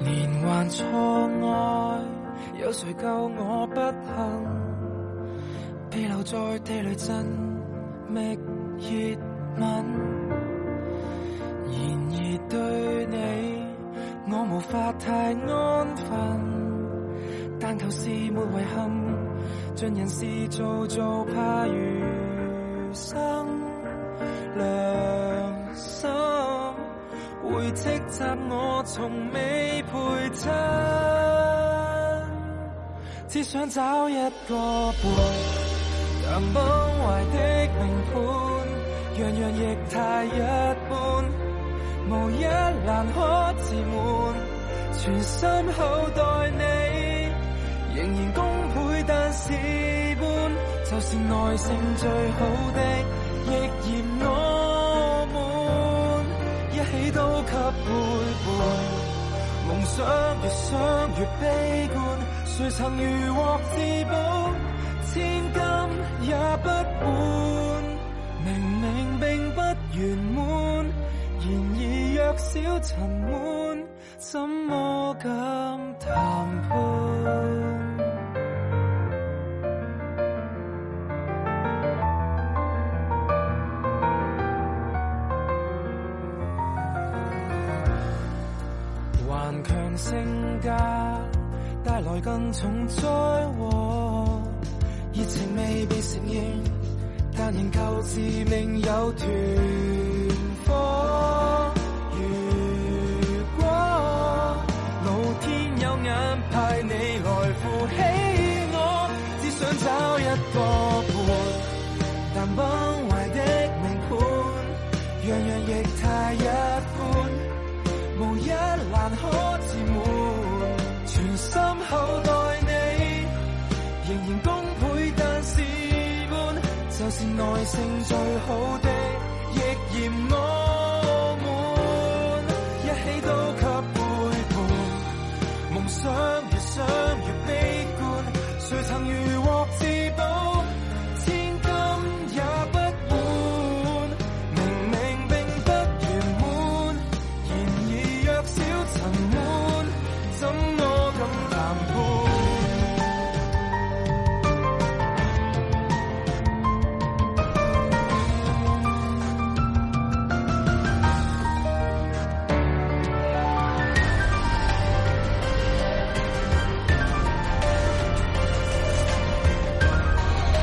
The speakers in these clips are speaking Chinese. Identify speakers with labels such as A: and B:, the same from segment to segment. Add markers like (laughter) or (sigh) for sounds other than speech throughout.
A: 還錯愛，有誰救我不幸？被留在地雷陣覓熱吻，然而對你，我無法太安分。但求事沒遺憾，盡人事做做怕餘生良心會斥責我從未陪襯，只想找一個伴。強崩壞的評判，樣樣亦太一般，無一難可自滿，全心厚待你，仍然功倍但事半，就是耐性最好的，亦嫌我悶，一起都給背叛，夢想越想越悲觀，誰曾如獲至寶？千金也不換，明明並不圓滿，然而若少塵滿，怎麼敢談判？頑強性格帶來更重災禍。熱情未被承認，但仍舊自命有團火。如果老天有眼派你來扶起我，只想找一個伴，但崩壞的命盤，樣樣亦太一般，無一難可自滿，全心厚待你，仍然公。但事半，就是耐性最好的，亦嫌我悶，一起都給背叛。夢想越想越悲觀，誰曾如獲至寶，千金也不換。明明並不圓滿，然而若少塵滿，怎麼敢談判？求別讓我遺憾大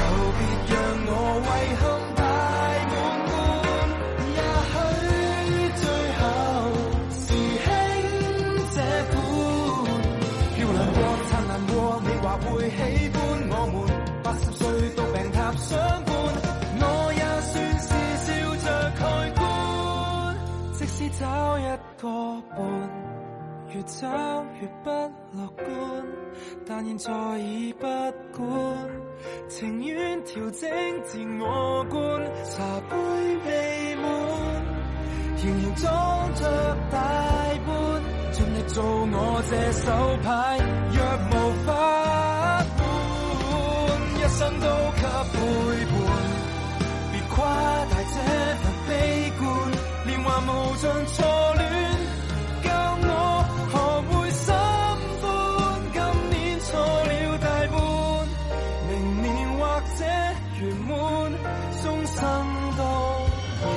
A: 滿貫，也許最後時興這般漂亮過、燦爛過，你話會喜歡我們。八十歲到病榻相伴，我也算是笑着蓋棺。即使找一個伴，越找越不樂觀，但現在已不管。情願調整自我觀，茶杯未滿，仍然裝着大半，盡力做我這手牌，若無法換，一生都給背叛，別誇大這份悲觀，年華無盡錯亂，教我學會心寬，今年錯了大半。明年或者圓滿，終生都圓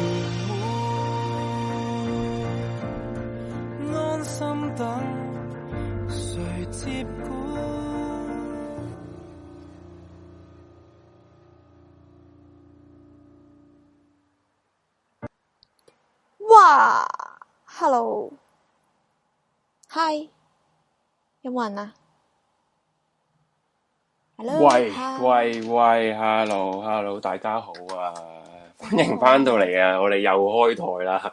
A: 滿，安心等誰接管？
B: 哇，hello，hi，有冇人啊？hello，
C: 喂
B: hi
C: 喂喂，hello hello，大家好啊！歡迎翻到嚟啊！我哋又開台啦，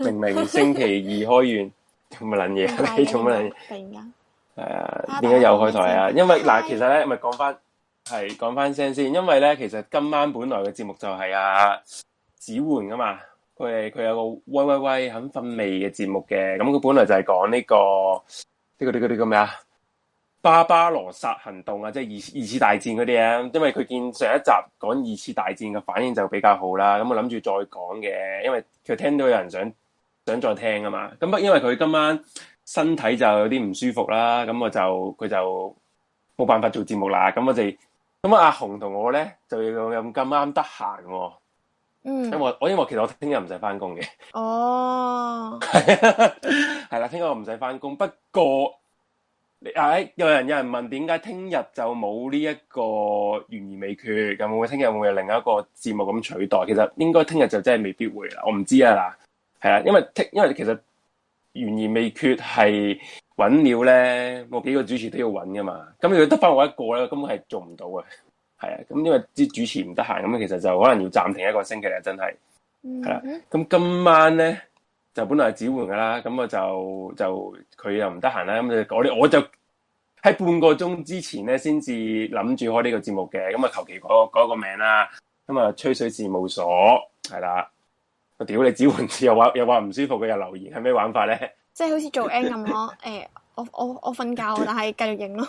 C: 明明星期二開完，做乜撚嘢啊？ (laughs) 你做乜撚嘢？
B: 突然間，
C: 係啊，點解又開台啊？因為嗱，其實咧，咪講翻係講翻聲先，因為咧，其實今晚本來嘅節目就係啊子媛噶嘛，佢係佢有個喂喂喂肯瞓未嘅節目嘅，咁佢本來就係講呢個呢個呢個呢個咩啊？巴巴羅薩行動啊，即係二二次大戰嗰啲啊，因為佢見上一集講二次大戰嘅反應就比較好啦，咁我諗住再講嘅，因為佢聽到有人想想再聽啊嘛，咁不因為佢今晚身體就有啲唔舒服啦，咁我就佢就冇辦法做節目啦，咁我哋咁啊阿紅同我咧就要咁啱得閒喎，因為
B: 嗯，
C: 我我因為其實我聽日唔使翻工嘅。
B: 哦，
C: (laughs) 系啦，聽日我唔使翻工。不過，你唉，有人有人問點解聽日就冇呢一個懸而未決？咁會唔會聽日會唔會有另一個節目咁取代？其實應該聽日就真係未必會啦。我唔知啊啦，係啊，因為聽因為其實懸而未決係揾料咧，我幾個主持都要揾噶嘛。咁如果得翻我一個咧，根本係做唔到嘅。係啊，咁因為啲主持唔得閒，咁其實就可能要暫停一個星期啦，啊真係。
B: 嗯
C: 係啦咁今晚咧就本來係指換噶啦，咁我就就佢又唔得閒啦，咁就我哋我就喺半個鐘之前咧先至諗住開呢個節目嘅，咁啊求其改改個名啦，咁啊吹水事務所係啦，我屌你指換又話又話唔舒服，佢又留言係咩玩法咧？
B: 即係好似做 N 咁咯。誒，我我我瞓覺，但係繼續影咯。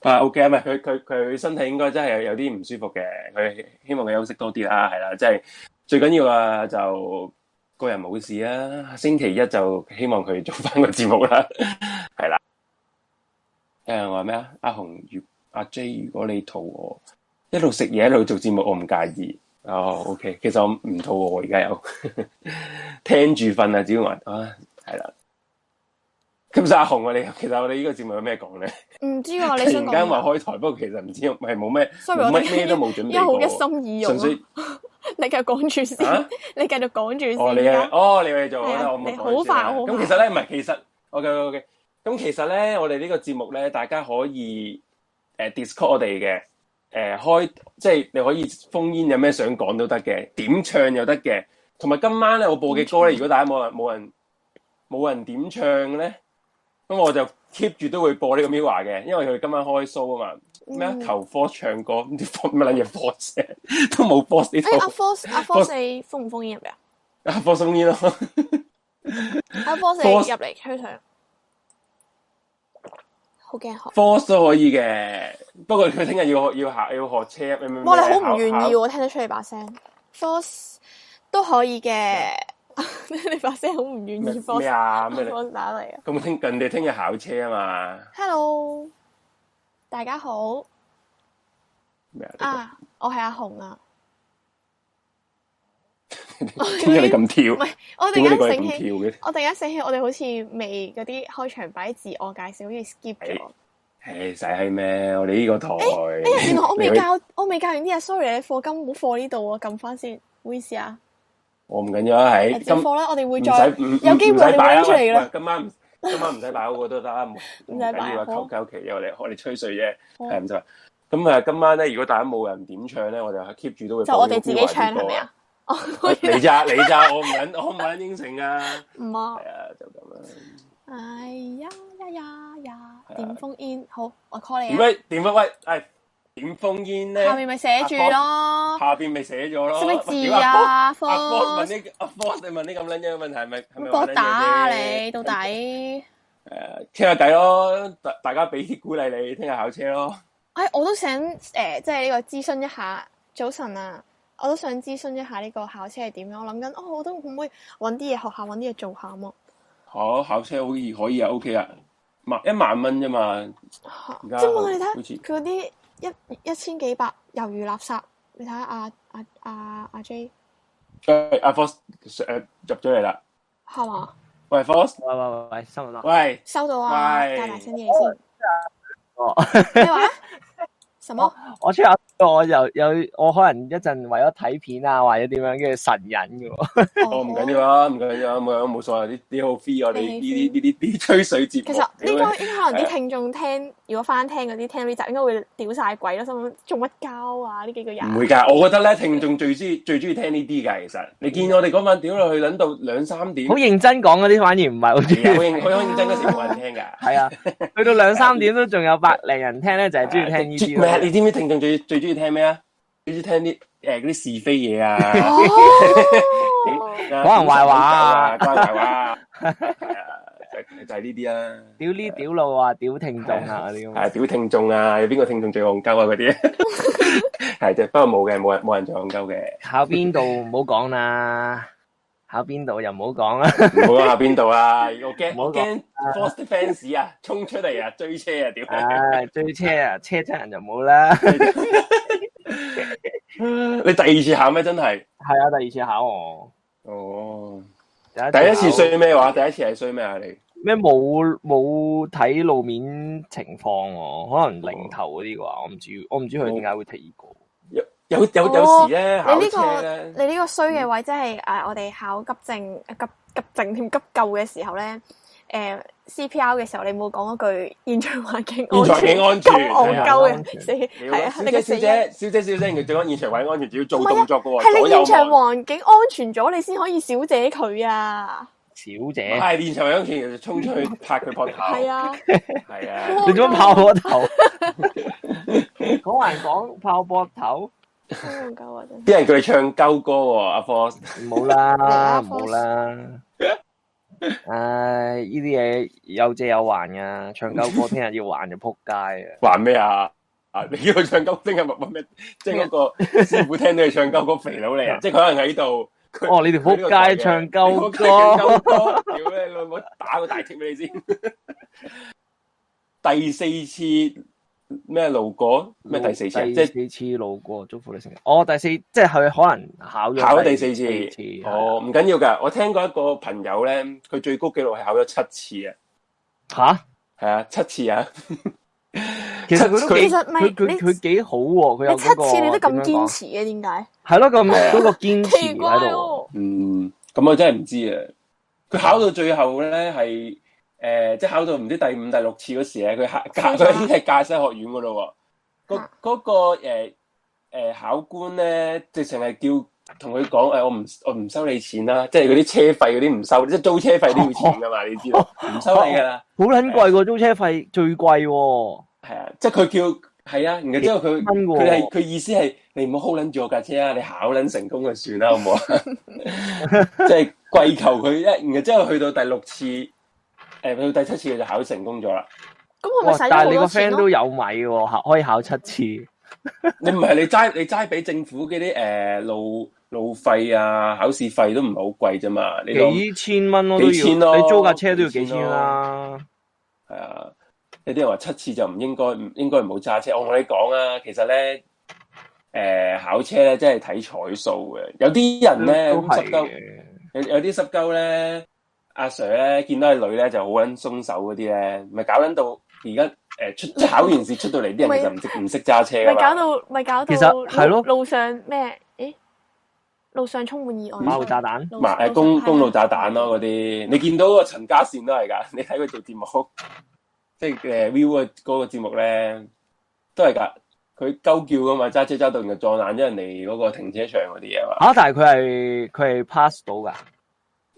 C: 啊 OK 啊，唔係佢佢佢身體應該真係有有啲唔舒服嘅，佢希望佢休息多啲啦，係啦，即係最緊要啊就個人冇事啊，星期一就希望佢做翻個節目啦，係啦。有人話咩啊？阿紅如阿 J，如果你肚餓，一路食嘢一路做節目，我唔介意。哦，OK，其實我唔肚餓，而家有聽住瞓啊，只要話啊，係啦。咁就阿紅我哋其實我哋呢個節目有咩講咧？
B: 唔知喎，你
C: 突
B: 想
C: 然間話
B: 講？啊
C: 開台，不過其實唔知係冇咩，
B: Sorry，
C: 冇
B: 我哋
C: 乜咩都冇準
B: 一
C: 備
B: 號
C: 過
B: 一心二用啊
C: 純粹！
B: 你繼續講住先
C: 啊，
B: 你繼續講住
C: 哦，你
B: 先
C: 係
B: 啦。
C: 哦，你係做
B: 係啊
C: 啦，我冇
B: 你
C: 講
B: 好快好
C: 先啦
B: 快
C: 咁其實咧唔係，其實 OK OK OK。咁其實咧，我哋呢個節目咧，大家可以誒、呃 Discord 我哋嘅誒開，即係你可以封煙有咩想講都得嘅，點唱又得嘅。同埋今晚咧，我播嘅歌咧，如果大家冇人冇人冇人點唱咧，咁我就 keep 住都會播呢個 Mira 嘅，因為佢今晚開 show 啊嘛。咩啊
B: 嗯
C: 求科唱歌，唔知放乜撚嘢 force (laughs) 都冇 force 呢
B: 誒，阿
C: 套，
B: Force 阿
C: Force-
B: Force 你封唔封煙入嚟啊？
C: 阿 force 封煙咯。
B: 阿 Force 你
C: Force-
B: 入嚟吹水啊，好驚學。
C: force 都可以嘅，不過佢聽日要學要考要學車，嗯咩
B: 哇！你好唔願意，
C: 考
B: 喎，聽得出你把聲。Force 都可以嘅， (laughs) 你把聲好唔願意。
C: 咩咩
B: Force
C: 啊咩嚟？
B: Force 打嚟啊
C: 咁聽人哋聽日考車啊嘛
B: ！Hello，大家好
C: 咩啊？
B: 啊！我係阿紅啊！
C: 點解你咁
B: 唔
C: 跳？
B: 係，我突
C: 點解
B: 然
C: 你個
B: 間
C: 人
B: 醒
C: 咁
B: 起，
C: 跳嘅？
B: 我突然間醒起，我哋好似未嗰啲開場擺自我介紹，好似 skip 咗。
C: 唉，使係咩？我哋呢個台，
B: 哎呀，原來我未
C: 你去
B: 教，我未教完啲嘢，sorry，你課金唔好課呢度啊，撳翻先，唔好意思啊。
C: 我唔緊要啊，係
B: 誒接
C: 今
B: 哎課啦，我哋會
C: 唔
B: 再
C: 使唔
B: 有機會
C: 唔使擺啊
B: 你會拎出嚟㗎啦
C: 喂喂今晚唔今晚唔使擺嗰個都得啊，唔
B: (laughs) 唔
C: 唔
B: 使擺啊
C: 緊要啊，
B: 好
C: 求求其，因為我哋我哋吹水啫，
B: 好
C: 係唔使。咁啊，今晚咧，如果大家冇人點唱咧，我就 keep 住都會
B: 就我哋自己
C: 播呢個
B: 唱係咪啊？哦，我 (laughs) 以為
C: 你咋你咋，我唔肯 (laughs) 我唔肯應承啊！
B: 唔啊
C: 係。啊，就咁啦。
B: 哎呀呀呀呀
C: 係！啊
B: 點封煙，好，我 call 你
C: 點
B: 啊！
C: 解點解喂？係點封煙咧？
B: 下面咪寫住咯，
C: (laughs) 下邊咪寫咗咯。
B: 識唔
C: (laughs)
B: 識字
C: 阿
B: 啊
C: f o
B: ？Force，
C: 問呢阿 f o 你問呢咁撚樣嘅問題，係咪係咪
B: 搏
C: 玩撚
B: 打啊
C: 嘢啫
B: 你，到底？
C: 誒傾下偈咯，大大家俾啲鼓勵你，聽日考車咯。
B: 哎，我都想誒，即係呢個諮詢一下。早晨啊，我都想諮詢一下呢個考車係點樣。我諗緊，哦，我都可唔可以揾啲嘢學下，揾啲嘢做下嘛？
C: 好，考車好易可以啊，OK 啊，萬一萬蚊啫嘛。而家
B: 即係我你
C: 好似
B: 睇佢嗰啲一一千幾百猶如垃圾，你睇下啊阿阿阿阿啊 J
C: 誒阿 f o 入咗嚟啦。
B: 係嘛？
C: 喂 f o
D: 喂喂喂喂，新聞啦！
C: 喂，
B: 收到啊，
C: 喂
B: 大大聲啲嘢先。
D: 哦，
B: 你話什麼？
D: 我出下我又有我可能一陣為咗睇片啊，或者點樣，跟住神隱嘅喎。
B: 哦
C: 我唔緊要啊，唔緊要啊，冇冇所謂呢啲好 free 我哋呢啲呢啲呢啲吹水節
B: 其
C: 目。
B: 實應該
C: 哦屌啊
B: 應該可能啲聽眾聽，如果翻聽嗰啲聽呢集，應該會屌晒鬼咯，心諗做乜交啊？呢幾個
C: 你
B: 人
C: 唔會㗎，我覺得咧聽眾最中意最中意聽呢啲㗎。其實你見我哋嗰晚屌落去，撚到兩三點，
D: 好
C: 係
D: 認真講嗰啲反而唔係好 (laughs) 中
C: 啊好
D: 意。
C: 認好認真嗰時冇人聽㗎。
D: 係啊，去到兩三點都仲有百零人聽咧，就係啊中意聽呢啲
C: 唔係
D: 咯。
C: 你知唔知聽眾最最中意聽咩啊？最中意聽啲誒嗰啲是非嘢啊，
B: (laughs)
C: (laughs)
B: 哦，
C: 講
D: 人壞話啊
C: 講人壞話啊，係啊就就係呢啲啦。
B: (laughs)
D: 屌呢屌路啊，屌聽眾啊嗰啲咁。
C: 系屌聽眾啊，有邊個聽眾最戇鳩啊嗰啲，係啫。不過冇嘅，冇人冇人最戇鳩嘅。
D: 考邊度唔好講啦，考邊度又唔好講啦。
C: 唔好講下邊度啊！我驚
D: 唔好
C: 我驚 Force fans 啊，衝出嚟啊，追車啊，屌！
D: (laughs) 唉，追車啊，車親人就冇啦。
C: 你第二次考咩？真係
D: 係啊，第二次考我。
C: 哦，
D: 第一
C: 第一次
D: 考
C: 衰咩話？第一次係衰咩啊？你
D: 咩冇冇睇路面情況喎，可能零頭嗰
C: 哦
D: 啲啩，我唔知，我唔知佢點解會踢呢個。
C: 有有有有
B: 哦
C: 時咧考
B: 你呢
C: 車
B: 個啊
C: 咧，
B: 你呢個衰嘅位，即係誒我哋考急症、啊急急症添急救嘅時候咧，誒 CPR 嘅時候，你冇講嗰句現場環境
C: 現場
B: 安
C: 環境
B: 全，咁
C: 安全
B: 戇
D: 係啊
B: 鳩
D: 安全
B: 嘅死，
C: 你
B: 係
C: 要
B: 啊，
C: 小
B: 你個
C: 姐
B: 死
C: 小
B: 因。
C: 姐小姐小姐，你最講現場位安全，仲要做
B: 唔係啊
C: 動作嘅喎，
B: 係
C: 左
B: 你
C: 右
B: 現場
C: 望。
B: 環境安全咗，你先可以小姐佢啊！
D: 小姐，
C: 系現場位安全，就衝出去拍佢膊頭。
B: 係，
D: (laughs)
B: 啊，
C: 係啊。
D: 你做乜炮我
C: (laughs)
D: 頭？講還講炮膊頭，
B: 好戇鳩啊！真係
C: 啲人叫你唱鳩歌喎，阿 Force。
D: 冇啦，
B: 啊
D: 冇啦。唉，呢啲嘢有借有還噶，唱鳩歌聽日要還就撲街啊！
C: 還咩啊？啊！ (laughs) 你叫佢唱鳩，即係乜咩？即係嗰個師傅聽到你唱鳩，嗰肥佬嚟啊！即係佢可能喺度。佢
D: 哦你條仆街唱鳩歌
C: 你仆街唱鳩歌，屌你老母！打個大貼俾你先。 (laughs) 第四次咩路過？咩第四次啊？即係
D: 第四次路過，祝福你成日。哦，第四即係佢可能考咗
C: 考咗第四次
D: 次。
C: 哦，唔緊要㗎。我聽過一個朋友咧，佢最高紀錄係考咗七次啊，
D: 吓？
C: 係啊，七次啊。
D: 其實佢都
C: 佢
D: 幾
B: 其實咪
D: 佢佢
B: 你
D: 佢幾好喎，佢有
B: 你七次你都咁
D: 堅
B: 堅
D: 持，
B: 持嘅，點解？
D: 係咯
B: (laughs)
D: 咁嗰個堅持
B: 奇怪
D: 喺度，
B: 喎！
C: 嗯，咁我真係唔知啊！佢考到最後咧係誒，即係考到唔知第五、第六次嗰時咧，佢考駕
B: 死咗
C: 佢已經係駕駛學院噶咯喎。嗰
B: 啊
C: 嗰個誒誒考官咧，直情係叫同佢講呃誒，我唔我唔收你錢啦，即係嗰啲車費嗰啲唔收，即係租車費都要錢噶嘛，你知道唔收你噶啦。
D: 好撚貴喎，租車費最貴喎，
C: 係啊，即係佢叫係啊，然後之後佢
D: 蚊喎
C: 佢係佢意思係你唔好 hold 撚住我架車啊，你考撚成功就算啦，好唔好
D: (laughs)
C: 啊？ (laughs) 即係跪求佢一，然後之後去到第六次，誒、去到第七次佢就考成功咗啦。
B: 咁佢咪
D: 哇！
B: 使咗
D: 但
B: 好
D: 係你個
B: 多錢
D: friend
B: 咯
D: 都？有米喎，考可以考七次，
C: 你唔係你齋你齋俾政府嗰啲誒路路費啊、考試費都唔係好貴啫嘛，你當
D: 幾千蚊咯都要，
C: 幾千咯
D: 你租架車都要幾
C: 幾千
D: 千
C: 咯
D: 啦。
C: 係啊，有啲人話七次就唔應該唔應該唔好揸車。我同你講啊，其實咧，誒、考車咧真係睇彩數嘅。有啲人咧
D: 都係
C: 濕鳩，
D: 嘅，
C: 有有啲濕鳩咧，阿 Sir 咧見到係女咧就好撚鬆手嗰啲咧，咪搞撚到而家誒
B: (laughs)
C: 出即係考完試出到嚟啲人其實唔識唔識揸車㗎
B: 咪
C: 嘛
B: 搞
C: 啊
B: 到咪搞
D: 其
B: 到
D: 實
B: 路
D: 係咯
B: 路上咩？咦，路上充滿意外。
D: 馬路炸彈
B: 路
C: 嘛誒
B: 路
C: 公
B: 上
C: 公路炸彈咯嗰啲，你見到個陳家善都係㗎， (laughs) 你睇佢做節目，即係誒 View 嗰個節目咧，都係㗎。佢鳩叫㗎嘛，揸車揸到然後撞爛咗人哋嗰個停車場嗰啲嘢嘛。
D: 嚇！但係佢係佢係 pass 到㗎。 (laughs)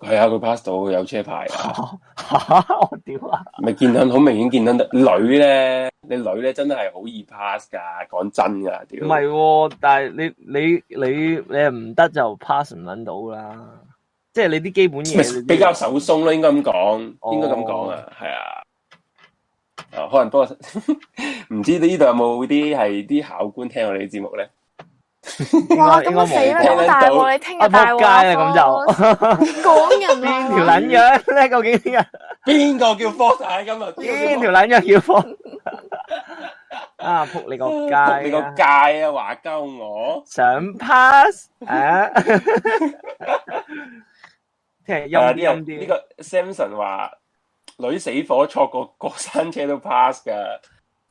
C: 係啊，佢 pass 到有車牌啊，
D: 嚇！我屌啊！
C: 咪見得好明顯見得女咧，你女咧真係好易 pass 㗎，講真㗎，
D: 唔
C: 屌。
D: 係喎，但係你你你你唔得就 pass 唔撚到啦，即係你啲基本嘢你
C: 咪
D: 都
C: 比較手鬆啦，應該咁講，
D: 哦
C: 應該咁講啊，係啊。啊，可能不過 (laughs) 唔知呢度有冇啲係啲考官聽我哋啲節目咧？
B: 哇！
D: 應
B: 咁
D: 該
B: 我死啦！
C: 應該冇
B: 咁大鑊，你聽日大鑊
D: 啊仆街啦 (laughs)
B: 講人啊！
D: 條撚樣咧？究竟呢
C: 邊個叫科仔今日？
D: 個
C: 邊
D: 邊
C: 個
D: 條撚樣要放 (laughs) 啊？仆你個街
C: 叫你個
D: 啊！
C: 界啊，話鳩我。
D: 想 pass 啊？ (laughs) 聽日
C: 啊
D: 陰
C: 呢個
D: 啲陰
C: 呢
D: 啲，
C: 個 Samson 話女死火錯過過山車都 pass 㗎，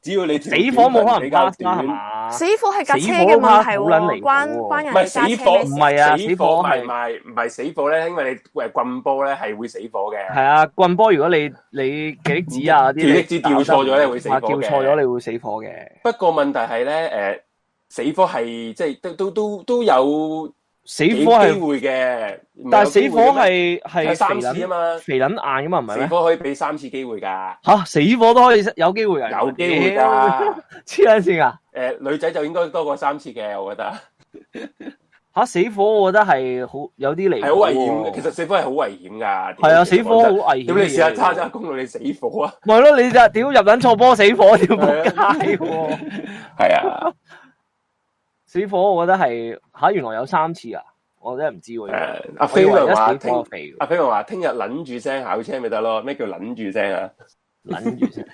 C: 只要你條
D: 死火冇可
C: 短裙比
D: 能
C: 較
D: pass 啦，係
C: 短。
D: 嘛？
B: 死火係架車
D: 死火
B: 嘅
D: 都怕
B: 問
D: 好
B: 題
D: 撚離
B: 喎，
D: 譜
B: 關
D: 喎
B: 關人
C: 唔係
B: 哋
C: 死
B: 揸
C: 火
B: 車咩
D: 唔
B: 事？
D: 係啊，
C: 死
D: 死
C: 火
D: 火
C: 唔係
D: 係
C: 唔係唔係死火咧，因為你誒棍波咧係會死火嘅。
D: 係啊，棍波如果你你幾子啊嗰啲，
C: 吊嗯翼子吊錯咗咧會死火
D: 啊
C: 嘅
D: 吊錯咗你會死火嘅。
C: 不過問題係咧，誒、死火係即係都都都都有
D: 死
C: 幾機
D: 火係，
C: 會嘅，唔
D: 但
C: 有機
D: 係死火
C: 會嘅咩
D: 係係
C: 睇三
D: 肥
C: 次啊
D: 撚
C: 嘛，
D: 肥撚硬噶嘛，唔係
C: 死
D: 咩？
C: 火可以俾三次機會㗎，
D: 吓死火都可以有機會啊！
C: 有機
D: (laughs)
C: 會
D: 屌
C: 㗎。
D: 黐撚線啊！
C: Ờ, 誒、女仔就應該多過三次嘅，我覺得。
D: 吓死火，我覺得係好有啲離
C: 系
D: 譜
C: 好危險嘅，
D: 喎
C: 其實死火係好危險噶。
D: 係啊死火好危險
C: 屌你試下
D: 嘅嘢
C: 揸揸公路，你死火啊！
D: 咪咯，你就屌入撚錯波死火，屌仆街喎！
C: 係啊，
D: 死火，我覺得係吓、原來有三次啊！我真係唔知喎。原來
C: 诶，阿
D: 我以
C: 飛
D: 為
C: 咪
D: 一
C: 話
D: 死火
C: 聽，
D: 肥
C: 阿飛咪話聽日撚住聲考車咪得咯？咩叫撚住聲啊？
D: 撚住
C: (laughs)
D: 先，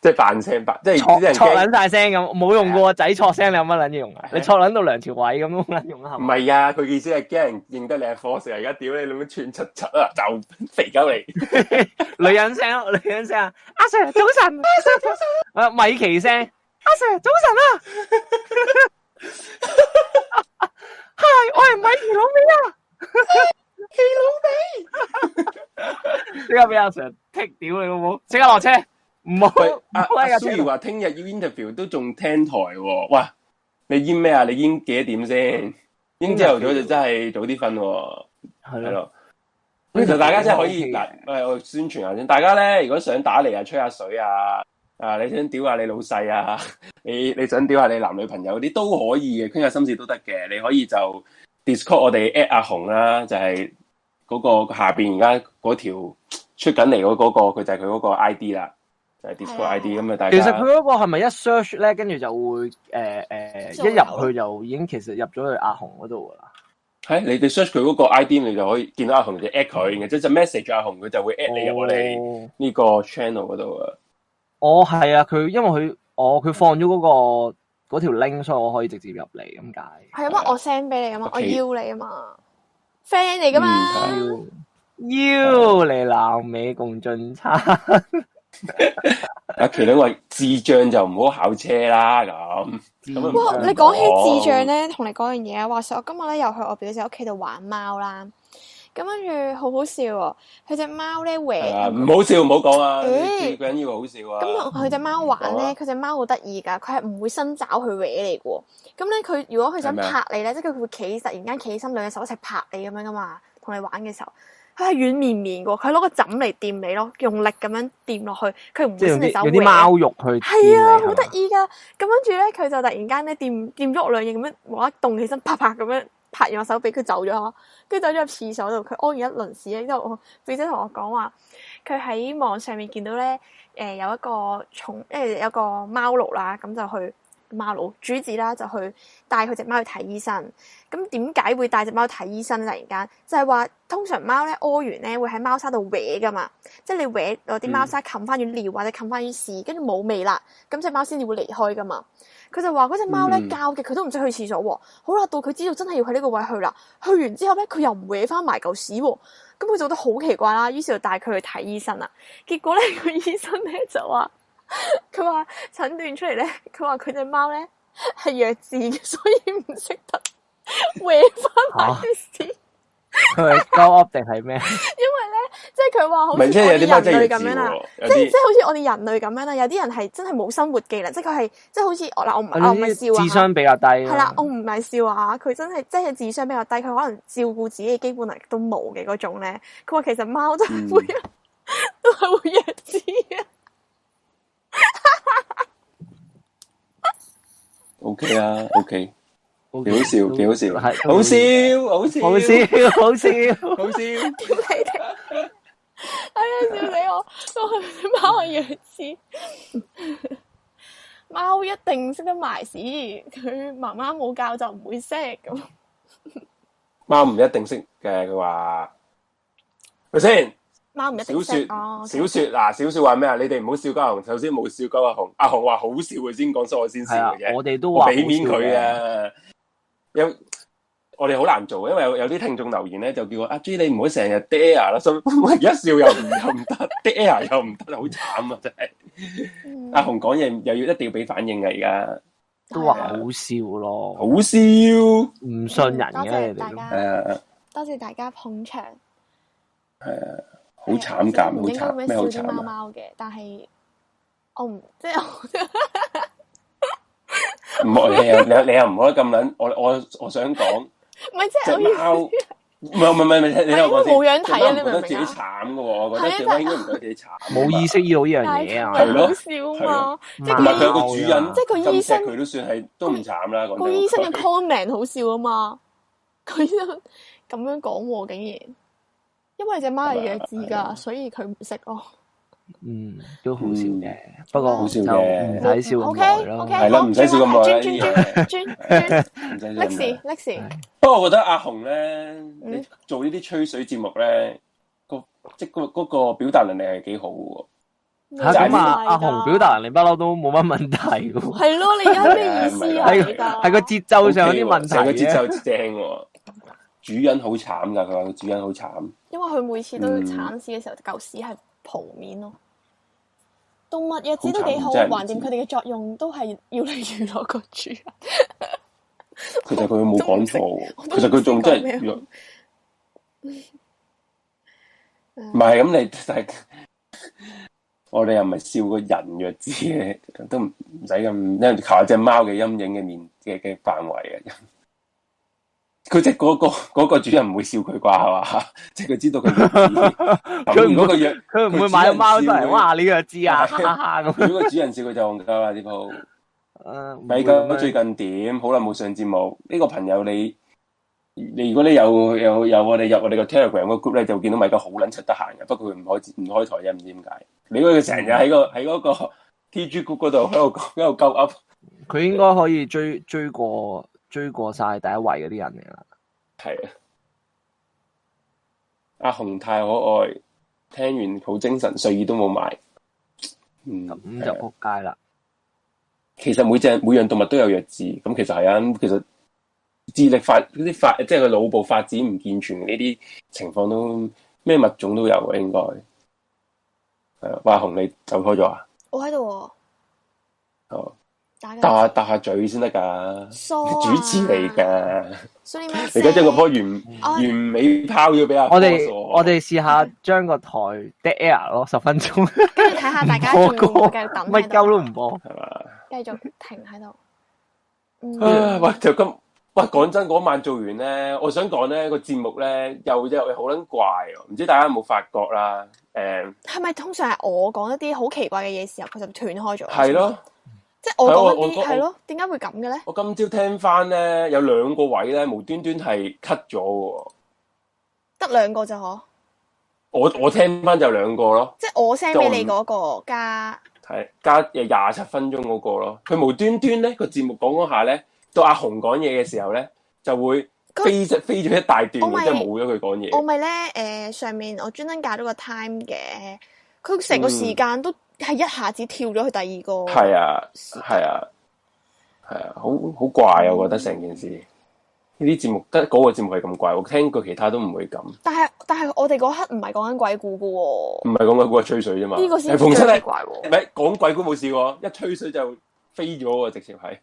C: 即係扮聲扮，即係
D: 錯
C: 啲人
D: 錯
C: 驚。啊
D: 撚晒聲咁，冇用過仔錯聲，你有乜撚用啊？你錯撚到梁朝偉咁，冇撚用啊？係
C: 唔
D: 咪？
C: 係啊，佢嘅意思係驚人認得你係火石，而家屌你老母串七七啊，就 (laughs) 肥狗嚟。
D: 女人聲咯，女人聲啊！阿 Sir 早晨，阿 Sir 早晨，啊米奇聲，阿 Sir 早 (laughs) 晨啊！Hi，我係米奇老味啊！米奇老味，即刻俾阿 Sir 踢屌你老母！即刻落車，唔好
C: 喂，
D: 唔
C: 阿
D: 好啊喺
C: 阿
D: 架
C: 蘇怡
D: 車度。
C: 話聽日要 interview 都仲聽台喎，哇！你煙咩啊？你煙幾多點先？煙朝頭早就真係早啲瞓喎，係
D: 係咯，
C: 咯。嗯咁其實大家真係可以
D: OK
C: 嗱
D: 嘅，
C: 喂我宣傳下先。大家咧，如果想打嚟啊，吹下水啊，啊你想屌下你老細啊， (laughs) 你你想屌下你男女朋友啲都可以嘅，傾下心事都得嘅。你可以就 Discord 我哋 at 阿紅啦，就係、嗰個下邊而家嗰條出緊嚟嗰嗰個，佢就係佢嗰個 ID 啦，就係、Discord
B: 係啊
C: ID 咁啊，大
D: 其
C: 家
D: 實佢嗰個係咪一 search 咧，跟住就會誒誒一入去就已經其實入咗去阿紅嗰度㗎啦。
C: 係你哋 search 佢嗰個 ID，你就可以見到阿紅就 at 佢，然之後就 message 阿紅，佢就會 at 你入我哋
D: 哦
C: 呢個 channel 嗰度啊。
D: 哦，係啊，佢因為佢，哦，佢放咗嗰、個嗰條 link，所以我可以直接入嚟咁解。
B: 係因為我 send 俾你噶嘛，我
C: OK
B: 邀你啊嘛，friend 嚟噶嘛，
D: 妖，你南美共進餐，
C: 阿麒麟話智障就唔好考車啦咁。咁
D: 哇
B: 哇！
C: 啊
B: 你講起智障，咧，同你講樣嘢啊，話說我今日咧又去我表姐屋企度玩貓啦，咁跟住好好笑喎，佢只貓咧
C: 係啊
B: 搲，
C: 唔好笑唔好講啊，
B: 誒
C: 最緊要好笑
B: 咁
C: 啊。
B: 同佢只貓玩
C: 好
B: 咧，
C: 啊
B: 佢只貓好得意㗎，佢係唔會伸爪去搲你嘅喎，咁咧佢如果佢想
C: 係咩
B: 拍你咧，即係佢會企突然間企起身，兩隻手一齊拍你咁樣噶嘛，同你玩嘅時候。佢係軟綿綿嘅喎，佢攞個枕嚟掂你咯，用力咁樣掂落去，佢唔
D: 即
B: 會
D: 係用
B: 伸隻手
D: 啲
B: 搲
D: 用啲貓肉去
B: 係啊，
D: 煎你
B: 好得意噶！咁跟住咧，佢就突然間咧掂掂咗我兩嘢，咁樣無啦啦動起身，啪啪咁樣拍完我手臂，佢走咗啊！跟住走咗入廁所度，佢屙完一輪屎咧，之後我表姐同我講話，佢喺網上面見到咧，誒、有一個寵，誒、有個貓奴啦，咁就去貓奴主子啦，就去帶佢只貓去睇醫生。咁點解會帶只貓睇醫生呢？突然間就係、話，通常貓咧屙完咧會喺貓砂度搲噶嘛，即係你搲攞啲貓砂冚翻完尿或者冚翻完屎，跟住冇味啦，咁只貓先至會離開噶嘛。佢就話嗰只貓咧
C: 嗯
B: 教嘅佢都唔識去廁所喎，好啦，到佢知道真係要去呢個位去啦，去完之後咧佢又唔搲翻埋嚿屎喎，咁佢就覺得好奇怪啦，於是就帶佢去睇醫生啦。結果咧個醫生咧就話，佢話診斷出嚟咧，佢話佢只貓咧係弱智嘅，所以唔識得搲翻埋 (laughs) 啲屎。
D: 佢係鳩噏定
B: (laughs)
D: 係咩？
B: 因為咧，即係佢話好
C: 唔
B: 似我
C: 係即係有啲
B: 哋
C: 乜真
B: 人類
C: 係
B: 咁
C: 弱
B: 樣
C: 智
B: 啦，
C: 喎，有
B: 即係
C: 啲
B: 即係好似我哋人類咁樣啊啦，有啲人係真係冇生活技能，即係佢係即係好似我嗱，我唔我唔
D: 佢
B: 係
D: 啲
B: 笑啊
D: 智。商比較低。
B: 係啦，我，唔係笑話，佢真係即係智商比較低，佢可能照顧自己嘅基本能力都冇嘅嗰種咧。佢話其實貓都
C: 嗯
B: 係會、 (laughs) 都係會弱智嘅，
C: OK 啊，OK，幾好笑，幾好笑，
D: 係
C: 好笑，好笑，
D: 好，笑，好笑。
C: 好笑。
B: (laughs) 屌你哋！哎呀，笑死我！我話貓係弱智，貓一定識得埋屎，佢媽媽冇教就唔會識咁。
C: 貓唔一定識嘅，佢話。咪先，
B: 貓唔一
C: 小
B: 定
C: 雪
B: 識哦，
C: 小雪嗱，小雪話咩啊？你哋唔好笑鳩阿紅，首先冇笑鳩阿紅，阿紅話好笑佢先講，所以我先笑
D: 係啊
C: 嘅啫，。
D: 我哋都
C: 我
D: 話
C: 俾面
D: 好笑
C: 佢
D: 嘅。
C: 啊！有我哋好難做，因為有有啲聽眾留言咧，就叫我阿 J 你唔好成日 d 啊
B: (laughs)
C: 啦，心我而家笑又唔 (laughs) 又唔得 d 啊又唔得，好慘啊！真係
B: 嗯
C: 阿紅講嘢又要一定要俾反應啊！而家
D: 都話
B: 啊
D: 好笑咯，
C: 好笑，誒
D: 唔信人
B: 多謝
D: 嘅你
B: 大
D: 哋都。
B: 家，多謝大家捧場，
C: 好慘㗎，
B: 唔應該
C: 好
B: 咁樣
C: 慘咩好
B: 笑啲
C: 慘
B: 貓
C: 啊！
B: 貓嘅，但係我唔即係我
C: 唔好你又你又你又唔可以咁撚，我我我想講
B: (laughs) 唔係即係
C: 只
B: 我意思
C: 貓唔係唔係唔係，你聽我講
B: 係因為
C: 先。
B: 冇樣睇啊
C: 我
B: 你明唔
C: 覺得
B: 明啊
C: 自己慘嘅喎，我覺得
B: 係啊
C: 條媽應該唔覺得自己慘。
D: 冇意識到呢樣
B: 但
D: 嘢
B: 係
C: 係
D: 啊！
C: 咯
B: 好笑啊嘛，即
C: 同埋
B: 係
C: 佢有
B: 個
C: 個
D: 貓
C: 主
D: 啊
C: 人，
B: 即係佢醫生
C: 咁錫佢都算係都唔慘啦。講
B: 個醫生嘅
C: 真嗰句
B: comment 好笑啊嘛，佢醫生咁樣講喎，竟然，因為只貓係弱智㗎，所以佢唔識咯。
D: 嗯，都好笑嘅，不過
C: 嗯好笑
D: 就
C: 嘅
D: 唔使笑咁
B: OK
D: 耐咯。
B: OK，
C: 係啦唔使笑咁耐啦
B: 轉
C: 呢
B: 轉轉轉轉
C: 唔使
B: 轉
C: 咁
B: ，Lexi
C: 樣
B: Lexi，
C: 不過我覺得阿紅咧，
B: 嗯
C: 你做呢啲吹水節目咧，個即係嗰嗰個表達能力係幾好嘅
D: 吓
C: 就係
D: 咁
C: 呢
D: 啊！阿紅表達能力不嬲都冇乜問題
B: (laughs)
D: 喎，
B: 係咯，你而家咩意思啊？
C: 係
D: 喺
B: 你
D: 個
B: 㗎
D: 喺個節
C: 喎。
D: 奏上有啲問題
C: 成個節
D: 嘅。
C: 奏正喎。主人好慘㗎，佢話佢主人好慘。
B: 因為佢每次都
C: 嗯
B: 鏟屎嘅時候，嚿屎係蒲面咯。動物日子都幾好，
C: 好慘真係
B: 橫
C: 唔知
B: 掂佢哋嘅作用都係要嚟娛樂個啊主人。
C: 其實佢冇講錯
B: 我
C: 喎，
B: 都唔
C: 其
B: 識
C: 實佢仲真
B: 我都唔知講咩 (laughs) 好
C: 係唔係咁你，但係我哋又唔係笑個人弱智嘅，都唔唔使咁，因為靠只貓嘅陰影嘅面嘅嘅範圍嘅。佢即係嗰個嗰個主人唔會笑佢啩係嘛？即係佢知道佢弱智，
D: (laughs) 佢唔
C: 咁如
D: 會
C: 果個弱，
D: 佢唔會買個貓出嚟，哇！你又知啊，
C: 係
D: 哈哈咁。
C: (laughs) 如果個主人笑佢就戇鳩啦呢鋪。
D: 啊唔
C: 咪
D: 會
C: 咁最
D: 咁樣
C: 近點？好耐冇上節目。呢、個朋友你你如果你有有有我哋入我哋個 Telegram 個 group 咧，就見到米哥好撚出得閒嘅。不過佢唔開唔開台啫，唔知點解。你
D: 嗯
C: 嗰佢成日喺個喺嗰個 TG group 嗰度喺度喺度鳩噏，
D: 佢應該可以追追過追過晒第一位嗰啲人嚟啦。
C: 係啊。阿紅太可愛，聽完好精神，睡意都冇埋。嗯，
D: 咁
C: 係
D: 就
C: 啊
D: 仆街啦。
C: 其實每隻每樣動物都有弱智，咁其實係啊，咁其實智力發嗰啲發，即係個腦部發展唔健全呢啲情況都咩物種都有嘅，應該係啊。華雄你走開咗啊？
B: 我喺度喎，
C: 哦，
B: 打緊
C: 搭下搭下嘴先得噶，
B: 梳
C: 你
B: 啊
C: 主持嚟噶，
B: 所以
C: 你而家將個波
B: 波，
C: 完
B: 哎
C: 完美拋咗俾阿啊
D: 我
C: 科
D: 哋
C: 索
D: 我哋試下將個台 dead air 咯，十分鐘，
B: 跟住睇下大家仲
D: 播
B: 會唔
D: 歌
B: 會繼續等
D: 乜鳩都
B: 喺
D: 唔播。
C: 係嘛？
B: 度，繼續停喺度。
C: 啊
B: 嗯，
C: 喂，就咁喂，講真，嗰晚做完咧，我想講咧個節目咧又又又好撚怪喎，唔知大家有冇發覺啦？誒、
B: 係咪通常係我講一啲好奇怪嘅嘢時候，佢就斷開咗？
C: 係咯。
B: 即係我講
C: 係
B: 一
C: 我
B: 啲
C: 我
B: 係咯，點解會咁嘅咧？
C: 我今朝聽翻咧，有兩個位咧，無端端係 cut 咗嘅喎。
B: 得兩個咋嗬？
C: 我我聽翻就兩個咯，
B: 即係我 send 俾你嗰個加
C: 係加誒廿七分鐘嗰個咯。佢無端端咧個節目講嗰下咧，到阿紅講嘢嘅時候咧，就會
B: 佢
C: 飛咗飛咗一大段
B: 我咪
C: 嘅，即係冇咗佢講
B: 我
C: 嘢。
B: 咪咧誒上面我專登教咗個 time 嘅，佢成個時間都係一下子跳咗去第二個。
C: 嗯係啊，係啊，係啊，好好怪啊！
B: 嗯
C: 我覺得成件事呢啲節目得嗰個節目係咁怪，我聽過其他都唔會咁，唔
B: 但係但係我哋嗰刻唔係講緊鬼故噶
C: 係講鬼故係吹水啫嘛。
B: 喎，呢個先
C: 係逢親
B: 最
C: 係
B: 奇怪
C: 唔
B: 喎。
C: 係講鬼故冇試過，一吹水就飛咗喎，直接係。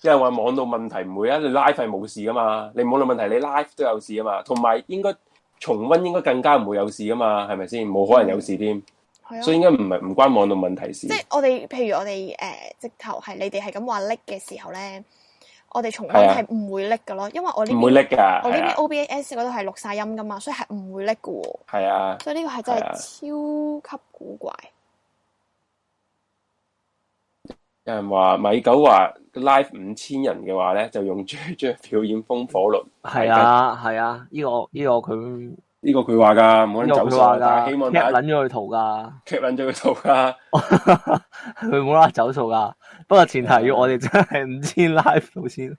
C: 有人話網絡問題唔會啊，你 live 係冇事噶嘛，你網絡問題你 live 都有事噶嘛，同埋應該重温應該更加唔會有事噶嘛，係咪先？冇可能有事添，
B: 係啊
C: 所以。應該唔係唔關網絡問題事
B: 即。係我哋，譬如我哋誒、呃直頭係你哋係咁話拎嘅時候咧，我哋重温
C: 係啊
B: 係唔會拎嘅咯，因為我呢邊
C: 唔會叻㗎，
B: 我呢
C: 係
B: 邊
C: 啊，
B: OBS 嗰度係錄晒音噶嘛，所以係唔會拎嘅喎。
C: 係啊，
B: 所以呢個係真
C: 係啊
B: 係超級古怪。
C: 有人話米九話 live 五千人嘅話咧，就用 (laughs) J J 表演風火輪，
D: 係啊係啊，呢個呢個佢呢
C: 呢個佢話㗎，冇人
D: 個
C: 走
D: 佢
C: 數
D: 話
C: 啊，但係
D: 㗎
C: 希望
D: cap
C: 大家
D: 撚咗佢圖㗎， (laughs)
C: 劇撚咗佢度啦。
D: 佢冇啦啦走數㗎。不過前提要我哋真
C: 啊
D: 係五千 live 到先。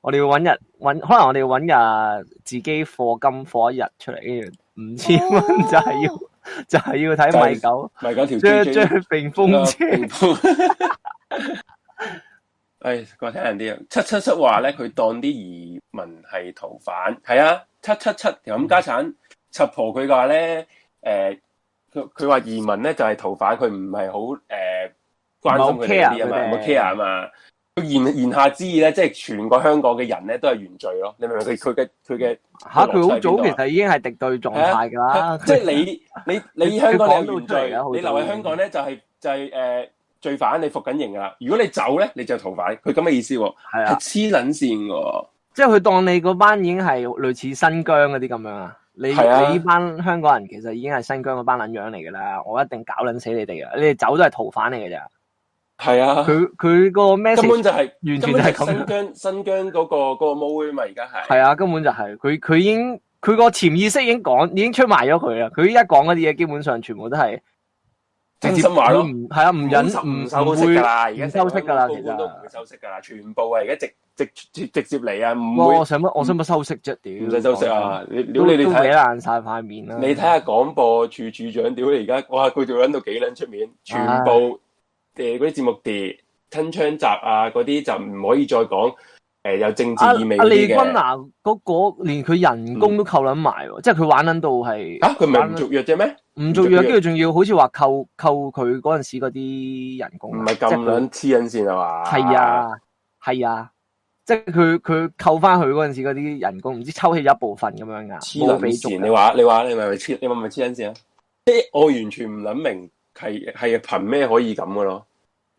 D: 我哋要揾日揾，可能我哋要揾日自己課金課一日出嚟，跟住五千蚊
B: 哦
C: 啊
D: 就係要 (laughs) 就係要睇米九。
C: 咪嗰條 J
D: 將
C: J
D: 將並風車，
C: (laughs) 诶，講聽人啲啊，七七七話咧，佢當啲移民係逃犯，係啊，七七七又咁家產，七婆佢話咧，诶、佢佢話移民咧就係逃犯，佢唔係好诶關心佢哋嗰啲啊嘛，
D: 唔係好
C: 唔 care
D: care 佢哋
C: 啊嘛。佢言言下之意咧，即係全個香港嘅人咧都係原罪咯，你明唔明？佢佢嘅佢嘅
D: 吓佢好早其實已經係敵對狀態㗎啦，
C: 啊 (laughs) 即係你你你香港你有原罪
D: 佢講到出嚟啊啦好，
C: 你留喺香港咧就係、就係、呃罪犯，你服緊刑噶啦。如果你走咧，你就逃犯。佢咁嘅意思喎，係
D: 係啊，
C: 黐撚線喎。
D: 即係佢當你嗰班已經係類似新疆嗰啲咁樣啊！你
C: 係啊
D: 你呢班香港人其實已經係新疆嗰班撚樣嚟㗎啦，我一定搞撚死你哋㗎啦！你哋走都係逃犯嚟㗎咋？
C: 系啊，
D: 佢佢個
C: 根本
D: message
C: 就係
D: 完全
C: 根本
D: 就係咁
C: 新疆新疆嗰、個个嗰、個个毛啊嘛，而家係
D: 係啊，根本就係佢佢已經佢個潛意識已經講已經出埋咗佢啦。佢依家講嗰啲嘢基本上全部都係
C: 真心話
D: 都
C: 咯，
D: 唔係啊，唔忍
C: 唔
D: 唔
C: 收
D: 唔
C: 息
D: 會
C: 㗎啦，而家
D: 唔收息㗎啦，
C: 成
D: 其
C: 個高官都唔
D: 實
C: 會。收息㗎啦，全部啊而家直直直直接嚟啊，唔
D: 哇！我
C: 會
D: 想乜我想乜收息啫？屌
C: 唔使收息！啊！你
D: 都
C: 屌
D: 都
C: 你你睇
D: 搲
C: 下
D: 爛晒塊面啦！
C: 你睇下廣播處處長屌你而家，哇佢做撚到幾撚出面，全部誒嗰啲節目地吞槍集啊嗰啲就唔可以再講誒、有政治
D: 阿
C: 意味
D: 啊阿
C: 嗰
D: 利
C: 啲
D: 君
C: 嘅。
D: 娜嗰個連佢人工都扣撚埋喎，即係佢玩撚到係
C: 啊，佢唔係唔續約啫咩？
D: 唔做
C: 唔續
D: 嘢，
C: 約
D: 跟住仲要好似話扣扣佢嗰陣時嗰啲人工
C: 唔
D: 啊，
C: 係咁撚黐撚線啊嘛？
D: 係，啊係啊，即係佢佢扣翻佢嗰陣時嗰啲人工，唔知抽起一部分咁樣噶，
C: 黐
D: 冇
C: 撚
D: 俾啊足
C: 線！
D: 㗎
C: 你話你話你咪咪黐你咪咪黐撚線啊？即係我完全唔諗明係係憑咩可以咁嘅咯？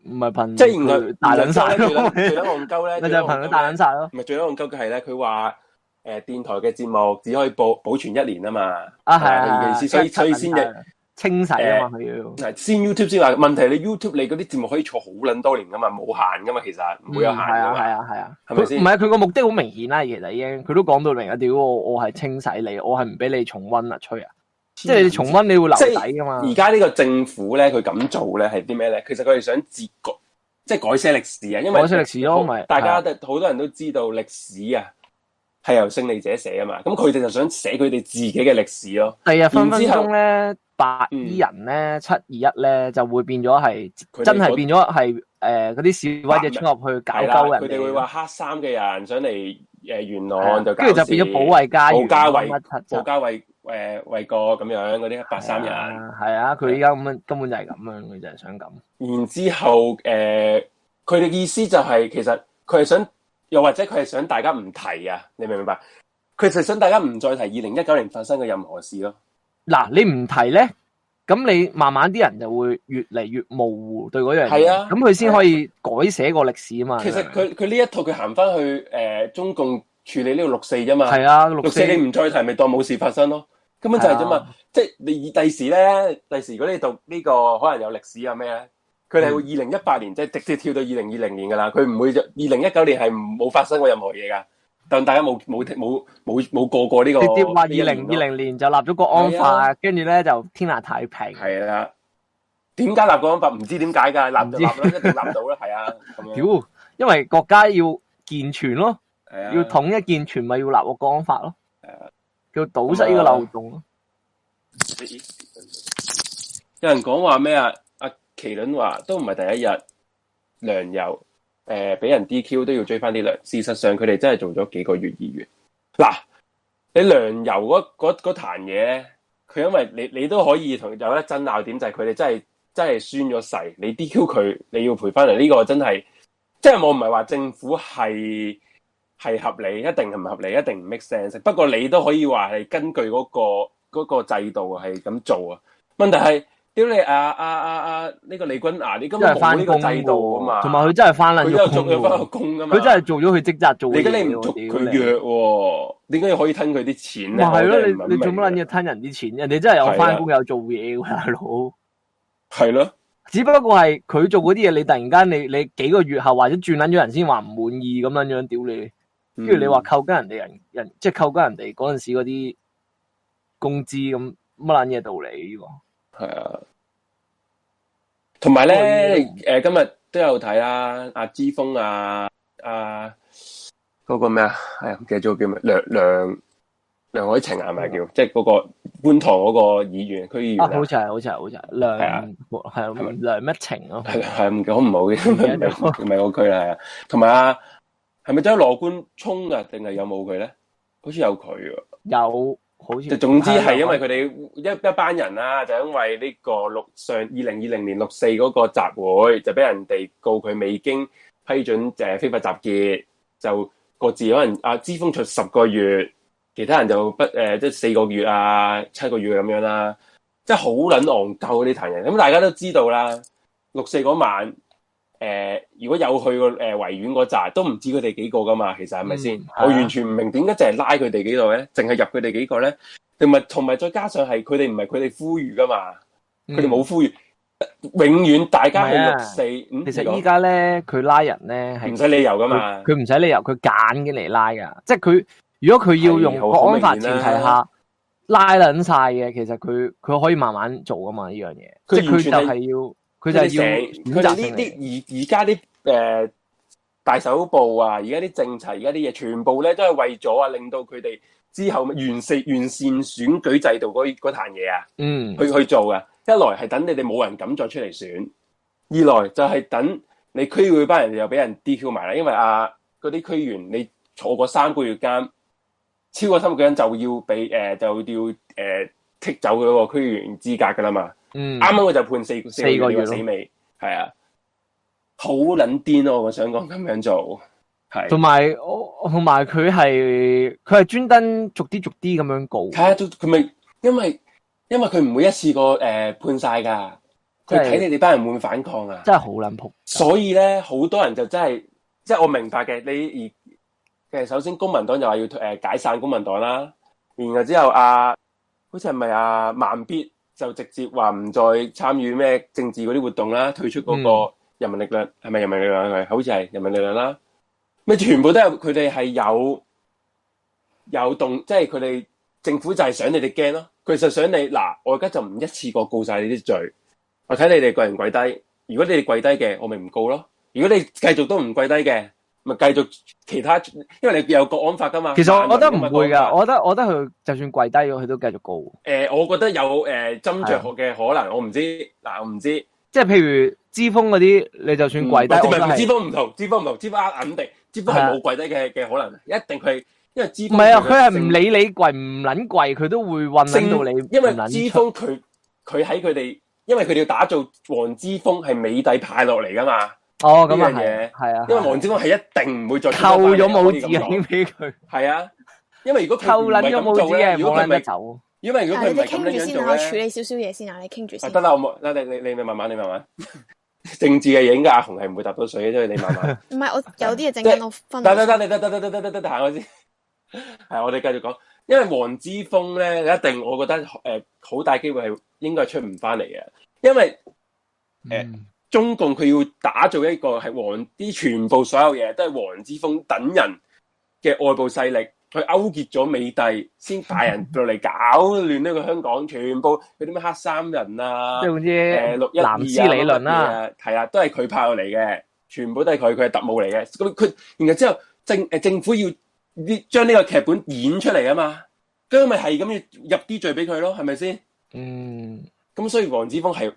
D: 唔係憑
C: 即係原來
D: 嗯佢大撚晒
C: 最撚
D: 咯，
C: 最撚戇鳩咧，
D: 咪 (laughs) 就係憑佢大撚晒咯。
C: 唔係最戇鳩嘅係咧，佢話誒電台嘅節目只可以保保存一年啊嘛。
D: 啊係啊，
C: 佢嘅意思所以
D: 即係
C: 所以先
D: 吸引晒清洗啊嘛，佢要
C: 嗱，先 YouTube 先話問題，你 YouTube 你嗰啲節目可以坐好撚多年噶嘛，冇限噶嘛，其實唔會有限
D: 係
C: 噶
D: 啊
C: 嘛。
D: 係啊係啊，
C: 係
D: 佢
C: 咪先
D: 唔係佢個目的好明顯啦，其實已經佢都講到明啊，屌我我係清洗你，我係唔俾你重温啊，吹啊！即係你重温你會留底噶嘛
C: 而？家呢個政府咧，佢咁做咧係啲咩咧？其實佢哋想自改，即係改寫歷史啊。因為
D: 改寫歷史咯
C: 好
D: 咪
C: 大家都好多人都知道歷史啊係由勝利者寫啊嘛。咁佢哋就想寫佢哋自己嘅歷史咯。
D: 第日分
C: 然
D: 分
C: 之後
D: 鐘咧，白衣人咧，七二一咧就會變咗係
C: 佢哋
D: 真
C: 嗰
D: 係變咗係誒嗰啲示威者衝入去搞
C: 係啦，
D: 鳩
C: 佢
D: 人
C: 哋
D: 哋
C: 會話黑衫嘅人想嚟誒元
D: 係啊
C: 朗就搞
D: 跟住就變咗
C: 事
D: 保衞家園
C: 保家衛
D: 乜柒柒
C: 保家衛誒衛國咁樣嗰啲白衫人。
D: 係啊！佢依家咁樣根本就係咁樣，佢就係想咁。
C: 然之後，誒、佢哋意思就係、其實佢係想，又或者佢係想大家唔提啊，你明唔明白？佢就係想大家唔再提二零一九年發生嘅任何事咯。
D: 嗱，你唔提咧，咁你慢慢啲人就會越嚟越模糊對嗰樣嘢，
C: 係啊
D: 咁佢先可以改寫個歷史啊嘛。
C: 其實佢佢呢一套佢行翻去誒、中共處理呢個六四啫嘛，
D: 係啊，六
C: 六四
D: 四
C: 你唔再提，咪當冇事發生咯。根本就係啫
D: 係啊
C: 嘛，即係你第時咧，第時如果你讀呢、個可能有歷史啊咩咧，佢
D: 嗯
C: 哋係會二零一八年即係直接跳到二零二零年噶啦，佢唔會就二零一九年係冇發生過任何嘢噶，但大家冇冇冇冇冇過過呢、個
D: 直接話二
C: 呢一年
D: 零
C: 咯
D: 二零年就立咗國安
C: 係
D: 法，跟住咧就天下太平。
C: 係啦，點解立國安法唔知點解㗎，立就立啦，
D: 唔
C: 一定立到啦，係啊，咁樣
D: 屌，因為國家要健全咯，
C: 係啊，
D: 要統一健全，咪要立個國安法咯
C: 係啊，
D: 叫堵塞呢個漏洞咯。
C: 有人講話咩啊？阿麒麟話都唔係第一日，良友誒呃俾人 DQ 都要追翻啲糧。事實上佢哋真係做咗幾個月議員。嗱，你良友嗰嗰嗰壇嘢咧，佢因為你你都可以同有得爭拗點，就係佢哋真係真係宣咗誓，你 DQ 佢，你要賠翻嚟。呢、個真係，即係我唔係話政府係。係合理，一定係唔合理，一定唔 make sense。不過你都可以話係根據嗰、個嗰、個制度係咁做啊。問題係，屌你啊啊啊啊！呢、個李君牙，你根
D: 真
C: 本
D: 係
C: 冇
D: 翻
C: 呢
D: 工
C: 個
D: 喎
C: 制度啊啊嘛，
D: 同埋佢真係翻撚
C: 佢都
D: 咗
C: 做
D: 工
C: 咗翻個
D: 喎，
C: 工噶嘛，
D: 佢真係做咗佢職責做
C: 你
D: 嘅
C: 而家
D: 嘢
C: 你唔捉
D: 喎。
C: 佢
D: 屌你
C: 約喎，你點解可以吞佢啲錢咧？
D: 哇，係
C: 我真係唔
D: 咯，你你做
C: 明啊
D: 乜撚嘢？吞人啲錢？人哋真係有翻工有做嘢喎，大佬。 (laughs)
C: 係咯，
D: 只不過係佢做嗰啲嘢，你突然間你你幾個月後或者轉撚咗人先話唔滿意咁樣樣，屌你！
C: 跟
D: 跟住你
C: 嗯
D: 話扣緊人哋人人，即係扣緊人哋嗰陣時嗰啲工資咁乜撚嘢道理呢個？
C: 係啊，同埋咧，誒、今日都有睇啦，阿之峰啊，啊嗰、個咩啊，哎呀唔記得咗叫咩，梁梁梁海晴係咪叫？即係嗰個觀塘嗰個議員，區議員
D: 啊，
C: 啊
D: 好似係，好似係，好似係梁
C: 係啊
D: 係
C: 咪
D: 啊梁乜情咯，
C: 係係唔好唔好嘅，唔
D: 記得咗
C: 係唔係我區啦，係啊，同埋啊，係咪真係羅冠聰啊？定係有冇佢咧？好似有佢喎。
D: 有好似
C: 就總之係因為佢哋一一班人啦、就因為呢個六上二零二零年六四嗰個集會，就俾人哋告佢未經批准誒、呃非法集結，就各自可能啊資封出十個月，其他人就不誒、呃即係四個月啊七個月咁樣啦，即係好撚戇鳩呢壇人。咁大家都知道啦，六四嗰晚誒、诶、如果有去過诶维園嗰扎，都唔知佢哋幾個噶嘛，其實係咪先
D: 嗯？
C: 我完全唔明點解淨係拉佢哋幾個咧，淨係入佢哋幾個咧，同埋同埋再加上係佢哋唔係佢哋呼籲噶嘛，
D: 嗯
C: 佢哋冇呼籲，永遠大家去
D: 唔係啊
C: 六四，嗯
D: 其
C: 你
D: 實
C: 講
D: 依家咧，佢拉人咧
C: 唔
D: 係
C: 使理由噶嘛
D: 佢，佢唔使理由，佢揀嘅嚟拉噶。即係佢如果佢要用
C: 係好
D: 國安法
C: 好明
D: 前
C: 顯啦
D: 提下拉撚晒嘅，其實佢佢可以慢慢做噶嘛呢樣嘢。
C: 佢
D: 即係
C: 完
D: 佢
C: 全
D: 就
C: 係
D: 係要佢就
C: 佢哋
D: 係
C: 成佢
D: 要選擇
C: 哋
D: 性
C: 呢
D: 嚟。
C: 啲而而家啲诶大手部啊，而家啲政策，而家啲嘢，全部咧都係為咗啊，令到佢哋之後完善完善選舉制度嗰嗰壇嘢啊。
D: 嗯，
C: 去去做嘅。啊一來係等你哋冇人敢再出嚟選，二來就係等你區議會班人又俾人 DQ 埋啦。因為啊嗰啲區議員你坐過三個月監，超過三個人就要俾誒、呃就要誒剔、走佢嗰個區議員資格噶啦嘛。
D: 嗯，
C: 啱啱佢就判四四
D: 四個
C: 個
D: 月
C: 月
D: 咯
C: 死未，係啊，好撚癲咯！我想
D: 嗯
C: 講咁樣做係。
D: 同埋我同埋佢係佢係專登逐啲逐啲咁樣告
C: 睇。下都佢咪因為因為佢唔會一次過誒、呃判晒㗎，佢
D: 真係
C: 睇你哋班人會唔會反抗啊？
D: 真係好撚仆。
C: 所以咧，好多人就真係，即係我明白嘅。你而其實首先公民黨就話要誒、呃解散公民黨啦，然後之後啊，好似係咪啊萬必就直接話唔再參與咩政治嗰啲活動啦，退出嗰個人民力量係咪、人民力量係好似係人民力量啦，咩全部都係佢哋係有有動，即係佢哋政府就係想你哋驚咯，佢就想你嗱，我而家就唔一次過告晒你啲罪，我睇你哋跪唔跪低。如果你哋跪低嘅，我咪唔告咯。如果你繼續都唔跪低嘅，咪繼續其他，因為你有國安法噶嘛。
D: 其實我覺得唔會
C: 噶
D: 㗎，。我覺得我覺得佢就算跪低咗，佢都繼續告。
C: 诶、我覺得有诶斟酌嘅可能，我唔知嗱，我唔知。
D: 即係譬如之鋒嗰啲，你就算跪低，
C: 嗯唔係
D: 我都
C: 唔係
D: 係
C: 支。峰唔同，支峰唔同，支峰啱硬定，支峰係冇跪低嘅嘅可能，一定佢因為支
D: 唔
C: 峰
D: 係啊，佢係唔理你跪唔撚跪，佢都會混撚到你
C: 因為
D: 唔撚
C: 支
D: 出
C: 峰佢佢喺佢哋，因為佢哋要打造黃之峰係美帝派落嚟噶嘛，
D: 哦，咁啊
C: 呢樣嘢
D: 係，係啊，
C: 因為黃之峰係一定唔會再
D: 扣咗帽子
C: 可以咁
D: 已
C: 講
D: 經俾佢
C: 系啊，因为如果佢
D: (laughs) 扣
C: 唔
D: 撚
C: 係
D: 咗帽
C: 咁
D: 子
C: 做咧，
D: 嘅，
C: 如果
D: 冇
C: 佢
D: 撚得
C: 咪
D: 走。
C: 因為如
B: 啊
C: 果佢
B: 你
C: 唔
B: 哋
C: 係
B: 傾
C: 咁
B: 住
C: 樣樣
B: 先啊，我
C: 做
B: 處
C: 咧，
B: 理少少嘢先啊，你傾住
C: 啊
B: 先。
C: 得啦，我冇，得你你你咪慢慢，你慢慢， (laughs) 政治嘅嘢應該阿紅係唔會答到水嘅，所以你
B: (laughs)
C: 慢慢。
B: 唔係，我有啲嘢整
C: 即係
B: 緊，我分唔
C: 得得
B: 到。
C: 得，你得得得得得得得得，行我先。 (laughs) 係我哋繼續講，因為黃之峰咧，一定我覺得诶好、大機會係應該係出唔翻嚟嘅，因為
D: 嗯
C: 中共佢要打造一個係黃啲全部所有嘢都係黃之鋒等人嘅外部勢力，去勾結咗美帝，先派人到嚟搞亂呢個香港，全部嗰啲咩黑衫人啊
D: 即係，總
C: 誒
D: 之
C: 六一二啊，
D: 藍絲理論啦，
C: 乜乜嘢啊，係啊，都係佢派落嚟嘅，全部都係佢，佢係特務嚟嘅。咁佢然後之後政誒政府要呢將呢個劇本演出嚟啊嘛，咁咪係咁要入啲罪俾佢咯，係咪先？
D: 嗯，
C: 咁所以黃之峰係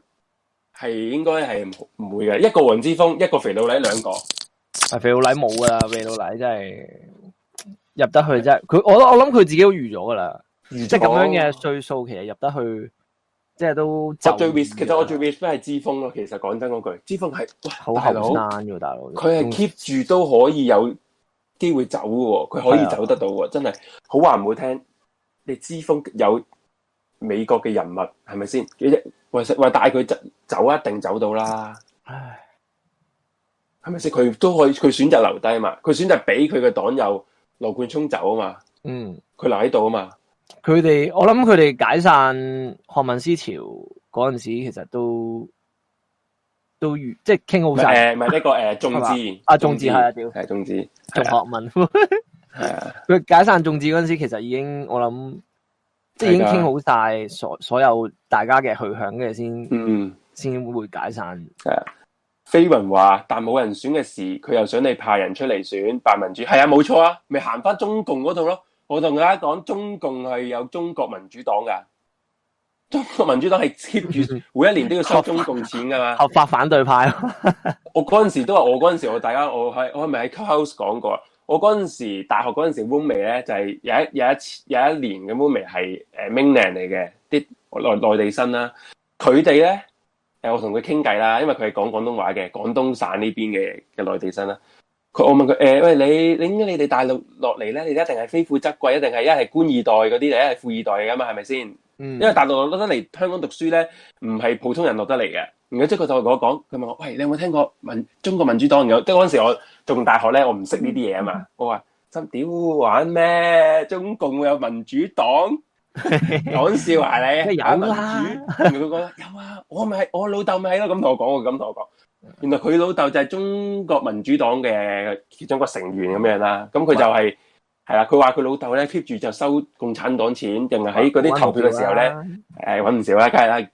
C: 係應該係唔唔會嘅，一個黃之峰，一個肥佬禮，兩個
D: 係啊肥佬奶冇㗎啦，肥佬奶真係入得去真係，佢我我諗佢自己都預咗㗎啦，
C: 即
D: 即係咁樣嘅歲數，其實入得去，即係都就啊
C: 我最 res 其實我最
D: 㗎
C: respect 係之峰咯，其實講真嗰句，之峰係哇
D: 好
C: 大
D: 後
C: 佬，
D: 生啊㗎，大佬嗯
C: 佢係 keep 住都可以有機會走嘅喎，佢可
D: 係
C: 以
D: 啊
C: 走得到喎，真係好話唔好聽，你之峰有美國嘅人物係咪先？喂喂，帶佢走走一定走到啦。
D: 唉
C: 係咪先？佢都可以，佢選擇留低嘛？佢選擇俾佢嘅黨友羅冠聰走啊嘛？
D: 嗯。
C: 佢留喺度啊嘛？
D: 佢哋，我諗佢哋解散學民思潮嗰阵时，其實都都預即係傾好晒，
C: 诶，唔係呢個
D: (laughs)
C: 诶，眾
D: 係
C: 志
D: 嘛啊眾志係啊屌
C: 系眾志，
D: 仲
C: 係啊
D: 學民。
C: 係啊，
D: (laughs) 佢解散眾志嗰阵时，其實已經我諗即係已經
C: 係㗎
D: 傾好晒所所有大家嘅去向嘅，先
C: 嗯，
D: 先會解散。
C: 係啊。飛雲話：但冇人選嘅事，佢又想你派人出嚟選扮民主，係啊，冇錯啊，咪行翻中共嗰度咯。我同大家講，中共係有中國民主黨噶，中國民主黨係 keep
D: (laughs)
C: 住每一年都要收中共錢噶嘛。
D: 合法哦反對派，
C: (laughs) 我嗰陣時都話，我嗰陣時我大家我喺我係咪喺 Clubhouse 講過啊？我嗰陣時大學嗰陣時 roommate 咧就係、有一有一次有一年嘅 roommate 係誒 mainland 嚟嘅，啲內內地生啦。佢哋咧誒，我同佢傾偈啦，因為佢係講廣東話嘅，廣東省呢邊嘅嘅內地生啦。佢我問佢誒、喂你你應該你哋大陸落嚟咧，你一定係非富則貴，一定係一係官二代嗰啲，你一係富二代嚟噶嘛，係咪先？因
D: 嗯
C: 為大陸落得嚟香港讀書咧，唔係普通人落得嚟嘅，然後即係佢就同我講，佢問我：喂，你有冇聽過民中國民主黨？然後即係嗰陣時我仲大學咧，我唔識呢啲嘢啊
D: 嗯
C: 嘛。我話：心屌玩咩？中共會有民主
D: (laughs)
C: 黨？講笑話你，
D: 梗係有啦
C: 玩民主。然後佢講：有啊，我咪我老豆咪係咯，咁同我講，佢咁同我講。原來佢老豆就係中國民主黨嘅其中一個成員咁樣啦。咁佢就係係啦，佢話佢老豆咧 keep 住就收共產黨錢，定係喺嗰啲投票嘅時候咧。诶，搵唔少啦，梗係啦。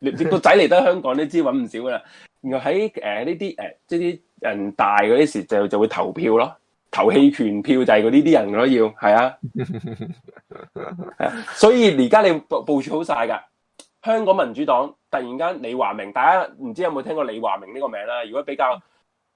C: 你你個仔嚟得香港，你知搵唔少噶啦。然後喺诶呢啲诶，即係啲人大嗰啲時就就會投票咯，投棄權票就係嗰呢啲人咯，要係啊。係啊所以而家你部部署好晒㗎。香港民主黨突然間李華明，大家唔知有冇聽過李華明呢個名啦？如果比較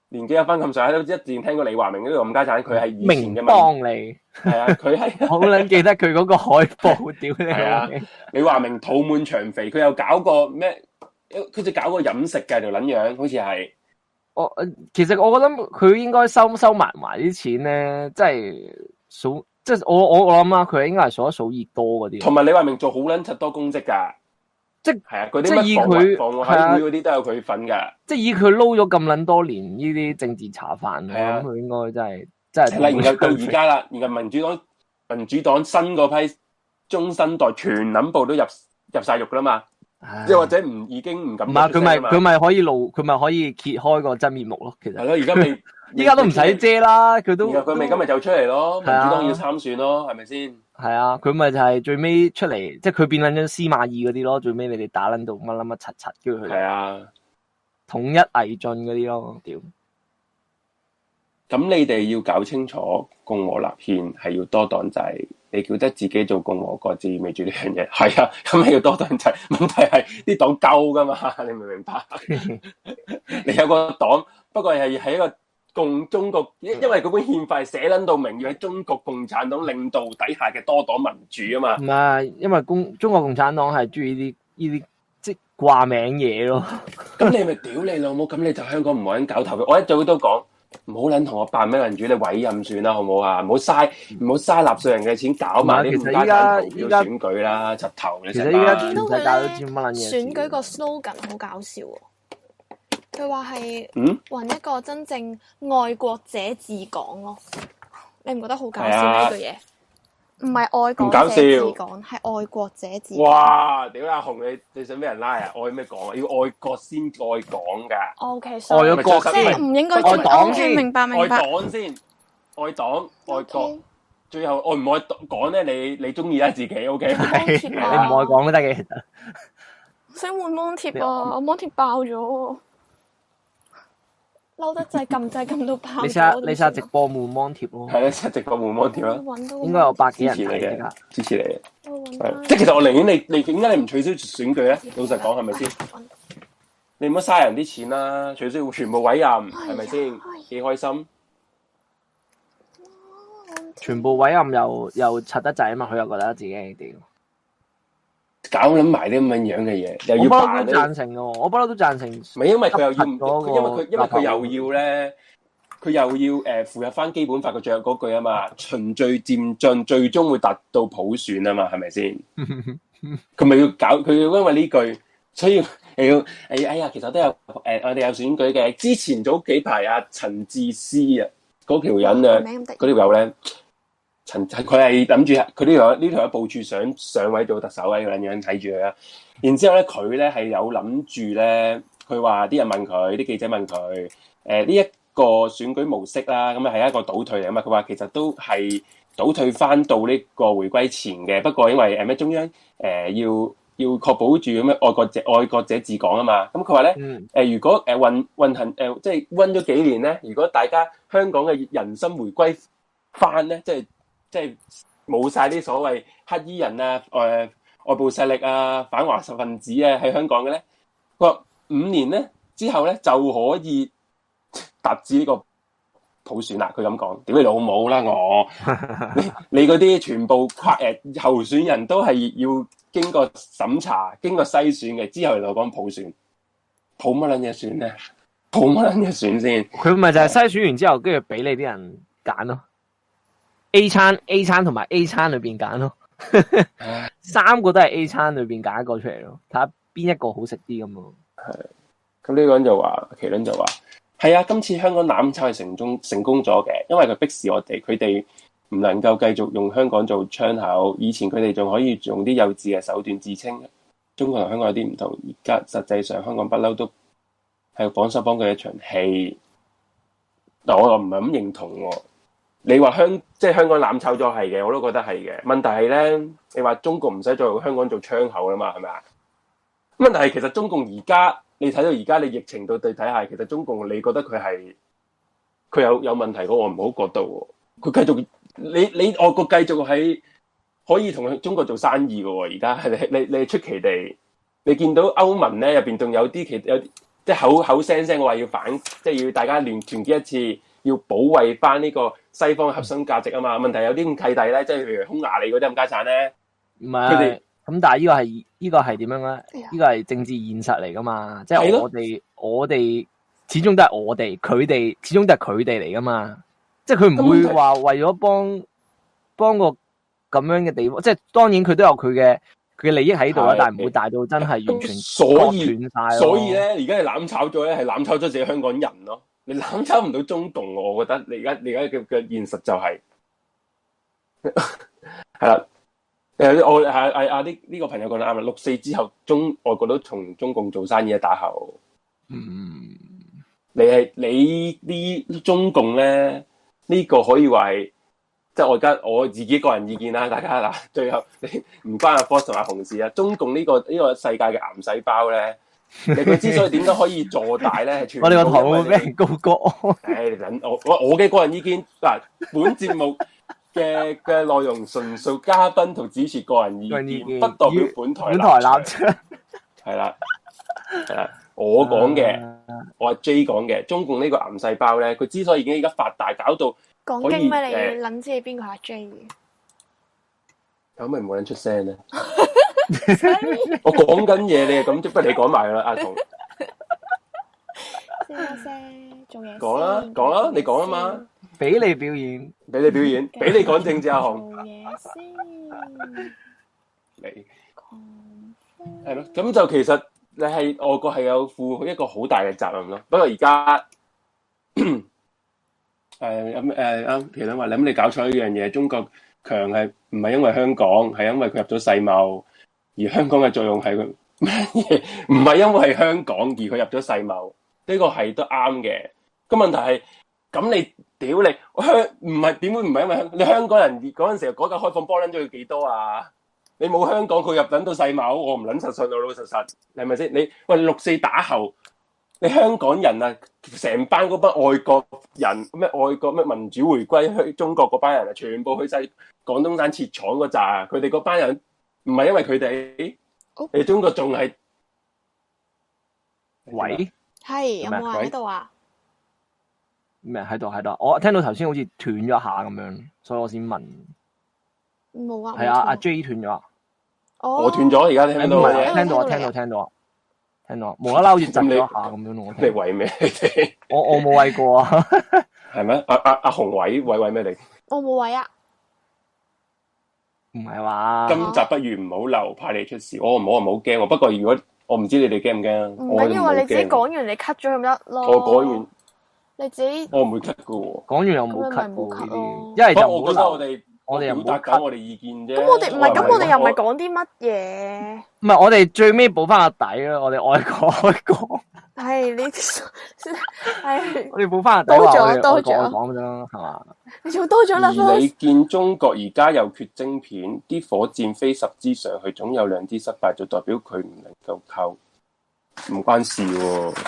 C: 年紀有翻咁上下，都一定聽過李華明呢個冚家產，佢係以前
D: 明
C: 嘅民
D: 幫你，
C: 係啊，佢係。
D: 好撚記得佢嗰個海報，
C: (laughs)
D: 屌你
C: 啊
D: 老味！
C: 李華明肚滿腸肥，佢又搞過咩？佢就搞過飲食嘅條撚樣，好似係
D: 我呃其實我覺得佢應該收收埋埋啲錢咧，即係數，即係我我我諗啊，佢應該係數一數二多嗰啲。
C: 同埋李華明做好撚柒多公職㗎，
D: 即
C: 係啊，嗰
D: 即
C: 啲
D: 以
C: 乜防
D: 佢
C: 衞防衞
D: 係啊
C: 委會嗰啲都有佢份㗎。
D: 即係以佢撈咗咁撚多年呢啲政治茶飯，我
C: 係啊
D: 諗佢應該真係真
C: 係啦，
D: 係。
C: 然後到而家啦，然後民主黨民主黨新嗰批中生代全撚部都入入曬獄㗎啦嘛，
D: 唉，
C: 又或者唔已經唔敢
D: 唔係啊佢
C: 出
D: 咪
C: 聲啊嘛
D: 佢咪可以露，佢咪可以揭開個真面目咯。其
C: 係
D: 實
C: 咯，而家未
D: (laughs) 依家都唔使遮啦，佢都
C: 然後佢咪今日就出嚟咯，民
D: 係啊
C: 主黨要參選咯，係咪先？
D: 係啊，佢咪就係最尾出嚟，即係佢變撚咗司馬懿嗰啲咯。最尾你哋打撚到乜撚乜柒柒，跟住
C: 係
D: 佢
C: 啊。
D: 統一魏晉嗰啲咯，屌！
C: 咁你哋要搞清楚共和立憲係要多黨制，你叫得自己做共和國，就意味住呢樣嘢 (laughs) 係啊，咁你要多黨制。問題係啲黨鳩噶嘛， (laughs) 你明唔明白？你有個黨，不過係係一個共中國，因因為嗰本憲法係寫撚到明，要喺中國共產黨領導底下嘅多黨民主啊 (laughs) 嘛。
D: 唔係，因為共中國共產黨係中意呢啲呢啲即係掛名嘢咯。
C: 咁你咪屌你老母，咁你就香港唔好撚搞投票。我一早都講，唔好撚同我扮咩民主，你委任算啦，好唔好啊？唔好嘥唔好嘥納税人嘅錢，搞埋啲
D: 嗯唔係其實
C: 唔家
D: 依家
C: 產投票
D: 依家
C: 選舉啦，柒頭你
D: 其
C: 成
D: 實依家全
B: 見
C: 班
B: 到
D: 世
B: 佢
D: 界都知乜撚嘢事。
B: 選舉個 slogan 好搞笑喎、佢話係
C: 嗯
B: 揾一個真正愛國者治港咯。你唔覺得好搞笑
C: 係啊
B: 呢句嘢？唔係愛
C: 唔搞
B: 港
C: 笑
B: 者治港，係愛國者治港。
C: 哇！屌啦，紅你你想俾人拉啊？愛咩講啊？要愛國先愛港噶，
B: O K，
D: 愛咗國
B: 即係
D: 先，
B: 唔應該
C: 愛
B: 中
D: 黨
B: O K，
D: 先
B: 明白
C: 愛
B: 明白。
C: 黨先，愛黨愛
B: OK，
C: 國，最後哦愛唔愛港咧？你你中意啦，自己
B: (laughs)
C: OK。
D: 係你 (laughs) 唔愛講都得嘅，其實
B: 想換芒貼
D: 你
B: 啊！
C: 嗯
B: 我芒貼爆咗喎，嬲得滯，撳掣撳到爆咗。
D: 你試下你試下直
B: 點
D: 播滿芒貼咯，
C: 係啦，即係直播互摸點
B: 算啊
C: 啦，
B: 我揾到個
D: 應該有百幾
C: 支
D: 人
C: 持你
D: 睇即
C: 嘅
D: 刻。，
C: 支持你嘅。
B: 我揾
C: 係
B: 到
C: 即係其實我寧願你你點解你唔取消選舉咧？老實講係咪先？你唔好嘥人啲錢啦，取消全部委任係咪先？幾開心？
D: 全部委任又又柒得滯啊嘛，佢又覺得自己屌。
C: 搞撚埋啲咁樣樣嘅嘢，又
D: 我
C: 要
D: 不嬲
C: 扮
D: 都
C: 咧，
D: 贊成嘅喎，我不嬲都贊成。
C: 唔係因為佢又要
D: 執
C: 唔，
D: 咗個
C: 佢因為佢因為
D: 立法會
C: 佢又要咧，佢又要诶符合翻基本法嘅最後嗰句啊嘛，循序漸進，最終會達到普選啊嘛，係咪
D: (laughs)
C: 先？佢咪要搞，佢要因為呢句，所以 (laughs) 又要哎哎呀，其實都有诶、我哋有選舉嘅，之前早幾排啊，陳志思啊，嗰條人啊。
B: 名咁得
C: 嗰條友咧，陳佢係諗住佢呢條友呢條友部署想上位做特首啊，要撚樣睇住佢啊。然之後咧，佢咧係有諗住咧，佢話啲人問佢，啲記者問佢，誒呢一個選舉模式啦，咁啊係一個倒退嚟啊嘛。佢話其實都係倒退翻到呢個回歸前嘅，不過因為誒咩中央誒、呃要要確保住咁樣愛國者愛國者治港啊嘛。咁佢話咧。
D: 嗯，
C: 誒、呃如果誒運運行誒、呃即係温咗幾年咧，如果大家香港嘅人心回歸翻咧，即係即係冇晒啲所謂黑衣人啊、誒、外部勢力啊、反華分子啊喺香港嘅咧，佢話五年咧之後咧就可以達至呢個普選啦。佢咁講，屌你老母啦我！你你嗰啲全部跨誒、候選人都係要經過審查、經過篩選嘅，之後就講普選。抱乜撚嘢選咧？抱乜撚嘢選先？
D: 佢咪就係篩選完之後，跟住俾你啲人揀咯。A 餐、A 餐同埋 A 餐裏邊揀咯，
C: 唉
D: (laughs) 三個都係 A 餐裏邊揀一個出嚟咯，睇下邊一個好食啲咁咯。
C: 咁呢個人就話，麒麟就話，係啊，今次香港攬炒係成功成功咗嘅，因為佢逼使我哋，佢哋唔能夠繼續用香港做窗口。以前佢哋仲可以用啲幼稚嘅手段自稱中國同香港有啲唔同，而家實際上香港不嬲都係綁手綁腳一場戲。嗱，我又唔係咁認同喎。你話香即係香港攬炒咗係嘅，我都覺得係嘅。問題係咧，你話中共唔使再用香港做窗口啦嘛，係咪啊？問題係其實中共而家你睇到而家你疫情到對睇下，其實中共你覺得佢係佢有有問題嘅，我唔好覺得喎。佢繼續你你外國繼續喺可以同中國做生意嘅喎，而家 (laughs) 係你你你出奇地，你見到歐盟咧入邊仲有啲其有啲即係口口聲聲話要反，即係要大家聯團結一次，要保衞翻呢個西方核心價值啊嘛。問題有啲咁契弟咧，即係譬如匈牙利嗰啲咁家產咧，
D: 唔
C: 佢哋
D: 係咁，但係呢個係呢個係點樣
B: 哎
D: 咧
B: 呀？
D: 呢個係政治現實嚟噶嘛，即
C: 係
D: 係
C: 咯
D: 我哋我哋始終都係我哋，佢哋始終都係佢哋嚟噶嘛，即係佢唔會話為咗幫幫個咁樣嘅地方，即係當然佢都有佢嘅佢嘅利益喺度啦
C: 係，
D: 但係唔會大到真係完全
C: 所以
D: 割斷晒咯。
C: 所以咧，而家你攬炒咗咧，係攬炒咗自己香港人咯。你攬炒唔到中共，我覺得你而家你而家嘅嘅現實就係 (laughs) 係啦。誒，我係係啊呢呢個朋友講得啱啦。六四之後，中外國都同中共做生意啊，打後。
D: 嗯，
C: 你係你呢中共咧呢、個可以話係，即係我而家我自己個人意見啦， (laughs) 大家嗱，最後你唔關阿 Force 同阿紅事啊，中共呢、個呢、個世界嘅癌細胞咧，你佢之所以點解可以做大咧，
D: (laughs)
C: 係全部
D: 我哋個頭
C: 因為
D: 會
C: 你
D: 俾人告國
C: 唉，你等我我我嘅個人意見嗱，本節目嘅 (laughs) 嘅內容純屬嘉賓同主持個人意
D: 個人意
C: 見，
D: 見
C: 不代表本台
D: 安，本台立
C: 立場。
D: 場。
C: 係啦，係啦，我講嘅。
D: 啊嗯
C: 我阿 J 講嘅，中共呢個癌細胞咧，佢之所以已經而家發大，搞到
B: 講
C: 可以
B: 經咩？你
C: 誒
B: 諗知你邊個係阿 J 嘅？
C: 有咪冇人出聲 (laughs) 咧？
B: Sorry，
C: 我講緊嘢，你係咁，不如你講埋啦，阿彤
B: 先啦先，做嘢先
C: 講啦講啦你講啊嘛，
D: 俾你表演，
C: 俾你表 (laughs) 演，俾你講政治，阿
B: 做
C: 紅
B: 嘢先，
C: 你
B: 狂
C: 係咯，咁就其實你係外國係有負一個好大嘅責任咯。不過而 (coughs) 家誒咁誒啱，其實話你咁你搞錯一樣嘢，中國強係唔係因為香港，係因為佢入咗世貿，而香港嘅作用係佢 (laughs) 唔係因為香港而佢入咗世貿，呢個係都啱嘅。個問題係咁你。屌你香唔係點會唔係因為香你香港人嗰陣時改革開放幫撚咗佢幾多啊？你冇香港佢入撚到世貿，我唔撚實信老老實實，你係咪先？你喂六四打後，你香港人啊，成班嗰班外國人咩外國咩民主回歸去中國嗰班人啊，全部去晒廣東省設廠嗰扎，啊佢哋嗰班人唔係因為佢哋
B: 哦，
C: 你中國仲係
D: 喂
B: 係有冇話
C: 咩
B: 喺度啊？
D: 咩喺度喺度？我聽到頭先好似斷咗下咁樣，所以我先問。
B: 冇啊，
D: 係啊，阿
B: 冇聽
D: J 斷咗啊，
B: 哦
C: 我斷咗，而家聽
D: 誒
C: 到
D: 唔
B: 我
D: 係
B: 聽到
C: 嘅
D: 聽到啊
B: 聽到
D: 聽
B: 你啊
D: 到聽到啊聽到啊，無啦啦好似震咗一下咁樣咯。我
C: 你
D: 聽
C: 為咩？你哋
D: 我我冇喂過 (laughs) 啊，
C: 係咩？阿阿阿紅偉偉偉咩你？
B: 我冇位啊，
D: 唔係話
C: 今集不如唔好留，怕你出事。我唔好我唔好驚喎。不過如果我唔知你哋驚唔驚，
B: 唔
C: 我就
B: 緊
C: 唔
B: 要
C: 好
B: 啊，你自己
C: 驚。
B: 講完你 cut 咗佢咪得咯。
C: 我講完，
B: 你自己
C: 我唔會 cut 噶喎。
D: 講完又
B: 咁
D: 冇
B: 咪咪
D: cut
B: 冇
D: 過
B: cut
D: 呢
B: 咯
D: 啲，一
C: 不過
D: 係就
C: 我
D: 唔
C: 覺得
D: 好
C: 我
D: 留。
C: 哋
D: 我哋又
C: 表
D: 唔
C: 達
D: 好
C: 緊
D: cut，
C: 我哋意見啫。
B: 咁我哋唔係，咁我哋又唔係
C: 講。
B: 講啲乜嘢？
D: 唔係我哋最尾補翻個底啦。我哋愛國愛國，
B: 係
C: (laughs)
B: 呢啲， (laughs) 係
D: 我哋補翻個底
B: 多
D: 話
B: 咗
D: 我哋
B: 多
D: 愛國
B: 咗
D: 愛港啫啦，係嘛？
B: 你仲多咗啦
C: 而你
B: Fox
C: 見中國而家又缺晶片，啲火箭飛十支上去，總有兩支失敗，就代表佢唔能夠靠，唔關事喎、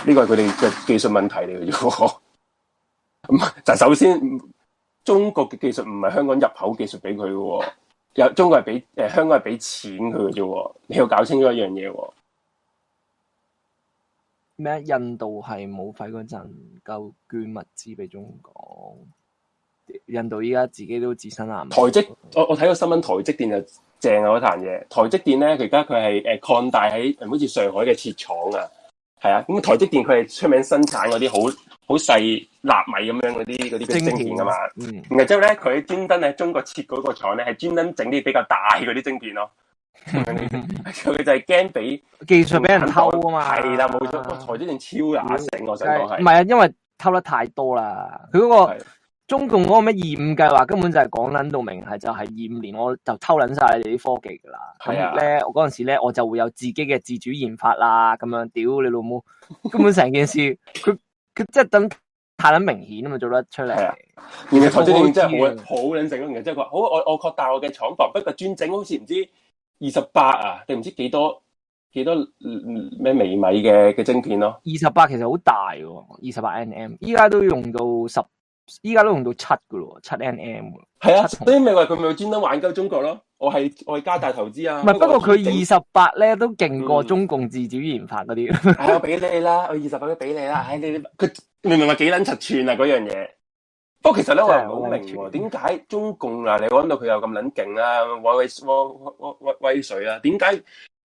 C: 呢個係佢哋嘅技術問題嚟嘅啫喎。咁就首先，中國嘅技術唔係香港入口技術俾佢嘅喎，有中國係俾誒香港係俾錢佢嘅啫喎。你要搞清楚一樣嘢喎。
D: 咩？印度係冇費嗰陣夠捐物資俾中國，印度依家自己都自身難
C: 台積，我我睇個新聞，台積電就正啊嗰壇嘢。台積電咧，佢而家佢係誒擴大喺誒好似上海嘅設廠啊，係啊。咁台積電佢係出名生產嗰啲好好細納米咁樣嗰啲嗰啲晶片啊嘛。
D: 嗯， (laughs)
C: 然後之後咧，佢專登喺中國設嗰個廠咧，係專登整啲比較大嗰啲晶片咯。佢就係驚俾
D: 技術俾人偷啊嘛，
C: 係啦，冇錯，哇！台積電超乸醒，我想講
D: 唔
C: 係
D: 係啊，因為偷得太多啦。佢嗰
C: 係
D: 個中共嗰個咩二五計劃根本就係講撚到明係就係二五年我就偷撚晒你啲科技㗎啦。咁
C: 係啊
D: 咧，我嗰陣時咧我就會有自己嘅自主研發啦，咁樣屌你老母，根本成件事佢佢真係等太撚明顯啊嘛，做得出嚟。
C: 係啊然後台積電真係
D: 我都
C: 好好撚醒咯，然後即係佢話好，我我擴大我嘅廠房，不過專整好似唔知二十八啊，定唔知幾多幾多嗯咩微米嘅嘅晶片咯，
D: 二十八其實好大喎，二十八 nm，依家都用到十，依家都用到七㗎咯，七 nm 㗎。
C: 係啊，
D: 七
C: 所以咪話佢咪專登挽救中國咯，我係我係加大投資啊，
D: 唔係，不過
C: 我
D: 佢
C: 專
D: 二
C: 整
D: 十八咧都勁過
C: 嗯
D: 中共自主研發嗰啲。
C: 係啊我俾你啦，我二十八都俾你
D: 嗯
C: 啦，唉，你你佢你明唔明話幾撚柒串啊嗰樣嘢？不過其實咧，我又唔好明喎，點解中共啊？你講到佢又咁撚勁啦，威威威威威威水啦、啊，點解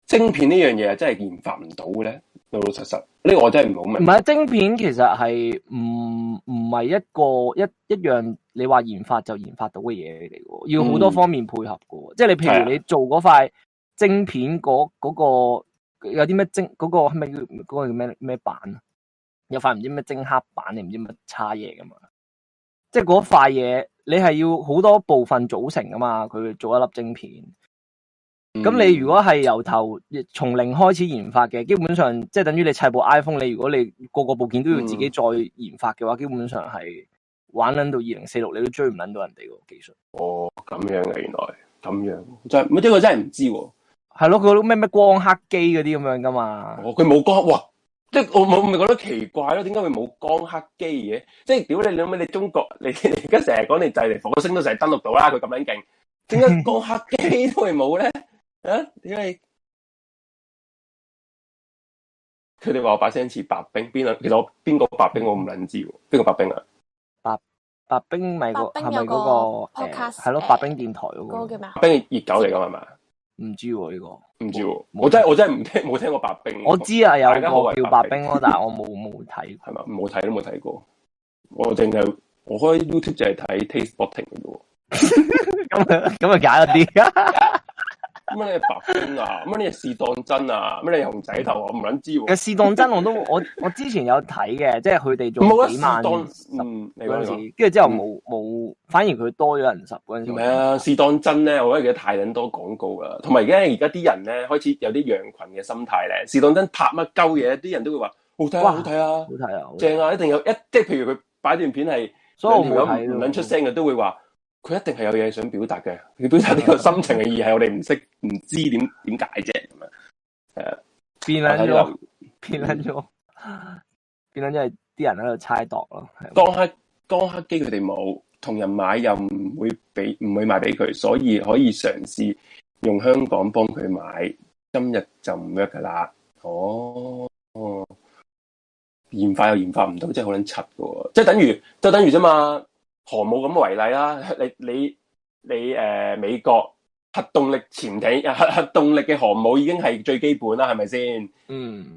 C: 晶片呢樣嘢真係研發唔到嘅咧？老老實實，呢、個我真係唔好
D: 唔
C: 明。
D: 係晶片，其實係唔唔係一個一一樣你話研發就研發到嘅嘢嚟嘅喎，要好多
C: 嗯
D: 方面配合嘅喎。即係你譬
C: 係啊
D: 如你做嗰塊晶片嗰嗰、個有啲咩晶嗰、個係咪叫嗰、個叫咩咩板啊？有塊唔知咩晶黑板，你唔知乜叉嘢噶嘛？即係嗰塊嘢，你係要好多部分組成噶嘛？佢做一粒晶片。
C: 嗯
D: 嗯咁你如果係由頭從零開始研發嘅，基本上即係等於你砌部 iPhone，你如果你個個部件都要自己再研發嘅話，基本上係玩撚到二零四六，你都追唔撚到人哋個技術。
C: 哦咁樣嘅，原來咁樣，真係呢個真係唔知喎、
D: 係咯，佢嗰啲咩咩光刻機嗰啲咁樣噶嘛，
C: 哦，佢冇光哇！即係我冇咪覺得奇怪咯，點解佢冇光刻機嘅？即係屌你老味，你中國你 (laughs) 你而家成日講你就嚟火星都成日登陸到啦，佢咁撚勁，點解光刻機都係冇咧？啊，點解佢哋話我把聲似白冰邊啊？其實我邊個白冰我唔撚知喎，邊個白冰啊？
D: 白冰咪個
B: 白
D: 係
B: 冰
D: 咪
B: 有
D: 嗰
B: 個
D: 個誒
B: podcast，
D: 係咯
B: 誒
D: 白冰電台
C: 嗯
D: 嗰
B: 嗰個
D: 個
B: 叫咩啊？
C: 白冰係熱狗嚟㗎係嘛？
D: 唔知喎呢個，
C: 唔知喎，
D: 冇
C: 我真係我真係唔聽冇聽過白冰。
D: 我知啊有
C: 大家好
D: 個
C: 為白
D: 叫白
C: 冰
D: 冰咯，但係我冇冇睇。
C: 係嘛？冇睇都冇睇過，我淨係我開 YouTube 就係睇 Taste Spotting 嘅啫喎。
D: 咁啊咁啊假一
C: (laughs)
D: 啲，
C: 乜你白冰啊？乜你是當真啊？乜你熊仔頭啊？我唔撚知
D: 其實
C: 喎。
D: 試當真我都我我之前有睇嘅，即係佢哋
C: 唔好
D: 做
C: 啊，
D: 幾
C: 是
D: 萬
C: 當
D: 十
C: 嗯，你
D: 嗰
C: 講講。
D: 陣時，跟住之後
C: 嗯
D: 冇冇，反而佢多咗人十嗰陣時。
C: 唔係啊，是當真咧，我覺得而家太撚多廣告啦。同埋而家而家啲人咧開始有啲羊群嘅心態咧，是當真拍乜鳩嘢，啲人都會話好睇啊，
D: 哇
C: 好睇啊
D: 好，睇啊，好睇，
C: 正啊，一定有一即係譬如佢擺段片係
D: 所以
C: 兩
D: 我
C: 條
D: 冇
C: 友
D: 睇
C: 唔
D: 咯
C: 撚出。聲嘅，都會話佢一定係有嘢想表達嘅。佢表達呢個心情嘅意義係我哋唔識唔知點點解啫咁樣。
D: 變
C: 我睇
D: 撚
C: 啲
D: 咗
C: 留，
D: 變撚咗， (laughs) 變撚咗係啲人喺度猜度咯。係
C: 光刻光刻機佢哋冇，同人買又唔會俾唔會賣俾佢，所以可以嘗試用香港幫佢買。今日就唔 work 噶啦。哦，哦研發又研發唔到，真係好撚柒噶喎！即係等於，即係等於啫嘛。航母咁為例啦，你你你誒、呃美國核動力潛艇、核核動力嘅航母已經係最基本啦，係咪先？
D: 嗯，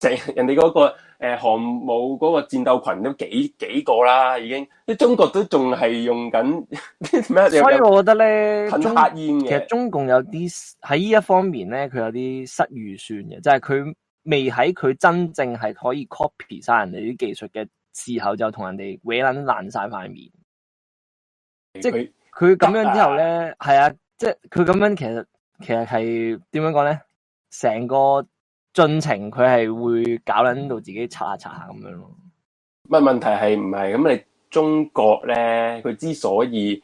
C: 成 (laughs) 人哋嗰、個誒、呃航母嗰個戰鬥群都幾幾個啦，已經啲中國都仲係用緊 (laughs) 咩啊
D: 所以
C: 有
D: 我覺得咧，
C: 噴
D: 中
C: 黑煙
D: 其實
C: 嘅，
D: 中共有啲喺呢一方面咧，佢有啲失預算嘅，就係佢未喺佢真正係可以 copy 晒人哋啲技術嘅時候，就同人哋搲撚爛晒塊面。
C: 即係
D: 佢咁樣之後咧，係啊，即係佢咁樣其實其實係點樣講咧？成個進程佢係會搞撚到自己擦下擦下咁樣咯。
C: 乜問題係唔係咁？你中國咧，佢之所以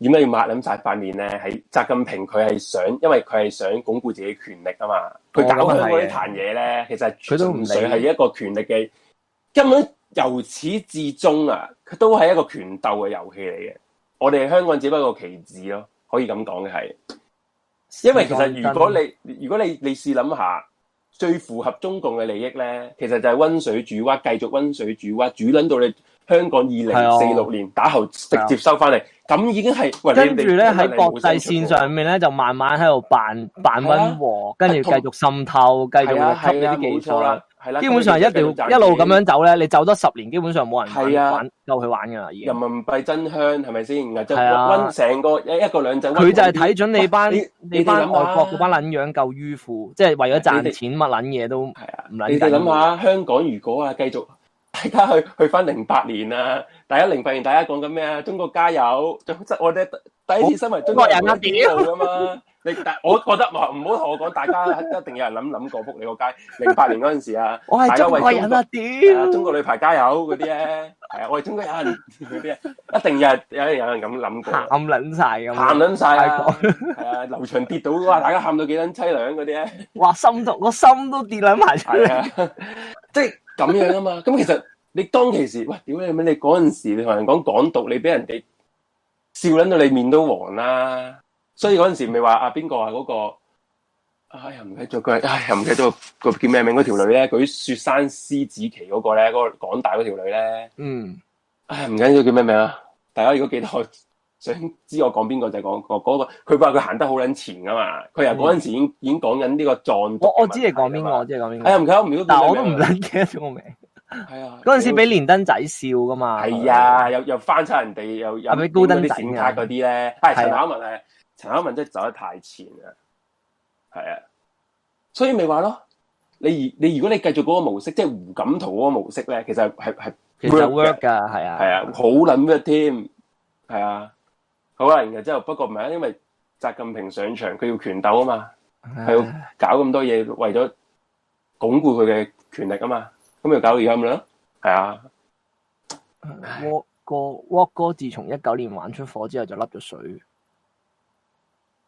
C: 點解要抹撚晒塊面咧，係習近平佢係想，因為佢係想鞏固自己權力啊嘛。
D: 哦
C: 佢搞香港呢壇嘢咧，其實
D: 啊佢都
C: 純
D: 唔理
C: 粹係一個權力嘅，根本由始至終啊，佢都係一個權鬥嘅遊戲嚟嘅。我哋香港只不過棋子咯，可以咁講嘅係。因為其實如果你如果你你試諗下，最符合中共嘅利益咧，其實就係温水煮蛙，繼續温水煮蛙，煮撚到你香港二零四
D: 係啊
C: 六年打後直接收翻嚟，咁已經係喂
D: 跟住咧喺國際
C: 線
D: 線上面咧，就慢慢喺度扮扮
C: 係啊啊
D: 溫和，跟住
C: 同
D: 繼續滲透，繼續
C: 係啊
D: 吸你
C: 係啊
D: 啲
C: 冇
D: 技
C: 錯
D: 術
C: 啦，系啦，
D: 基本上一定要一路咁樣走咧，你走多十年，基本上冇人
C: 係啊
D: 玩玩夠佢玩㗎啦，已
C: 人
D: 經。
C: 民幣真香係咪先？然後就
D: 係啊
C: 温成個一一個兩仔溫，
D: 佢就係睇準你班
C: 喂你
D: 你班
C: 你哋諗下
D: 外國嗰班撚樣夠迂腐，即係為咗
C: 你
D: 賺
C: 哋
D: 錢乜撚嘢都唔
C: 係啊，
D: 撚
C: 你哋
D: 緊
C: 諗
D: 要。
C: 下香港如果啊繼續 (laughs) 大家去去翻零八年啊，大家零八年大家講緊咩啊？中國加油！即係我哋第一次身為中國人
D: 我
C: 啊，屌噶嘛？你但我覺得唔好唔好同我講，大家 (laughs) 一定有人諗諗過撲你個街。零八年嗰陣時啊，
D: 我係
C: 大家
D: 中
C: 為
D: 國人啊！屌，
C: 係啊，中國女排加油嗰啲咧，係啊，我哋中國人嗰啲咧，啊一定有人有人有人咁諗過
D: 喊。啊撚晒咁樣。
C: 喊撚晒
D: 泰
C: 啊！
D: 國
C: 係啊，劉翔跌倒哇，大家喊到幾撚凄涼嗰啲咧，
D: 哇！心痛，我心都跌撚埋出嚟。
C: 係啊，即係咁樣啊嘛。咁其實你當其時，喂，屌你咩？你嗰陣時你同人講港獨，你俾人哋笑撚到你面都黃啦。所以嗰陣時咪話啊邊個啊嗰個，哎呀唔記得咗佢，哎呀唔記得咗個叫咩名嗰條女咧，舉雪山獅子旗嗰個咧，嗰、個港大嗰條女咧，
D: 嗯，
C: 哎呀唔緊要叫咩名啊？大家如果記得我想知我講邊個就講嗰嗰個，佢話佢行得好撚前噶嘛，佢由嗰陣時已經已經講緊呢個壯。
D: 我我知你講邊個，我。知你講邊
C: 哎呀，
D: 個，
C: 唔記得，唔記得叫咩名啊。
D: 但我都唔撚記得咗個名。
C: 係啊，
D: 嗰陣時俾連登仔笑噶嘛。
C: 係啊，又又翻差人哋，又又
D: 係咪高登仔啊
C: 啲閃卡嗰啲咧，係
D: 係啊
C: 陳巧文係陳巧文真係走得太前啦，係啊，所以咪話咯，你你如果你繼續嗰個模式，即係胡錦濤嗰個模式咧，其實係係
D: 其實
C: work
D: work
C: 嘅
D: 㗎，係啊，
C: 係啊，好撚 work 添，係啊，好啦，然後之後不過唔係啊，因為習近平上場，佢要拳鬥啊嘛。
D: 唉，
C: 係要搞咁多嘢，為咗鞏固佢嘅權力啊嘛。咁咪搞到而家咁啦，係啊，
D: Walk 哥，Walk 哥自從一九年玩出火之後就甩咗水。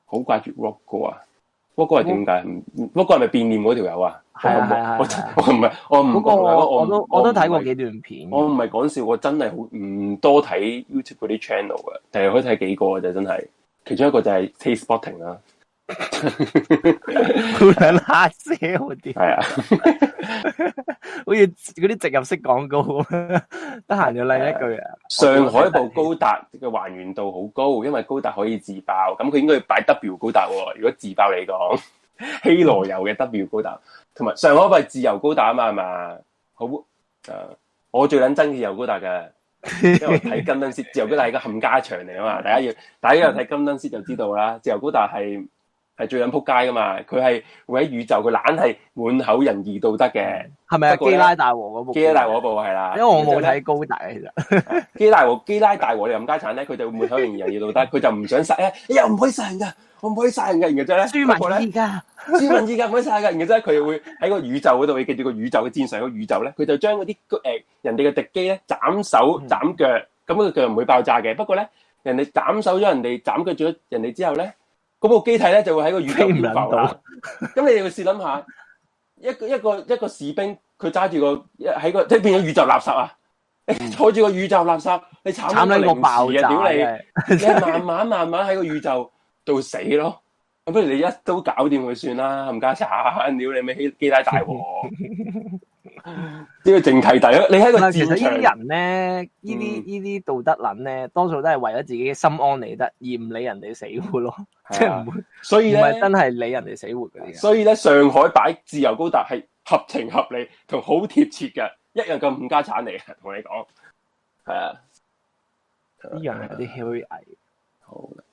C: 好掛住 Rock 哥啊。Rock 哥係點解唔？Rock 哥係咪變臉嗰條友啊？
D: 係啊係啊
C: 我
D: 係啊
C: 我我唔係，我唔
D: 嗰個我我都我都睇過。幾段片。
C: 我唔係我唔係講笑，我真係好唔多睇 YouTube 嗰啲 channel 嘅，但係可以睇幾個嘅啫，真係。其中一個就係 Taste Spotting 啦，
D: 兩下車嗰啲，
C: 係啊，
D: 好似嗰啲植入式廣告咁樣，得閒就嚟一句啊。
C: 上海部高達嘅還原度好高，因為高達可以自爆，咁佢應該要擺 W 高達喎。如果自爆嚟講， (laughs) 希羅油嘅 W 高達，同埋上海部係自由高達啊嘛，係嘛？好誒、呃我最撚憎自由高達嘅，因為我睇金燈師，自由高達係個冚家場嚟啊
D: (laughs)
C: 嘛，大家要大家有睇金燈師就知道啦。自由高達係係最撚撲街噶嘛，佢係會喺宇宙，佢懶係滿口仁義道德嘅，
D: 係咪啊？
C: 不過
D: 基
C: 咧
D: 拉大和嗰部？啊
C: 基拉大和嗰部係啦，
D: 因為我冇睇高達啊，
C: (laughs)
D: 其實
C: 基拉和基拉大和你冚家產咧，佢就滿口型人要到得，佢就唔想殺咧，哎呀唔可以殺人噶，我唔可以殺人噶，然後之後咧，
D: 朱
C: 不過
D: 文
C: 咧
D: 依家
C: 朱文依家唔可以殺噶，然後之後佢會喺個宇宙嗰度，你記住個宇宙嘅戰上個宇宙咧，佢就將嗰啲誒人哋嘅敵機咧斬手
D: 嗯
C: 斬腳，咁個腳唔會爆炸嘅，不過咧人哋斬手咗人哋斬腳咗人哋之後咧，嗰部機體咧就會喺個宇宙
D: 飛唔
C: 漂
D: 撚
C: 浮
D: (laughs)
C: 啦
D: 到。
C: 咁你哋會試諗下，一個一個一個士兵佢揸住個一喺個即係變咗宇宙垃圾啊！你 (laughs) 坐住個宇宙垃圾，你慘
D: 嗯慘
C: 到
D: 撚過
C: 零
D: 爆
C: 時
D: 炸
C: 啊！屌你！
D: 嘅，
C: (laughs) 你係慢慢慢慢喺個宇宙度死咯。咁不如你一刀搞掂佢算啦，冚家鏟，屌你咪希基拉大
D: (laughs)
C: 王，呢個正契弟咯。你喺個
D: 嗱，其
C: 戰
D: 實
C: 場，
D: 呢啲人咧，呢啲
C: 嗯
D: 呢啲道德撚咧，多數都係為咗自己嘅心安理得，而唔理人哋死活咯，即
C: 係
D: 係
C: 啊
D: 唔會
C: 所
D: 唔
C: 以
D: 係
C: 咧，
D: 真係理人哋死活嗰啲人。
C: 所以咧，上海擺自由高達係合情合理同好貼切嘅，一樣咁冚家鏟嚟嘅，同你講，係啊。
D: 呢樣係有啲哎虛偽。
C: 好啦，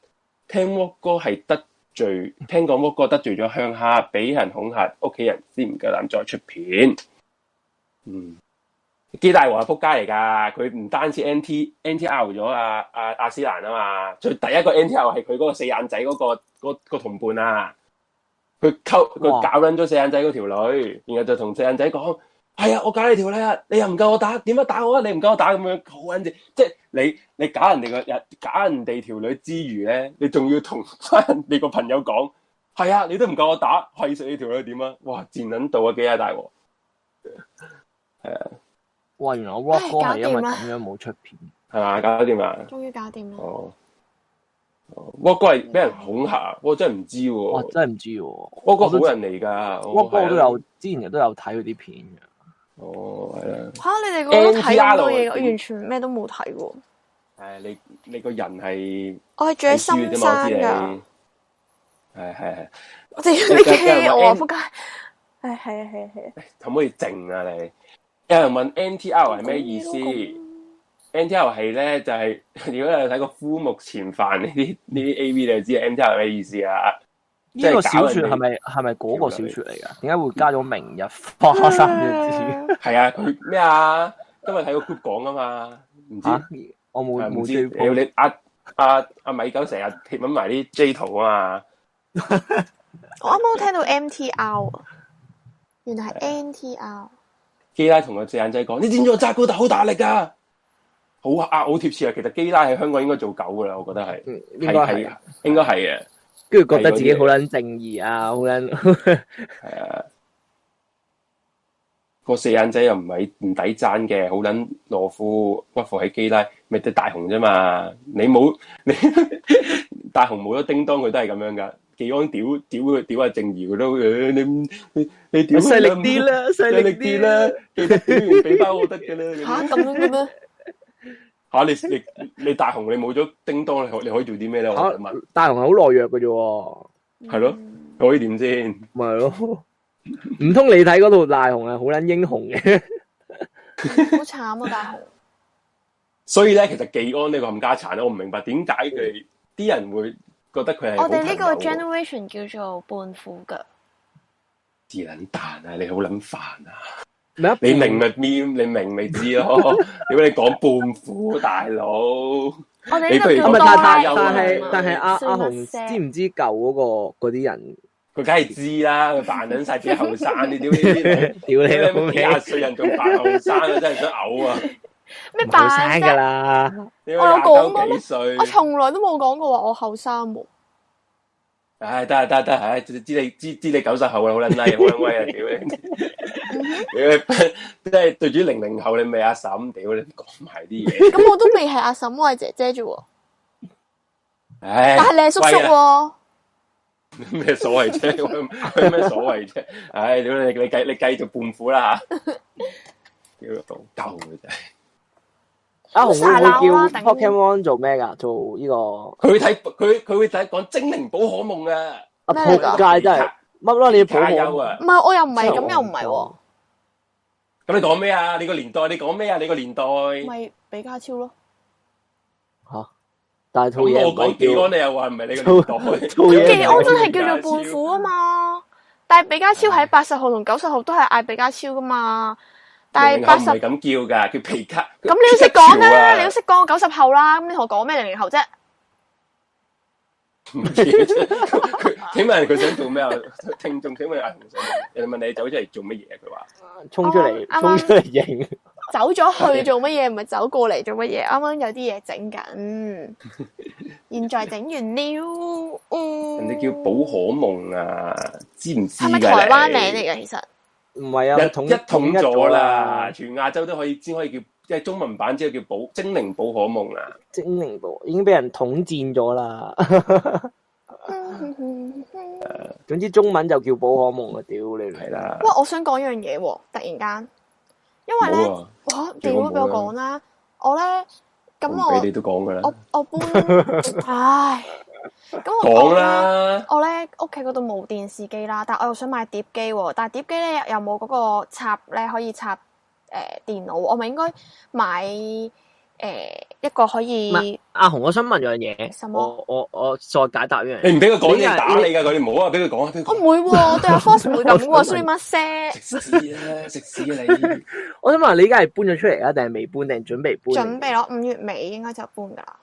C: 聽 w 哥係得罪，聽講 w 哥得罪咗鄉下，俾人恐嚇，屋企人先唔夠膽再出片。嗯，基大和係撲街嚟㗎，佢唔單止 NT NTR 咗啊啊阿斯蘭啊嘛，最第一個 NTR 係佢嗰個四眼仔嗰、個嗰、個同伴啊，佢溝佢
D: 哇
C: 搞撚咗四眼仔嗰條女，然後就同四眼仔講。係啊，我搞你條女啊，你又唔夠我打，點樣打我啊？你唔夠我打咁樣，好撚正。即係你你搞人哋個人，搞人哋條女之餘咧，你仲要同 (laughs) 翻人哋個朋友講，係啊，你都唔夠我打，係食你條女點啊？哇，賤撚到啊，幾啊大鑊！
D: 哇！原來我 rock
B: 唉
D: 哥係因
B: 搞掂
D: 為
B: 啦
D: 咁樣冇出片，
C: 係嘛，搞掂啊啦。
B: 終於搞掂啦！
C: 哦，哦我哥係俾人恐嚇，啊我真係唔知
D: 我
C: 喎。
D: 哦真係唔知喎。
C: 我哥好
D: 都
C: 人嚟㗎，
D: ，rock 哥我都
C: 哦係啊。
D: 有之前都有睇佢啲片嘅。
C: 哦，係啦。
B: 嚇、你哋個個都睇咁多嘢，
C: NTR
B: 我完全咩都冇睇喎。
C: 係啊你你個人係
B: 我係住喺
C: 睇書
B: 深
C: 啫啊嘛，我
B: 山
C: 知你。
B: 㗎，
C: 係係係。
B: 我哋啲機我啊，
C: 你
B: 仆街！唉，係啊，係啊，係啊。
C: 可唔可以靜啊你？有人問 NTR 係咩意思？NTR 係咧就係、 (laughs) 如果你有睇過《夫目前犯》呢啲呢啲 A V，你就知 NTR 係咩意思啊？
D: 呢個小说係咪係咪嗰個小说嚟㗎？點解會加咗明日花三
C: (laughs)
D: 隻字？
C: 係啊，佢咩啊？今日睇個 group 講啊嘛，唔知
D: 吓，啊我冇
C: 係唔
D: 冇
C: 知
D: 追
C: 屌
D: 過。
C: 你阿阿阿米狗成日貼揾埋啲 J 圖啊嘛，
B: (laughs) 我啱啱聽到 MTR 啊，原來係 NTR。
C: 基拉同個隻眼仔講：你知唔知我揸高達好大力㗎？好啊，好貼切啊！其實基拉喺香港應該做狗㗎啦，我覺得係，
D: 嗯應該
C: 係
D: 係
C: 係，應該係啊嘅。
D: 跟住覺得自己好撚正義啊，好撚
C: 系啊，個四眼仔又唔係唔抵爭嘅，好撚懦夫屈服喺基拉，咪得大雄啫嘛。你冇你 (laughs) 大雄冇咗叮當，佢都係咁樣噶。技安屌屌佢屌阿正義，佢都呃你你你
D: (laughs)
C: 屌佢
D: 犀力啲，啦，犀
C: 犀力
D: 力
C: 啲
D: 啲
C: 啦
D: (laughs) 啦。，
C: 記得屌完俾翻我得嘅啦。
B: 吓咁樣嘅
C: (laughs)
B: 咩？
C: 吓你你你大雄你冇咗叮當，你可你可以做啲咩咧？我想問，
D: 嚇大雄係好懦弱嘅啫喎，
C: 係咯，
B: 嗯
C: 你可以點先？
D: 咪
C: (laughs)
D: 係咯？唔通你睇嗰套大雄係好撚英雄嘅？ (laughs)
B: 好慘啊！
C: (laughs)
B: 大雄
C: 所以咧，其實技安呢個冚家產咧，我唔明白點解
D: 嗯
C: 佢啲人會覺得佢係
B: 我哋呢個
C: 好啊朋友喎
B: generation 叫做半苦腳，
C: 自撚蛋啊！你好撚煩啊！
D: 咩啊
C: 你明
D: (laughs)
C: 咪咪，你明咪知咯。如果你講半苦大佬，
B: 我哋呢個
C: 你
B: 叫
C: 不
D: 唔
B: 哆
C: 如講
D: 係，但
C: 大
B: 啦
D: 但
B: A
C: 優啊
D: 但
B: 夢
D: 係
B: 啊
D: 但係阿阿
B: 算
D: 紅
B: 乜聲
D: 知唔知舊嗰個嗰啲
C: (laughs)
D: 人？
C: 佢梗係知啦，佢扮撚晒自己後生，你屌呢啲
D: 屌 (laughs) 你
C: 你
D: 老
C: 你幾
D: 味，
C: 廿歲人仲扮後生啊！真係想嘔啊！
B: 咩
D: 後
B: 扮
D: 生㗎
B: 啫？
D: 啦。
C: 你
B: 我有
C: 廿
B: 講過
C: 九
B: 咩
C: 幾歲
B: 我？從來都冇講過話我後生喎。
C: 唉，得啊得啊得啊，唉，知知你知知你九十後啦，好撚拉，好撚威啊！屌你！屌你，即係對住零零後，你咪阿嬸，屌你講埋啲嘢。
B: 咁我都未係阿嬸，我係姐姐啫
C: (laughs)
B: 喎。
C: 唉，
B: 但係你係叔叔
C: 貴啊
B: 喎，
C: 咩所謂啫？ (laughs) 有咩所謂啫？唉，屌你你繼你繼續半苦啦吓！屌老鳩嘅真係，
D: 阿紅會唔會
B: 咁
D: 叫
B: 撒漏啦啊頂
D: Pokemon 做咩㗎？做呢、個
C: 佢會睇佢佢會睇講精靈寶可夢啊！
D: 啊
B: 咩嚟㗎
D: 仆街真係乜啦？你
C: 卡丘
D: 普
C: 啊！
B: 唔係我又唔係
D: 真係
B: 咁，又唔係喎，
C: 咁你講咩啊？你個年代你講咩啊？你個年代咁
B: 咪比家超咯。
D: 嚇！但係套嘢
C: 我
D: 唔係
C: 講技
D: 叫
C: 安，你又話唔係你個年代
D: 套嘢
B: 技安真係
C: 比
B: 叫
C: 家
B: 做半
C: 超
B: 虎啊嘛，但係比家超
C: 啊
B: 喺八十號同九十號都係嗌比家超噶嘛，但係
C: 零零後
B: 八
C: 唔
B: 十咁
C: 係
B: 你
C: 咁叫㗎，叫皮卡。咁
B: 都識講
C: 啊
B: 啦，
C: à. (laughs)
B: 你都識講九十後啦，咁你同我講咩零零後啫？
C: 唔知佢請問佢想做咩啊？聽眾請問阿紅想做咩人哋問你走出嚟做乜嘢啊？佢話
D: 衝出嚟，
B: 啱啱
D: 衝出嚟認。
B: 走
C: 啊
B: 咗去做乜嘢？唔係走過嚟做乜嘢？啱啱有啲嘢整
C: (laughs)
B: 緊，現在整完了。嗯，
C: (laughs) 人哋叫寶可夢啊，知唔知
B: 係
C: 㗎你？
B: 咪台灣名嚟㗎？其實
D: 唔係啊，
C: 一
D: 統
C: 一統
D: 統一
C: 咗啦，。全亞洲都可以先可以叫，即係中文版只係叫寶精靈寶可夢啊！
D: 精靈部已經俾人統戰咗啦。 (laughs)
C: 嗯
B: (laughs)
D: 總之中文就叫寶可夢啊！屌你
C: 係啦，
B: 喂，我想講樣嘢喎，突然間，因為咧
C: 冇，啊，
B: 哇，
C: 最
B: 屌
C: 好冇啦
B: 俾我講啦，我咧咁
C: 我唔
B: 我
C: 俾你都講噶啦，
B: 我我
C: (laughs)
B: 搬，唉，咁我
C: 講
B: 講咧，
C: 啦，
B: 我咧屋企嗰度冇電視機啦，但我又想買碟機喎，但係碟機咧又冇嗰個插咧可以插誒、呃、電腦，我咪應該買誒、呃一個可以
D: 阿紅，我想問樣嘢
B: 什，麼
D: 我我我再解答一樣嘢。
C: 你唔俾佢講
D: 你
C: 嘢
D: 啊
C: 打你㗎，佢哋唔好啊，俾佢講啊，俾
B: 我
C: 佢
B: 唔會喎，
D: (laughs)
B: 對阿 Force 唔會咁喎，
D: 我想
B: 所以乜聲
C: 食屎啦，食屎啊你！
D: 我想問你而家係搬咗出嚟啊，定係未搬，定係準備搬？
B: 準備咯，五月尾應該就搬噶啦，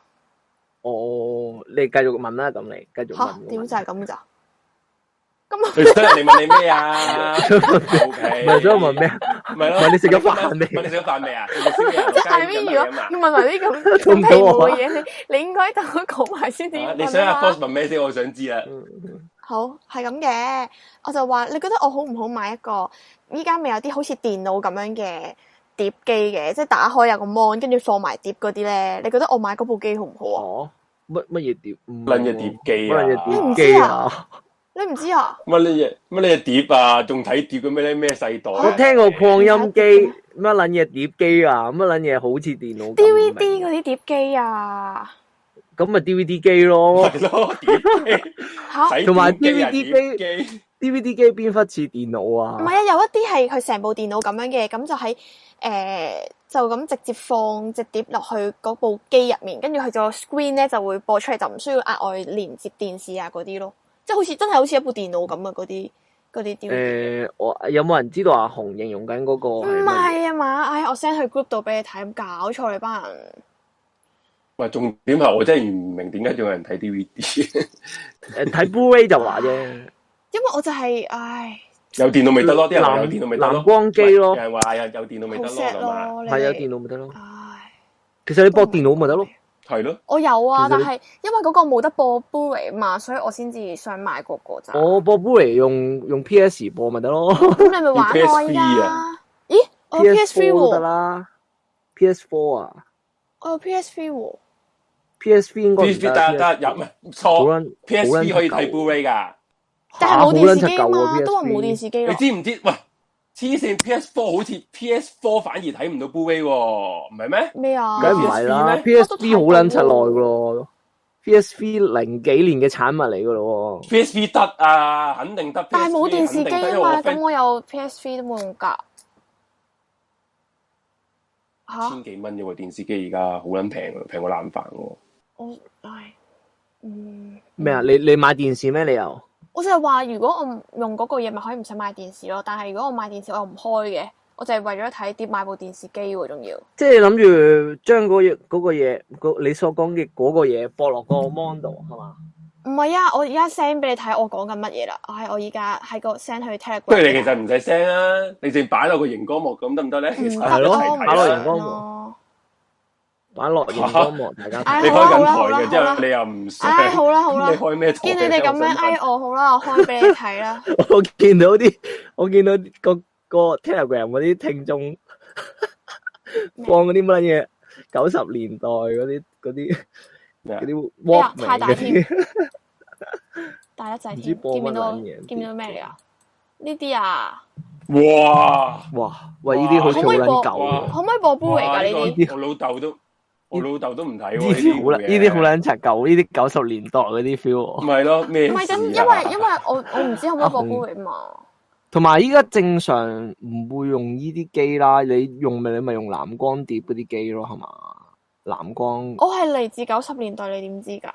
D: 哦，你繼續問啦，咁你繼續
B: 嚇
D: 問。
B: 屌就係咁咋，
C: 你得人哋問你咩啊？O K，
D: 問咗問？ (laughs) 咩？
C: 咪咯，
D: 問你食咗飯未
C: 問你食咗飯未啊？食咗宵夜啊
B: 即 (laughs) 係 I
C: 今
B: mean
C: 日
B: 如
C: 有飲啊
B: 果要問埋啲咁
D: (laughs) 都唔
B: 咁
D: 到
B: 卑
D: 我
B: 微
D: 啊
B: 嘅嘢，你你應該等我講埋先至
C: 啊
B: 問
C: 你想阿
B: 嘛
C: Force 問咩先？我想知啊。
D: 嗯
B: 好，係咁嘅，我就話你覺得我好唔好買一個依家咪有啲好似電腦咁樣嘅碟機嘅，即係打開有個 mon，跟住放埋碟嗰啲咧？你覺得我買嗰部機好唔好啊？
D: 哦，乜乜嘢碟？
C: 撚隻碟機啊！
D: 乜嘢碟機啊？
B: 你唔知啊？
C: 乜呢只乜呢只碟啊？仲睇碟嘅咩咧？咩世代啊？
D: 我聽過擴音機
B: 係啊，
D: 乜撚嘢碟機啊？乜撚嘢好似電腦咁
B: DVD 嗰啲碟機啊，
D: 咁咪 DVD 機咯。
C: 係咯，碟機
B: 吓
C: 使
D: 同埋
C: 碟機啊
D: DVD
C: 碟機
D: DVD 機邊忽似電腦
B: 唔係
D: 啊？
B: 啊，有一啲係佢成部電腦咁樣嘅，咁就喺誒、呃就咁直接放只碟落去嗰部機入面，跟住佢個 screen 咧就會播出嚟，就唔需要額外連接電視啊嗰啲咯，即係好似真係好似一部電腦咁啊嗰啲嗰啲 d
D: 诶、我有冇人知道阿紅形容緊嗰個
B: 唔
D: 係乜嘢？
B: 係啊嘛，唉，我 send 去 group 度俾你睇，咁搞錯你班人。
C: 喂，重點係我真係唔明點解仲有人睇 DVD，
D: 诶，睇 Blu-ray 就話啫，
B: 因為我就係、唉，
C: 有電腦咪得咯，啲人話有
D: 藍
C: 電腦咪得咯，
D: 藍光機咯
C: 有人話有有電腦
B: 好
C: 咪得咯
B: sad
C: 咁啊，
B: 咯，你
D: 係有
B: 哋
D: 電腦咪得咯。
B: 唉，
D: 其實你播電腦咪得咯。
C: 係咯，
B: 我有啊，
D: 其實
B: 但
D: 你
B: 係因為嗰個冇得播 Blu-ray 啊嘛，所以我先至想買嗰個咋。
D: 我播 Blu-ray 用用 PS 播咪得咯
B: 咁你咪玩我依
C: PS3
B: 家
C: 啊？
B: 咦，我
D: (laughs)
B: 有 PS 哦 Three
D: ，PS4 都得
B: 喎，
D: 啦，PS4 啊
B: 我有 PS Three 喎，
D: ，PS3 應該唔
C: DVD
D: 得
C: 得
D: 啦
C: 得有唔係
D: 好
C: 錯
D: 撚好撚
C: ，PSP 可以睇
D: 舊
C: Blu-ray
B: 哎
C: 㗎。
B: 但係
D: 嚇
B: 冇電視
D: 好撚
B: 機
D: 柒舊啊喎
B: 嘛，都話
D: PS3
B: 冇電視機
C: 你
B: 咯。
C: 知唔知？喂，黐線 PS Four 好似 PS Four 反而睇唔到 Blu-ray 喎，唔係咩？
B: 咩啊？
D: 梗唔係啦
C: PS3
D: ，PSV 好撚柒耐噶
B: 咯。
D: 咯，PSV 零幾年嘅產物嚟噶咯
C: PSP 得啊，肯定得。
B: 但係冇電視機
C: 肯定得
B: 啊
C: 因為
B: 嘛，
C: 我 friend
B: 咁我有 PS Three 都冇用㗎。吓
C: 千，幾蚊啫喎，電視機而家好撚平喎，平過冷飯喎。
B: 我唉，嗯，
D: 喎。咩啊？你你買電視咩？你又
B: 我就係話，如果我唔用嗰個嘢，咪可以唔使買電視咯。但係如果我買電視，我又唔開嘅，我就係為咗睇碟買部電視機喎，仲要。
D: 即係諗住將嗰嘢嗰個嘢，嗰你所講嘅嗰個嘢播落個 mon 度係嘛？
B: 唔係啊！我而家 send 俾你睇，我講緊乜嘢啦？唉，我而家喺個 send 去 Telegram。
C: 不如你其實唔使聲啦，你淨擺落個熒光幕咁得唔得咧？其實
B: 唔
D: 係
B: 得
D: 咯
B: 咯，
D: 擺落熒
B: 唔
D: 光
B: 得
D: 幕
B: 咯。
D: 玩落熒光幕，大家
B: 唉
C: 你
D: 睇
C: 開
B: 哎好啦啊好啦
C: 緊台嘅之
B: 好啦
C: 後，你又唔
B: (laughs)
C: 想
B: 唉，好啦好啦
C: 咁你開咩台？
B: 見你哋咁樣
C: 唉
B: 哎，我，好啦，我開俾你睇啦。
D: (laughs)
B: 哎
D: 我見到啲，我見到啲個個 Telegram 嗰啲聽眾
B: 咩
D: 放嗰啲乜嘢九十年代嗰啲嗰啲
C: 咩啊
D: 嗰啲
B: 哎呀
D: Walkman
B: 太大
D: 嗰
B: 添
D: 啲，
B: 大得滯
D: 唔知
B: 添，
D: 播
B: 見唔見
D: 乜
B: 到
D: 撚嘢
B: 見唔見到咩嚟啊？呢啲啊，
C: 哇！
D: (laughs) 哇！喂，呢啲好似
B: 可
D: 好
B: 唔可以
D: 撚
B: 播？
D: 舊喎，啊
B: 可唔可以播 Blu-ray
C: 哇
B: 㗎？呢
C: 呢
B: 啲
C: 個我老豆都我老豆都唔睇
D: 呢
C: 喎，
D: 啲好撚
C: 呢
D: 呢啲好
C: 撚
D: 撚柒舊，呢啲九十年代嗰啲 feel 喎。
C: 唔係咯咩事
B: 唔
C: 啊？
B: 係咁，因為因為我我唔知可唔可以播
D: 啊
B: Blu-ray 嘛。
D: 同埋依家正常唔會用呢啲機啦，你用咪你咪用藍光碟嗰啲機咯，係嘛？藍光
B: 我係嚟自九十年代，你點知㗎？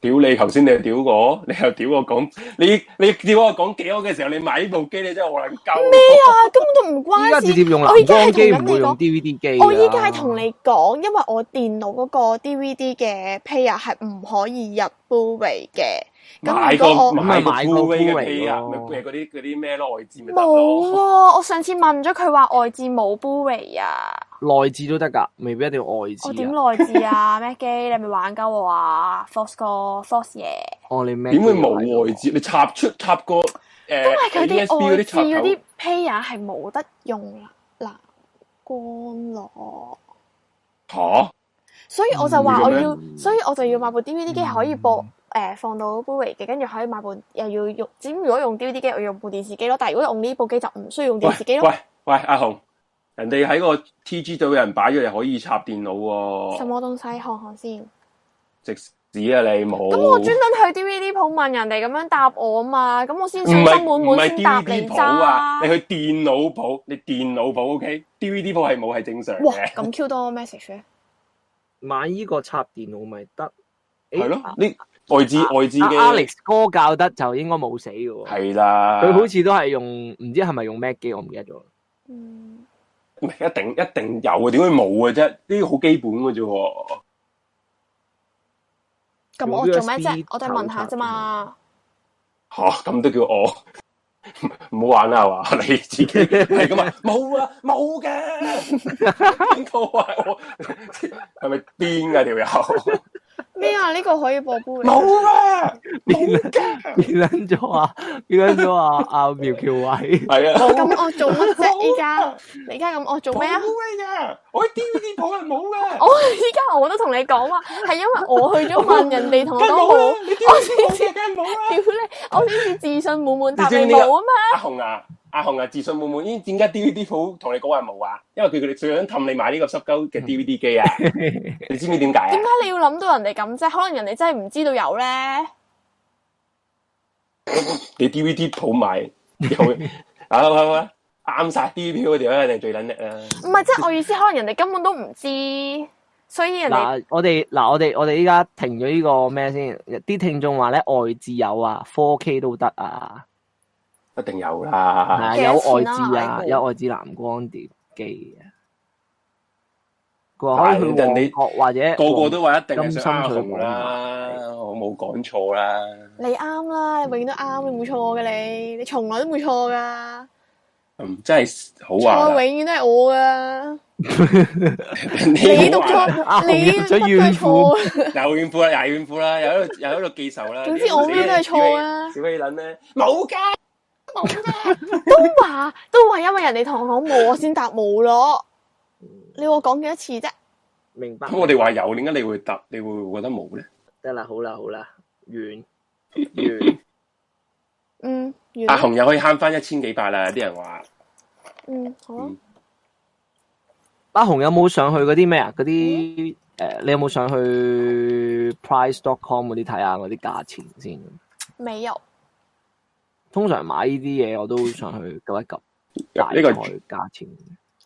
C: 屌你！頭先你又屌我，你又屌我講你你屌我講幾多嘅時候，你買呢部機你真係我能夠
B: 咩啊？根本都唔
D: 依家
B: 關
D: 直
B: 事。
D: 接用
B: 我而
D: 藍
B: 家係
D: 光
B: 同
D: 機，啊
B: 緊
D: 唔會
B: 你
D: 用
B: 講。
D: DVD 機㗎。
B: 我依家係同你講，因為我電腦嗰個 DVD 嘅 player 係唔可以入 Blu-ray 嘅。咁
C: 買
B: 如
C: 個
B: 果我
C: 買個
D: 買個
C: Blu-ray 嘅
D: Blu-ray
C: 機啊，咪
D: 咯
C: 嗰啲嗰啲咩咯外置咪得
B: 冇
C: 咯。
B: 啊，我上次問咗佢話外置冇 Blu-ray 啊，
D: 內置都得㗎，未必一定要外置
B: 我點
D: 啊。
B: 內置
D: (laughs)
B: 啊？咩機你咪玩鳩我啊？Fox 哥 Fox 爺，
D: 哦，你咩
C: 點會
D: 機位
C: 冇外
D: 喎
C: 置？你插出插個誒
B: 因為
D: E
B: 佢
C: USB
B: 啲
C: 嗰
B: 外
C: 啲
B: 置
C: 插
B: 嗰啲
C: 頭，
B: player 係冇得用藍光咯。
C: 嚇
B: 所以我就話
C: 嗯
B: 我
C: 會嘅咩
B: 要，所以我就要買部 DVD 機係可以播誒
D: 嗯、
B: 放到 Blu-ray 嘅，跟住可以買部又要用。咁如果用 DVD 機，我要用部電視機咯。但係如果用呢部機就唔需要用電視機
C: 喂
B: 咯
C: 喂。喂，阿紅，人哋喺個 TG 度有人擺咗，你可以插電腦
B: 什
C: 喎，
B: 麼東西看看先？
C: 直屎啊你冇。
B: 咁我專登去 DVD 鋪問人哋咁樣答我嘛，咁我先
C: 唔
B: 信
C: 係
B: 心滿
C: 唔
B: 滿
C: 係
B: 先答你
C: DVD 鋪啊，
B: 咋
C: 你。去電腦鋪，你電腦鋪 OK，DVD 鋪係冇係正常 (laughs)
B: 哇，
C: 嘅，
B: 咁 Q 多 message 咧？
D: 買依個插電腦咪得？
C: 係
D: 係
C: 咯，呢外
B: 啊
C: 置外置嘅
D: Alex 哥教得就應該冇死嘅喎。
C: 係啊啦，
D: 佢好似都係用，唔知係咪用 Mac 機，我唔記得
C: (laughs)
D: 咗。
B: 嗯，
C: 唔係一定一定有啊，點會冇嘅啫？呢啲好基本嘅啫喎，
B: 咁
D: 用
B: 我做咩
D: USB
B: 啫？我哋問下啫嘛。
C: 嚇咁都叫我 (laughs) 唔好玩啦係嘛？你 (laughs) 自己係咁啊，冇啊冇嘅，邊個話我係咪癲啊㗎條友？
B: 咩啊？呢個可以播 Blu-ray？
C: 冇啊，
D: 邊邊撚咗啊？邊撚咗啊？阿苗僑偉
C: 係啊。
B: 咁我做乜啫？依家你依家咁我做咩啊
C: 冇？嘅，我喺 DVD 鋪係冇啊
B: (laughs)
C: 嘅。
B: 我依家我都同你講話，係因為我去咗問人哋，同我
C: (laughs)
B: 啊
C: 梗係
B: 講
C: 冇啦
B: 冇，，
C: 你屌我先梗係冇啦。
B: 屌你，我先至自信滿滿答
C: 你
B: 你
C: 知唔知呢個
B: 冇啊嘛。
C: 阿紅啊，阿紅啊，自信滿滿。咦？點解 DVD 鋪同你講話冇啊？因為佢佢哋最想氹你買呢個濕鳩嘅 DVD 機啊！你知唔知點解啊
B: 點？解你要諗到人哋咁啫？可能人哋真係唔知道有咧。
C: 你 DVD 鋪 (laughs) 埋有啊，好好啊，啱晒 DVD 嗰條一定最撚叻啊啦。
B: 唔係即係我意思，可能人哋根本都唔知，所以人哋
D: 嗱，我哋嗱，我哋我哋依家停咗呢個咩先？啲聽眾話咧外置有啊，4K 都得啊，
C: 一定有
D: 係
C: 啦，
D: 啊
B: 幾
D: 有
B: 多
D: 外
B: 錢啊
D: 置
B: 買
D: 啊，
B: 部
D: 有外置藍光碟機啊。佢話可以去
C: 但係人
D: 旺
C: 哋
D: 角或者
C: 個個都話一定係想阿
D: 金心水
C: 紅啊啦，我冇講錯啦。
B: 你啱啦，永遠都啱，你冇錯嘅你，你從來都冇錯噶，
C: 嗯，真係好
B: 錯
C: 話啦，
B: 永遠都係我噶，你
C: (laughs) 你
B: 讀
D: 啊
B: 錯，
D: 紅
B: 你
D: 入咗
B: 乜都
D: 怨
B: 係
D: 婦
B: 錯。
C: 又怨婦啦，又怨婦啦，又喺度又喺度記仇啦。
B: 總之我咩都係錯啊
C: 小 A 撚咧冇㗎，
B: 都話 (laughs) 都話，因為人哋同我講冇，我先答冇咯。你要我講幾多次啫？
D: 明白
C: 咁我哋話有，點解你會答？你會覺得冇咧？
D: 得啦，好啦，好啦， (laughs) 完完。
B: 嗯，完
C: 阿
B: 啦。
C: 紅又可以慳翻一千幾百啦，啲人話。
B: 嗯，好啊
C: 嗯。
D: 阿紅有冇上去嗰啲咩啊？嗰啲誒，你有冇上去 price.com 嗰啲睇下嗰啲價錢先？
B: 未有。
D: 通常買呢啲嘢我都上去撳一撳大
C: 呢
D: 概
C: 個
D: 價錢。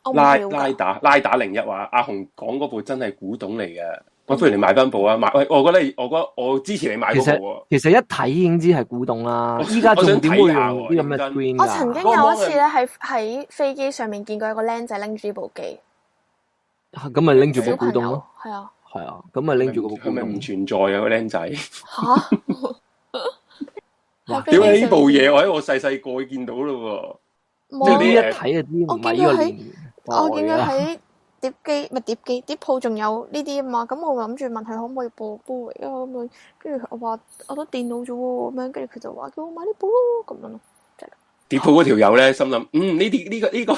B: 我唔
C: 拉
B: 要
C: 拉
D: 啊
B: 㗎。
C: 打拉打零一話，阿紅講嗰部真係古董嚟嘅，我不如你買翻部啊！買喂，我覺得你我覺得我支持你買嗰部喎。
D: 其實一睇已經知係古董啦
C: 我，
D: 依家仲點會用啲咁
C: 我
D: 嘅
C: 想
D: screen
B: 我曾
D: 㗎
B: 經有一次咧，喺喺飛機上面見過有個僆仔拎住呢部機，
D: 咁咪拎住部
B: 小
D: 古
B: 朋
D: 董咯
B: 友，係啊。
D: 係啊，咁咪拎住個
C: 佢
D: 古
C: 咪
D: 董
C: 唔。存在啊個僆仔？
B: 吓？
D: 哇
B: 喺飛
C: 屌
B: 機
C: 你呢
B: 上
C: 部
B: 面
C: 嘢，我喺我細細個已經見到咯
D: 即係
C: 呢
D: 呢一
C: 啲
B: 冇。
D: 睇就知唔係呢
B: 我見
D: 個
B: 佢喺
D: 年代
B: 我見佢
D: 啊
B: 喺碟機，咪碟機碟鋪仲有呢啲啊嘛。咁我諗住問佢可唔可以播波嚟啊咁樣，跟住我話我都電腦啫喎咁樣，跟住佢就話叫我買呢部咯咁樣咯。
C: 喎。碟鋪嗰條友咧，心諗嗯呢啲呢個呢個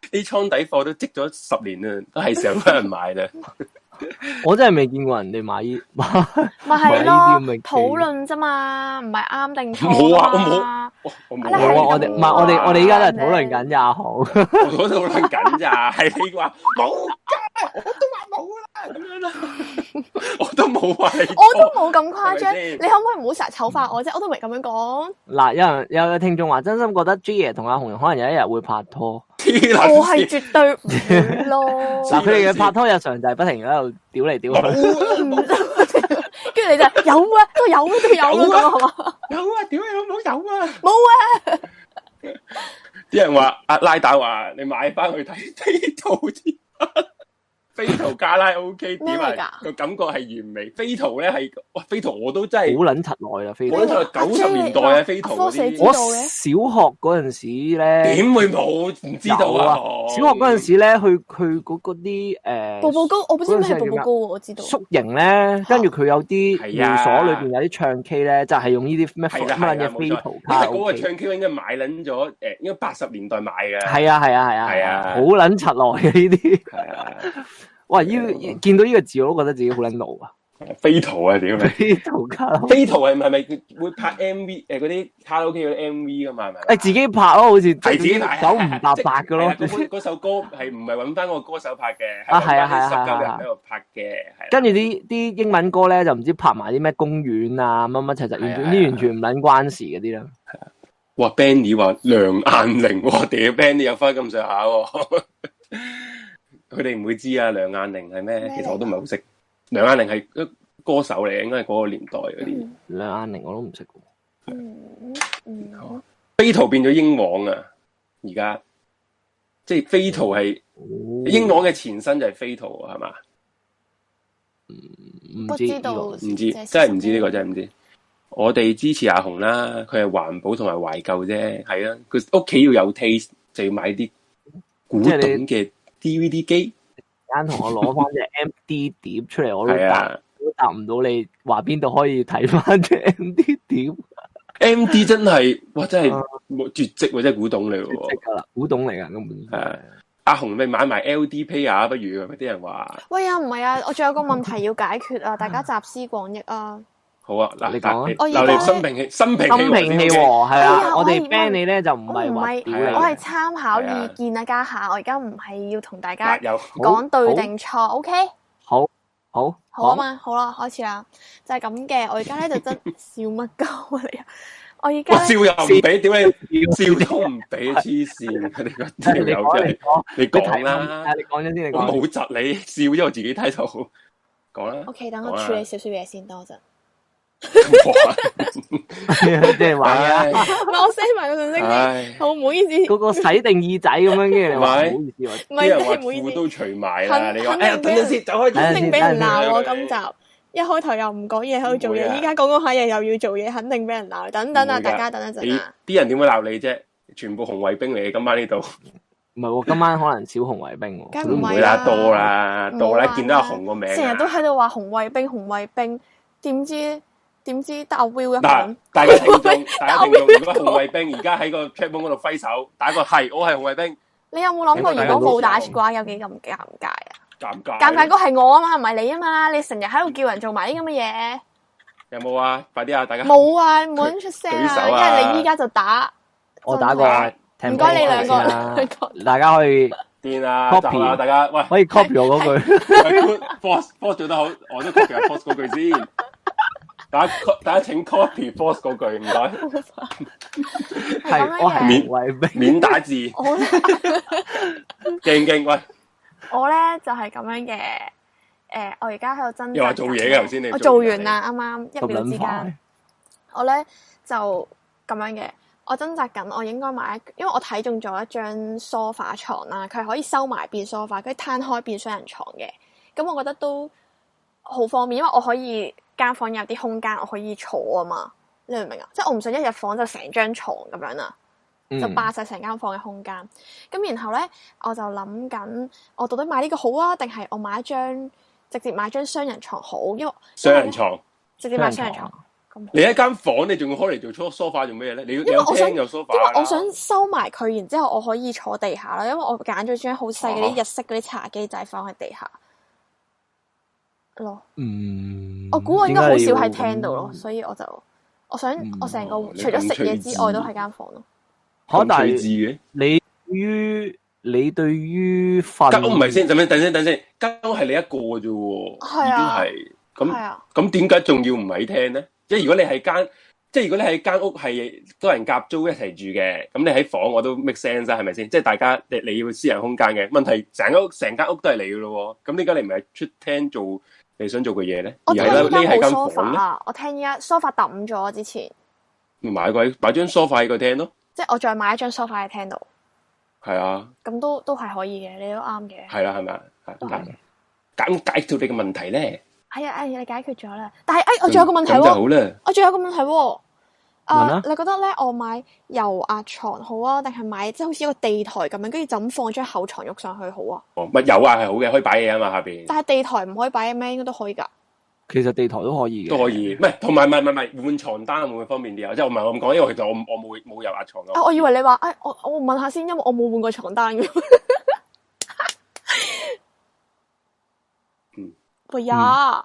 C: (laughs) 呢倉底貨都積咗十年啦，都係時候俾人
B: (laughs)
C: 買啦。
D: 我真係未見過人哋買呢買
B: 咪
D: 買
B: 係
D: 呢啲咁
B: 咯
D: 嘅，機
B: 討論啫嘛，唔係啱定錯
C: 冇啊我冇
B: 嘛
C: 我我冇
B: 你係
D: 冇啊！
B: 咁
D: 我哋唔係我哋我哋依家都係討論緊
B: 你
D: 咋，好
C: 我度諗緊咋，係你話冇㗎，我都話冇啦咁樣啦，
B: (laughs)
C: 我都冇話你錯。
B: 我都冇咁誇張，
C: 係咪先
B: 你可唔可以唔好成日醜化我啫？我都唔係咁樣講，
D: (laughs) 嗱，有人有個聽眾話，真心覺得 J 爺同阿紅可能有一日會拍拖。
C: 黐撚
B: 我係
C: 線
B: 絕對唔會
C: (laughs)
B: 咯。
D: 嗱，佢哋嘅拍拖日常就係不停喺度屌嚟 (laughs) 屌去。
B: 跟住你就有啊，都有啊，都有啦，咁啊係嘛？
C: 有啊，屌你老母有啊！
B: 冇啊，
C: 啲人話阿拉打話你買翻去睇 (laughs) 飛圖添，飛圖加拉 O K 點
B: 咩嚟
C: 啊
B: 㗎？
C: 個感覺係完美。飛圖咧係哇，飛圖我都真
D: 好
C: 係
D: 撚柒耐啦，
B: 啊
D: 飛
C: 我都
D: 碟。
C: 就啊係九十年代嘅飛圖嗰
B: 科技
C: 啲
B: 知道
D: 我
B: 嘅
D: 小學嗰陣時咧，
C: 點會冇唔知道
D: 有
C: 啊？
D: 小學嗰陣時咧，去去嗰嗰啲呃
B: 步步
D: 誒
B: 高，我本身咩係步步高喎，我知道。
D: 宿營咧，跟住佢有啲
C: 係
D: 會
C: 啊
D: 所裏邊有啲唱 K 咧，就係用呢啲咩
C: 係
D: 乜
C: 啦係啦
D: 嘢
C: 冇
D: 飛
C: 錯，
D: 圖卡拉
C: 因為嗰
D: OK
C: 個唱 Q 應該買撚咗誒，應該八十年代買嘅。
D: 係啊係啊係啊係
C: 係
D: 啊，
C: 啊
D: 好撚柒耐嘅呢啲。
C: 係啊，
D: 哇！呢個見到呢個字，我都覺得自己好撚老啊！
C: 飛圖啊，屌你！
D: 呢度卡 (laughs) 拉 OK
C: 飛圖係咪係咪會拍 M V 誒嗰啲卡拉 OK 嗰啲 M V 噶嘛係咪？
D: 誒哎自己拍咯，好似
C: 係自己拍
D: 手唔搭八嘅
C: 係
D: 咯
C: 啊。嗰本嗰首歌係唔係揾翻個歌手拍嘅？
D: 啊係
C: 係揾
D: 啊
C: 返啲濕鳩
D: 係啊係啊
C: 人喺度拍嘅，係啦
D: 跟住啲啲英文歌咧，就唔知拍埋啲咩公園啊，乜乜柒
C: 係
D: 柒，完全
C: 啊
D: 啲
C: 係啊
D: 完全唔撚關事嗰啲啦。
C: 哇！Benny 話梁雁玲，我屌 Benny 有翻咁上下喎， (laughs) 佢哋唔會知啊。梁雁玲係咩
B: 咩？
C: 其實我都唔係好識。梁雁玲係一歌手嚟，應該係嗰個年代嗰啲。
D: 梁雁玲我都唔識喎。
B: 嗯嗯。
C: 飛圖變咗英皇啊！而家即係飛圖係
D: 哦嗯
C: 英皇嘅前身就係飛圖係嘛？
D: 唔
B: 不
D: 知
B: 知
D: 呢
B: 道
D: 個
C: 唔知，真係唔知呢個真係唔知。我哋支持阿紅啦，佢係環保同埋懷舊啫，係啊，佢屋企要有 taste，就要買啲古
D: 即
C: 董
D: 係你
C: 嘅 DVD 機，
D: 間同我攞翻隻 M D 碟出嚟，我都
C: 係
D: 答
C: 啊
D: 都答唔到你話邊度可以睇翻隻 M D 碟，
C: ，MD 真
D: (laughs)
C: 係哇，真係
D: 啊
C: 冇絕跡喎，真係古董嚟
D: 即
C: 喎。
D: 噶啦，古董嚟噶根本。
C: 係啊阿紅咪買埋 LD player 啊不如，啲人話
B: 喂啊，唔係啊，我仲有個問題要解決啊，大家集思廣益啊！
C: 好啊，嗱，
D: 你講啊
B: 我而
C: 嗱你
B: 家
C: 嗱
B: 咧
C: 你心平氣心平
D: 心平氣
C: 氣
D: 和
C: 和
D: 係
B: 哎
D: 啊，
B: 呀
D: 我哋
B: 我以為
D: ban 你咧就唔
B: 我
D: 係
B: 唔
D: 話
B: 係，
D: 屌
C: 係
D: 你
C: 啊
B: 我係
D: 嘅，
B: 參考意見啊，家下我而家唔係要同大家
C: 嗱又
B: 講對定錯，OK？
D: 好好
B: 好啊嘛，好啦，開始啦，就係咁嘅。我而家咧就真笑乜鳩啊你啊！我而家
C: (laughs) 我
B: 呢
C: 笑又唔俾，點解笑都唔
D: (laughs)
C: 俾？黐線，佢哋嗰條
D: 你
C: 友
D: 講
C: 真
D: 你
C: 係，
D: 講，
C: 你
D: 你
C: 講啦，
D: 你講咗先，你
C: 我
D: 講。
C: 冇窒你，笑咗我自己睇到，講啦
B: (laughs) O，K，等
C: 好
B: 我
C: 啊
B: 處理少少嘢先，等我陣。
D: 即 (laughs) 係玩嘢
C: 唉
D: 啦，
B: 唔係我 send 埋個信息你，
C: 唉，
B: 好唔好意思，
D: 個個洗定耳仔咁樣，跟住你話
C: 咪
D: 唔好意思，我
B: 唔
C: 啲人話
B: 係唔好意
C: 褲
B: 思。
C: 都除埋啦，
B: 肯
C: 你話
B: 肯定
C: 哎呀等陣先，走開
D: 等
B: 肯
C: 啲
D: 陣先
B: 定俾人鬧
C: 等
B: 喎！今
C: 陣先
B: 集一開頭又唔講嘢喺度做
C: 唔會啊
B: 嘢，依家講講下嘢又要做嘢，肯定俾人鬧。等等啊，
C: 唔會㗎
B: 大家等一陣
C: 你
B: 啊！
C: 啲人點會鬧你啫？全部紅衛兵嚟嘅，今晚呢度
D: 唔係喎，今晚可能小紅為兵喎，
B: 梗
C: 都
B: 唔
C: 唔
B: 係
C: 會
B: 啦
C: 啦，多啦，
B: 唔好
C: 多啦，
B: 玩
C: 見到阿
B: 啦
C: 紅個名啊，
B: 成日都喺度話紅衛兵、紅衛兵，點知點知得阿 Will 一
C: 嗱
B: 講，，
C: 大家聽
B: (laughs)
C: 眾，大家
B: 打
C: 聽
B: 邊
C: 眾，
B: 個
C: 如果紅衛兵而家喺個 chat room 嗰度揮手，打個係，我係紅衛兵，
B: 你有冇諗過
C: 大家
B: 如果
C: 都
B: 冇打嘅話有幾咁尷尬啊？
C: 尷尬。
B: 尷尬嗰係我啊嘛，唔係你啊嘛，你成日喺度叫人做埋啲咁嘅嘢，
C: 有冇啊？快啲啊！大家
B: 冇啊，冇人出聲
C: 舉手
B: 啊，
C: 啊
B: 因為你依家就打，
D: 我打過
C: 啊，
D: 聽
B: 唔該你兩
D: 先
B: 個，
D: 啦
B: 兩，個
D: 大家可以
C: 癲啦，
D: Copy
C: 集啦，大家喂
D: 可以 copy 我嗰句，
C: 喂，force force 做得好，我都 copy 下 force 嗰句先。大家 co- 大家請 copy force 嗰句，唔該，
B: 係咁
D: 係
B: 樣
D: 我係
B: 嘅。
D: 紅衛兵，
C: 免打字，勁
B: 我咧
C: 唔勁？喂，
B: 我咧就係咁樣嘅，誒，我而家喺度掙扎緊
C: 又話做嘢嘅頭先你
B: 我
C: 做
B: 哦做
C: 嘢
B: 完啦，啱啱一
D: 咁
B: 秒之
D: 撚
B: 間。
D: 快，
B: 我咧就咁樣嘅，我掙扎緊，我應該買一，因為我睇中咗一張 sofa 床啦，佢係可以收埋變 sofa，跟住攤開變雙人床嘅。咁我覺得都好方便，因為我可以間房有啲空間，我可以坐啊嘛。你明唔明啊？即係我唔想一入房就成張床咁樣啦。就
D: 嗯，
B: 霸晒成間房嘅空間。咁然後咧，我就諗緊，我到底買呢個好啊，定係我買一張直接買張雙人床好？因為
C: 雙人床，
B: 直接買雙人床咁好，
C: 你一間房，你仲要開嚟做 sofa 做咩咧？你要你有
B: 我想
C: 廳有 sofa，啊
B: 因為我想收埋佢，然之後我可以坐地下啦。因為我揀咗張好細嗰啲
C: 哦
B: 日式嗰啲茶几仔放喺地下咯。
D: 嗯，
B: 我哦估我應該好少喺廳度咯，
D: 點解
B: 所以我就我想
D: 嗯
B: 我成個
C: 哦你
B: 除咗
C: 咁
B: 食嘢
C: 隨
B: 之外
C: 意
B: 都喺間房咯。
D: 你要咁，可
C: 咁
D: 但
C: 趣
D: 係
C: 致嘅。
D: 你對於你對於瞓
C: 間屋哦唔係先，等先等先等先，間屋係你一個啫喎，
B: 係啊
C: 已經係
B: 係
C: 咁
B: 啊，
C: 咁點解仲要唔喺廳咧？即係如果你係間，即係如果你喺間屋係多人夾租一齊住嘅，咁你喺房我都 make sense 啊啦，係咪先？即係大家你你要私人空間嘅問題，成間屋成間屋都係你嘅咯喎，咁點解你唔係出廳做你想做嘅嘢咧？
B: 我
C: 而
B: 聽
C: 係
B: 依家
C: 咧匿喺
B: 冇
C: 間
B: sofa
C: 房咧，
B: 啊！我聽依家 sofa 抌咗之前。
C: 咪買個擺張 sofa 喺個廳咯，
B: 即係我再買一張 sofa 喺廳度，
C: 係啊，
B: 咁都都係可以嘅，你都啱嘅。
C: 係啦，係咪啊？
B: 都
C: 係
B: 係
C: 咁解決你嘅問題咧，
B: 係啊，哎呀，你解決咗啦。但係哎，我仲有個問題
C: 咁就
B: 喎，
C: 好啦。
B: 我仲有個問題喎。
D: 問
B: 啊
D: 啊，
B: 你覺得咧，我買油壓床好啊，定係買即係好似一個地台咁樣，跟住就咁放張厚床褥上去好啊？
C: 哦，唔係有啊，係好嘅，可以擺嘢啊嘛，下邊
B: 但係地台唔可以擺咩，應該都可以㗎。啊
D: 其實地台都可以嘅，
C: 都可以。唔係，同埋唔係唔係唔係換床單會唔會方便啲啊？即係我唔係我咁講，因為其實我我冇冇油壓床
B: 啊，
C: 咯。
B: 我以為你話，哎，我我問下先，因為我冇換過床單
D: (laughs)
B: 嘅。
C: 嗯
B: 喂呀！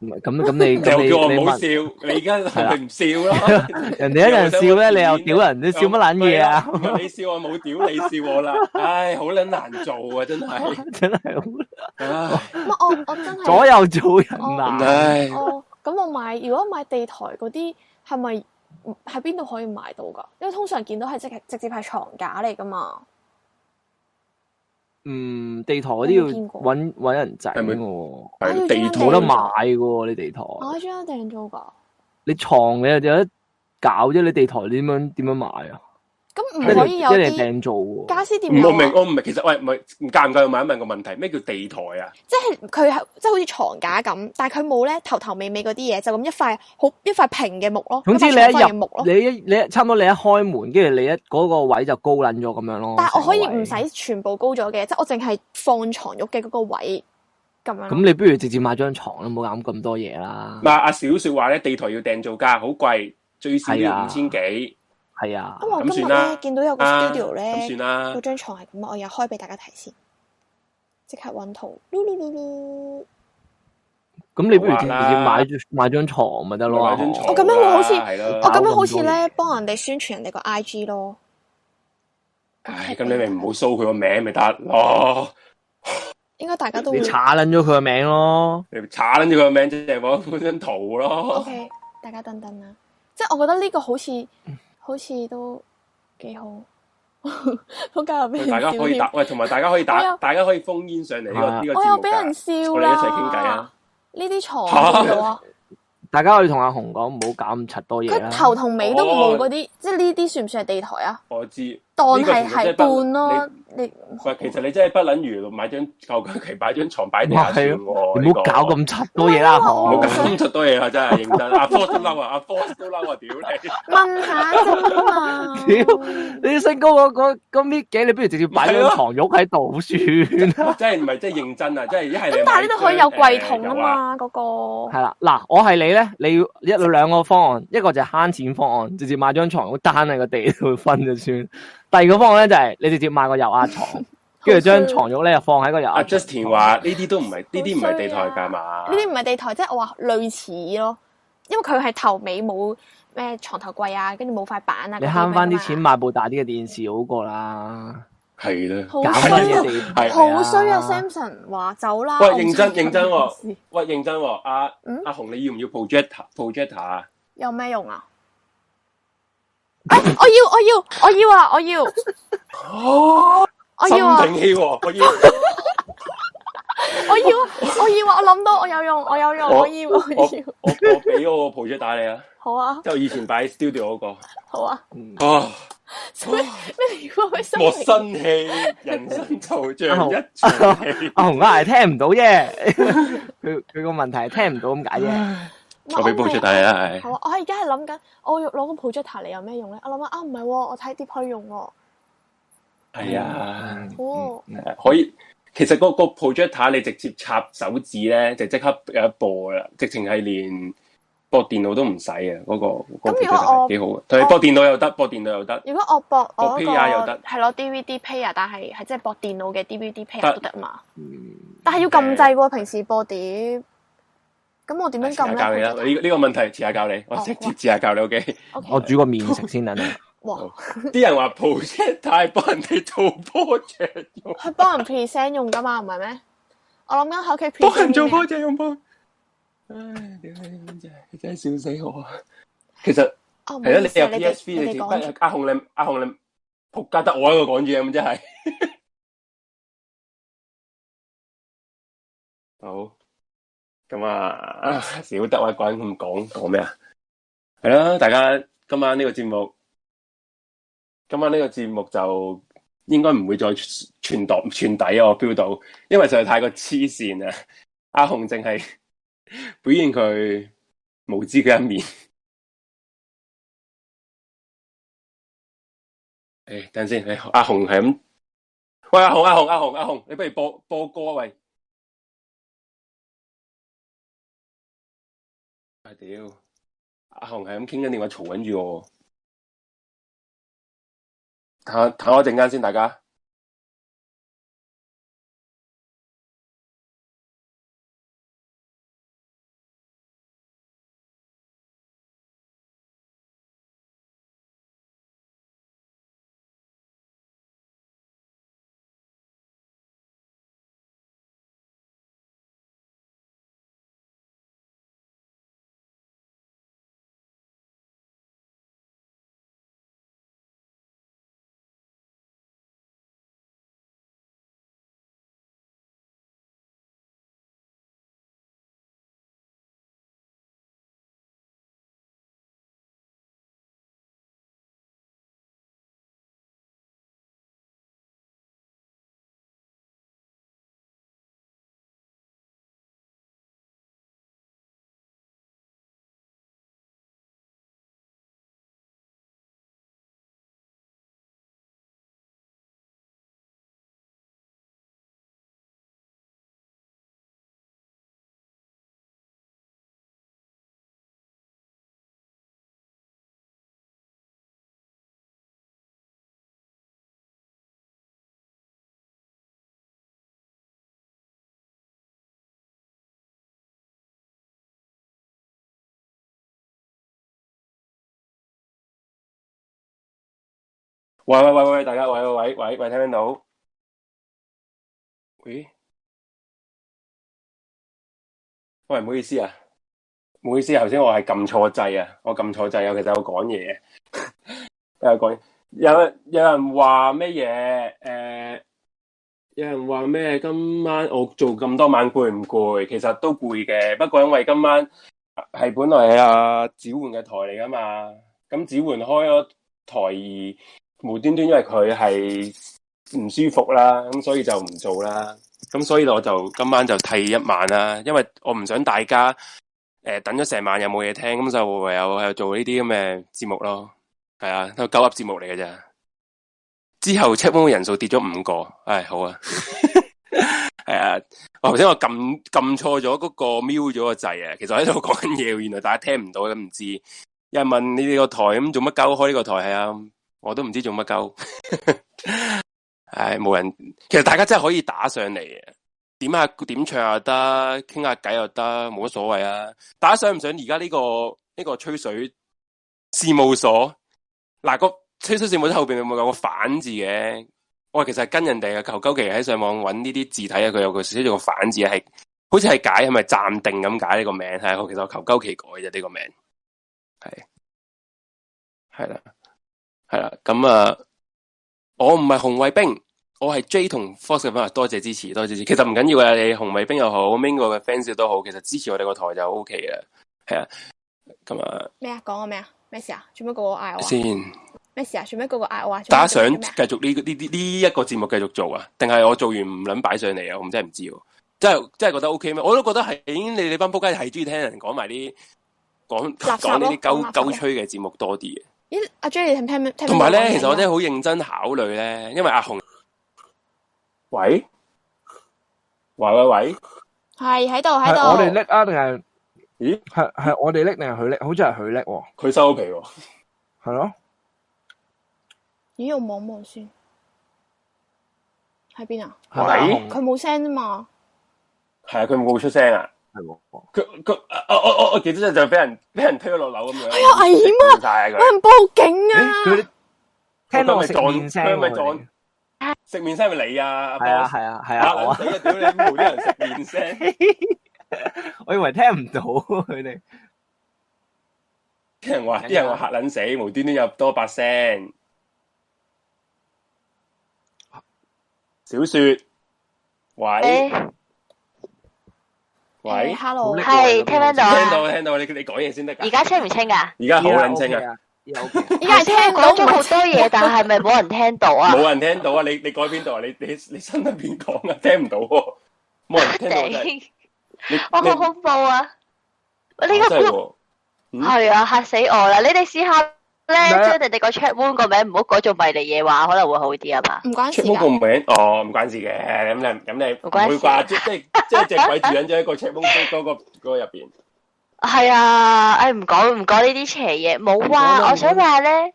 D: 唔係。咁咁你
C: 你又 (laughs)
D: 咁
C: 叫我
D: 你
C: 唔
D: 你
C: 好
D: 問
C: 笑，你而家
D: 係啦
C: 係咪唔笑咯？
D: 人哋一陣笑咧，你又屌人，你笑乜撚嘢啊？
C: (laughs)
D: (laughs)
C: 唔係你笑我冇屌，你笑我啦。唉，好撚難做啊，真係。
D: 真係好
C: 唉，
B: 乜我我真係
D: 嗯 (laughs) 左右做人啊！
C: 唉，
B: 哦，咁我買如果買地台嗰啲係咪喺邊度可以買到㗎？因為通常見到係直直接係床架嚟㗎
D: 哦
B: 嘛。
D: 嗯，地台嗰啲要
B: 我冇見過
D: 揾揾人整
C: 係咪
D: 嘅喎，
B: 我要
C: 係地
B: 張
D: 冇
C: 圖
D: 得
B: 地
D: 買嘅喎，你地台，
B: 我專登訂做㗎，
D: 你床你又有得搞啫，你地台你點樣點樣買啊？
B: 咁唔
D: 一定
B: 嗯可以有
D: 一定
B: 啲
D: 訂做喎，
B: 家私店
C: 唔
B: 有
C: 我
B: 啊
C: 唔明，我唔明。其實喂，唔係唔介唔介意問一問個問題，咩叫地台啊？
B: 即係佢係即係好似床架咁，但係佢冇咧頭頭尾尾嗰啲嘢，就咁一塊好一塊平嘅木咯，
D: 總之
B: 一
D: 你
B: 塊長方形
D: 一
B: 嘅
D: 入
B: 木咯。
D: 你一你一差唔多你一開門，跟住你一嗰個位就高撚咗咁樣咯。
B: 但係我可以
D: 成個位
B: 唔使全部高咗嘅，即係我淨係放床褥嘅嗰個位咁樣咯。
D: 咁你不如直接買張床啦，唔好諗咁多嘢啦
C: 唔。係阿小雪話咧，地台要訂造價，好貴，最少
D: 係
C: 要
D: 啊
C: 五千幾。
D: 係啊，
B: 因為我
C: 咁
B: 今日
C: 算啦
B: 咧見到有個
C: 啊
B: studio 咧。
C: 咁算啦
B: 嗰。張床係咁啊，我又開俾大家睇先，即刻揾圖，嚕嚕嚕嚕
D: 咁你不如直接
C: 好啊啦
D: 買張買張床咪得咯。
C: 買張床
B: 我咁樣會好似
C: 啦係咯
B: 我哦咁樣好似
D: 搞咁多
B: 咧
D: 嘢
B: 幫人哋宣傳人哋個 I G 咯，
C: 唉，咁你咪唔好搜佢個名咪得咯，
B: 應該大家都會
D: 你。查撚咗佢個名咯。
C: (laughs) 你咪查撚住佢個名即係搵嗰張圖
B: O
C: 咯。
B: K，大家等等啊，即係我覺得呢個好似
C: 嗯
B: 好似都幾好， (laughs) 好介入俾人
C: 大家可以
B: 笑
C: 打喂，同埋大家可以
B: 我有
C: 打，大家可以封煙上嚟呢
D: 係啊
C: 個呢個
B: 我
C: 節
B: 有
C: 目
B: 俾人
C: 㗎。
B: 笑
C: 我哋
B: 啦。
C: 一齊傾偈啊！
B: 呢啲床度
D: (laughs)
B: 啊，
D: 大家可以同阿紅講，唔好搞咁柒多嘢啦
B: 佢。頭同尾都冇嗰啲，即係呢啲算唔算係地台啊？
C: 我知，
B: 當
C: 哦呢個
B: 係
C: 其實
B: 係
C: 真係不
B: 半咯，你
C: 喂，其實你真係不撚如買張求其其擺張床擺地下算喎。
D: 你
C: 呢
D: 唔
C: 個
D: 好搞咁柒多嘢啦，
C: 唔好
B: 啊我
C: 搞
D: 紅。
C: 咁出多嘢啦，啊真係認真。阿 Force 都嬲啊，阿 Force 都嬲啊，屌
B: (laughs)
C: 你！
B: 問下啫嘛。
C: (laughs)
D: 屌你身高嗰嗰嗰搣幾，你不如直接擺張床褥喺度算啦。
C: 真係唔係真係認真啊！真係一係你
B: 咁但係呢度可以有櫃桶啊
C: 買張誒有啊，
B: 嘛，嗰個
D: 係啦，嗱，我係你咧，你要一兩個方案，一個就係慳錢方案，直接買張床褥單喺個地度分就算。第二個方案咧就係你直接買個油壓
E: (laughs)
D: 床，跟住將
B: 啊
D: 床褥咧放喺個油
C: 阿
D: 壓床。
C: Justin 話呢啲都唔係呢啲唔係地台㗎嘛
B: 呢。啲唔係地台，即係我話類似咯，因為佢係頭尾冇咩床頭櫃啊，跟住冇塊板啊。
D: 你
B: 嗰咪
D: 慳翻啲
B: 嘛
D: 錢，買部大啲嘅電視好過啦。
C: 係啦。
B: 好
D: 搞
B: 衰
D: 乜嘢
B: 啊！
D: 地
C: 係
B: 好衰啊！Samson 話走啦。
C: 喂
B: 我唔
C: 認
B: 想
C: 真認真喎
B: 做 (laughs) 呢件事
C: 喂，認真喎，阿
B: 嗯
C: 阿紅，你要唔要 projector projector 啊？
B: 有咩用啊？哎，我要我要我要啊！我
C: (laughs)
B: 要我
C: 心
B: 要啊！
C: 定氣喎，我要
B: 我要啊我要啊！我諗到我有用，我有用，
C: 我
B: 我要 (laughs) 我
C: 我
B: 要。
C: 我我俾我個 projector 你啊！
B: 好啊
C: 即係我以前擺 studio 嗰個。
B: 好啊！
C: 啊！
B: 咩咩如果佢新
C: 莫
B: 年
C: 生氣，人生就像一場戲。
D: 阿紅啊，係聽唔到
E: (laughs)
D: 啫，佢佢個問題係聽唔到咁解啫。
B: 唔係 (laughs) 我唔係好啊！我而家係諗緊，我要攞個 projector 嚟有咩用咧？我諗下啊，唔係喎，我睇碟可以用喎。
C: 係啊，
B: 哦，
C: 可以。其實嗰個 projector 你直接插手指咧，就即刻有一播啦。直情係連播電腦都唔使啊！嗰、個嗰、個
B: 咁如果
C: projector
B: 我
C: 幾好啊，同你播電腦又得，播電腦又得，
B: 如果我博我嗰
C: 個 player 又
B: 個
C: 得
B: 係攞 DVD player，但係係即係博電腦嘅 DVD player
C: 得
B: 都得嘛？
C: 嗯
B: 但係要撳掣喎，平時播碟。咁我點樣
C: 遲下
B: 撳
C: 哎教你啦。
B: 咧
C: 呢、個呢、個問題遲下教你，我
B: 哦
C: 直接遲下教你 OK。
D: 我
B: ？OK，
D: 煮個麵食先啦。啊你
B: 哇！
C: 啲人話 projector 係幫人哋做 project
B: (laughs)
C: 用，
B: 佢幫人 present 用噶嘛，唔係咩？我諗緊喺屋企 present
C: 幫人做
B: 啲咩
C: project 用幫。唉，屌你真係真係笑死我啊！其實。
B: 哦唔好
C: 係啊，
B: 意
C: 你
B: 思啊
C: 有
B: 你
C: PSV
B: 哋
C: 你
B: 哋
C: 哋
B: 講住
C: 阿紅你阿紅你仆街得我一個講嘢咁真係。 (laughs) 好，咁啊， (laughs) 少得我一個人咁講講咩啊？係啦，大家今晚呢個節目，今晚呢個節目就應該唔會再傳度傳底啊！我 feel 到，因為實在太過黐線啊！阿紅淨係表現佢無知嘅一面。诶、等陣先，诶、阿紅係咁，喂，阿紅，阿紅，阿紅，阿紅，你不如播播歌啊，喂，啊屌，阿紅係咁傾緊電話，嘈緊住我，等我等我一陣間先，大家。喂喂喂喂，大家喂喂喂喂喂，聽唔聽到？喂，喂，唔好意思啊，唔好意思，頭先我係撳錯掣啊，我撳錯掣啊，其實我講嘢， (laughs) 有講有有人話咩嘢？誒、有人話咩？今晚我做咁多晚攰唔攰？其實都攰嘅，不過因為今晚係本來係阿子焕嘅台嚟噶嘛，咁子焕開咗台而無端端因為佢係唔舒服啦，咁所以就唔做啦。咁所以我就今晚就替一晚啦，因為我唔想大家诶、呃等咗成晚又冇嘢聽，咁就唯有係做呢啲咁嘅節目咯。係啊，都九噏節目嚟嘅咋。之後 check 人數跌咗五個，唉、好啊。係啊，我頭先我撳撳錯咗嗰個 mute 咗個掣啊，其實我喺度講緊嘢，原來大家聽唔到咁唔知。有人問你哋個台咁做乜鳩開呢個台係啊？我都唔知做乜鳩。 (laughs) 唉，冇人，其實大家真係可以打上嚟嘅，點下點唱又得，傾下偈又得，冇乜所謂啊！大家想唔想而家呢個呢、個吹水事務所？嗱、個吹水事務所後邊有冇有個反字嘅？我其實係跟人哋嘅求鳩其喺上網揾呢啲字體啊，佢有個寫咗個反字係，好似係解係咪暫定咁解呢個名？係，我其實我求鳩其改啫呢、個名，係係啦係啦，咁啊。我唔係紅衛兵，我係 J 同 Fox 嘅朋友，多謝支持，多謝支持。其實唔緊要嘅，你紅衛兵又好，Mingo 嘅 fans 都好，其實支持我哋個台就 O K 嘅，係啊。咁啊，
E: 咩啊？講我咩啊？咩事啊？做咩個個嗌我啊？
C: 先，
E: 咩事啊？做咩個個嗌我啊？
C: 大家
E: 做
C: 想
E: 咩
C: 繼
E: 做咩啊
C: 續呢呢啲呢一個節目繼續做啊？定係我做完唔撚擺上嚟啊？我唔真係唔知喎，真係真係覺得 O K 咩？我都覺得係，你哋班仆街係中意聽人講埋啲講
E: 垃圾
C: 講
E: 咯
C: 呢啲
E: 講
C: 鳩
E: 垃圾咯
C: 鳩吹嘅節目多啲嘅。
E: 咦，阿 J 你聽唔聽聽唔聽到講嘢啊？
C: 同埋咧，其實我真係好認真考慮咧，因為阿紅，喂，喂喂喂。
E: 係喺度喺
D: 係
E: 度。
D: 我哋叻啊，定係
C: 咦？
D: 係係我哋叻定係佢叻？好似係佢叻喎，
C: 佢收皮喎，
D: 係咯。
E: 咦，我望望先，喺邊啊？
D: 係咪阿
C: 喂
D: 紅
E: 佢冇聲啫嘛，
C: 係啊，佢冇出聲啊，
D: 係喎
C: 佢佢啊我我我我記得就俾人俾人推咗落樓咁
D: 哎
C: 樣，係
B: 啊危險
C: 啊，晒啊
B: 我唔
C: 佢，
B: 報警
D: 咦
B: 啊！
D: 佢聽到
C: 佢
D: 我
C: 咪
D: 食
C: 撞
D: 面聲
C: 佢咪
D: 喎
C: 撞
D: 佢哋
C: 食面聲咪你啊，
D: 係啊係啊係啊，我 (laughs)
C: 啊，死啊屌你冇啲人食面聲，
D: 我以為聽唔到佢哋。
C: 啲人話啲人話嚇撚死，無端端有多把聲，小雪，喂喂，
E: ，hello，
D: 好叻
F: 係聽唔聽到
C: 聽
F: 啊？
C: 到聽到，你你講嘢先得㗎，
F: 而家清唔
C: (laughs)
F: 清啊？
C: 而家好撚清啊，
D: 啊！而家 OK 啊
E: 依家係聽
F: 講
E: 到
F: 咗好
E: 冇
F: 多嘢，但係咪冇人聽到啊？
C: 冇人聽到啊，你你改邊度啊？你你你身入邊講啊，聽唔到喎，冇人聽到真係。
F: (laughs) 頂，
C: 你
F: 我
C: 你
F: 好恐怖啊！我呢
C: 啊
F: 個
C: 真係
F: group
C: 喎，嗯
F: 係啊，嚇死我啦！你哋試下咧，
D: 咩
F: 將你哋個 chat room 個名唔好改做迷你夜話，可能會好啲啊嘛。
E: 唔關事
C: check 冇個
E: 㗎，
C: 名，哦，唔關事嘅，咁你咁你
F: 唔
C: 唔
F: 關
C: 會
F: 事
C: 啩？即即即係隻鬼住緊咗喺個 check 冇嗰個嗰個入邊，
F: 係啊，唉，唔講唔講呢啲邪嘢，冇
C: 唔講啦
F: 啊！
C: 唔
F: 我想話咧，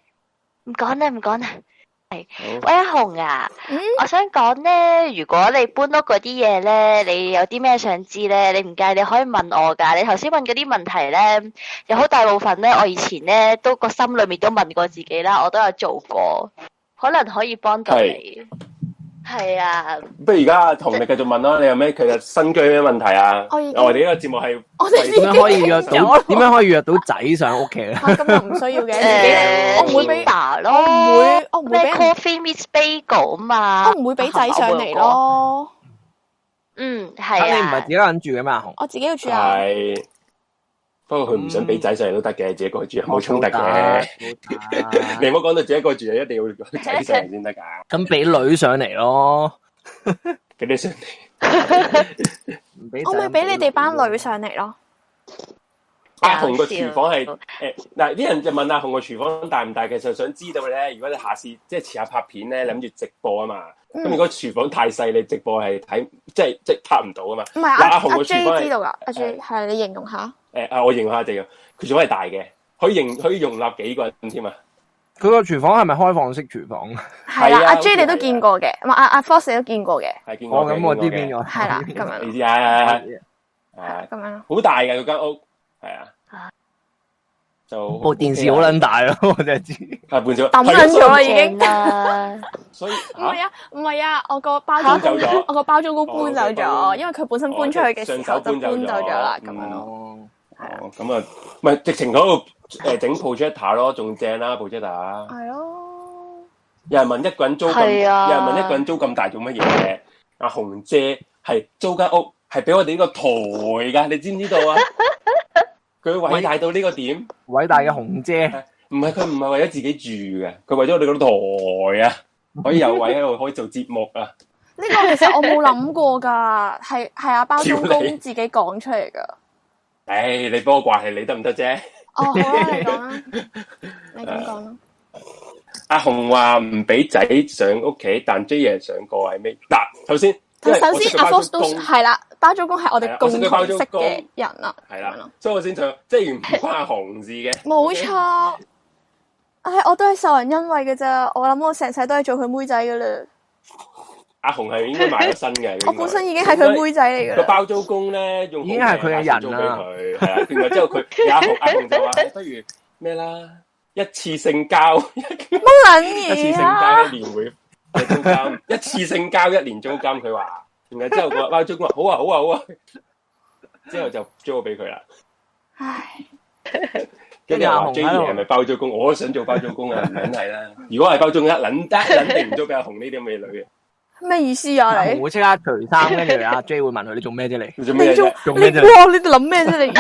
F: 唔講啦，唔講啦。喂，阿紅啊，
E: 嗯
F: 我想講咧，如果你搬屋嗰啲嘢咧，你有啲咩想知咧，你唔介意你可以問我噶。你頭先問嗰啲問題咧，有好大部分咧，我以前咧都個心裏面都問過自己啦，我都有做過，可能可以幫到你。係啊，
C: 不如而家同你繼續問啦，你有咩其實新居有咩問題啊？
E: 我已經
C: 我哋呢個節目係
E: 我哋已
D: 點
E: 經
D: 樣可以約到？
E: 咗
D: 點樣可以約到仔上屋企啊咧？
B: 嚇啊咁又唔需要 (laughs) 嘅，
F: 誒
B: 自己我唔會俾
F: Tinder
B: 我唔
F: 咯，
B: 會我唔會俾
F: 咩
B: 人
F: Coffee Meets Bagel 啊嘛，
B: 我唔會俾仔上嚟。咯，
F: 嗯，
D: 啊
F: 係
D: 你唔係
F: 啊
D: 自己。一個人住嘅嘛？阿紅
B: 我自己要住啊。
C: 係，不過佢唔想俾仔上嚟都得嘅，自己一個住冇衝突
D: 好打
C: 嘅。
D: (laughs)
C: 你唔好講到自己一個住，一定要有仔上嚟先得㗎。
D: 咁俾女上嚟咯，
C: 佢哋上嚟
D: 唔俾仔
B: 我咪俾你哋班女上嚟咯，
C: 阿紅個
F: 搞笑
C: 廚房係誒嗱，啲人就問阿紅個廚房大唔大，其實想知道咧，如果你下次即係遲下拍片咧，諗住直播啊嘛，咁、如果廚房太細，你直播係睇即係即係拍唔到啊嘛。
B: 唔係
C: 嗱
B: 阿
C: 阿紅
B: 阿
C: 個廚房
B: J 知
C: 係
B: 道噶，阿 J 係你形容下，
C: 誒啊，我形容下地啊，佢廚房係大嘅，可以容可以容納幾個人添啊。
D: 佢個廚房係咪開放式廚房？
B: 係
C: 係
B: 啦，
C: 啊
B: 阿
C: 好似
B: J 你都
C: 係啊
B: 見過嘅，唔係阿阿 Fox 你都見過嘅，
C: 係見
D: 我
C: 過嘅
D: 咁我啲邊
C: 見過
D: 咗？
B: 係啦咁樣
C: (laughs) 嘅？你知啊，係
B: 咁樣咯。
C: 好大嘅嗰間屋，係啊，就
D: 部電視好撚大咯，我就係知。
C: 係半小
B: 抌撚咗啦已經
F: (laughs) 正啦，
C: 所以
B: 唔
C: 嚇
B: 係啊，唔係啊，我個包租公
C: 搬走咗，
B: (laughs) 我個包租公
C: 哦
B: 搬走
C: 搬走
B: 咗，因為佢本身搬出去嘅時候就搬走咗啦，咁樣咯。
D: 哦，
E: 係啊
C: 哦，咁啊，唔係直情嗰度诶整 projector 咯，仲正啦 projector。
E: 係咯，
C: 有人問一個人租咁，
F: 係啊
C: 有人問一個人租咁大做乜嘢？阿紅姐係租間屋，係俾我哋呢個台噶，你知唔知道
B: (laughs)
C: 啊？佢偉大到呢個點？
D: 偉大嘅紅姐，
C: 唔係佢唔係為咗自己住嘅，佢為咗我哋嗰個台啊，可以有位喺度，可以做節目啊。
B: 呢個其實我冇諗過㗎，係係阿包租
C: 屌你
B: 公自己講出
C: (laughs)
B: 嚟㗎。
C: 唉，你幫我掛係你得唔得啫？
E: 哦，好
C: 啊
E: 啦，你講啦， (laughs) 你咁講啦，
C: 阿紅話唔俾仔上屋企，但 J 爺上過係咩？嗱，頭先因
B: 咁
C: 為
B: 首
C: 我識
B: 先
C: 佢
B: 阿
C: 包
B: Fox
C: 租
B: 都
C: 公
B: 係啦，包租公係我
C: 係啊
B: 哋
C: 我
B: 共
C: 識
B: 同
C: 佢包租
B: 識
C: 公
B: 嘅人啦，
C: 係
B: 咁樣
C: 啦
B: 咯，，
C: 所以我先想即係唔關阿紅事嘅。 (laughs)
B: 冇錯。唉，我都係受人恩惠嘅咋，我諗我成世都係做佢妹仔㗎啦，
C: 阿紅係應該買咗新嘅，
B: (laughs) 我本身已經係佢妹仔嚟㗎
C: 個
B: 啦。
C: 包租公咧，用
D: 已經係佢嘅人啦
C: 租俾佢，係啊。然後之後佢阿紅阿紅
B: (laughs)
C: 就話：哎不如咩啦，一次性交，一
B: 乜
C: 次
B: 撚
C: 性
B: 嘢啊！
C: 交一年會嘅租金，一次性交一年租金，佢話。然後之後個包租公話：好啊，好啊，好啊。之後就租咗俾佢啦。
E: 唉，
C: 跟住人話
D: 跟
C: J
D: 住阿紅喺度
C: D 係咪包租公？我都想做包租公啊，唔撚係啦。如果係包租公，一撚得，一撚定唔租俾阿紅呢啲咁嘅女嘅。
B: 咩意思啊
D: 阿
B: 你
D: 紅？會即刻除衫，跟住阿 J 會問佢：你做咩啫你？
C: 你做
B: 你
C: 咩
B: 做
C: 啫？
D: 做
B: 你
D: 咩啫
B: 哇！你諗咩啫？你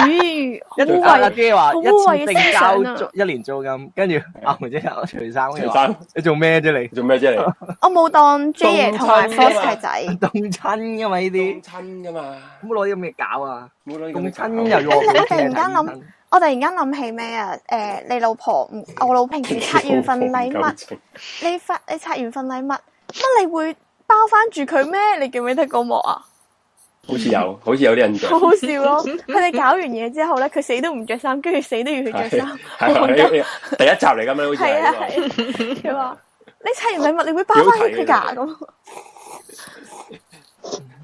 B: 咦，好啊
D: 一阿阿
B: 為
D: J 話
B: 好
D: 一
B: 為
D: 次性
B: 思想
D: 交
B: 啊！
D: 一年租金，跟住阿紅姐又除衫，跟
C: 除
D: 住話
C: 衫，
D: 你做咩啫 (laughs) 你？
C: 你做咩啫？你？
B: 我冇當 J 爺同埋
C: 凍親啊
B: Fox 係仔，
D: 凍親噶嘛呢
C: 凍
D: 啲，
C: 親噶嘛，
D: 咁攞啲咁嘅搞啊！
C: 冇攞
D: 凍
C: 咁
D: 親又要我
B: 我突然間諗
D: 諗，
B: 我突然間諗起咩啊？誒，你老婆唔，我老平時拆完份
C: (laughs)
B: 禮物，你發你拆完份禮物，乜你會包翻住佢咩？你記唔記得嗰幕啊？
C: 好似有，好似有啲印象
B: 好。好笑咯！佢哋搞完嘢之後咧，佢死都唔着衫，跟住死都要佢着衫。
C: 係係係第一集嚟噶嘛，好似
B: 係啊
C: 係呢
B: 係，佢話你拆完禮物，你會包翻佢
C: 幾好睇
B: 㗎
C: 嘅
B: 咁。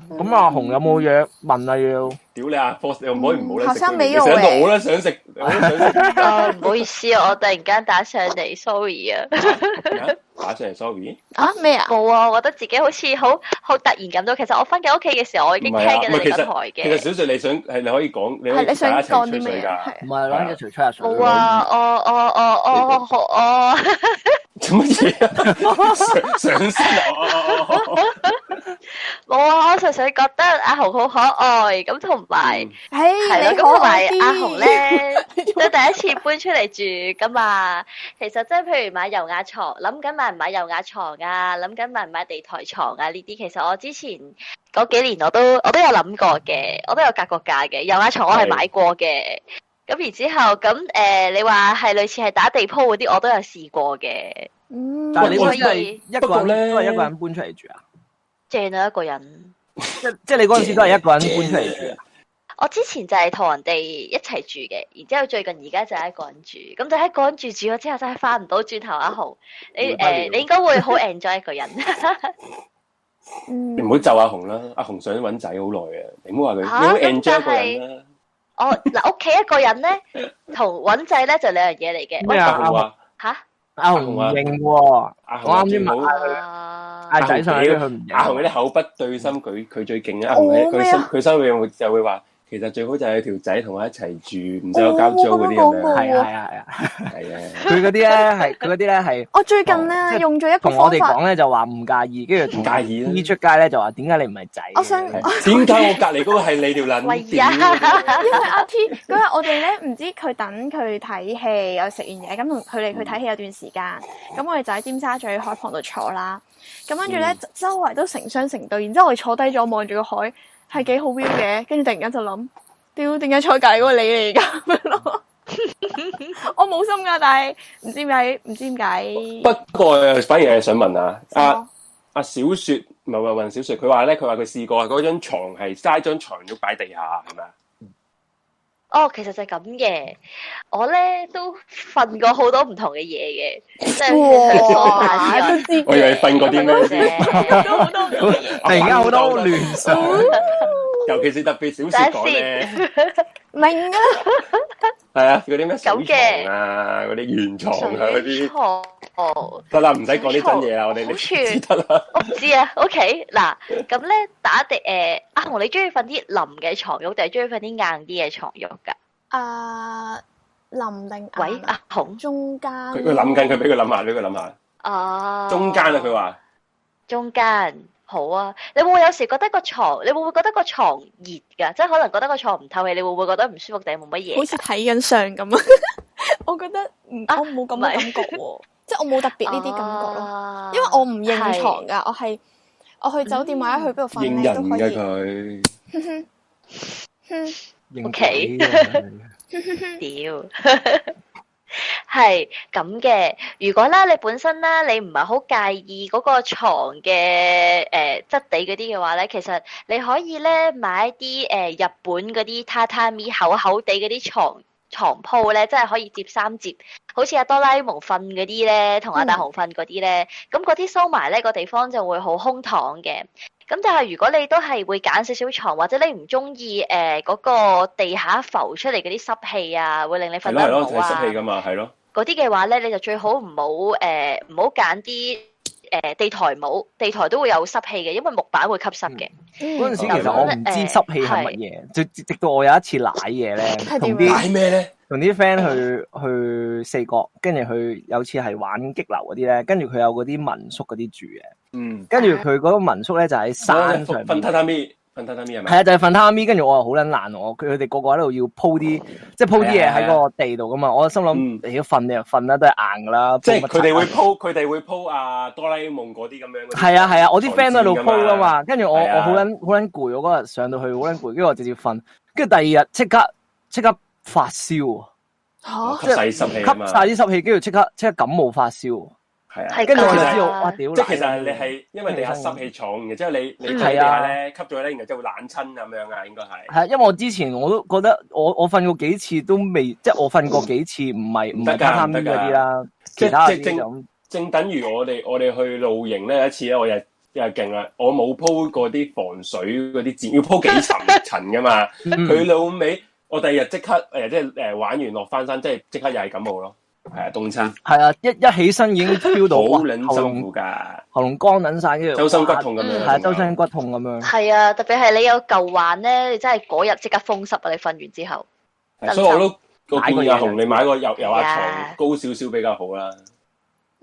D: 咁阿紅有冇嘢問啊？要
C: 個屌你啊，Fox，你可唔可以唔好
B: 嗯
C: 啦？
B: 後生尾
C: 你想
B: 喎
C: 到
B: 喂
C: 我都想食，我都想食 (laughs)
F: 啊唔好意思啊，我突然間打上嚟
B: (laughs)
F: ，sorry 啊。
C: 啊。打上嚟，sorry，
B: 啊咩啊？
F: 冇啊，我覺得自己好似好好突然咁到。其實我翻緊屋企嘅時候，我已
C: 唔
F: 經聽
C: 係啊，
F: 緊
C: 唔係
F: 你
C: 其
F: 個台
C: 實其實
F: 嘅。
C: 小說你想係你可以講，你可
B: 係
C: 以
B: 你想
C: 大家一
B: 講
C: 齊
B: 啲
C: 吹水
B: 咩啊？
C: 㗎。
B: 係
D: 唔係
C: 係
D: 咯？
C: 啊
D: 一除出下水。
F: 冇啊，我我我我我我 (laughs)
C: 做乜嘢 (laughs) 啊？上上身啊！哦哦哦哦哦
F: 冇啊！我純粹覺得阿紅好可愛，咁同埋係
D: 哎
B: 唉，你
F: 咯，
B: 可
F: 咁同埋
B: 愛啲
F: 阿紅咧，都第一次搬出嚟住噶嘛。其實即係譬如買油壓床，諗緊買唔買油壓床啊，諗緊買唔買地台床啊呢啲，其實我之前嗰幾年我都我都有諗過嘅，我都有格過價嘅。油壓床我係
C: 係
F: 買過嘅。咁然之後，咁誒、呃你話係類似係打地鋪嗰啲，我都有試過嘅，
B: 嗯，
D: 但係你
F: 所
D: 嗰
F: 以
D: 陣係
C: 不
D: 一個
C: 過
D: 人，
C: 咧
D: 都係一個人搬出嚟住啊？
F: 正啊一個人。
D: 即即係你嗰陣時都係一個人搬出嚟住啊？
F: 我之前就係同人哋一齊住嘅，然之後最近而家就係一個人住，咁就係一個人住住咗之後真係翻唔到轉頭阿豪，你
D: 回
F: 誒、
D: 不了
F: 你應該會好 enjoy 一個人，
C: 你
D: 嗯
C: 唔好咒阿紅啦，阿紅想揾仔好耐啊，你唔好話佢，
F: 啊
C: 你
F: 咁
C: 應該 enjoy 一
F: 但
C: 個
F: 係
C: 人啦。
F: 我哦嗱屋企一個人咧同揾仔咧就兩樣嘢嚟嘅，
D: 咩
C: 阿
D: 啊
F: 揾
C: 紅話
F: 嚇
D: 阿紅唔認喎，
C: 阿紅
D: 我
C: 話
D: 啱先
C: 最好
D: 問
F: 啊
D: 阿仔上去佢唔
C: 阿紅嗰
D: 認。
C: 啲口不對心，佢佢最勁啊！阿紅
B: 我
C: 佢
B: 咩
C: 心
B: 啊
C: 佢心裏面會就會話，其實最好就係有條仔同我一齊住，唔使有
B: 我
C: 交租嗰啲咁
B: 冇咁
C: 樣。
D: 係啊係啊係啊！
C: 係啊，
D: 佢嗰啲咧係佢嗰啲咧係
B: 我最近
D: 哦即
B: 咧
D: 係
B: 用咗一個
D: 同我
B: 方
D: 哋
B: 法，
D: 講咧就話唔介意，跟住
C: 唔介意啊
D: 呢出街咧就話點解你唔係仔？
B: 我想
C: 係啊點解我隔離嗰個係你條
F: (laughs) 喂
C: 撚
F: 呀
C: 點？
B: 因為
D: (laughs)
B: 阿 T 嗰日我哋咧唔知佢等佢睇戲，又食完嘢咁同佢哋去睇戲有段時間，咁我哋就喺尖沙咀海旁度坐啦，咁跟住咧
D: 嗯
B: 周圍都成雙成對，然之後我哋坐低咗望住個海係幾好 view 嘅，跟住突然間就諗，屌點解坐隔離嗰個你嚟㗎咁樣
D: (laughs)
B: 咯？我冇心㗎，但係唔知點解，唔知點解。
C: 不過呃反而係想問啊，
B: 什
F: 哦
C: 阿
B: 麼
C: 阿小雪唔係話雲小雪，佢話咧佢話佢試過嗰張床係嘥張床褥擺地下係咪啊？
F: (laughs) 哦，其實就係咁嘅，我咧都瞓過好多唔同嘅嘢嘅，即係上梳化之外，
B: 知
C: 我以為瞓過啲咩
F: (laughs)
C: 先，
F: 啫。
B: 都好多唔同嘅嘢。
D: 突然間好多亂想，
C: 尤其是特別小雪講咧。
F: (laughs)
B: 明啊，
C: 系啊，嗰啲咩水
F: 咁嘅
C: 床啊，嗰啲原床啊，嗰
F: 水
C: 啲
F: 床
C: 得啦，唔使講呢真嘢啦，我哋
F: 好
C: 你
F: 串
C: 知得啦。
F: 我唔知啊，OK 嗱，咁咧打地誒、呃阿紅，你中意瞓啲腍嘅床褥定係中意瞓啲硬啲嘅床褥㗎？
B: 啊林定
F: 喂，
B: 晏啊
F: 阿紅
B: 中間佢
C: 佢佢諗緊，佢俾佢諗下，俾佢諗下。
F: 啊，
C: 中間啊，佢話
F: 中間好啊！你會唔會有時覺得個床，你會唔會覺得個床熱㗎？即係可能覺得個床唔透氣，你會唔會覺得唔舒服定係冇乜嘢
B: 好
F: 㗎？
B: 似睇緊相 (laughs) 咁啊！我覺得唔，
F: 啊
B: 我冇咁嘅
F: 唔
B: 感
F: 係
B: 覺喎，即係我冇特
F: À.
B: 別呢啲感覺咯。
F: 咯
B: 因為我唔認床㗎，我係我去酒店或者去邊度瞓
C: 認
B: 咧都
C: 人
B: 可
C: 嘅
B: 以。
C: 佢，
D: 應
F: OK
D: 幾樣
F: 屌， (laughs) 係咁嘅。如果啦，你本身啦，你唔係好介意嗰個床嘅誒質地嗰啲嘅話咧，其實你可以咧買啲誒、呃日本嗰啲榻榻米厚厚地嗰啲床床鋪咧，真係可以摺三摺。好似阿哆啦 A 夢瞓嗰啲咧，同阿大雄瞓嗰啲咧，咁嗰啲收埋咧個地方就會好空蕩嘅。咁但係如果你都係會揀少少床，或者你唔中意誒嗰個地下浮出嚟嗰啲濕氣啊，會令你
C: 係
F: 瞓
C: 咯係
F: 得
C: 咯，
F: 唔
C: 睇
F: 好啊
C: 濕。氣噶嘛，係咯。
F: 嗰啲嘅話咧，你就最好唔好誒唔好揀啲誒地台帽，地台都會有濕氣嘅，因為木板會吸濕嘅。
D: 嗰陣時
B: 嗯
C: (laughs)
D: 其實我唔知濕氣係乜嘢，直直到我有一次舐嘢咧，
B: 係點
D: 同啲
B: 啊
C: 解咩咧？
D: 同啲 friend 去去四角，跟住佢有次係玩激流嗰啲咧，跟住佢有嗰啲民宿嗰啲住嘅，
C: 嗯，
D: 跟住
B: 啊
D: 佢嗰個民宿咧就喺山上
C: 瞓瞓榻
D: 邊。
C: 榻米，瞓榻榻米係
D: 係
C: 咪？
D: 啊，就係瞓榻咪，跟住我又好撚爛我，佢佢哋個個喺度要鋪啲，
C: 哦
D: 即係鋪啲嘢喺個地度噶嘛。我心
C: 嗯
D: 諗，你要瞓你就瞓啦，都係硬噶啦。
C: 即係
D: 鋪乜柒
C: 佢
D: 啊
C: 哋會鋪，佢哋會鋪啊哆啦 A 夢嗰啲咁樣嗰啲。
D: 係啊係啊，我啲 friend 都喺度
C: 台墊
D: po
C: 㗎
D: 噶嘛，跟住我
C: 係啊
D: 我好撚好撚攰，我嗰日上到去好撚攰，跟住我直接瞓，跟住第二日即刻即刻發燒啊，
F: 哦
B: 嚇
C: 吸晒濕氣
D: 吸
C: 啊嘛。
D: 晒啲濕氣，跟住即刻即刻感冒發燒，
C: 係啊，
F: 係
D: 跟住我就
F: 㗎
D: 知道哇屌！
C: 即係其實你係因為地下濕氣重，然之後你你喺地下咧吸咗咧，然後就會冷親咁樣啊，應該係。
D: 嗯啊係，因為我之前我都覺得我我瞓過幾次都未，即係我瞓過幾次唔係唔
C: 唔
D: 係
C: 得㗎
D: 榻榻米
C: 唔
D: 嗰
C: 得㗎
D: 啲啦，
C: 即
D: 其他嗰
C: 即
D: 啲就咁
C: 正等於我哋我哋去露營咧，有一次咧，我又又勁啦，我冇鋪過啲防水嗰啲墊，要鋪幾層層噶嘛。
D: 嗯
C: 佢老尾，我第二日即刻
F: 呃
C: 誒，即係誒玩完落翻山，即係即刻又係感冒咯，係啊，凍親，
D: 係啊，一一起身已經 feel 到
C: 好
D: 哇
C: 撚
D: 喉
C: 辛
D: 嚨
C: 苦噶，
D: 喉嚨乾撚晒，跟住
C: 周身骨
D: 哇
C: 痛咁
F: 嗯
C: 樣。
D: 係啊，周身骨痛咁樣。
F: 係啊，特別係你有舊患咧，你真係嗰日即刻風濕啊！你瞓完之後，
C: 係所以我都我
D: 買
C: 建
D: 個
C: 議阿
D: 嘢
C: 紅你買個油油壓床
F: 係啊
C: 高少少比較好啦。
B: Ừ.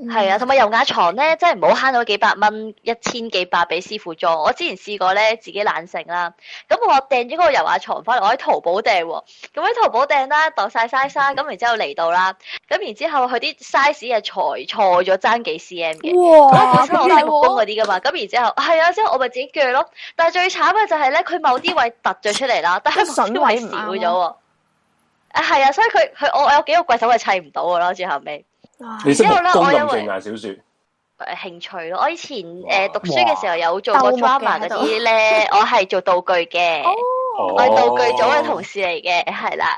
B: 嗯
F: 係啊，同埋油壓床咧，真係唔好慳到幾百蚊、一千幾百俾師傅裝。我之前試過咧，自己懶醒啦，咁我訂咗個油壓床翻嚟，我喺淘寶訂喎。咁喺淘寶訂啦，度晒 size 啦，咁然之後嚟到啦，咁然之後佢啲 size 啊係裁錯咗爭幾 cm 嘅。
B: 哇！
F: 本身我係
B: 咁
F: 木工嗰
B: 我
F: 啲噶嘛，咁然之後係啊，之後我咪自己鋸咯。但係最慘嘅就係咧，佢某啲位突咗出嚟啦，但係某啲位少咗喎。啊，係啊，所以佢佢我我有幾個櫃手係砌唔到嘅咯，最後尾
C: 你識木
F: 之
C: 工
F: 後咧
C: 定
F: 我啊因為
C: 定啊小雪？
F: 誒興呃趣咯。我以前
C: 哇
F: 誒讀書嘅時候有做
B: 鬥
F: 過
B: 木嘅
F: drama
B: 喺
F: 嗰
B: 度
F: 啲咧，我係做道具嘅，
C: 哦
F: 我係道具組嘅同事嚟嘅，係啦。
C: 啊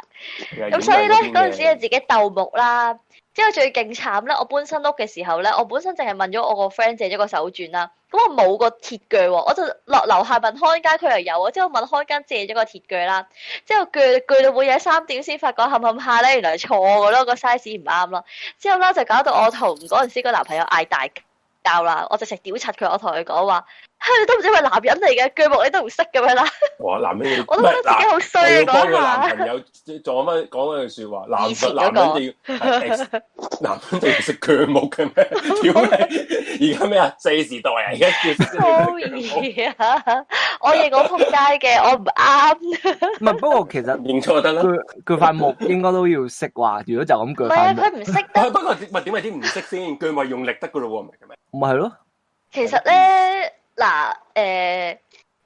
F: 咁所以咧嗰陣時係自己鬥木啦，之後最勁慘咧，我搬新屋嘅時候咧，我本身淨係問咗我個 friend 借咗個手轉啦，咁我冇個鐵鋸喎，我就落樓下問看家，佢又有啊，之後問看家借咗個鐵鋸啦，之後鋸鋸到半夜三點先發覺冚冚下咧，原來係錯嘅咯，個 size 唔啱咯，之後咧就搞到我同嗰陣時個男朋友嗌大交啦，我就成日屌柒佢，我同佢講話。哈你都唔知佢男人嚟嘅，鋸木你都唔識咁樣啦，
C: 哇男人要
F: 我都
C: 唔係
F: 覺得自己
C: 嗱
F: 好
C: 我
F: 衰
C: 要
F: 啊
C: 幫佢
F: 嗰
C: 男
F: 下。
C: 朋友撞翻講翻句說話，
F: 以前
C: 男
F: 嗰
C: 男人
F: 個
C: 就要係
F: (laughs)
C: 男人就要識鋸木嘅咩？屌你！而家咩啊？四時代啊！而家叫識
F: 哦
C: 鋸木，
F: sorry (laughs) 啊，我認我仆街嘅，我唔啱。
D: 唔係，不過其實
C: 認錯就得啦。
D: 佢佢塊木應該都要識話，如果就咁
F: 唔
D: 鋸
F: 係啊，
D: 塊木，
F: 佢唔識
C: 喂
F: 得。
C: 不過咪點為之唔識先？鋸木用力得噶咯喎，唔係嘅咩？
D: 唔係咯？
F: 其實咧，嗱，誒，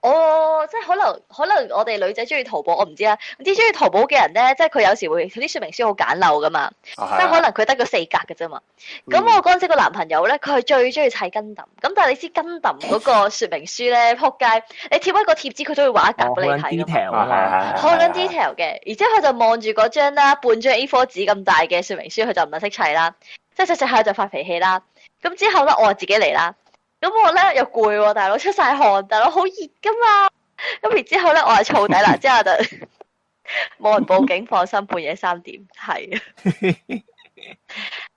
F: 我即係可能可能我哋女仔中意淘寶，我唔知啊。啲中意淘寶嘅人咧，即係佢有時會佢啲說明書好簡陋噶嘛，
C: 啊
F: 即係嗯
C: 係
F: 可
C: 啊
F: 能佢得個四格嘅啫嘛。咁我嗰陣時個男朋友咧，佢係最中意砌根揼。咁但係你知根揼嗰個說明書咧，仆街，你貼一個貼紙，佢都會畫一
D: 哦，
F: 格
D: 好
F: 俾你
D: 撚
F: 睇㗎
D: detail
F: 嘛
C: 啊係啊係啊
D: 啊
C: 係啊
F: 好撚 detail 嘅，而之後佢就望住嗰張啦，半張 A4 紙咁大嘅說明書，佢就唔係識砌啦，即係砌砌下就發脾氣啦。咁之後咧，我就自己嚟啦。咁我咧又攰喎，大佬出晒汗，大佬好熱噶嘛。咁然之後咧，我係燥底啦，之後就 (laughs) 冇人報警，放心，半夜三點，係。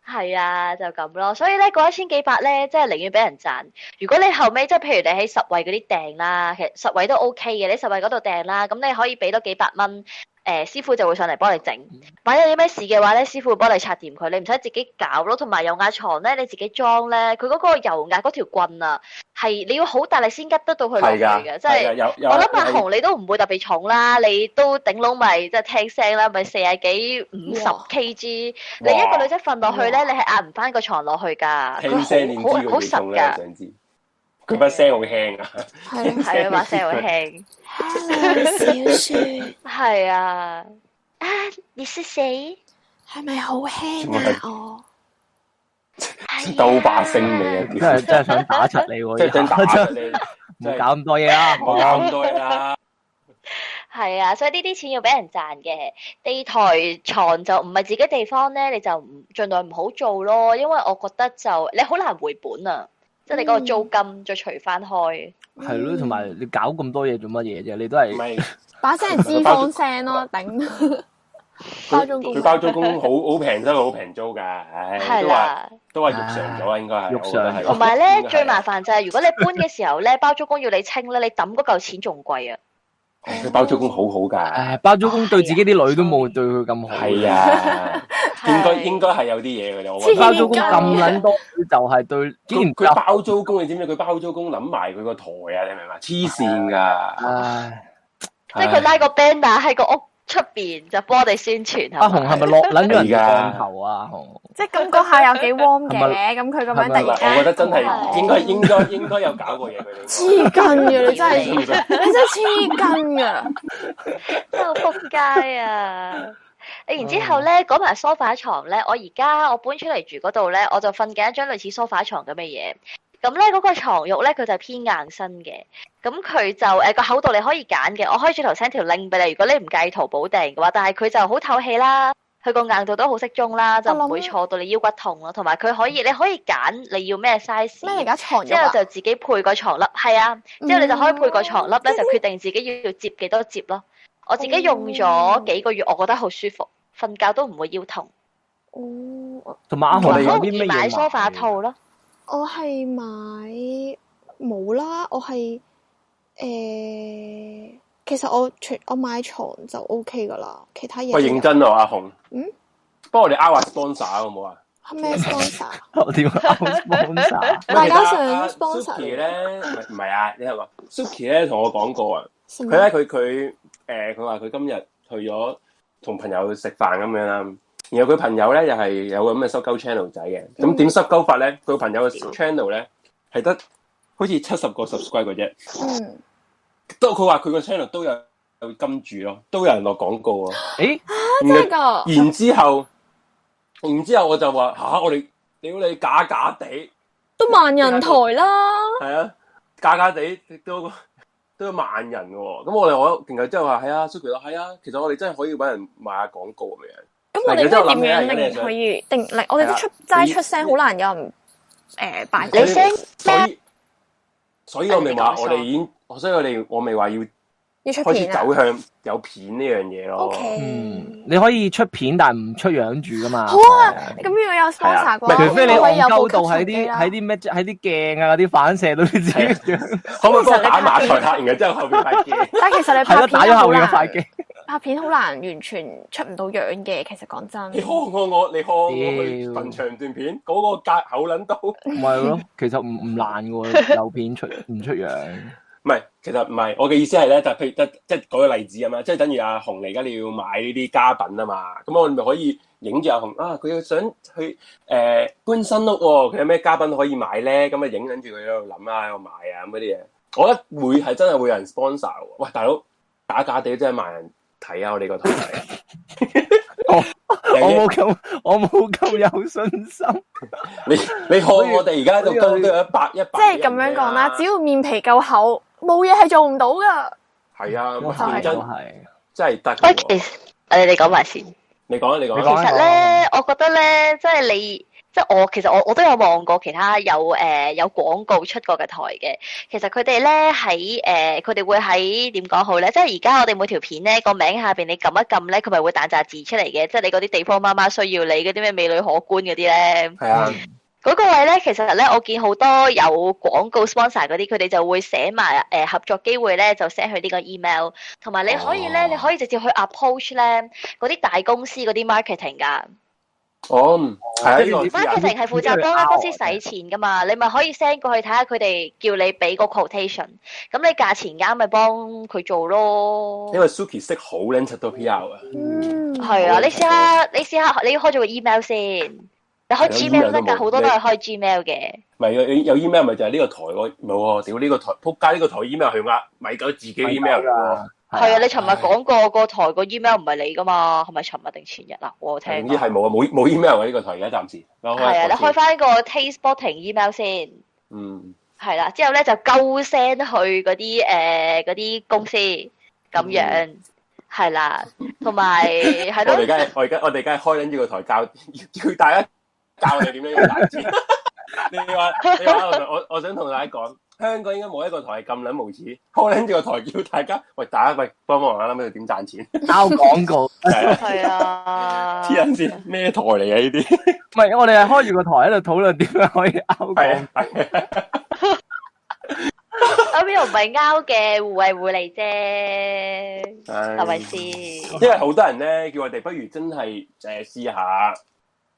F: 係啊，就咁咯。所以咧，嗰一千幾百咧，即係寧願俾人賺。如果你後尾即係譬如你喺十位嗰啲訂啦，其實十位都 OK 嘅，你十位嗰度訂啦，咁你可以俾多幾百蚊诶、師傅就會上嚟幫你整。
C: 嗯
F: 萬一有啲咩事嘅話咧，師傅會幫你拆掂佢，你唔使自己搞咯。同埋油壓床咧，你自己裝咧，佢嗰個油壓嗰條棍啊，係你要好大力先拮得到佢落
C: 係
F: 去
C: 㗎，
F: 嘅，即係
C: 係㗎有有
F: 我諗阿
C: 係
F: 紅你都唔會特別重啦，你都頂籠咪即係聽聲啦，咪四啊幾五十
B: 哇
F: kg。你一個女仔瞓落去咧，
B: 哇
F: 你係壓唔翻個床落去㗎，
C: 聽聲練
F: 佢
C: 知
F: 好好
C: 佢
F: 好
C: 幾
F: 實
C: 重咧，我
F: 㗎，
C: 想知佢把聲好輕啊，
B: 係啊
F: 係啊，把聲好輕。
E: Hello，小雪，
F: 係啊，啊，你是誰？
E: 係咪好輕
C: 點解
E: 啊？我
C: 鬥霸聲嚟啊！
F: 啊！
C: 屌
D: 真系真系想打柒你
C: (laughs)
D: 喎，
C: 即係想打
D: 真係
C: 你，
D: 唔
C: 真係
D: 好搞咁多嘢啦，
C: 唔好搞咁多
D: (laughs)
C: 嘢啦。
F: 係啊，所以呢啲錢要俾人賺嘅。地台床就唔係自己地方咧，你就唔盡量唔好做咯，因為我覺得就你好難回本啊，即係你嗰個租金再除翻開。
D: 系咯，同埋你搞咁多嘢做乜嘢啫？你都
C: 唔
D: 係
C: 係
B: 把聲係脂肪聲咯，頂包租公
C: 佢包租公好好平，真係好平租㗎。唉，
F: 係
C: 都話
F: 啦。
C: 都話肉上咗啦，應該係
D: 肉上
C: 我覺 (laughs) 得係啊
F: 同埋咧，最麻
C: 應
F: 煩就係如果你搬嘅時候咧，包租公要你清咧，你抌嗰嚿錢仲貴啊！
C: 該係佢包租公好好㗎，
D: 唉，包租公對自己啲女都冇對佢咁好。
C: 係，啊，應該
F: 係
C: 應該係有啲嘢㗎啫。我覺
B: 黐
C: 得
D: 包租公咁撚多，就係對竟
C: 佢
D: 然
C: 佢包租公，你知唔知？佢包租公諗埋佢個台啊！你明唔明啊？黐線㗎，
D: 唉，
F: 即係佢拉個 banner 喺個屋出邊就幫我哋宣傳
C: 啊
D: 阿
F: 係
D: 紅
F: 咪？
D: 係咪落撚咗人
C: 係㗎
D: 降頭啊？阿紅
B: 即係咁嗰下有幾 warm
D: 係
B: 嘅，
D: 咪
B: 咁佢咁
D: 係咪
B: 樣突
C: 嗱
B: 然
C: 我覺
B: 間
C: 得真係應該應該應該有搞過嘢佢哋。
B: 黐筋嘅，你真係
F: 黐
B: 你真係黐筋嘅，
F: (laughs) 真係好仆街啊！然之後咧，講埋 sofa 床咧，我而家我搬出嚟住嗰度咧，我就瞓緊一張類似 sofa 床咁嘅嘢。咁咧嗰個床褥咧，佢就係偏硬身嘅。咁佢就誒個厚度你可以揀嘅，我可以轉頭 send 條 link 俾你。如果你唔計淘寶訂嘅話，但係佢就好透氣啦，佢個硬度都好適中啦，就唔會錯到你腰骨痛咯。同埋佢可以，你可以揀你要咩 size。
B: 咩嚟㗎？床
F: 之
B: 褥
F: 後
B: 啊？
F: 哦就自己配個床笠，係啊，之後你就可以配個床笠咧，
B: 嗯
F: 就決定自己要接幾多接咯。我自己用咗幾個月，我覺得好舒服，瞓覺都唔會腰痛。
B: 哦，
D: 同埋阿
F: 同
D: 紅
F: 埋
D: 有
F: 好容
D: 啲
F: 易
D: 咩
F: 買
D: 嘢啊
F: sofa 套咯，
E: 我係買冇啦，我係誒，其實我全我買床就 O K 噶啦，其他嘢
C: 喂，
E: 都有
C: 認真啊喎，阿紅。
E: 嗯。
C: 幫我哋 out 下 sponsor 好唔好啊？
E: 係
C: (laughs)
E: 咩 sponsor？
D: (laughs) 我點解
F: (laughs)
D: sponsor？
B: 大家
C: 其實
B: 想
C: 啊
B: sponsor
C: Suki 咧，唔係唔係啊，你係話 Suki 咧同我講過啊，
B: 嗯
E: 什
C: 佢
E: 麼
C: 咧佢佢誒佢話佢今日去咗同朋友食飯咁樣啦，然後佢朋友咧又係有個咁嘅收鳩 channel 仔嘅，
B: 嗯
C: 咁點收鳩法咧？佢朋友嘅 channel 咧係得好似七十個 subscribe 嘅啫，
E: 嗯，
C: 都佢話佢個 channel 都有有金主咯，都有人落廣告喎。
D: 誒，
C: 然後
B: 啊真係㗎，
C: 然之後，然之後我就話吓、我哋屌你假假地，係
B: 都萬人台啦。
C: 啊，假假地都都有萬人嘅喎。咁我哋我然後之後話係啊，Suki 話係啊，其實我哋真係可以揾人賣下廣告咁樣。
B: 咁我哋
C: 嗱
B: 都
C: 如果
B: 點
C: 真係諗起啊
B: 樣
C: 咧
B: 令可以定力？我哋都出
C: 係啦
B: 齋出聲，好難有人誒擺
F: 你
C: 所以
F: send
C: 所以所以我咪話
F: 你講
C: 我哋已經，所以我哋我咪話要
B: 要出
C: 開始
B: 片啊
C: 走向有片呢樣嘢咯。
B: ！O K，
D: 嗯，你可以出片但係唔出樣住噶嘛？
B: 好啊
D: 係！
B: 咁如果有 sponsor 嘅
C: 係啊
B: 話，
D: 除非你
B: 哦可以
D: 戇
B: 有部
D: 鳩
B: 吸
D: 到喺
B: 塵機啊
D: 啲
B: 啦
D: 喺。啲咩喺啲鏡啊嗰啲反射到你自己嘅樣，
C: 可唔可以幫我打馬賽克？然後之後後邊拍嘅。
B: 但係其實你
D: 係
B: 拍
D: 咯，
B: 片
D: 打咗
B: 啊
D: 下
B: 好
D: 會有
B: 難，
D: 塊鏡。
B: 拍片好難完全出唔到樣嘅。其實講真，
C: 你看我我，你看我去
D: 屌
C: 墳場段片，嗰、個隔口撚刀。
D: 咪係咯，其實唔唔難喎，有片出唔出樣？
C: 唔係，其實唔係，我嘅意思係咧，就譬如即即係舉個例子咁樣，即係等於阿紅嚟，而家你要買呢啲家品啊嘛，咁我哋咪可以影住阿紅啊，佢想去誒、呃搬新屋喎、佢有咩家品可以買咧？咁啊影緊住佢喺度諗啊，喺度買啊咁嗰啲嘢，我覺得會係真係會有人 sponsor 喎。喂，大佬假假地真係萬人睇啊！我哋個
F: (laughs)
C: 台，
B: 哦
C: 啊
D: 我冇咁，我冇咁有信心。
C: 你你看我哋而家就都都有一百一
B: 即
C: 百，
B: 係咁樣
C: 啊
B: 講啦，只要面皮夠厚，冇嘢係做唔到噶。
C: 係啊，
D: 都
C: 認
D: 係
C: 真
D: 都係，
C: 真係得嘅
F: 喂，哎其
C: 喎。
F: 實誒你講埋先。
C: 你講啊，你講
D: 你
C: 啊
D: 講
F: 其實咧，我覺得咧，即係你，即係我其實我我都有望過其他有誒、呃有廣告出過嘅台嘅。其實佢哋咧喺誒，佢哋會喺點講好咧？即係而家我哋每條片咧個名下邊你撳一撳咧，佢咪會彈扎字出嚟嘅。即係你嗰啲地方媽媽需要你嗰啲咩美女可觀嗰啲咧。
C: 係啊，
F: 嗰個位咧，其實咧，我見好多有廣告 sponsor 嗰啲，佢哋就會寫埋誒、呃合作機會咧，就 send 去呢個 email，同埋你可以咧，
C: 哦
F: 你可以直接去 approach 咧嗰啲大公司嗰啲 marketing 㗎。
C: 哦，嗯係啊，呢個我知啊
F: marketing 係負責幫間公司使錢噶嘛，你咪可以 send 過去睇下佢哋叫你俾個 quotation，咁你價錢啱咪幫佢做咯
C: 因。為 Suki 識好撚柒多 PR 啊，
E: 嗯，
F: 係啊，你試下，你試下，你要開咗個 email 先，你開
C: 係啊 email
F: Gmail 得
C: 都冇
F: 㗎，好多都係開 Gmail 嘅。
C: 唔係有有有 email 咪就係呢個台喎，冇喎，屌呢個台，仆街呢個台 email 係呃米狗自己 email 喎，
F: 係啊，
D: 係
F: 你尋日講過個台個 email 唔係你噶嘛？係咪尋日定前日啊？我
C: 總
F: 聽過
C: 之係冇啊，冇冇 email 啊呢個台而家暫時，係
F: 係啊，你開，翻個 Taste Spotting email 先，
C: 嗯，
F: 係啦，之後咧就鳩 send 去嗰啲誒嗰啲公司咁樣，係啦，同埋係
C: 我哋而
F: 咯，
C: 家係我而家我哋而家係開緊呢個台教， (laughs) 要大家教我哋點樣用大字。 (laughs) 你話你話我我我想同大家講，香港應該冇一個台係咁撚無恥，開緊呢個台叫大家喂大家喂幫幫我諗喺度點賺
F: (laughs)
C: 錢，
D: 包廣告，唔
C: 係啊
F: 係啊，
C: 黐撚線咩台嚟嘅呢啲？
D: 係我哋係開住個台喺度討論點樣可以包
C: 係
D: 廣
C: 啊係啊。
F: 咁又唔係拗嘅，互惠互利啫，係
C: 係
F: 咪先？
C: 因為好多人咧叫我哋不如真係誒試下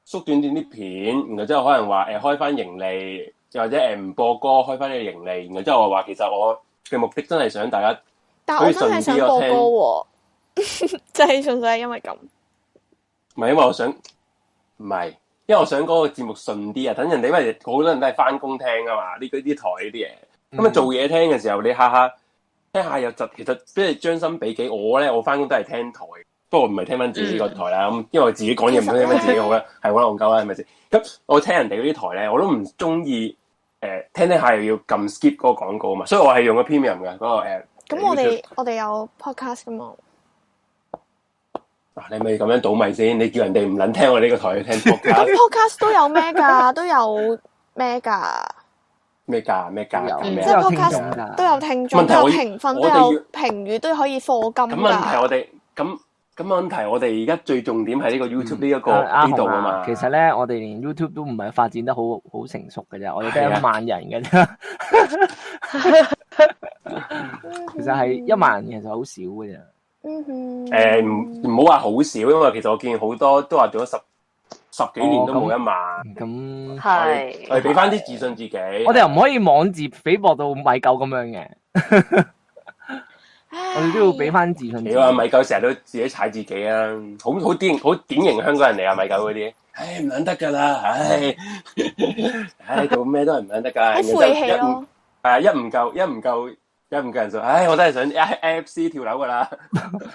C: 縮短短啲片，然後之後可能話誒、呃、開翻盈利，又或者呃誒唔、播歌開翻呢個盈利，然後之後我話其實我嘅目的真係想大家
B: 但我真係想播歌喎， (laughs) 即係純粹係因為咁。
C: 唔係因為我想唔係，因為我想嗰個節目順啲啊，等人哋因為好多人都係翻工聽啊嘛，呢啲啲台呢啲嘢。咁啊
D: 嗯
C: 做嘢聽嘅時候，你下下聽下又窒，其實即係將心比己。我咧，我翻工都係聽台，不過我唔係聽翻自己個台啦。咁、
B: 嗯
C: 因為我自己講嘢唔通聽翻自己好啦，係好啦，戇鳩啦，係咪先？咁我聽人哋嗰啲台咧，我都唔中意誒聽聽下又要撳 skip 嗰個廣告啊嘛，所以我係用咗 premium 嘅嗰、個呃誒。
B: 咁我哋我哋有 podcast 噶嘛？
C: 嗱，啊你咪咁樣倒米先，你叫人哋唔撚聽我呢個台去聽
B: 咁 (laughs)
C: podcast
B: podcast 都有咩
D: (laughs)
B: 㗎？都有咩㗎？
C: 咩價咩價
D: 有
C: 咩
B: 即
D: 咩
B: 係
C: 啊？
D: 有聽眾
B: podcast
D: 㗎
B: 都有聽眾，
C: 問題
B: 都
C: 我
B: 有
C: 要
B: 評分，都
C: 我哋要
B: 有評語，都可以課
C: 咁
B: 金
C: 問題
B: 㗎。
C: 我哋咁咁問題我哋而家最重點係呢個 YouTube 呢一個
D: 阿
C: 呢度
D: 紅
C: 啊
D: 啊
C: 嘛。，
D: 其實咧，我哋連 YouTube 都唔係發展得好好成熟嘅啫，我哋得
C: 係啊
D: 一萬人嘅啫。其實係一萬人，其實好少嘅啫。
B: 嗯哼，
C: 誒唔唔好話好少，因為其實我見好多都話做咗十十幾年都冇一萬。
D: 咁
C: 我哋
F: 係
C: 我哋俾翻啲自信自己。
D: 我
C: 我
D: 哋又唔可以妄自菲薄到米狗咁樣嘅，我哋都要俾翻自信自己。
C: 你話米狗成日都自己踩自己啊，好好典好典型香港人嚟啊！米狗嗰啲，唉唔撚得㗎啦，唉唉做咩都係唔撚得㗎。
B: 唉好晦氣
C: 然後
B: 咯。
C: 一唔係啊一唔夠一唔夠一唔夠人數，唉我都係想 AFC 跳樓㗎啦。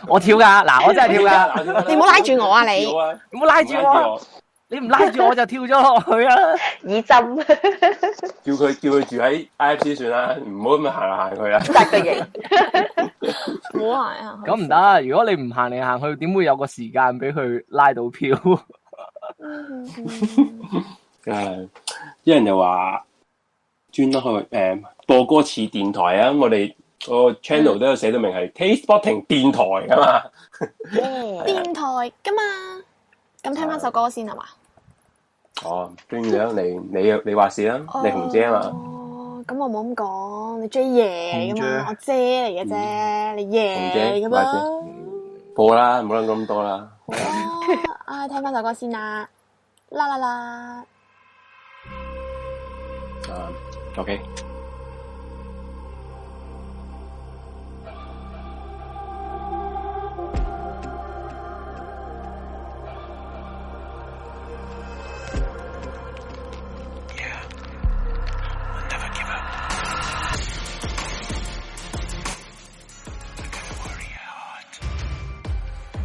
D: 我跳㗎，嗱，我真係跳㗎，
B: 你唔好拉住我啊你
C: 跳啊
D: 你唔好拉住
C: 唔啊拉住
D: 我，
C: 我
D: 你唔拉住我就跳咗落去啊！
F: 以針 (laughs)
C: 叫佢叫佢住喺 IFC 算啦，唔好咁樣行嚟行去啦。
F: 殺個型，
B: 唔好行啊！
D: 咁唔得，如果你唔行嚟行去，點會有個時間俾佢拉到票？ (laughs)
B: 嗯哼，
C: 誒，啲呃人呃又話專登去誒、呃播歌似電台啊！我哋個 channel 都有寫到明係 Taste Spotting 電台噶嘛。
B: 電台噶嘛，咁聽翻首歌先係嘛？
C: 哦，端樣你你你話事啦，你紅姐啊嘛，
B: 哦，咁我冇咁講，你追爺嚟噶嘛？
D: 紅姐
B: 我姐嚟嘅啫，你爺嚟噶嘛？
C: 播啦，唔好諗咁多啦。
B: 好啦，啊，聽翻首歌先啦，啦啦啦，
C: 啊，OK。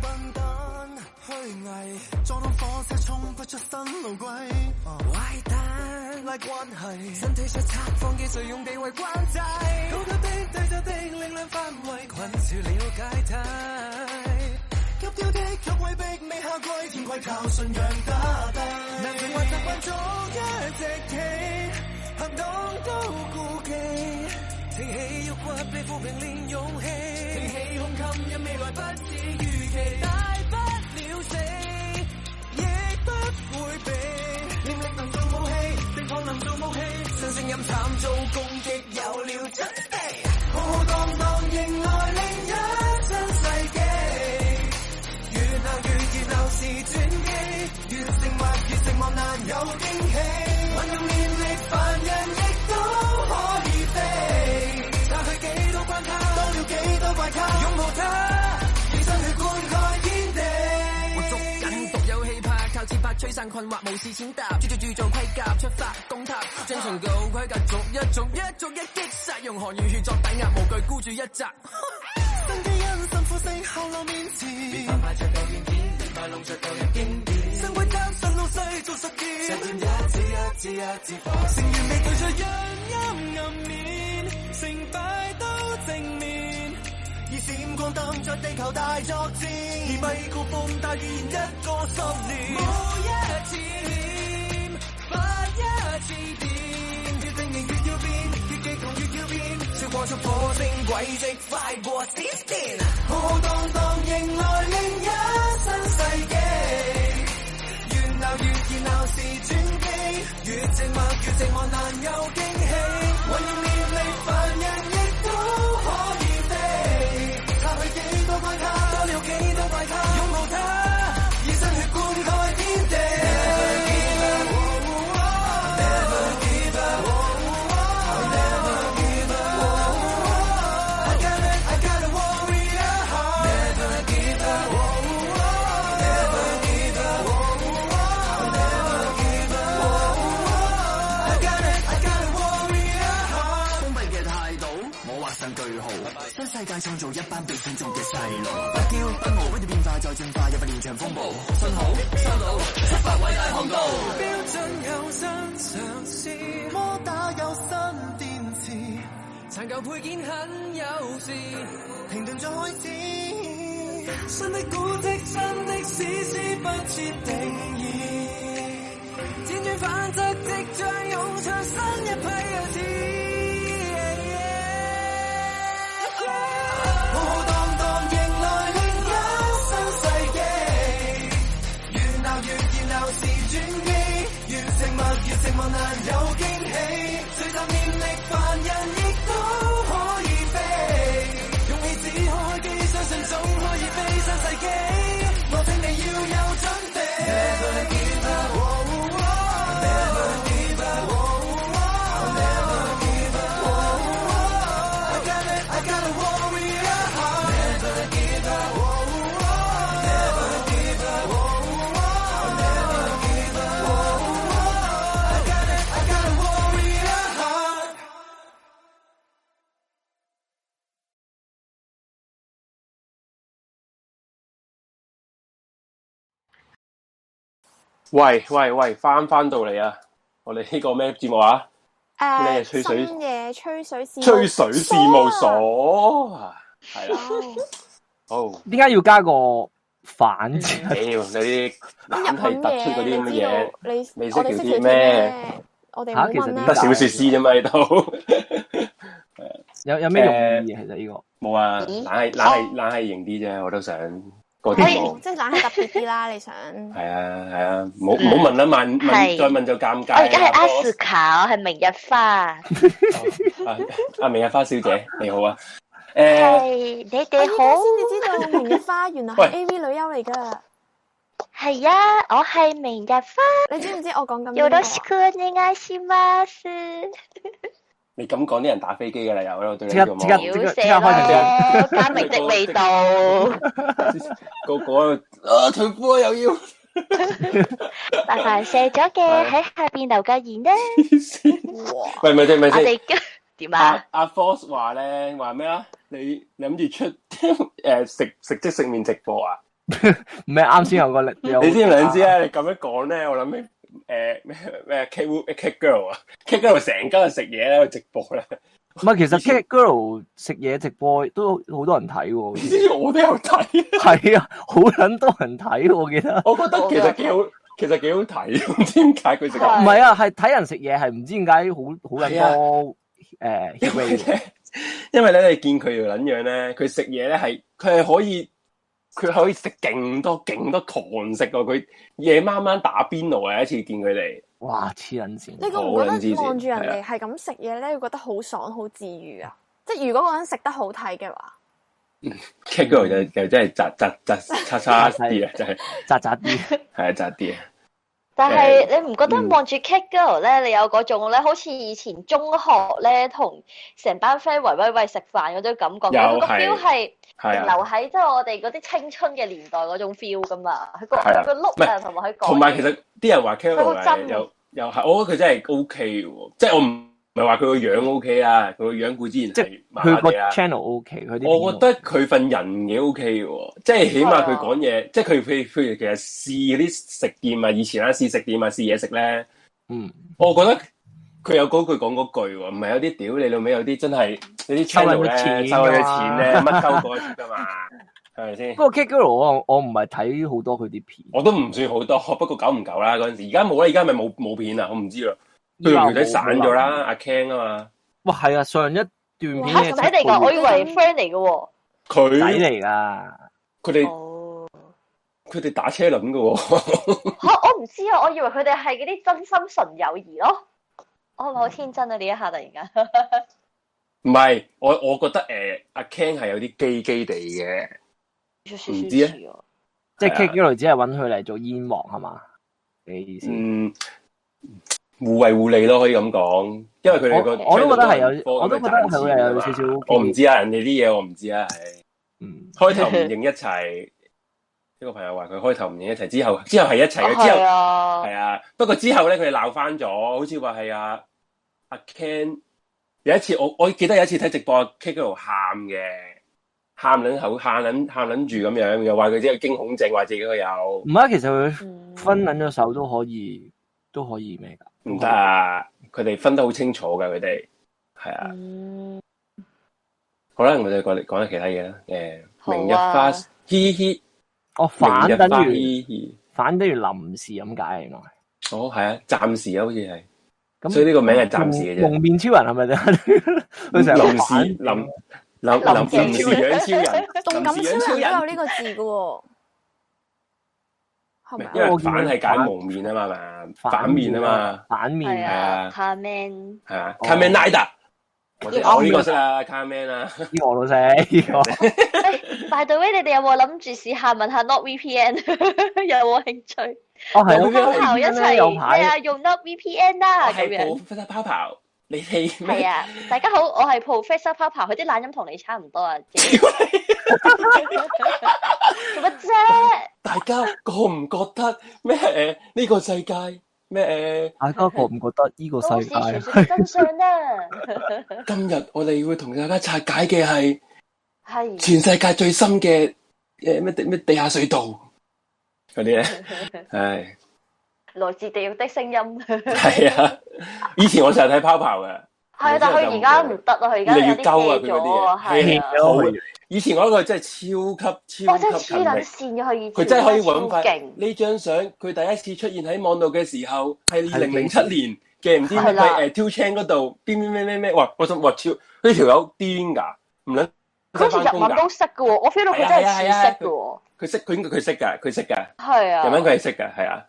A: 笨蛋虛偽，撞到火車衝不出新路軌。壞蛋拉關係，身體上拆放機最用地位關制。高級的低級的力量範圍困住了解體。急跳的卻威逼未下跪，天貴靠信仰打低。難平還習慣咗一直企，行動都顧忌。挺起肉骨，被負評練勇氣。挺起胸襟，因未來不似預期，大不了死，亦不會避。念力能做武器，敵有驚喜，運用念力，凡人亦都可以飛。撐佢幾多關卡，當了幾多怪咖，擁抱他，以身去灌溉天地。
G: 我捉緊獨有氣魄，靠節拍吹散困惑，無視踐踏，專注鑄造盔甲，出發攻塔，遵循舊規格，逐一逐一逐一擊殺，用汗與血作抵押，無懼孤注一擲。
A: 新基因辛苦性後浪面前，
G: 着舊軟件，變快弄着舊人經典。
A: 新規則順路細做實踐，實踐一次一次一次破，成完美對象陰暗面，成敗都正面。以閃光燈在地球大作戰，以咪高峰大預言一個十年。冇一次險，發一次電，越定型越要變，越激動越要變，超過出火星軌跡，快過閃電。浩蕩蕩迎來另一新世紀。越鬧越熱鬧是轉機，越寂寞越寂寞難有驚喜。運用念力，凡人亦都可以飛。撐佢幾多怪咖，多了幾多怪咖，擁抱他，以身血灌溉天地。I got it, I got a warrior heart. Never give up. I got it, I got a warrior heart.
G: 封閉嘅態度，我畫上句號。新世界創造一班被選中嘅細路，不驕不傲，不斷變化再進化，入入連場風暴。信號收到，出發偉大航道。
A: 標準有新嘗試，摩打有新電池，殘舊配件很幼稚，停頓再開始。新的古蹟，新的史詩，不設定義。輾轉反側，即將湧出新一批樣子。浩浩蕩蕩迎來另一新世紀。越鬧越熱鬧是轉機，越寂寞越寂寞難有驚喜。聚集念力，凡人亦都可以飛。勇氣只可開機，相信總可以飛新世紀。我請你要有準備。Never give up, oh, oh, never give up, oh, oh, never give up, oh, oh. I got it, I got a warrior heart. Never give up, oh, oh, never give up, oh, oh. I got a warrior heart.
C: 喂喂喂，翻翻到嚟啊！我哋呢個咩節目啊？你
B: 誒，
C: 係吹水
B: 深夜吹水事務
C: 吹水事務所
B: 哦
C: 啊，係啦，好，
D: 點解要加個反字？
C: 屌你
B: 咁
C: 啲懶
B: 入
C: 係
B: 去
C: 突出嗰啲
B: 咩？
C: 咁嘅
B: 你知
C: 嘢
B: 道，你
C: 你識
B: 我哋
C: 條
B: 識
C: 啲
B: 條
C: 咩
B: 咩？我哋
D: 嚇
B: 冇
D: 其實
B: 問
D: 點
B: 啦。
C: 得
D: 解
C: 小說師啫嘛喺度，
D: 有有咩用意啊？其實呢個
C: 冇啊，
F: 咦
C: 懶係懶係懶係型啲啫，我都想個
F: 哎
C: 節目
B: 哦，即係懶係特別啲啦，你
C: (laughs)
B: 想？
C: 係啊係啊，唔好唔好問啦，問問
F: 嗯係
C: 再問就尷尬
F: 我而家係
C: 啦。
F: 阿
C: (laughs)
F: 斯卡，我係明日花，
C: 阿啊阿明日花小
F: (laughs)
C: 姐你好啊，誒
F: 係你
B: 我依
F: 哋
B: 家
F: 好。
B: 哎先至知道明日花原來
C: 喂
B: 係 A V 女優嚟㗎。
F: 係啊，我係明日花。
B: 你知唔知我講緊邊
F: よ
B: 個
F: ろ
B: 啊
F: しくお願いします。
C: 你咁講啲人打飛機㗎啦，又喺度對你
D: 即刻
C: 做
D: 即刻
C: 乜？
F: 屌
D: 即刻
F: 死
D: 即刻開定
F: 咯，加明的 (laughs) 味道。
C: (laughs) 個個喺度啊退波又
F: (laughs)
C: 要。
F: 麻煩射咗嘅喺下邊留個言啦。
C: 喂，咪先咪
F: 我
C: 先，
F: 哋點
C: 阿
F: 啊？
C: 阿 Force 話咧，話咩啊？你你諗住出 (laughs) 诶食食即食面直播啊？
D: 唔係啱先有個有
C: 呃你知唔知啊？你咁樣講咧，我諗起诶咩咩 K K Girl 啊，K Girl 成家食嘢喺度直播 (laughs) 咧，
D: 唔係其實 Cat Girl 食嘢直播都好多人睇喎。
C: 你知我都有睇，
D: 係啊，好撚多人睇喎我記得。
C: 我覺得其實幾好，其實幾好睇，唔知點解佢食
D: 唔
F: 係
D: 係啊，係睇人食嘢係唔知點解好好
C: 啊
D: 撚多誒 hit
C: 因為
D: rate 嘅
C: 咧，因為咧，你見佢條撚樣咧，佢食嘢咧係，佢係可以，佢可以食勁多勁多狂食喎。佢夜晚晚打邊爐啊！有一次見佢哋，
D: 哇黐撚線！
B: 你覺唔
C: 好撚
B: 覺
C: 黐
B: 得
C: 線
B: 望住人哋係咁食嘢咧，會覺得好爽、好治愈啊？即係如果嗰個人食得好睇嘅話，
C: k 嗰度 (laughs) 就就真係窒窒窒叉叉啲啊，真係
D: 扎扎啲，
C: 係啊窒啲啊。
F: 但係你唔覺得望住 Cat Girl 咧，你有嗰種咧，好似以前中學咧同成班 friend 圍圍圍食飯嗰種感覺，
C: 有
F: 佢個
C: 係
F: feel 係
C: 係啊。
F: 留喺即係我哋嗰啲青春嘅年代嗰種 feel 噶嘛，佢個
C: 係啊
F: 佢個
C: 唔
F: look 啊，同埋佢講嘢，
C: 同埋其實啲人話
F: 佢好
C: Carol
F: 真
C: 又又係，我覺得佢真係 O K 喎，即係我唔唔係話佢個樣 O K 啊，佢個樣固之然
D: 即
C: 係
D: 係
C: (laughs) 麻麻
D: 佢個
C: 地啦。啊
D: channel O K，佢啲
C: 我覺
D: 片
C: 得佢份人幾 O K 喎，即係起碼佢
F: 係啊
C: 講嘢，即係佢譬譬如其實試嗰啲食店啊，以前啦試食店啊試嘢食咧，
D: 嗯
C: 我覺得佢有嗰句講嗰句喎，唔係有啲屌你老味，有啲真係有啲
D: 收
C: channel
D: 撚
C: 咧
D: 啲錢㗎
C: 收佢啲
D: 嘛
C: 錢咧乜鳩嗰出噶嘛，係咪先
D: 不？過 Cat Girl 我我唔係睇好多佢啲片，
C: 我都唔算好多，不過久唔久啦嗰陣時，而家冇啦，而家咪冇冇片啊，我唔知啦。佢條
D: 條
C: 條仔散咗啦，。阿 Ken 啊嘛，
D: 哇，係啊，上一段片
F: 嚇
D: 咧
F: 唔使嚟㗎，我以為 friend 嚟嘅喎。
C: 佢
D: 仔嚟
C: 嗯
D: 噶，
C: 佢哋
F: 哦，
C: 佢哋打車輪嘅喎， (laughs)
F: 嚇我唔知啊，我以為佢哋係嗰啲真心純友誼咯。我係咪好天真啊？呢一下突然間，
C: 唔係我我覺得誒阿 Ken 係有啲基基地嘅，唔知啊
F: 啊，
D: 即係
C: 係啊
D: Cat Girl 只係揾佢嚟做煙王係嘛？你意思？
C: 嗯，互惠互利咯，可以咁講，因為佢哋個
D: 我我都覺得係有
C: channel 都
D: 我都覺得
C: 係賺錢㗎
D: 佢有少少
C: 嘛我唔知啊，人哋啲嘢我唔知啊，係。
D: 嗯，
C: 開
D: (laughs)
C: 頭唔認一齊，呢個朋友話佢開頭唔認一齊，之後之後係一齊
D: 哦
C: 嘅，之後
F: 係。啊
C: 系，啊，不過之後咧，佢哋鬧翻咗，好似話係啊阿 Ken 有一次，我我記得有一次睇直播阿，Ken 喺度喊嘅，喊撚口，喊撚喊撚住咁樣，又話佢啲驚恐症，話自己佢有
D: 唔係啊，其實佢
F: 嗯
C: 啊
D: 分撚咗手都可以，都可以咩㗎？
C: 唔得啊！佢哋分得好清楚噶，佢哋係啊。
F: 嗯
C: 好啦，我哋講講下其他嘢啦。誒，
F: 好啊
C: 明日花嘻嘻，
D: 哦，反
C: 明日
D: 等
C: 花
D: 於
C: 嘻嘻，
D: 反等於臨時咁解原來。
C: 哦，係啊，暫時啊，好似係。
D: 咁
C: 所以呢個名係暫時嘅啫
D: 蒙蒙面超人係咪啫？
C: (laughs)
D: 佢成日
C: 臨
D: 反
C: 時臨臨臨臨時養超人，
E: 動感
C: 臨時養
E: 超
C: 超
E: 人都
C: 人
E: 有。呢個字嘅喎，
B: 哦
E: 係咪
C: 因
E: 啊？
C: 為反係解蒙面啊嘛，係嘛反面啊嘛，，
D: 反
F: 係
D: 面
C: 係
D: 啊！
C: 啊
F: 啊，下面
C: 係啊
D: 哦
C: ，Kamen Rider，我
D: 哦
C: 哋我呢個識啊，Kamen 啊，
D: 呢個我老細，
C: (laughs)
D: 呢個
F: 喂，by the way，你哋有冇諗住試下問下 Not VPN (laughs) 有冇興趣？
D: 哦係呢
F: 冇
D: 個
F: 拋頭一
D: 有
F: 齊咩啊？
D: 牌，
F: 用 Not VPN 啦
C: 我
F: 啊咁
C: 係
F: 樣。
C: Professor Papa，你哋
F: 係
C: 咩？
F: 啊，大家好，我係 Professor Papa，佢啲懶音同你差唔
C: (laughs)
F: 多啊。做 (laughs) 乜啫？
C: 大家覺唔覺得咩？誒呢個世界咩？呃
D: 大家覺唔覺得呢個
F: 都
D: 世
F: 市傳
D: 界啊
F: 說的真相啊啦。
C: 誒今日我哋會同大家拆解嘅係
F: 係。
C: 全世界最深嘅誒咩地咩地下隧道嗰啲咧，唉。
F: 來自地獄的
C: (laughs)
F: 聲音。
C: 系啊，以前我成日睇泡泡嘅，
F: 係，但佢而家唔得啊，佢而家
C: 越嚟
F: 有
C: 越鳩啊佢
F: 啲咩
C: 嗰
F: 咗啊，
C: 啲嘢
F: 係
C: 係
F: 啊。
C: 好以前我一個真係啊超級超
F: 哇！真
C: 級
F: 係
C: 勤
F: 黐撚
C: 力，
F: 線啊嘅，佢以前
C: 佢真係可以揾
F: 超
C: 翻
F: 勁。
C: 呢張相，佢第一次出現喺網度嘅時候係二
D: 係
C: 零零七年嘅，唔知
F: 係
C: 乜
F: 啦
C: 鬼誒 Two Chain 嗰度邊邊咩咩咩，哇！我想哇超呢條友癲㗎，唔撚
F: 佢好似日文都識嘅喎，我 feel 到佢真係
C: 啊
F: 似識嘅喎。
C: 佢識佢應該佢識㗎，佢識㗎。
F: 係啊，
C: 日文佢係識㗎，係啊，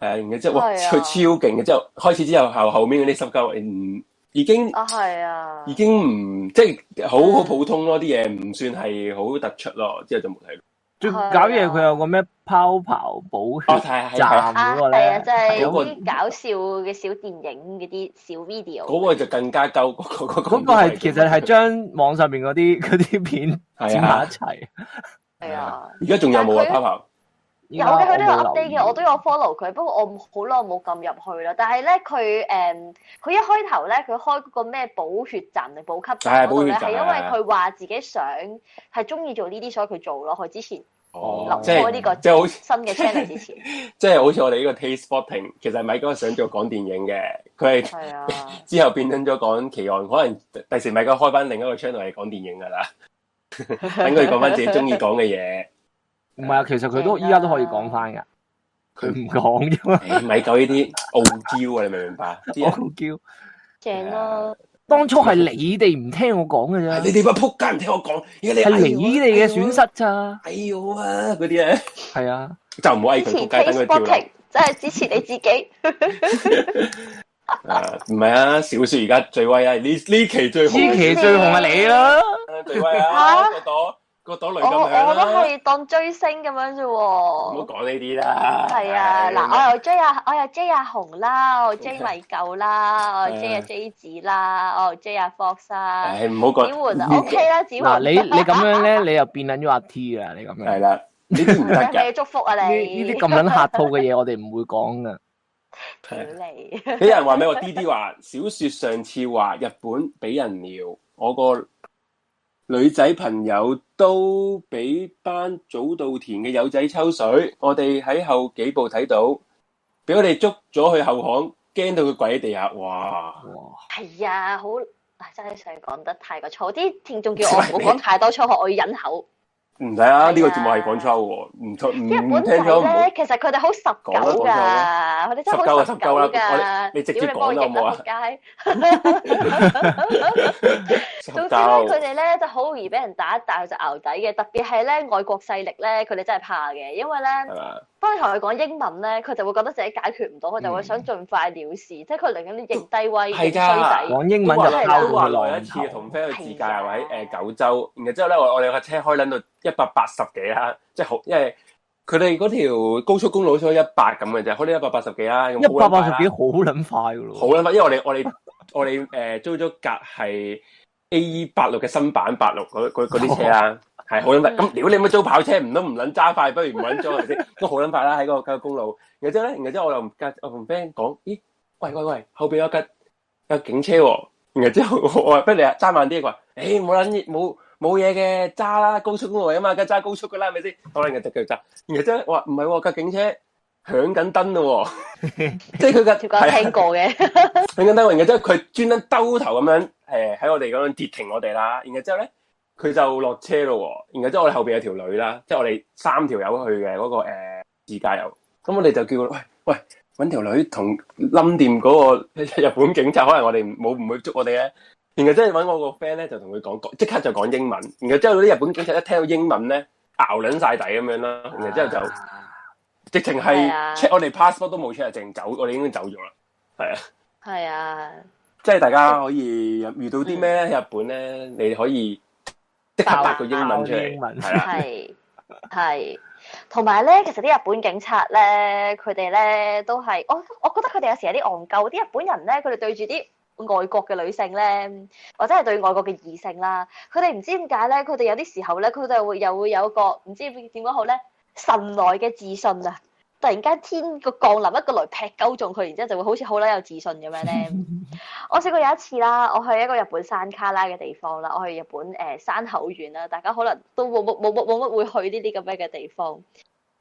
C: 係啊，然後之後哇，
F: 係啊
C: 佢超勁嘅，之後開始之後後後面嗰啲濕鳩，嗯，已經
F: 啊嗯係啊
C: 已，經唔即係好好普通咯，啲嘢唔算係好突出咯，之後就冇睇。
D: 最搞嘢佢有個咩泡泡補
C: 哦，
D: 血
C: 係係
D: 站
C: 係，
F: 啊
D: 嗰個
F: 係啊，
D: 咧
F: 就，係
C: 嗰個
F: 嗰啲搞笑嘅小電影嗰啲小 video。
C: 嗰個就更加鳩，嗰個嗰個
D: 嗰個係其實係將網上面嗰啲嗰啲片
C: (laughs) 係
D: 剪埋
C: 啊
D: 一，齊。
F: 係啊，
C: 而家仲有冇啊
F: 但佢
C: ，Papa？
F: 有嘅，佢都有
D: 我冇留
F: update
D: 意
F: 嘅，我都有 follow 佢，不過我好耐冇撳入去啦。但係咧，佢誒嗯佢一開頭咧，佢開嗰個咩補血站定補給
C: 係
F: 站嗰度
C: 補
F: 咧，
C: 血站
F: 係因
C: 係啊
F: 為佢話自己想係中意做呢啲，所以佢做咯。佢之前
C: 哦，
F: 臨
C: 即
F: 開呢個
C: 係即係好似
F: 新嘅 channel 之前，
C: 即係好似我哋呢個 Taste Spotting，其實米哥想做講電影嘅，佢 (laughs) 係
F: 係啊，
C: 之後變身咗講奇案，可能第時米哥開翻另一個 channel 係講電影噶
F: (laughs)
C: 啦，等佢講翻自己中意講嘅嘢。
D: 唔係啊，其實佢都依家都可以講翻㗎，佢唔講啫嘛，
C: 唉米狗呢啲傲嬌啊，你明唔明白？啲人
D: 我好叫。
F: 正咯。
D: 當初係你哋唔聽我講嘅
C: 哎你
D: 啫，
C: 哋班仆街唔聽我講，而家
D: 係
C: 你
D: 你哋嘅損失咋。
C: 哎呦啊嗰啲咧，
D: 係啊，
C: 就唔好嗌
F: 支
C: 佢
F: 持
C: 仆街，等佢
F: Taste
C: 跳
F: Booking，
C: 樓。
F: 真係支持你自己。
C: 啊，唔係啊，小雪而家最威啊，呢呢期最
D: 呢
C: 紅，Ờ,
D: 期最紅係你啦。
C: 最威啊，
F: 啊
C: 嗰朵嗰個朵女
F: 我
C: 咁樣
F: 我都
C: 啦，
F: 係當追星咁樣啫
C: 唔好
F: 喎。
C: 講呢啲啦。
F: 係啊，
C: 唉
F: 嗱，我又追阿我又追阿紅啦，我又追米狗啦，我又追阿
C: 係啊
F: J 子啦，我又追阿啊 Fox 啦。
C: 唉，唔好
F: 子
C: 講，
F: 桓啊，OK
C: (laughs)
F: 啦，子
D: 嗱，
F: 桓。啊
D: 你
F: (laughs)
D: 你咁樣咧，你又變撚咗阿 T 啊！你咁樣
C: 係啦，呢啲唔得
F: 你 (laughs)
C: 㗎。
F: 嘅祝福啊
D: 呢
F: 你。
D: 呢啲咁撚客套嘅嘢，我哋唔會講噶。
F: 屌你。
C: 有人話咩？我 D D 話小说上次話日本俾人撩，我個女仔朋友都俾班早稻田嘅友仔抽水，我哋喺後幾步睇到，俾我哋捉咗去後巷，驚到佢跪喺地下。哇！
D: 哇！
F: 係啊，好啊，真係想講得太過粗，啲聽眾叫我唔好講太多粗口，我要忍口。
C: 唔使啊，呢、個節目係講粗口喎，唔錯唔
F: 因為本
C: 唔
F: 仔
C: 嗯聽咗唔好
F: 咧，。其實佢哋好十
C: 講啦
F: 九
C: 講啦
F: 㗎，佢哋真係好
C: 十
F: 十
C: 九啦十
F: 九
C: 九啦我
F: 㗎
C: 哋。你直接
F: 屌幫我
C: 講啦好
F: 譯
C: 唔好啊
F: 仆街！
C: 十
F: 總之咧，
C: 九
F: 佢哋咧就好容易俾人打一打就牛底嘅，特別係咧外國勢力咧，佢哋真係怕嘅，因為
C: 係
F: 咧，
C: 嘛？
F: 當你同佢講英文咧，佢就會覺得自己解決唔到，佢就會想盡快了事，即係佢寧願你認低威、
C: 係㗎
F: 認衰仔。
D: 講英文就
C: 都話
D: 拋
C: 都話
D: 佢
C: 來
D: 浪
C: 一次
D: 頭。
C: 同 friend 去自駕
F: 係啊
C: 遊喺誒九州，然後之後咧我我哋架車開撚到一百八十幾啦，即係好，因為佢哋嗰條高速公路先一百咁嘅啫，開到一百八十幾啦，
D: 一
C: 咁好
D: 百
C: 撚
D: 八十
C: 快
D: 幾
C: 啦
D: 好撚快噶
C: 好撚
D: 咯，
C: 快，因為我哋我哋 (laughs) 我哋誒租咗架係 A 八六嘅新版八六嗰嗰嗰啲車啦，係好撚快。咁屌你乜租跑車唔都唔撚揸快，不如唔撚租係咪先？都好撚快啦喺嗰個嗰個公路。然後之後咧，然後之後我又唔架我同 friend 講，咦喂喂喂，後邊有架有警車喎、然後之後 (laughs) 我我話不如你揸慢啲，佢話誒冇撚冇冇嘢嘅揸啦，高速公路嚟啊嘛，梗係揸高速噶啦，係咪先？好啦，然後就繼續揸。然後之後我話唔係喎，架警車響緊燈咯喎，即係啊佢架
F: 條街聽過嘅，
C: 很簡單嘅，然後之後佢專登兜頭咁樣，誒喺我哋嗰度跌停我哋啦，然後之後咧佢就落車咯喎，然後之後我哋後邊有條女啦，即係我哋三條友去嘅嗰、個、呃、自駕遊，咁我哋就叫佢喂喂揾條女同冧掂嗰個 (laughs) 日本警察，可能我哋唔冇唔會捉我哋咧，然後之後揾我個 friend 咧就同佢講講即刻就講英文，然後之後啲日本警察一聽到英文咧咬撚晒底咁樣啦，然後之後就。
D: 啊
C: 直情係
F: 係啊
C: check 我哋 passport 都冇 check，淨走，我哋已經走咗啦。係啊，
F: 係
C: (laughs)
F: 啊，
C: 即係大家可以遇到啲咩
F: 嗯
C: 咧？日本咧，你可以即刻答個英文出
D: 爆英文
C: 嚟，係啦，
F: 係係。同埋咧，其實啲日本警察咧，佢哋咧都係我，我覺得佢哋有時有啲戇鳩。啲日本人咧，佢哋對住啲外國嘅女性咧，或者係對外國嘅異性啦，佢哋唔知點解咧，佢哋有啲時候咧，佢哋會又會有個唔知點講好咧，神來嘅自信啊！突然間天個降臨一個雷劈鳩中佢，然之後就會好似好撚有自信咁樣咧。我試過有一次啦，我去一個日本山卡拉嘅地方啦，我去日本誒、呃山口縣啦，大家可能都冇冇冇冇冇乜會去呢啲咁樣嘅地方。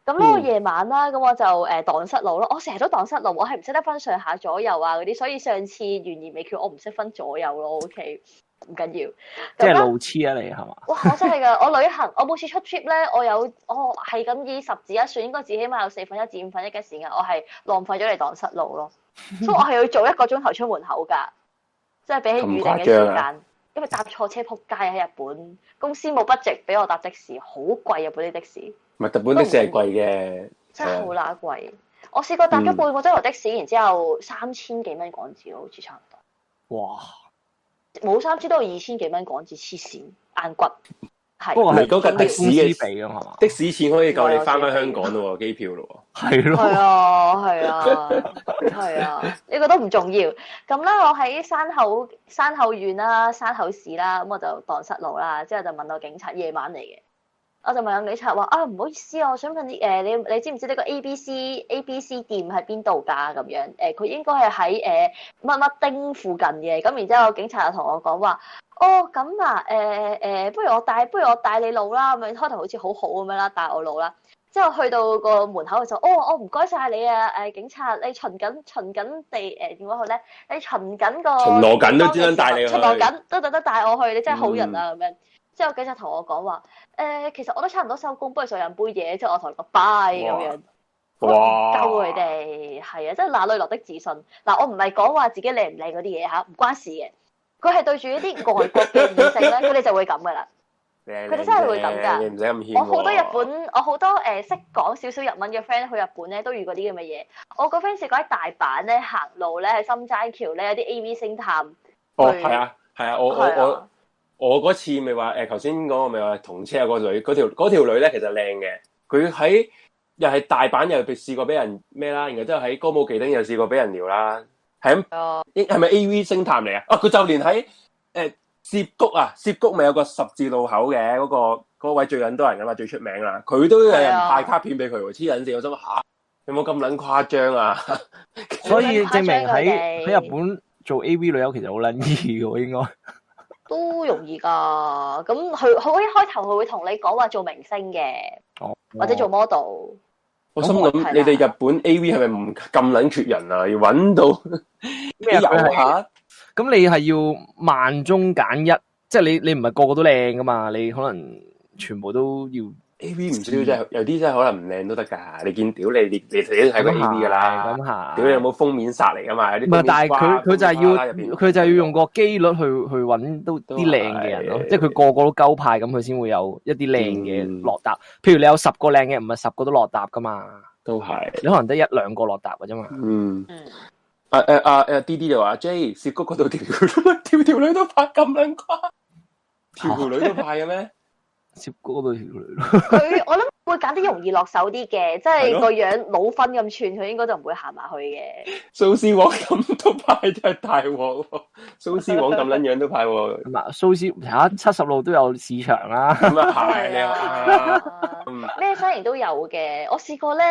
F: 咁咧，我夜晚啦，咁我就誒蕩失路咯。我成日都蕩失路，我係唔識得分上下左右啊嗰啲，所以上次懸而未決，我唔識分左右咯。OK，唔緊
D: 即
F: 要。咁
D: 係
F: 呢
D: 路痴啊！你係嘛？
F: 哇！我真係㗎，我旅行，我每次出 trip 咧，我有我係咁以十指一算，應該只起碼有四分一至五分一嘅時間，我係浪費咗嚟蕩失路咯。所以我係要做一個鐘頭出門口㗎，即係比起預定嘅時
C: 咁誇張啊
F: 間，因為搭錯車撲街喺日本，公司冇 budget 俾我搭的士，好貴日本啲的士，
C: 唔係日本的士係貴嘅，
F: 真係好乸貴。我試過搭咗半個鐘頭的士，然之後三千幾蚊港紙咯，好似差唔
D: 哇！
F: 多，冇三千都有二千幾蚊港紙，黐線硬骨。係
D: 不過係
C: 你嗰架的
D: 公
C: 士
D: 司
C: 嘅
D: 俾㗎嘛係嘛？
C: 的士錢可以夠你翻返香港
F: 哦
C: 咯喎，機票咯
D: 係
F: 係
D: 咯，
F: 啊，係啊，係啊，呢個都唔重要。咁咧，我喺山口山口縣啦、山口市啦，咁我就蕩失路啦，之後就問到警察，夜晚嚟嘅，我就問個警察話：啊，唔好意思啊，我想問你誒、你你知唔知呢個 A B C A B C 店喺邊度㗎？咁樣誒，佢、應該係喺誒乜乜丁附近嘅。咁然之後，警察就同我講話。哦，咁啊，誒、誒、不如我帶，不如我帶你路啦，咁樣開頭好似好好咁樣啦，帶我路啦。之後去到個門口就，哦，我唔該晒你啊，誒、警察，你巡緊巡緊地誒點講好咧？你巡緊個
C: 巡邏緊都專登帶你去
F: 哦巡邏緊都特登帶我去，你真係好人啊咁樣。之後警察同我講話，誒、其實我都差唔多收工，不如上飲杯嘢。之後我同佢講 bye 咁樣。
C: 喎，
F: 哇！
C: 哇！
F: 鳩佢哋係啊，即係哪裏落的自信嗱，我唔係講話自己靚唔靚嗰啲嘢嚇，唔關事嘅。佢係對住一啲外國嘅異性咧，佢哋就會咁噶 (laughs) 啦。
C: 佢
F: 佢哋真係會咁㗎
C: 你唔使咁謙喎。
F: 我好多日本，我好多誒識講少少日文嘅 friend 去日本咧，都遇過啲咁嘅嘢。我個 friend 試過喺大阪咧行路咧，喺心齋橋咧有啲 A.V. 星探。
C: 哦，係啊，係啊，我我
F: 係
C: 我
F: 啊
C: 我嗰次咪話誒，頭先講我咪話同車有個女，嗰條嗰條女咧其實靚嘅，佢喺又係大阪又被試過俾人咩啦，然後之後喺歌舞伎町又試過俾人撩啦，係咁
F: 哦，
C: 係咪 A V 星探嚟啊？哦，佢就連喺誒涉谷啊，涉谷咪有個十字路口嘅嗰、個嗰位最撚多人噶嘛，最出名啦，佢都有人
F: 係啊
C: 派卡片俾佢喎，黐撚線，我心諗嚇有冇咁撚誇張啊？ (laughs)
D: 所以證明
F: 好撚誇張佢
D: 喺
F: 哋
D: 喺日本做 A V 女優其實好撚易嘅喎，應該。
F: 都容易噶。咁佢佢一開頭佢會同你講話做明星嘅，
D: 哦
F: 或者做 model。
C: 我心
F: 咁
C: 諗
F: 我
C: 你哋日本 A V 係咪唔咁撚缺人啊？要揾到
D: (laughs) 咩啊
C: 啲遊客？
D: 咁你係要萬中揀一，即係你你唔係個個都靚噶嘛，你可能全部都要
C: A V 唔少
D: 嗯
C: 真係有啲真係可能唔靚都得㗎。你見屌你你你自己都睇過 A V 㗎啦，
D: 咁下，
C: 屌你有冇封面殺嚟㗎嘛？有啲
D: 唔係，
C: 封面
D: 但係
C: 瓜
D: 佢佢就係
C: 瓜啦入
D: 要
C: 邊
D: 佢就係要用個機率去去揾到
C: 都
D: 啲靚嘅人咯
C: 係，
D: 即係佢個個都鳩派咁，佢先會有一啲靚
C: 嗯
D: 嘅落搭。譬如你有十個靚嘅，唔係十個都落搭噶嘛，
C: 都係
D: 你可能得一兩個落搭嘅啫嘛。
C: 嗯。
F: 嗯，
C: 啊誒啊誒，D D 就話 J 涉谷嗰度條條條條女都派咁撚瓜，條條女都
F: 哦
C: 派嘅咩？
D: 接嗰度條女咯，
F: 佢我諗會揀啲容易落手
C: (laughs)
F: 啲嘅，即
C: 係咯
F: 係個樣老分咁串，佢應該就唔會行埋去嘅。
C: 蘇絲黃咁都派真係大鑊喎！蘇絲黃咁撚樣都派喎，
D: 咁啊，蘇斯嚇七十路都有市場啦。
C: 咁啊派你啊！
F: 啊
C: 嗯
F: 咩身型都有嘅。我試過咧，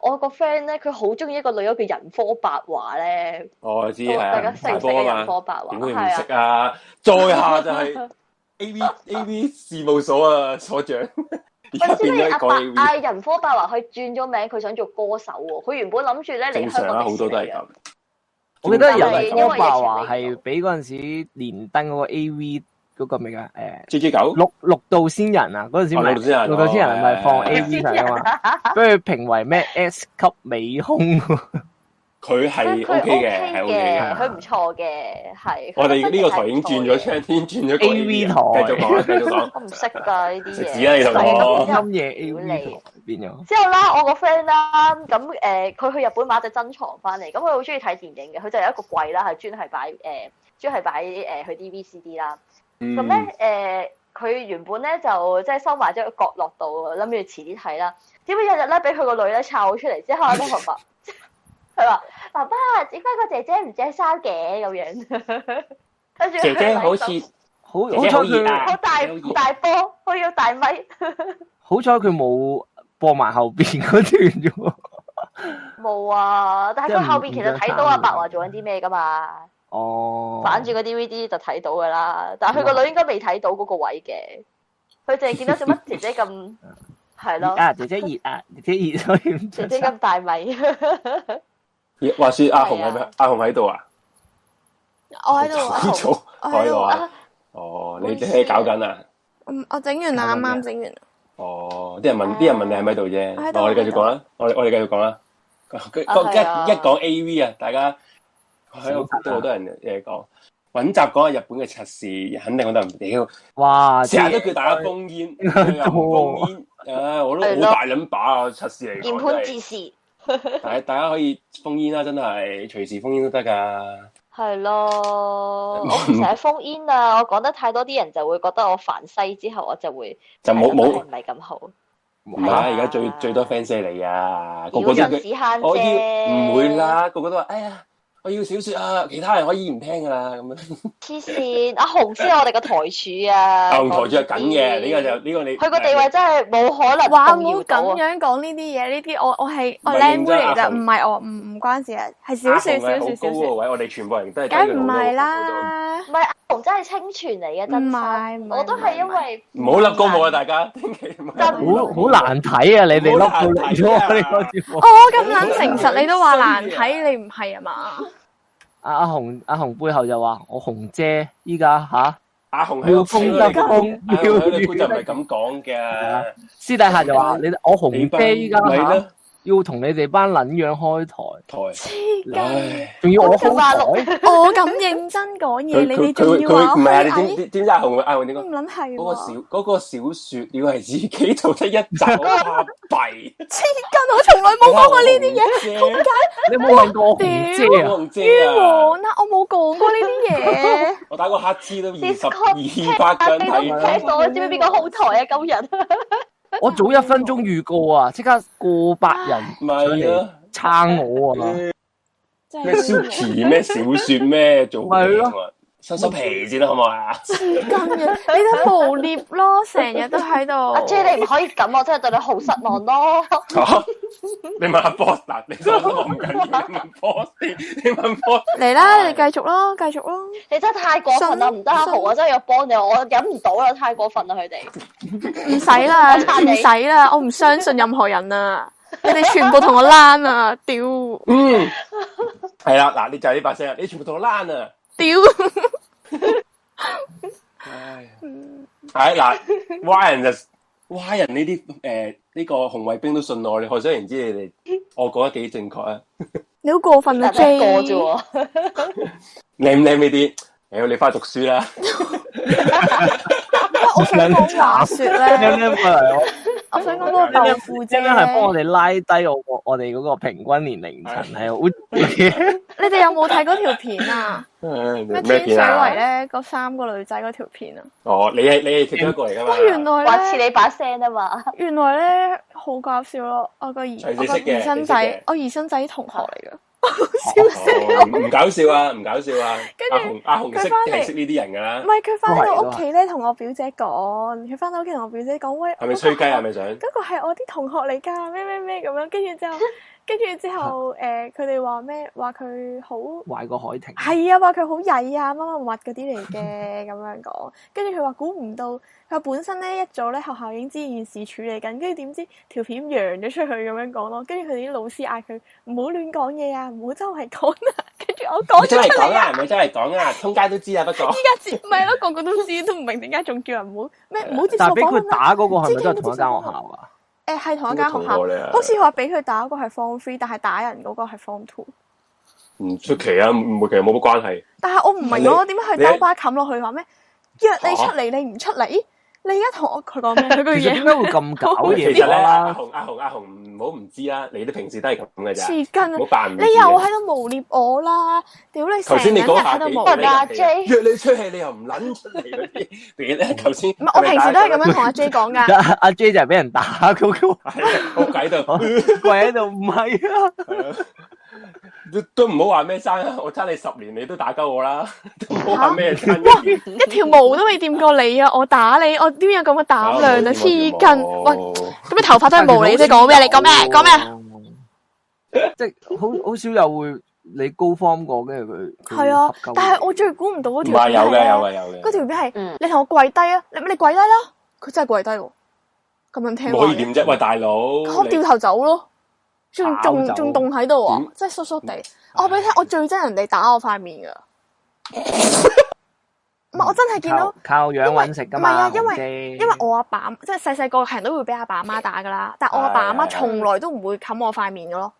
F: 我個 friend 咧，佢好中意一個女友叫人科白華咧。
C: 我知係
F: 大
C: 啊
F: 家識
C: 大
F: 唔識
C: 波
F: 啊
C: 啊
F: 人
C: 嘛
F: 科，白華？
C: 點會唔
F: 係啊
C: 識。啊？再下就係 A
F: (laughs)
C: V A V 事務所啊所長，而
F: 佢
C: 家
F: 知
C: 變
F: 唔
C: (laughs)
F: 知
C: 咗
F: 阿
C: 講
F: 白
C: A
F: 阿
C: V，
F: 仁科白華佢轉咗名，佢想做歌手喎。佢原本諗住咧嚟
C: 正
F: 香
C: 常
F: 港
C: 啦，
F: 迪士
C: 好多
F: 尼
C: 都係
F: 嘅
C: 咁。
D: 我記得
F: 但
D: 人
F: 係
D: 科
F: 因為疫情
D: 白華係
F: 未到
D: 俾嗰陣時連登嗰個 A V 嗰個咩㗎？誒
C: J J 九
D: 六六道仙人啊，嗰陣時
C: 哦六
D: 咪
C: 道仙人
D: 六道仙人咪放
C: 哦
F: (laughs)
D: A V 上㗎啊嘛。俾佢評為咩 S 級美胸，
C: 佢
F: 佢
C: 係 O
F: 佢
C: K 嘅，係 O K 嘅。
F: 嘅，佢唔錯嘅，係。
C: 我哋呢個台已經轉咗
F: 出，
C: 窗，已經轉咗個
D: A V
C: 繼
D: 台
C: 續講啊啦，繼續
F: (laughs)
C: 講。
F: 我唔識㗎呢啲嘢。
C: 食啊屎啦你同我
F: 係啊咁然之後
D: 深夜 A V 變咗。
F: 之後啦，我個 friend 啦，咁誒，呃佢、去日本買隻珍藏翻嚟，咁佢好中意睇電影嘅，佢就有一個櫃啦，係專係擺誒，專係擺誒佢啲 VCD 啦。咁
C: 嗯，
F: 咧誒，佢、原本咧就即係收埋咗喺個角落度，諗住遲啲睇啦。點解日日咧俾佢個女咧摷出嚟之後咧，佢話 (laughs) 佢話爸爸點解個姐姐唔着衫嘅咁樣？跟住佢
C: 姐姐好似
F: 就
D: 好
C: 姐
D: 好
C: 姐好
D: 彩
C: 熱
D: 佢
C: 啊
F: 好大大波，佢要大咪。
D: 好彩佢冇播埋後邊嗰段啫喎。
F: 冇啊！但係
D: 即係
F: 佢
D: 唔
F: 後邊其實睇到
D: 唔
F: 阿
D: 想
F: 白華做緊啲咩噶嘛，
D: 哦，
F: 反轉個 DVD 就睇到噶
C: 哦
F: 啦。但係佢個女應該未睇到嗰個位嘅，佢淨係見到做乜姐
C: (laughs)
F: 姐咁
D: 熱
F: 係咯，
D: 啊，姐姐熱啊，姐姐熱所以唔
F: 姐
D: 出
F: 姐
D: 聲。
F: 咁大米。
C: 咦話說阿紅係
F: 係
C: 咪
F: 啊
C: 阿紅喺度啊？
B: (laughs) 我喺
C: (laughs)
B: 度啊
C: 好早，
B: 我
C: 我
B: 喺
C: 喺
B: 度
C: 度
B: 啊
C: 啊。哦，
F: 好
C: 你
F: 意思
C: 你搞緊啊？
B: 嗯我整完啦，啱啱整完。
C: 哦，啲人問，啲人問你喺咪度啫。
B: 我喺度
C: 我哋繼
B: 我喺
C: 續
B: 度
C: 講啦，我哋我哋繼續講啦。佢
F: 啊係啊
C: 一一講 A V 啊，大家喺度
D: 啊
C: 都好多人嘢講。揾集講啊下日本嘅測試，肯定好多人屌，
D: 哇！
C: 成日都
D: 啲
C: 叫大家封煙，又唔
D: (laughs)
C: 封煙，唉，我都
F: 係咯
C: 好大撚把啊！測試嚟
F: (laughs) 鍵
C: 講，
F: 盤
C: 真係
F: 自視
C: 大大家可以封煙啦，真係隨時封煙都得㗎。
F: 係咯，
C: 嗯
F: 我唔成日封煙啊！我講得太多啲人就會覺得我反西之後，我就會
C: 就冇冇
F: 係唔係咁好，
C: 唔係，而家最最多 fans 嚟啊，個個都
F: 要
C: 佢
F: 人屎坑
C: 我要
F: 啫，
C: 唔會，啦，個個都話哎呀，我要小說啊，其他人可以唔聽噶啦咁樣。
F: 黐線！阿紅先係我哋個台柱啊，
C: 牛台最係緊嘅，呢個
F: 就。
C: 就呢個你
F: 佢個地位真係冇可能
B: 哇！唔
F: 動
B: 好
F: 搖到
B: 咁
F: 啊！
B: 樣講呢啲嘢，呢啲我我係我
C: 唔
B: 靚
C: 係
B: 妹嚟
C: 認真阿
B: 咋，
C: 紅
B: 唔係我唔唔關事啊，係少
C: 阿
B: 少
C: 紅係
B: 少
C: 好
B: 少
C: 高
B: 少
C: 個
B: 少，
C: 位，我哋全部人都係低佢
B: 梗
C: 好
B: 唔
C: 多
B: 係。啦
F: 唔。係阿紅真係清泉嚟嘅真
B: 唔係唔
F: 心，
B: 係
F: 我都係因為
C: 好多唔好笠高帽啊，大家！ (laughs) 千祈唔
B: 哦
C: 好笠
D: 好好難睇啊！你
C: 好
D: 哋笠
C: 難
D: 到嚟
C: 睇
D: 咗
C: 啊
D: 我哋個節目
B: 我。哦咁撚誠實，你都話難睇，你唔係啊嘛？
D: 阿阿紅阿紅背後就話我紅姐依家吓
C: 阿紅喺
D: 要
C: 度
D: 封
C: 吹
D: 得
C: 你阿
D: 封，
C: 紅喺度就唔
D: 要
C: 係咁講嘅。
D: 私底下就話你我紅姐依家
C: 咪
D: 吓
C: 啦，
D: 要同你哋班撚樣開台，
C: 台，
B: (laughs) 黐
C: 唉，
D: 仲要我
F: 我就話
D: 開台，
B: 筋！我哦咁認真講嘢，
C: 佢
B: 你
C: 佢
B: 哋
C: 佢
B: 仲要
C: 佢
B: 話
C: 唔係啊！你
B: 我
C: 知
B: 虛
C: 唔知知唔知阿紅阿紅點
B: 偽？
C: 講
B: 唔？撚係
C: 嗰個小
B: 喎！
C: 嗰個小説，以為自己做得一
B: (laughs)
C: 集，啊哇弊！
B: 黐筋！我從來冇講過呢啲嘢，
C: 嘢，
D: 你有冇問過我紅姐
C: 我
D: 啊？
C: 唔知
B: 冤
C: 啊！
B: 枉
C: (laughs)
B: 啦！我冇講過呢啲嘢。
C: 我打個乞嗤都二十
F: Discord
C: 二百個人
F: 聽
C: 睇
F: 到
C: 到
F: 聽。到，我知唔知邊個好台啊？今
B: 哦
F: 日
D: 我早一分鐘預告啊，即刻過百人
C: 咪咯，
D: 撐我啊！
B: 真係冤枉
C: 咩 Suki 咩小説咩做
D: 咪
C: 嘢
D: 咯
C: 啊，收收皮先啦，好唔好
B: (laughs)
C: 啊？
B: 黐筋嘅，你都無獵咯，成日都喺
F: 阿
B: 度。
F: J 你唔可以咁，我真係對你好失望咯。
B: (laughs)
C: 嚇你問下 boss 嗱，你收收我唔緊要，你問 boss 先，你問 boss
B: 嚟啦，你繼續咯，繼續咯。
F: 你真係太過分啦，唔得阿豪，我真係要幫你，我忍唔到啦，太過分啦佢哋。
B: 唔使啦，
F: 我撐
B: 唔
F: 你
B: 使啦，我唔相信任何人
F: (laughs)
B: 啊！你哋全部同我躝啊！屌
C: 嗯，係啦，嗱，你就係呢把聲，你全部同我躝啊！
B: 屌，
C: 唉，
B: (laughs)
C: 唉嗱，Y 人就 Y 人呢啲诶呢個紅衛兵都信我，你可想而知你哋我講得幾正確啊！
B: 你好過分啊
F: 但係
B: ！J，
F: 一個啫喎，
C: 靚唔靚呢啲？屌你翻去讀書啦！
B: 啊我
C: (laughs)
B: 想講話說
D: 靚
B: 咧，
D: 靚過嚟，我 (laughs)
B: 我想講嗰個豆腐姐
D: 靚靚
B: 咧，
D: 係幫我哋拉低我個我哋嗰個平均年齡層係好。
B: 你哋有冇睇嗰條片啊？
C: (laughs) 唉
B: (laughs) 咩
C: 咩
B: 天水
C: 片
B: 圍
C: 啊？
B: 咧，嗰三個女仔嗰條片啊？
C: 哦，你係你係其中一個嚟噶嘛
B: 哇，？原
F: 話
B: 來
F: 似
B: 咧，
F: 你把聲啊嘛，
B: 原來咧好搞笑咯！我個姨，
C: 係
B: 我
C: 你識
B: 個
C: 嘅
B: 姨生
C: 你識嘅
B: 仔，我姨生仔同學嚟噶。
C: 哦唔唔搞笑啊！唔搞笑啊！
B: 跟住
C: 阿紅阿紅識
B: 佢返嚟
C: 係識呢啲人噶啦
B: 唔，係佢翻到
D: 都係
B: 屋企咧，同我表姐講，佢翻到屋企同我表姐講，喂，
C: 係咪吹雞啊？
B: 嗰個係我
C: 係咪想？
B: 嗰個係我啲同學嚟㗎，咩咩咩咁樣，跟住之
C: (laughs)
B: 後，跟住之後，誒佢哋話咩？話佢好
D: (laughs) 壞過海婷，
B: 係啊，話佢好曳啊，乜乜乜嗰啲嚟嘅 (laughs) 咁樣講。跟住佢話估唔到，佢話本身咧一早咧學校已經知件事處理緊，跟住點知條片揚咗出去咁樣講咯。跟住佢哋啲老師嗌佢唔好亂講嘢啊，唔好周圍講啊。 (laughs) 跟住我講
C: 咪
B: 咗
C: 真係
B: 出嚟
C: 講
B: 啊
C: 啊！咪真係講啊！通街都知啊，不過
B: 依家知唔係咯，個個都知，都唔明點解仲叫人唔好咩唔好接受
D: 但係
B: 訪
D: 俾
B: 問
D: 佢
B: 啦。
D: 打嗰個係咪都係同一間學校啊？
B: 誒係同一間學校，好
C: 好
B: 似話俾佢打嗰個係 form three，但係打人嗰個係 form two。
C: 唔出奇啊！唔會其實冇乜關係。
B: 但係我唔明
C: 你
B: 我點解佢兜巴冚落去話咩？約你
C: 嚇
B: 出嚟，你唔出嚟？你而家同我佢講
C: (laughs)
B: 咩？佢句
D: 其實點
B: 嘢
D: 解會咁搞
C: 喂
D: 嘢
C: 其實咧，阿
D: 啦？
C: 紅阿紅阿紅唔好唔知啦，你都平時都係咁嘅咋，
B: 黐筋
C: 唔
B: 啊
C: 好！扮唔
B: 你
C: 知啊。
B: 又喺度污蔑我啦！屌你成
C: 頭先
B: 日
C: 你
B: 人
C: 嗰下
B: 喺
C: 幾
B: 度污
F: 問
B: 蔑。
F: 啊 J
C: 約你出戲，你又唔撚出嚟嗰啲嘢咧。頭先
B: 嗯唔係我平時都係
C: (laughs)
B: 咁樣同阿 J 講
D: 而
B: 㗎。
D: 家阿 J 就係俾人打嗰個，
C: 樣，我喺度
D: (laughs) 跪喺度唔係啊！
C: 都都唔好話咩生啊！我差你十年，你都打鳩我啦， (laughs) 都唔好話咩生啊一年。
B: 一條毛都未掂過你啊！我打你，我邊有咁嘅膽量啊！黐筋，喂，咁你頭髮都係毛嚟啫，講咩？你講咩？講咩？
D: 咩？即係好好少有會你高方過，跟住佢佢
B: 係啊
D: 恰鳩，你
B: 但係我最估唔到嗰
C: 唔
B: 條
C: 係
B: 片
C: 有
B: 係
C: 嘅，
B: 咧
C: 有嘅，有
B: 嗰
C: 嘅。
B: 條片係、
F: 嗯
B: 你同我跪低啊，你你跪低啦，佢真係跪低喎，咁樣聽
C: 唔可
B: 話
C: 以點啫？喂，大佬，
B: 我
C: 你
B: 掉頭走咯，仲
D: 跑
B: 仲
D: 走
B: 仲凍喺度啊
C: 點，
B: 真係縮縮地。我俾你聽，我最憎人哋打我塊面噶，唔係我真係見
D: 靠
B: 到，
D: 靠樣揾食㗎嘛，
B: 因為唔係啊
D: 為
B: 因為我阿爸即係細細個係人都會俾阿爸阿媽打噶啦，但我阿爸阿媽從來都唔會冚我塊面噶咯。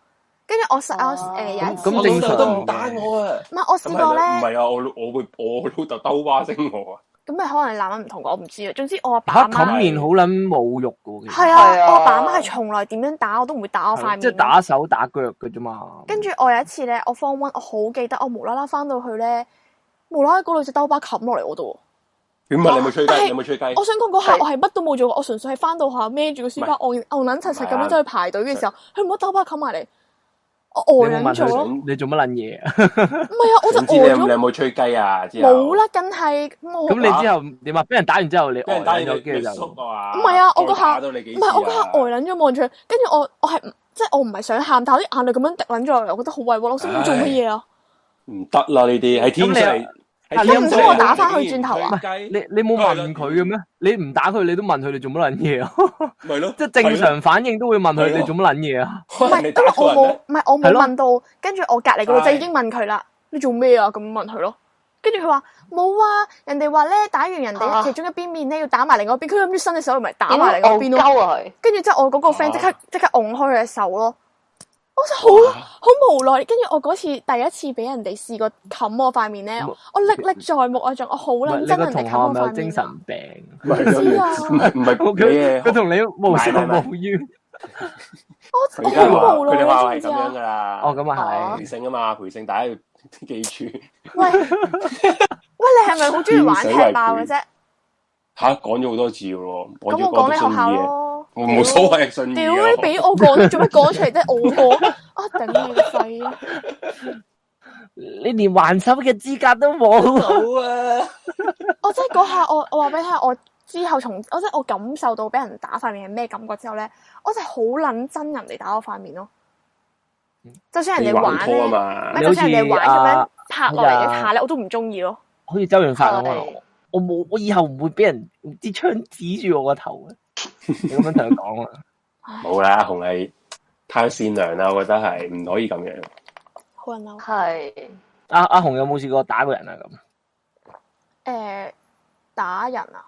B: 跟住我細我
F: 哦
B: 誒有一
D: 咁
B: 次，
D: 咁
B: 唔
C: 我
B: 係
D: 正
C: 老
D: 常
C: 豆都唔打我啊！
B: 我試
C: 咁
B: 過
C: 係咯唔
B: 咧，
C: 係啊！我老我會我老豆兜巴聲我啊！
B: 咁咪可能男人唔同我唔知啊。總之我阿爸
D: 嚇
B: 阿
D: 冚
B: 媽
D: 面好撚侮辱㗎喎，其實
B: 係
F: 係
B: 啊，
F: 啊
B: 我阿爸阿媽係從來點樣打我都唔會打我塊面。
D: 即係打手打腳嘅啫嘛。
B: 跟住我有一次咧，我 form one，我好記得，我無啦啦翻到去咧，無啦啦嗰女隻兜巴冚落嚟我度
C: 點啊？你有冇吹雞？
B: 但係
C: 你有冇吹雞？
B: 喎。我想講嗰下
F: 係
B: 我係乜都冇做過，我純粹係翻到下孭住個書包，我牛撚柒柒咁
C: 唔係啊
B: 樣走去排隊嘅時候，佢唔好兜巴冚埋嚟，我
D: 你
B: 呆撚
D: 有冇問
B: 咗
D: 佢
B: 咯。
D: 想你做乜撚嘢啊？
B: 唔係啊，我就
C: 想知你有
B: 呆
C: 冇你有
B: 咗，
C: 冇吹雞啊？之後
B: 冇啦，梗係咁我
D: 咁你之後點啊？俾人打完之後
C: 俾
D: 你呆
C: 人打完
D: 咗，
C: 你
D: 跟住
C: 縮
D: 就
C: 啊！
B: 唔係啊我嗰
C: 再
B: 下
C: 打到你幾
B: 唔
C: 次啊
B: 係我嗰下呆撚咗望住佢，跟住我我係唔即係我唔係想喊，但係我啲眼淚咁樣滴撚咗落嚟，我覺得好委屈咯，我心諗做乜嘢啊？
C: 唔得啦！呢啲喺天
D: 咁你
C: 水，喺
D: 你唔通我
B: 打返去轉頭啊
C: 雞
D: 你你冇問佢嘅咩？你唔打佢，你都問佢你做乜撚嘢啊？
C: 咪咯，
D: 即係正常反應都會問
C: 係咯
D: 佢你做乜撚嘢啊？
C: 可
B: 唔
C: 能
B: 係，
C: (laughs) 你
B: 因
C: 打
B: 為我
C: 錯人
B: 冇
C: 咧，
B: 唔係我冇
D: 係咯
B: 問到，跟住我隔離個女仔
C: 係
B: 已經問佢啦，你做咩啊？咁問佢咯，跟住佢話冇啊，人哋話咧打完人哋
F: 啊
B: 其中一邊面咧要打埋另外一邊，佢諗住伸隻手咪打
F: 點
B: 埋另外一
F: 戇
B: 邊
F: 鳩
B: 咯，
F: 啊佢？
B: 跟住之後我嗰個 friend 即刻即刻拱開佢隻手咯，我就好好無奈，跟住我嗰次第一次俾人哋試過冚我塊面咧，我我歷歷在目啊！仲我好
D: 唔係
B: 撚
D: 你
B: 憎
D: 個
B: 人
D: 同
B: 哋
D: 學
B: 冚
D: 係
B: 我
D: 咪有
B: 塊
D: 精
B: 面
D: 神
B: 啊。
D: 病？
C: 唔係有緣唔係唔係
D: 佢
C: 佢
D: 佢同你無仇
C: 唔係唔係
D: 無冤。
B: 我
C: 佢而家
B: 我
C: 話
B: 好無
C: 佢哋
B: 奈
C: 話
B: 啊，
C: 係
B: 知唔知
C: 咁樣
B: 啊
C: 噶？啦。
D: 哦，咁啊
C: 培聖啊嘛，培聖大家要 (laughs) 記住
B: 喂 (laughs) 喂，你係咪好中意玩踢爆嘅啫？
C: 吓，講咗好多次咯，我
B: 咁
C: 要
B: 我講
C: 講
B: 你
C: 信
B: 學校
C: 義嘅，
B: 咯。
C: 我冇所謂信義
B: 屌
C: 啊
B: 你俾我講，做乜講出嚟啫？我講 (laughs) 啊，頂你個肺啊！
D: 係，你連還手嘅資格都
A: (laughs)
D: 冇。
C: 好啊，
B: 我真係嗰下，我我話俾你聽，我之後從我真係我感受到俾人打塊面係咩感覺之後咧，我真係好撚憎人哋打我塊面咯。就算
C: 嗯你
B: 人哋
C: 還
B: 玩
C: 拖啊
B: 咧，
C: 嘛
B: 唔係，就算人哋玩咁
D: 你好
B: 樣
D: 似啊
B: 拍落嚟
D: 哎
B: 嘅
D: 呀
B: 下咧，我都唔中意咯。
D: 好似周潤發咁
F: 係
D: 啊！我冇，我以後唔會俾人支槍指住我個頭啊！你咁樣同佢講啊？
C: 冇啦，紅係太善良啦，我覺得係唔可以咁樣。
B: 好人嬲。誒、
F: 係
D: 阿阿紅有冇試過打過人啊？咁
B: 打人啊！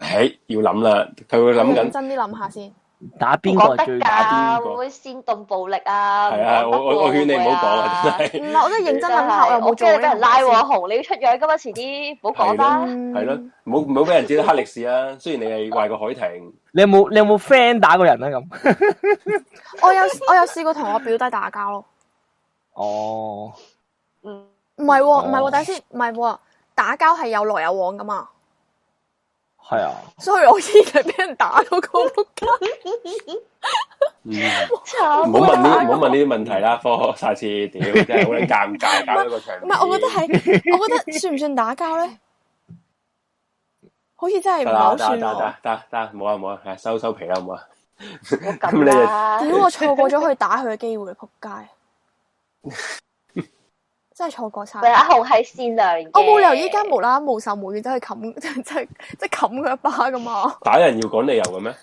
C: 唉，要諗啦，佢會諗
B: 認
C: 緊
B: 真啲諗下先。
D: 打邊
F: 講
D: 個係
F: 得
D: 最
C: 打邊
F: 㗎，
C: 個
F: 會唔會煽動暴力啊？
C: 係啊，
F: 唔講
C: 我
F: 得
C: 我我
F: 喎
C: 勸你唔好講啊，
F: 會唔會
C: 真
B: 唔
C: 係
B: 係，我真係認真諗下，我有冇做
F: 真
B: 呢
F: 係我驚你俾人
B: 樣
F: 拉
B: 嘢
F: 喎，
B: 先
F: 紅你要出樣噶嘛，遲啲唔好講啦。
B: 嗯
C: 係咯，唔好唔好俾人知道黑歷史啊。雖然你係壞過海婷，
D: 你有冇你有冇 friend 打過人啊？咁
B: 我有 (laughs) 我有試過同我表弟打交咯。
D: 哦，
F: 嗯，
B: 唔係
D: 哦
B: 喎，唔係喎，等下先，唔係喎，打交係有來有往噶嘛。
D: 係啊，
B: 所以我依家俾人打到個仆街。
C: 嗯。
B: 啊
F: 慘
C: 唔好問呢，唔好問呢啲問題啦，科下次屌真係好撚尷尬，搞一個場
B: 唔
C: 面。
B: 係，我覺得
C: (laughs)
B: 係，我覺得算唔算打交咧？好似真係唔
C: 得
B: 係
C: 啦，
B: 好
C: 得啦
B: 算
C: 得
B: 喎
C: 啦。得啦得啦，冇啊冇啊，係收收皮啦，好唔好啊？
F: 咁啦，
B: 屌，我錯過咗去打佢嘅機會，仆街！
C: (laughs)
B: 真係錯過晒。
F: 喂，阿紅係善良嘅
B: 啊我冇理由依家無啦啦無仇無怨走去冚， (laughs) 即係即係即係冚佢一巴噶嘛？
C: 打人要講理由嘅咩？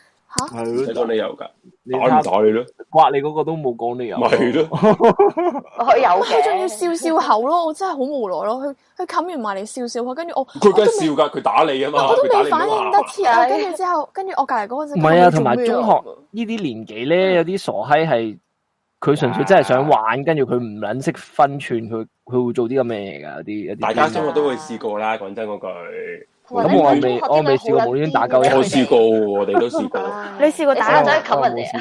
C: 唔使
D: 係
C: 講
D: 咯，
C: 理由㗎，
D: 你
C: 打唔
D: 睇
C: 打你咯？
D: 刮你嗰個都冇講理由，
C: 咪係咯，
F: 佢有
B: 佢仲要
F: 嘅，
B: 笑笑口咯，我真係好無奈咯。佢佢冚完埋嚟笑笑口，跟住我
C: 佢
B: 我
C: 梗
B: 都
C: 係笑
B: 未
C: 㗎，佢打你啊嘛，
B: 我都
C: 佢打
B: 未
C: 你唔
B: 反
C: 好
B: 應
C: 話
B: 得
C: 嘛
B: 切啊！
F: 係
B: 跟住之後，跟住我隔離嗰個
D: 唔係啊，同埋中
C: (laughs)
D: 學呢啲年紀咧，有啲傻閪係佢純粹真係想玩，跟住佢唔撚識分寸，佢佢會做啲咁嘅嘢㗎，有啲有啲
C: 大家
D: 癲
C: 中學都會試過啦，講真嗰句，
D: 咁我未我未試過無端打鳩人
C: 我試過喎，我哋都試過。
B: 你試過打
F: 打人
B: 人
F: 走
B: 啊
C: 哦
F: 去冚人哋啊？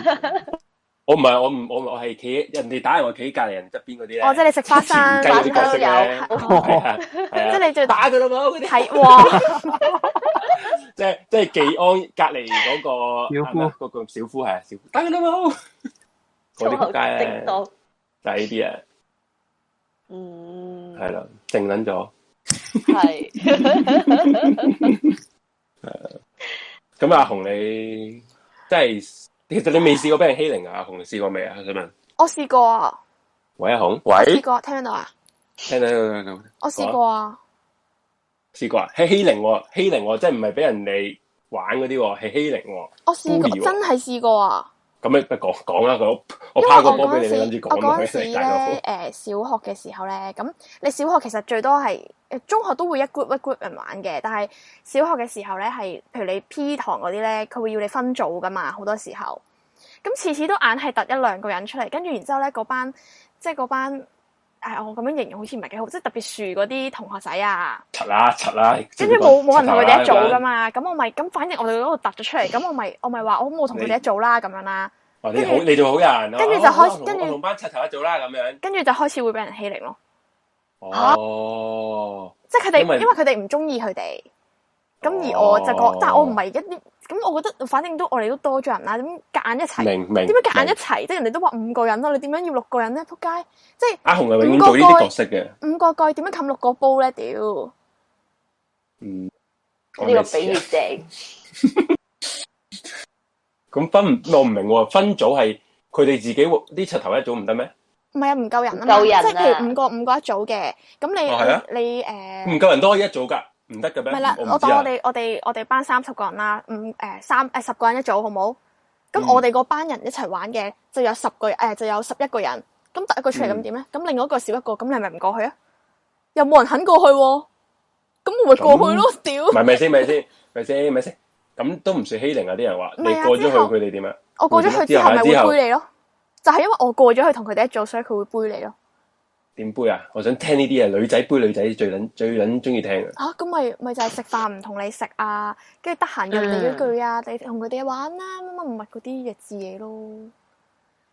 C: 我唔係，我唔我我係企人哋打人，我企隔離人側邊嗰啲咧。
B: 哦，即係你食花生，
C: 前雞嗰啲角色咧，
F: 花生
C: 係啊係啊
B: 即係你最
C: 打佢啦嘛，嗰啲
B: 睇哇！
C: 即係即係技安隔離嗰個
D: 小
C: 係
D: 夫
C: 咪嗰個小夫係啊小夫，打佢啦嘛，嗰啲仆街咧
F: 叮當，
C: 就係呢啲啊，
F: 嗯，
C: 係啦，靜撚咗。
F: 係，
C: (laughs) 咁阿紅你即係其實你未試過俾人欺凌啊？阿紅你試過未啊？我想問，
B: 我試過啊，
C: 喂阿紅，
B: 我
C: 喂
B: 試，過，聽唔到啊？
C: 聽到聽到聽到
B: 我試過啊，
C: 試過啊？係欺凌喎，欺凌喎，即係唔係俾人哋玩嗰啲喎，係欺凌喎。
B: 我試過，
C: Bully 喎
B: 真係試過啊！
C: 咁你講講啦，我我
B: 因為
C: 拋
B: 我
C: 個波
B: 嗰
C: 俾
B: 陣
C: 你，
B: 時
C: 你諗，住
B: 我
C: 講落
B: 嗰陣
C: 去
B: 時
C: 世
B: 咧，
C: 界度
B: 誒、。小學嘅時候咧，咁你小學其實最多係誒中學都會一 group 一 group 人玩嘅，但係小學嘅時候咧係，譬如你 P 堂嗰啲咧，佢會要你分組噶嘛，好多時候，咁次次都硬係突一兩個人出嚟，跟住然之後咧嗰班即係嗰班。誒，我咁樣形容好似唔係幾好，即係特別樹嗰啲同學仔啊，
C: 柒啦柒啦，
B: 跟住冇冇人同佢哋一組噶
C: 嘛？
B: 嘛，咁我咪咁，反正我哋嗰度突咗出嚟，咁我咪我咪話我冇同佢哋一組啦，咁樣啦，
C: 哦你好，你做好人，
B: 跟住就
C: 哦
B: 開
C: 我同
B: 跟住
C: 我同班柒頭一組啦，咁樣。
B: 跟住就開始會俾人欺凌咯。
C: 哦，
B: 即係佢哋，
C: 因為
B: 因為佢哋唔中意佢哋，咁而
C: 哦
B: 我就講，但係我唔係一啲，咁我覺得反正都我哋都多咗人啦，點夾硬一齊？
C: 明明。
B: 點解夾硬一
C: 明
B: 齊？即係人哋都話五個人啦，你點樣要六個人咧？仆街！即係
C: 阿紅係永遠做呢啲角色嘅。
B: 五個蓋點樣冚六個煲咧？屌！唔
C: 嗯，
F: 呢個
C: 啊
F: 比喻正，
C: 咁分唔，我唔明喎。分組係佢哋自己喎啲柒頭一組唔得咩？
B: 係啊，唔夠人啊
F: 唔
B: 嘛！
F: 夠人啊
B: 即係譬如五個五個一組嘅，咁你、
C: 哦係啊
B: 你你誒。
C: 唔夠人都可以一組㗎，唔得嘅咩？
B: 唔係嗯啦，
C: 我
B: 我
C: 唔知
B: 當
C: 啊
B: 我。哋我哋我哋班三十個人啦，五誒三誒十個人一組，好冇？咁
C: 嗯
B: 我哋嗰班人一齊玩嘅就有十個誒、就有十一個人，咁突一個出
C: 嗯
B: 嚟咁點咧？咁另外一個少一個，咁你係咪唔過去啊？又冇人肯過去喎、咁我咪過去咯！屌
C: 唔，係咪先？咪先？咪先？咪先？咁都唔算欺凌啊！啲人話你
B: 唔係啊
C: 過咗
B: 之後
C: 去，佢哋點啊？
B: 我過咗去之後咪
C: 之後
B: 會背你咯，就係因為我過咗去同佢哋一組，所以佢會杯你咯。
C: 點杯啊？我想聽呢啲啊，女仔杯女仔最撚最撚中意聽啊！
B: 啊，咁咪咪就係食飯唔同你食啊，跟住得閒約你嗰句
C: 嗯
B: 啊，你同佢哋玩啦，乜乜物嗰啲弱智嘢咯。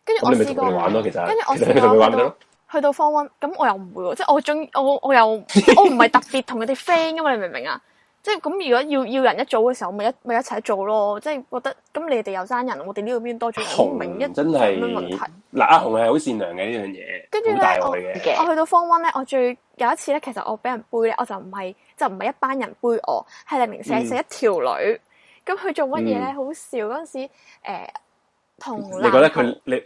B: 跟住
C: 咁
B: 我
C: 你咪
B: 試
C: 同
B: 過
C: 佢哋玩咯，其實
B: 跟住我
C: 其實你咪
B: 試
C: 同佢
B: 過
C: 玩
B: 去
C: 咪得
B: 到
C: 咯。
B: 去到 form one，咁我又唔會喎，即係我中我我
C: (laughs)
B: 又我唔係特別同佢哋 friend 噶嘛，你明唔明啊？即係咁，如果要要人一組嘅時候，咪一咪一齊做咯。即係覺得咁你哋又生人，我哋呢度邊多咗人，我唔明一
C: 紅真
B: 咁樣問
C: 係
B: 題。
C: 嗱，阿紅係好善良嘅呢樣嘢，
B: 跟住呢
C: 好大愛
F: 我
C: 嘅。
F: 嘅
B: 我去到 form one 咧，我最有一次咧，其實我俾人背咧，我就唔係就唔係一班人背我，係零零舍舍一條女。咁佢做乜嘢咧？
C: 嗯
B: 好笑嗰陣時，誒、同
C: 你覺得
B: 男
C: 佢
B: 朋
C: 你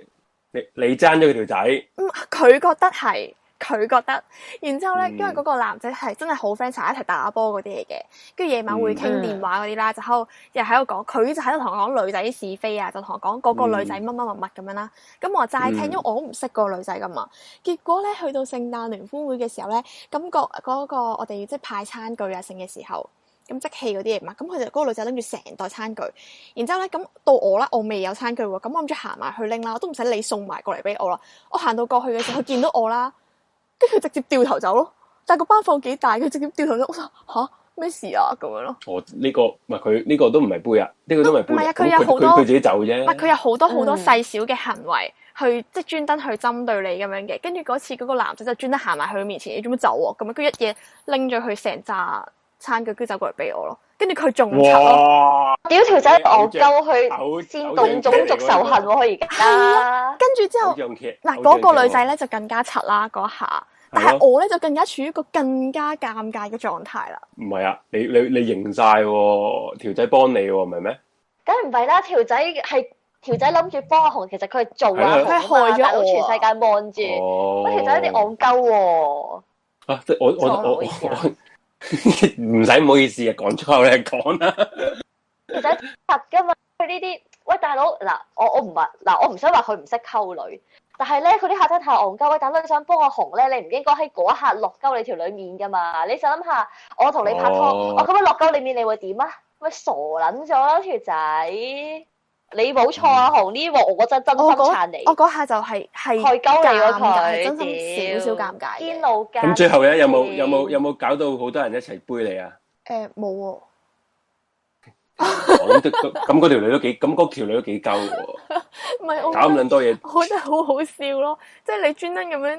C: 你你爭咗佢條仔，
B: 嗯佢覺得係佢覺得，然之後咧，
C: 嗯
B: 因為嗰個男仔係真係好 friend，成日一齊打波嗰啲嚟嘅，跟住夜晚會傾
F: 嗯
B: 電話嗰啲啦，就喺度又喺度講，佢就喺度同我講女仔啲是非啊，就同我講嗰個女仔乜乜乜乜咁樣啦。咁我就齋聽，因
C: 嗯
B: 為我都唔識個女仔噶嘛。結果咧，去到聖誕聯歡會嘅時候咧，咁、個嗰、個我哋即係派餐具啊剩嘅時候。咁即棄嗰啲嘢嘛，咁佢就嗰個女仔拎住成袋餐具，然之後咧咁到我啦，我未有餐具喎，咁我諗住行埋去拎啦，我都唔使你送埋過嚟俾我啦。我行到過去嘅時候，佢見到我啦，跟住佢直接掉頭走咯。但係個班房幾大，佢直接掉頭走，我話吓咩事啊咁樣咯。
C: 我呢個唔係佢呢個都唔係杯啊，呢個都唔係杯
B: 唔係
C: 啊。
B: 啊佢
C: 咁
B: 有好多
C: 佢佢自己走
B: 唔係佢
C: 啫。
B: 有好多好多
F: 嗯
B: 細小嘅行為，去即係專登去針對你咁樣嘅。跟住嗰次嗰個男仔就專登行埋去佢面前，你做乜走喎、咁樣跟住一嘢拎咗佢成扎餐具，跟住走過嚟俾我咯。跟住佢仲柒咯。
C: 哇！
F: 屌條仔哦戇
C: 偶
F: 鳩去煽動種族仇恨喎，佢而家
B: 跟住之後
C: 偶，像劇
B: 嗱
C: 偶
B: 嗰個
C: 像
B: 女
C: 劇
B: 仔
C: 喎
B: 咧就更加柒啦嗰下，但
C: 係
B: 係
C: 咯
B: 我咧就更加處於一個更加尷尬嘅狀態啦。
C: 唔係啊，你你你認晒喎，條仔幫你喎，唔係咩？
F: 梗係唔係啦，條仔係條仔諗住幫阿紅，其實佢係做阿紅啊
B: 係啊佢
F: 嘛，
B: 害咗我啊
F: 大佬全世界望住，嗰
C: 哦，
F: 條仔有啲戇鳩喎。
C: 啊！即係我我我我
F: 唔好意思啊
C: 我 (laughs) 唔使唔好意思啊，講粗口你講啦。
F: 其實實噶嘛，佢呢啲喂大佬嗱，我我唔係嗱，我唔想話佢唔識溝女，但係咧佢啲客真係太戇鳩。喂大佬，你想幫我紅咧，你唔應該喺嗰一刻落鳩你條女面噶嘛？你就諗下，我同你拍拖，
C: 哦
F: 我咁樣落鳩你面，你會點啊？咪傻撚咗啦條仔！你冇錯啊，
C: 嗯
F: 紅呢幕我真真心
B: 我嗰
F: 撐你，
B: 我嗰下就係係
F: 害鳩
B: 尷
F: 你嗰
B: 尬，係
F: 佢，
B: 真心少少尷尬
F: 堅
B: 嘅。
F: 路㗎。
C: 咁最後咧，有冇有冇有冇搞到好多人一齊杯你啊？ (laughs)
B: 誒冇喎，
C: 咁都咁嗰條女都幾，咁嗰條女都幾鳩喎，
B: 唔係我
C: 搞咁撚多嘢，
B: (laughs) 我覺得好好笑咯，即係你專登咁樣，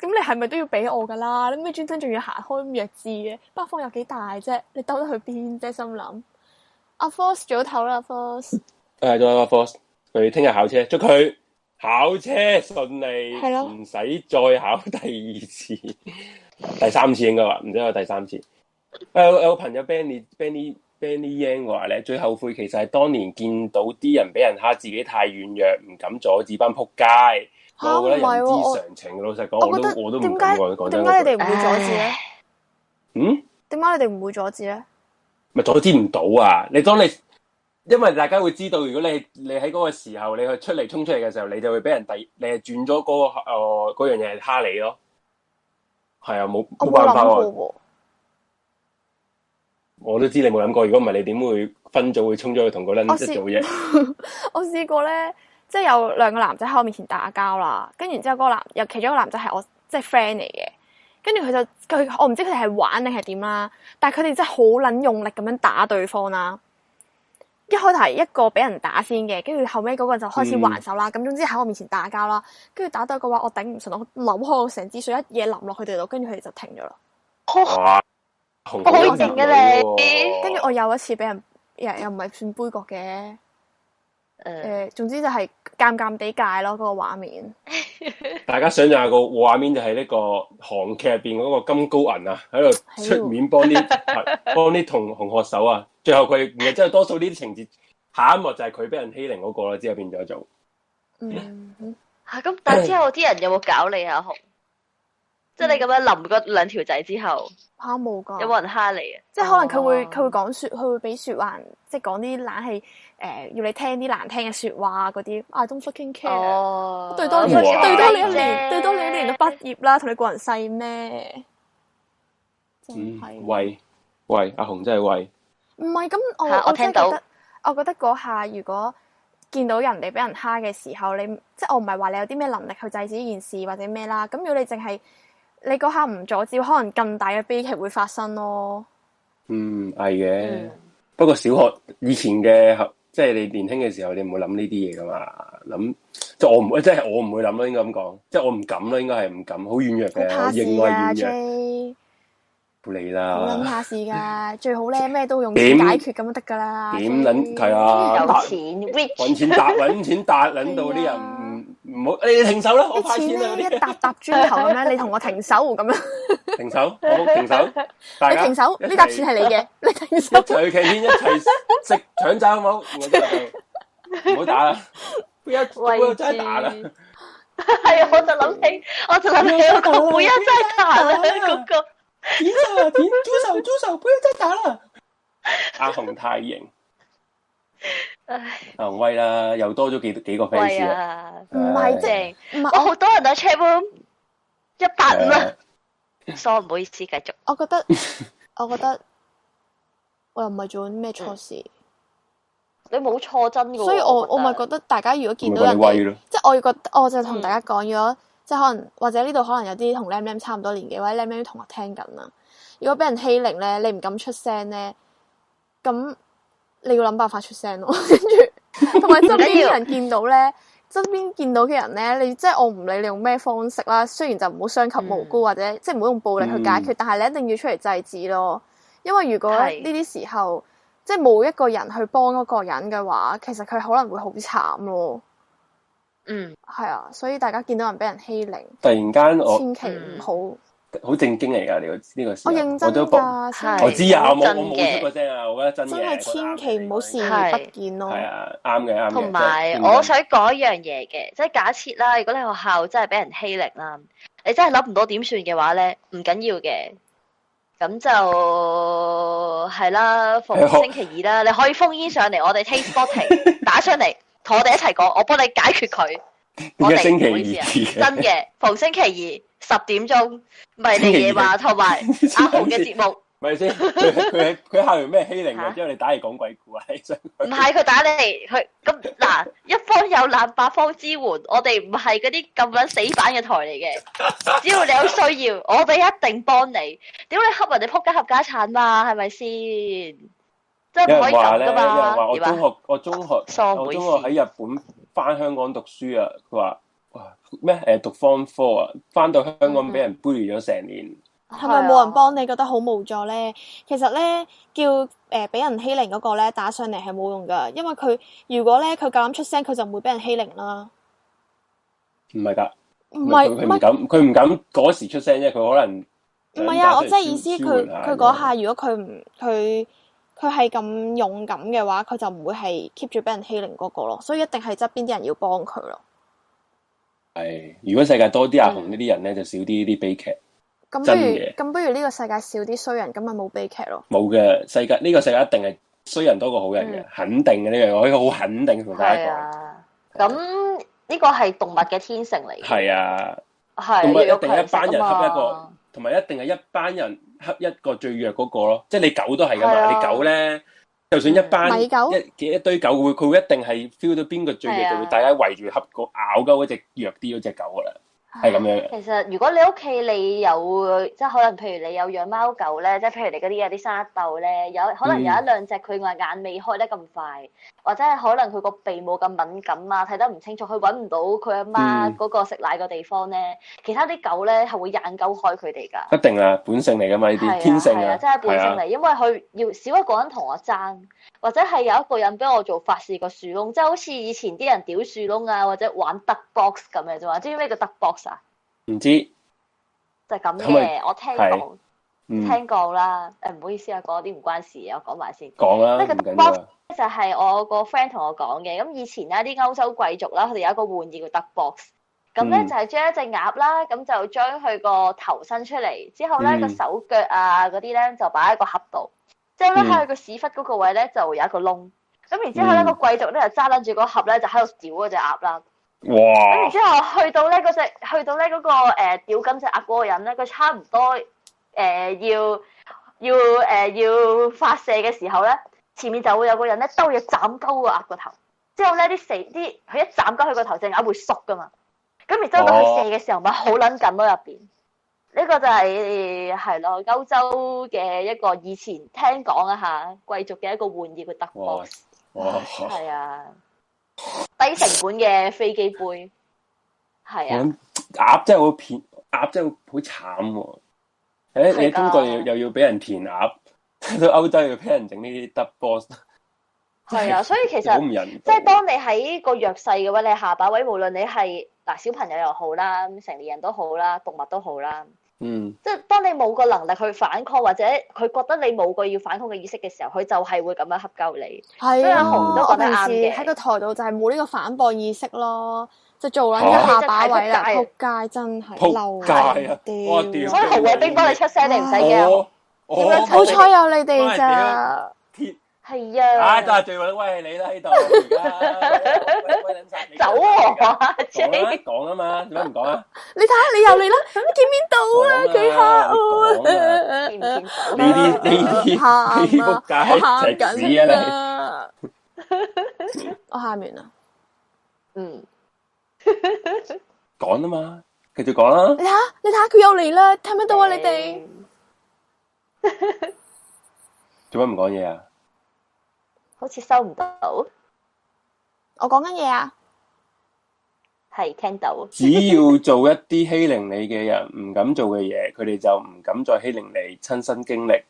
B: 咁你係咪都要俾我噶啦？你咩專登仲要行開咁弱智嘅？北方有幾大啫？你兜得去邊啫？心諗阿 Force 早唞啦，Force
C: 誒，仲有個 Force，佢聽日考車，祝佢考車順利，
B: 係咯
C: 唔使再考第二次、 (laughs) 第三次應該話，唔知有第三次。誒，有有個朋友 Benny Benny Benny Yang 話咧，最後悔其實係當年見到啲人俾人蝦，自己太軟弱，唔敢阻止班撲街。
B: 嚇
C: (laughs) 我覺得
B: 唔係
C: 人
B: 喎我
C: 之常情嘅，老實講，
B: 我
C: 我
B: 覺得
C: 都我都唔
B: 點
C: 敢
B: 解
C: 講講
B: 點
C: 真嗰
B: 解你
C: 句。
B: 哋唔會阻止咧
F: 唉？
C: 嗯？
B: 點解你哋唔會阻止咧？
C: 咪阻止唔到啊！你當你因為大家會知道，如果你你喺嗰個時候你去出嚟衝出嚟嘅時候，你就會俾人第你係轉咗嗰、個呃嗰樣嘢係蝦你咯。係啊，冇
B: 我冇
C: 冇辦法
B: 諗過喎，
C: 喎！我都知你冇諗過，如果唔係你點會分組會衝咗去同嗰撚
B: 我
C: 一
B: 試
C: 做嘢？
B: 我試過咧，即係有兩個男仔喺我面前打交啦，跟住然之後嗰個男，有其中一個男仔係我即係 friend 嚟嘅，跟住佢就佢我唔知佢哋係玩定係點啦，但係佢哋真係好撚用力咁樣打對方啦。一開頭係一個俾人打先嘅，跟住後尾嗰個就開始
C: 嗯
B: 還手啦。咁、總之喺我面前打交啦，跟住打到嘅話我頂唔順，我扭開我成支水一嘢淋落佢哋度，跟住佢哋就停咗啦。
F: 哦
C: 哇！好
F: 好勁嘅你
B: 跟住我有一次俾人又又唔係算杯葛嘅。誒、
F: 誒
B: 總呃之就係尷尷地界咯，嗰、個畫面。
C: 大家想象下個畫面就係呢個韓劇入邊嗰個金高銀啊，喺度出面幫
B: (laughs)
C: 啲幫啲同紅學手啊，最後佢然後之後多數呢啲情節，下一幕就係佢俾人欺凌嗰、個啦，之後變咗做
F: (laughs)
B: 嗯，
F: 嚇啊咁，但係之後啲人有冇搞你啊？阿紅，即係你咁樣淋嗰兩條仔之後。
B: 嚇冇㗎，
F: 有冇人蝦你啊？
B: 哦即係可能佢會
F: 哦
B: 佢會講説，佢會俾説話人，即係講啲冷氣誒、呃要你聽啲難聽嘅説話嗰啲。I don't fucking care，、
F: 哦，
B: 對多你
C: 哇
B: 對多你一
F: 啫
B: 年，對多你一年都畢業啦，同你個人細咩？真
C: 嗯
B: 係
C: 喂喂阿紅真係喂，
B: 唔係咁，
F: 嚇
B: 我
F: 我
B: 我真
F: 聽
B: 係
F: 到
B: 覺得，我覺得嗰下如果見到人哋俾人蝦嘅時候，你即係我唔係話你有啲咩能力去制止呢件事或者咩啦。咁如果你淨係你嗰下唔阻止，可能更大嘅悲劇會發生咯。
C: 嗯，係嘅。不過小學以前嘅後，即係你年輕嘅時候，你唔會諗呢啲嘢噶嘛。諗即係我唔，即係我唔會諗咯，應該咁講。即係我唔敢咯，應該係唔敢，好軟弱
B: 好
C: 嘅，
B: 怕
C: 我
B: 事
C: 認為
B: 㗎
C: 軟弱。
B: J，
C: 你
B: 好撚
C: 啦，
B: 怕事㗎，最好咧咩都用
C: 點
B: 錢解決咁就得㗎啦。
C: 點
B: J
C: 撚係？啊？
F: 有
C: 搭
F: 錢 rich
C: 搵錢搭，搵錢搭，撚到啲
B: 係
C: 人
B: 啊
C: 唔唔好，你哋停手啦！我
B: 啲
C: 派錢啦
B: 錢
C: 嗰
B: 咧
C: 啲
B: 一。沓沓磚頭咁樣，你同我停手咁樣，
C: 停手，好停手，大
B: 你
C: 家
B: 停手，
C: 一齊
B: 呢沓錢係你
C: (laughs) 啊
B: 嘅，你停
C: 一
B: 手。
C: 齊去 K 一齊食腸仔好唔好？我真係
B: (laughs)
C: 唔好打啦，不要我真係打啦，
F: 係啊，我就諗起，我就諗起嗰個背一真係彈啦嗰個，
C: 點手啊，點豬手豬手，不要真打啦！阿紅太型，
F: 唉，
C: 阿紅威啦，又多咗幾幾個
F: 喂
C: fans 啦，
F: 啊，
B: 唔係啫，
F: 正，
B: 唔
F: 我
B: 係我
F: 好多人都 chat room 一百五啊
C: 誒，
F: 所以唔好意思，繼續。
B: 我 (laughs) 覺得我覺得我又唔係做緊咩錯事，
F: 你冇錯真嘅喎，
B: 所以嗯我我咪
F: 覺
B: 覺得大家如果見到
C: 咪
B: 人
C: 你威
B: 哋，
C: 咯，
B: 即係我要覺得我就同大家講咗，即係可能或者呢度可能有啲同 Lam Lam 差唔多年紀或者 Lam Lam 啲同學聽緊啦。如果俾人欺凌咧，你唔敢出聲咧，咁你要諗辦法出聲咯。跟住同埋身邊啲人見到咧，身邊見到嘅人咧，你即係我唔理你用咩方式啦，雖然就唔好傷及無辜、或者即係唔好用暴力去解決，但係你一定要出嚟制止咯。因為如果呢
F: 係
B: 啲時候即係冇一個人去幫嗰個人嘅話，其實佢可能會好慘咯。
F: 嗯，
B: 係啊，所以大家見到人俾人欺凌，
C: 突然間我
B: 千祈唔好。
C: 好正經嚟㗎，呢個呢個時
B: 我
C: 候
B: 認
C: 我
B: 真
C: 都
B: 㗎，
C: 幫
F: 係
C: 我知啊，我冇
F: 真
C: 我冇
F: 嘅
C: 出過聲啊，我覺得真
B: 真
C: 嘅
B: 係千祈唔好視
F: 係
B: 而不見咯
C: 係。啊，啱嘅啱嘅，
F: 哦同埋
C: 真係
F: 我想講一樣嘢嘅，即係假設啦，如果你學校真係俾人欺凌啦，你真係諗唔到點算嘅話咧，唔緊要嘅。咁就係啦，逢
C: 係學
F: 星期二啦，你可以封煙上嚟，我哋
C: (laughs)
F: Taste Spotting 打上嚟，同我哋一齊講，我幫你解決佢。
C: 點
F: 我
C: 解
F: 哋
C: 星期
F: 唔好意思啊
C: 二嘅
F: 真嘅，逢星期二十點鐘，迷你夜話同埋阿紅嘅節目，
C: 咪先？佢佢喺佢校完咩欺凌
F: 嚇
C: 嘅？之後你打嚟講鬼故啊？ (laughs) 你想
F: 唔係佢打你，佢咁嗱，一方有難，八方支援，我哋唔係嗰啲咁撚死板嘅台嚟
C: (laughs)
F: 嘅，只要你有需要，我哋一定幫你。屌你恰人哋仆街合家產嘛，係咪先？真
C: 有
F: 係唔可
C: 人
F: 以
C: 話
F: 咁
C: 咧，有
F: 噶
C: 人
F: 嘛
C: 話？我
F: 點啊
C: 中學，我中學，
F: 傻妹
C: 我中學喺日本翻香港讀書啊。佢話哇咩誒讀 form four 啊，翻到香港俾人 bully 咗成年。
B: 係咪冇人幫你覺得好無助咧？其實咧，叫誒俾、人欺凌嗰個咧打上嚟係冇用噶，因為佢如果咧佢夠膽出聲，佢就唔會俾人欺凌啦。
C: 唔係㗎，
B: 唔
C: 唔
B: 係
C: 係
B: 唔
C: 佢佢唔
B: 係
C: 敢，佢唔敢嗰時出聲啫。佢可能
B: 唔
C: 呃
B: 係啊！我即係意思，
C: 想打出嚟
B: 佢
C: 舒舒緩下
B: 佢嗰下如果佢唔佢佢係咁勇敢嘅話，佢就唔會係 keep 住俾人欺凌嗰個咯。所以一定係側邊啲人要幫佢咯。
C: 係。如果世界多
F: 嗯
C: 啲阿紅呢啲人咧，就少啲呢啲悲劇。
B: 咁不
C: 真
B: 如
C: 嘅
B: 咁不如呢個世界少啲衰人，咁咪冇悲劇咯。
C: 冇嘅，世界呢個世界一定係衰人多過好人嘅，肯定嘅呢樣嘢，我可以好肯定同大
F: 嗯係
C: 家講。
F: 啊，咁呢個係動物嘅天性嚟嘅，
C: 係啊，
F: 係
C: 同埋
F: 要
C: 一定係一
F: 強食
C: 班人恰一個
F: 啊，
C: 同埋一定係一班人恰一個最弱嗰個咯。即係你狗都係噶
F: 係
C: 嘛，
F: 啊嗯
C: 你狗咧，就算一班
B: 米狗
C: 一幾一堆狗會，佢會一定係 feel 到邊個最弱，
F: 係啊
C: 就會大家圍住恰個咬鳩嗰只弱啲嗰只狗噶啦，
F: 啊
C: 係咁樣嘅。
F: 其實如果你屋企你有即係可能，譬如你有養貓狗咧，即係譬如你嗰啲有啲沙竇咧，有可
C: 嗯
F: 能有一兩隻佢個眼未開得咁快，或者係可能佢個鼻冇咁敏感啊，睇得唔清楚，佢揾唔到佢阿媽
C: 嗯
F: 嗰個食奶嘅地方咧，其他啲狗咧係會硬鳩開佢哋㗎。
C: 一定啊，本性嚟噶嘛呢
F: 係啊
C: 啲，天性
F: 係啊，
C: 啊，
F: 真係本性
C: 係啊
F: 嚟，因為佢要少一個人同我爭，或者係有一個人俾我做法事個樹窿，即係好似以前啲人屌樹窿啊，或者玩 duck box 咁嘅啫嘛。知唔知咩叫 duck box 啊？
C: 唔知
F: 就係咁
C: 咁咪
F: 嘅，我聽
C: 係
F: 講
C: 嗯
F: 聽講啦。誒唔好意思啊，講啲唔關事嘅，我講埋先。
C: 講啦，
F: 呢個
C: 唔緊要啊，
F: 就係我個 friend 同我講嘅，咁以前咧啲歐洲貴族啦，佢哋有一個玩意叫 duck box，咁咧
C: 嗯
F: 就係將一隻鴨啦，咁就將佢個頭伸出嚟，之後咧
C: 嗯
F: 個手腳啊嗰啲咧就擺喺個盒度，之後咧
C: 嗯
F: 喺佢個屎忽嗰個位咧就有一個窿，咁然之後咧
C: 嗯
F: 個貴族咧就揸撚住個盒咧就喺度屌嗰只鴨啦，咁然
C: 哇，
F: 之後去到咧嗰隻，去到咧嗰、個誒吊緊隻鴨嗰個人咧，佢差唔多誒、呃要要誒、呃要發射嘅時候咧，前面就會有個人咧兜嘢斬鳩個鴨個頭，之後咧啲射啲佢一斬鳩佢個頭，隻眼會縮噶嘛。咁然之後到佢射嘅時候，咪好撚緊咯入邊。呢個就係係咯歐洲嘅一個以前聽講啊嚇貴族嘅一個玩意嘅特
C: 哇
F: 博，
C: 哇！
F: 係啊，低成本嘅飛機杯，係
C: 我
F: 啊，
C: 諗鴨真係好片，鴨真係好慘喎。誒，你
F: 係㗎
C: 中國又又要俾人填鴨， (laughs) 到歐洲又要俾人整呢啲 double boss，
F: 係啊，所以其
C: 好
F: 實
C: 唔。人
F: 即
C: 道。
F: 係當你喺個弱勢嘅話，你下把位無論你係嗱小朋友又好啦，成年人都好啦，動物都好啦，
C: 嗯，
F: 即係當你冇個能力去反抗，或者佢覺得你冇個要反抗嘅意識嘅時候，佢就係會咁樣恰鳩你。
B: 係
F: 所以阿
B: 啊，
F: 紅都
B: 我
F: 講得
B: 平
F: 啱嘅
B: 時喺個台度就係冇呢個反駁意識咯，就做緊
C: 嚇
B: 一下把位啦，
F: 真係
B: 撲街真係
C: 撲
B: 嬲
C: 街啊我屌
F: 所以紅衛兵幫你出聲，你唔使驚。
C: 我我
F: 點樣
B: 好彩有你哋
C: 喂
B: 咋
C: 屌，鐵，
F: 係
C: 唉，都
F: 啊，
C: 係最揾喂你啦呢度，而家喂喂撚曬你
F: 走我啊
C: 講啦
F: J，
C: 講啊嘛，點解唔講啊？
B: 你睇下你又嚟啦，你見唔見到啊？佢嚇
F: 見唔見
C: 呢啲
F: 到？
C: 呢啲
B: (laughs) 喊啊
C: 呢啲 (laughs) 仆街
B: 喊
C: 食屎啊
B: 啊！我喊完啦，
F: 嗯，
C: 你！講啊嘛，繼續講啦。
B: 你睇下，你睇下佢又嚟啦，睇唔睇到啊？你哋
C: 做乜唔講嘢啊？
F: 好似收唔到，
B: 我講緊嘢啊！
F: 係聽到。
C: 只要做一啲欺凌你嘅人唔敢做嘅嘢，佢哋就唔敢再欺凌你。親身經歷，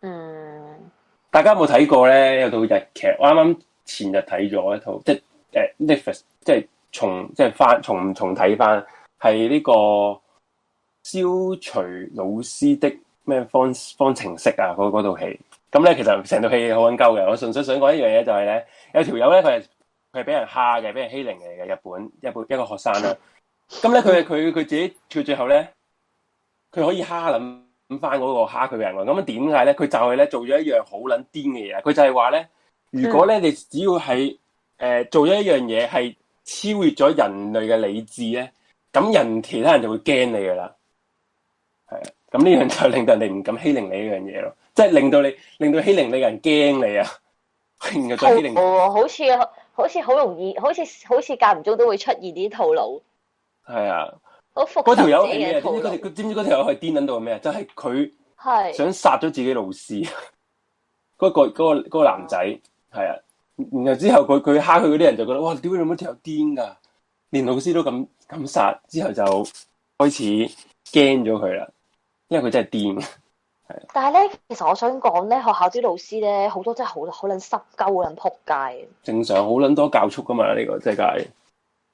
F: 嗯，
C: 大家有冇睇過咧？有套日劇，我啱啱前日睇咗一套，即係誒 Netflix，即係重即係翻重重睇翻，係呢個消除老師的咩方方程式啊！嗰嗰套戲，咁咧其實成套戲好撚鳩嘅。我純粹想講一樣嘢就係咧，有條友咧佢係佢係俾人蝦嘅，俾人欺凌嚟嘅日本一本一個學生啦。咁咧，佢佢佢自己佢最後咧，佢可以蝦諗翻嗰個蝦佢嘅人喎。咁點解咧？佢就係咧做咗一樣好撚癲嘅嘢。佢就係話咧，如果咧你只要係誒、呃做咗一樣嘢係超越咗人類嘅理智咧，咁人其他人就會驚你噶啦。係啊，咁呢樣 (laughs) 就令到人哋唔敢欺凌你呢樣嘢咯，即係令到你令到欺凌你嘅人驚你啊， (laughs) 然後
F: 套
C: 再欺凌你。
F: 路好似好似好容易，好似好似間唔中都會出現呢啲套路，
C: 係啊，
F: 好複雜
C: 嗰條友係
F: 自己
C: 咩？
F: 嘅套
C: 知唔
F: 路
C: 知嗰。條知唔知嗰條友係癲撚到咩？就係、佢。
F: 係
C: 想殺咗自己老師，嗰、個嗰、個嗰、個男仔係啊，然後之後佢佢蝦佢嗰啲人就覺得哇，屌你老母條友癲噶，連老師都咁咁殺，之後就開始驚咗佢啦，因為佢真係癲，
F: 但係咧，其實我想講咧，學校啲老師咧，好多真係好好撚濕鳩，好撚撲街。
C: 正常好撚多教畜噶嘛呢、個世界，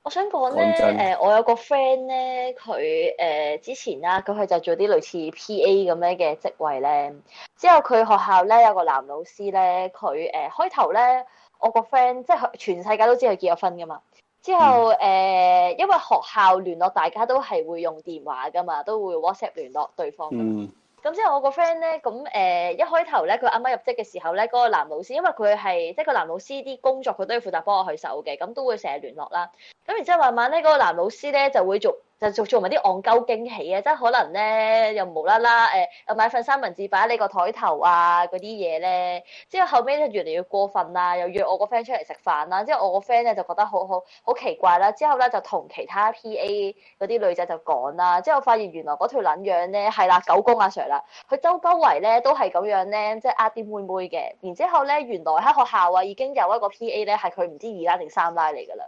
F: 我想講咧，
C: 講真
F: 誒、我有個 friend 咧，佢誒、之前啦，咁佢就做啲類似 P.A. 咁樣嘅職位咧。之後佢學校咧有個男老師咧，佢誒、開頭咧，我個 friend 即係佢全世界都知佢結咗婚噶嘛。之後誒、
C: 嗯
F: 因為學校聯絡大家都係會用電話噶嘛，都會 WhatsApp 聯絡對方㗎嘛
C: 嗯，
F: 咁之後我個 friend 咧，咁誒、呃一開頭咧，佢啱啱入職嘅時候咧，嗰、個男老師，因為佢係即係個男老師啲工作佢都要負責幫我去手嘅，咁都會成日聯絡啦。咁然之後慢慢咧，嗰、個男老師咧就會做就做做埋啲戇鳩驚喜啊，即係可能咧又無啦啦誒，又買份三文治擺喺你個台頭啊嗰啲嘢咧。之後後尾咧越嚟越過分啦，又約我個 friend 出嚟食飯啦。之後我個 friend 咧就覺得好好好奇怪啦。之後咧就同其他 P.A. 嗰啲女仔就講啦。之後發現原來嗰條撚樣咧係啦狗公阿 Sir 啦，佢周周圍咧都係咁樣咧，即係呃啲妹妹嘅。然之後咧原來喺學校啊已經有一個 P.A. 咧係佢唔知二奶定三奶嚟㗎啦。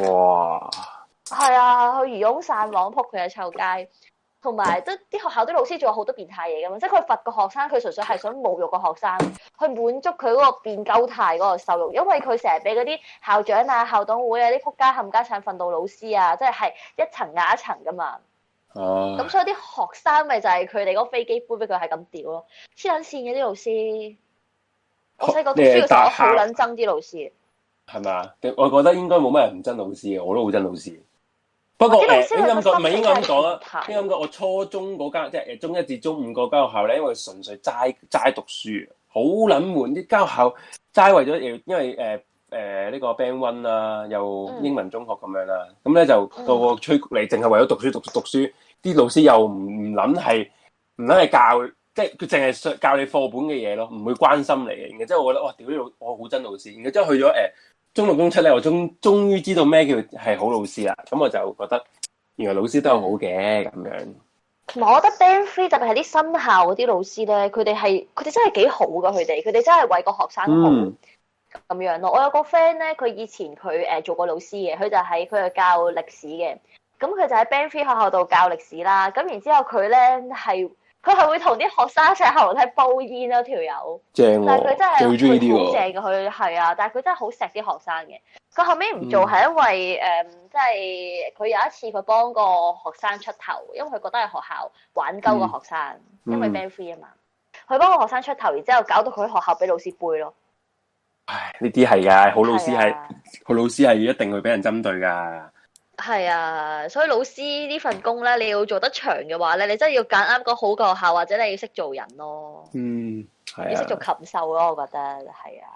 C: 哇，
F: 係啊，佢漁翁散網撲佢嘅臭街，同埋即係啲學校啲老師做好多變態嘢噶嘛，即係佢罰個學生，佢純粹係想侮辱個學生，去滿足佢嗰個變鳩態嗰個受辱，因為佢成日俾嗰啲校長啊、校董會啊、啲仆街冚家產訓導老師啊，即係係一層壓一層噶嘛。
C: 啊
F: 咁，所以啲學生咪就係佢哋嗰個飛機杯俾佢係咁屌咯，黐撚線嘅啲老師。我細個讀書嘅時候，我好撚憎啲老師，
C: 係咪啊？我覺得應該冇乜人唔憎老師嘅，我都好憎老師。不過
F: 或者老
C: 誒，
F: 師
C: 應該咁講，唔
F: 佢
C: 係
F: 心
C: 應該咁講
F: 理狀
C: 啦。
F: 態
C: 應該咁講，我初中嗰間即係誒中一至中五嗰間學校咧，因為純粹齋齋讀書，好撚悶。啲間學校齋為咗要，因為誒誒呢個 band one 啦，又
F: 嗯
C: 英文中學咁樣啦，咁咧就個個催谷你，淨係為咗讀書讀讀書。啲老師又唔唔撚係唔撚係教，即係佢淨係想教你課本嘅嘢咯，唔會關心你嘅。然後之後我覺得哇，屌啲老，我好憎老師。然後之後去咗誒。中六中七咧，我終終於知道咩叫係好老師啦。咁我就覺得原來老師都係好嘅咁樣。
F: 同埋我覺得 Band Three 特別係啲新校嗰啲老師咧，佢哋係佢哋真係幾好噶，佢哋佢哋真係為個學生好。
C: 嗯，
F: 咁樣咯。我有個 friend 咧，佢以前佢誒、呃做過老師嘅，佢就喺佢係教歷史嘅。咁佢就喺 Band Three 學校度教歷史啦。咁然之後佢咧係佢係會同啲學生一齊喺樓梯煲煙咯，條友。
C: 正
F: 但係佢真係
C: 哦喎，最中意呢
F: 佢好正
C: 個。
F: 嘅佢係啊，但係佢真係好錫啲學生嘅。佢後尾
C: 嗯
F: 唔做係因為誒、即係佢有一次佢幫個學生出頭，因為佢覺得係學校玩鳩個學生，
C: 嗯
F: 因為
C: 嗯
F: band free 啊嘛。佢幫個學生出頭，然之後搞到佢喺學校俾老師背咯。
C: 唉，呢啲係㗎，好老師係
F: 係啊
C: 好老師係一定會俾人針對㗎。
F: 係啊，所以老師呢份工咧，你要做得長嘅話咧，你真係要揀啱個好嘅學校，或者你要識做人咯，
C: 嗯，係
F: 要識
C: 啊
F: 做。禽獸咯，我覺得係啊。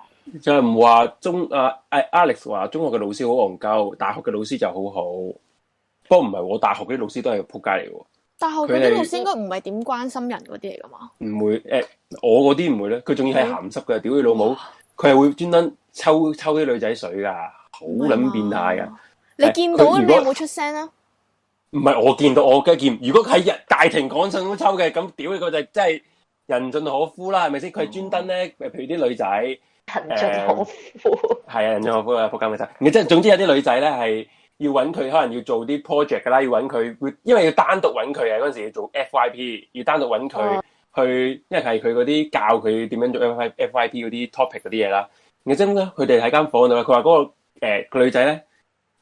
C: 就唔話中啊啊，Alex 話中學嘅老師好戇鳩，大學嘅老師就好好。不過唔係，我大學啲老師都係仆街嚟喎。
B: 大學嗰
C: 佢哋
B: 啲老師應該唔係點關心人嗰啲嚟噶嘛？
C: 唔會诶、我嗰啲唔會咧，佢仲要係鹹濕嘅，屌佢老母，佢係會專登抽抽啲女仔水㗎，好撚
B: 啊
C: 變態㗎。
B: 你見到
C: 佢如
B: 你
C: 果
B: 有冇出聲啊？
C: 唔係我見到我梗係見，如果佢喺日大庭廣眾咁抽嘅，咁屌佢個就真係人盡可夫啦，係咪先？佢係專登咧，譬如啲女仔。
F: (laughs) 人盡好苦，
C: 係啊，人造學科啊，仆街咪晒。然之後總之有啲女仔咧係要揾佢，可能要做啲 project 噶啦，要揾佢，會因為要單獨揾佢啊。嗰陣時要做 FYP，要單獨揾佢去，因為係佢嗰啲教佢點樣做 FY FYP 嗰啲 topic 嗰啲嘢啦。然之後咧，佢哋喺間房度咧，佢話嗰個誒個女仔咧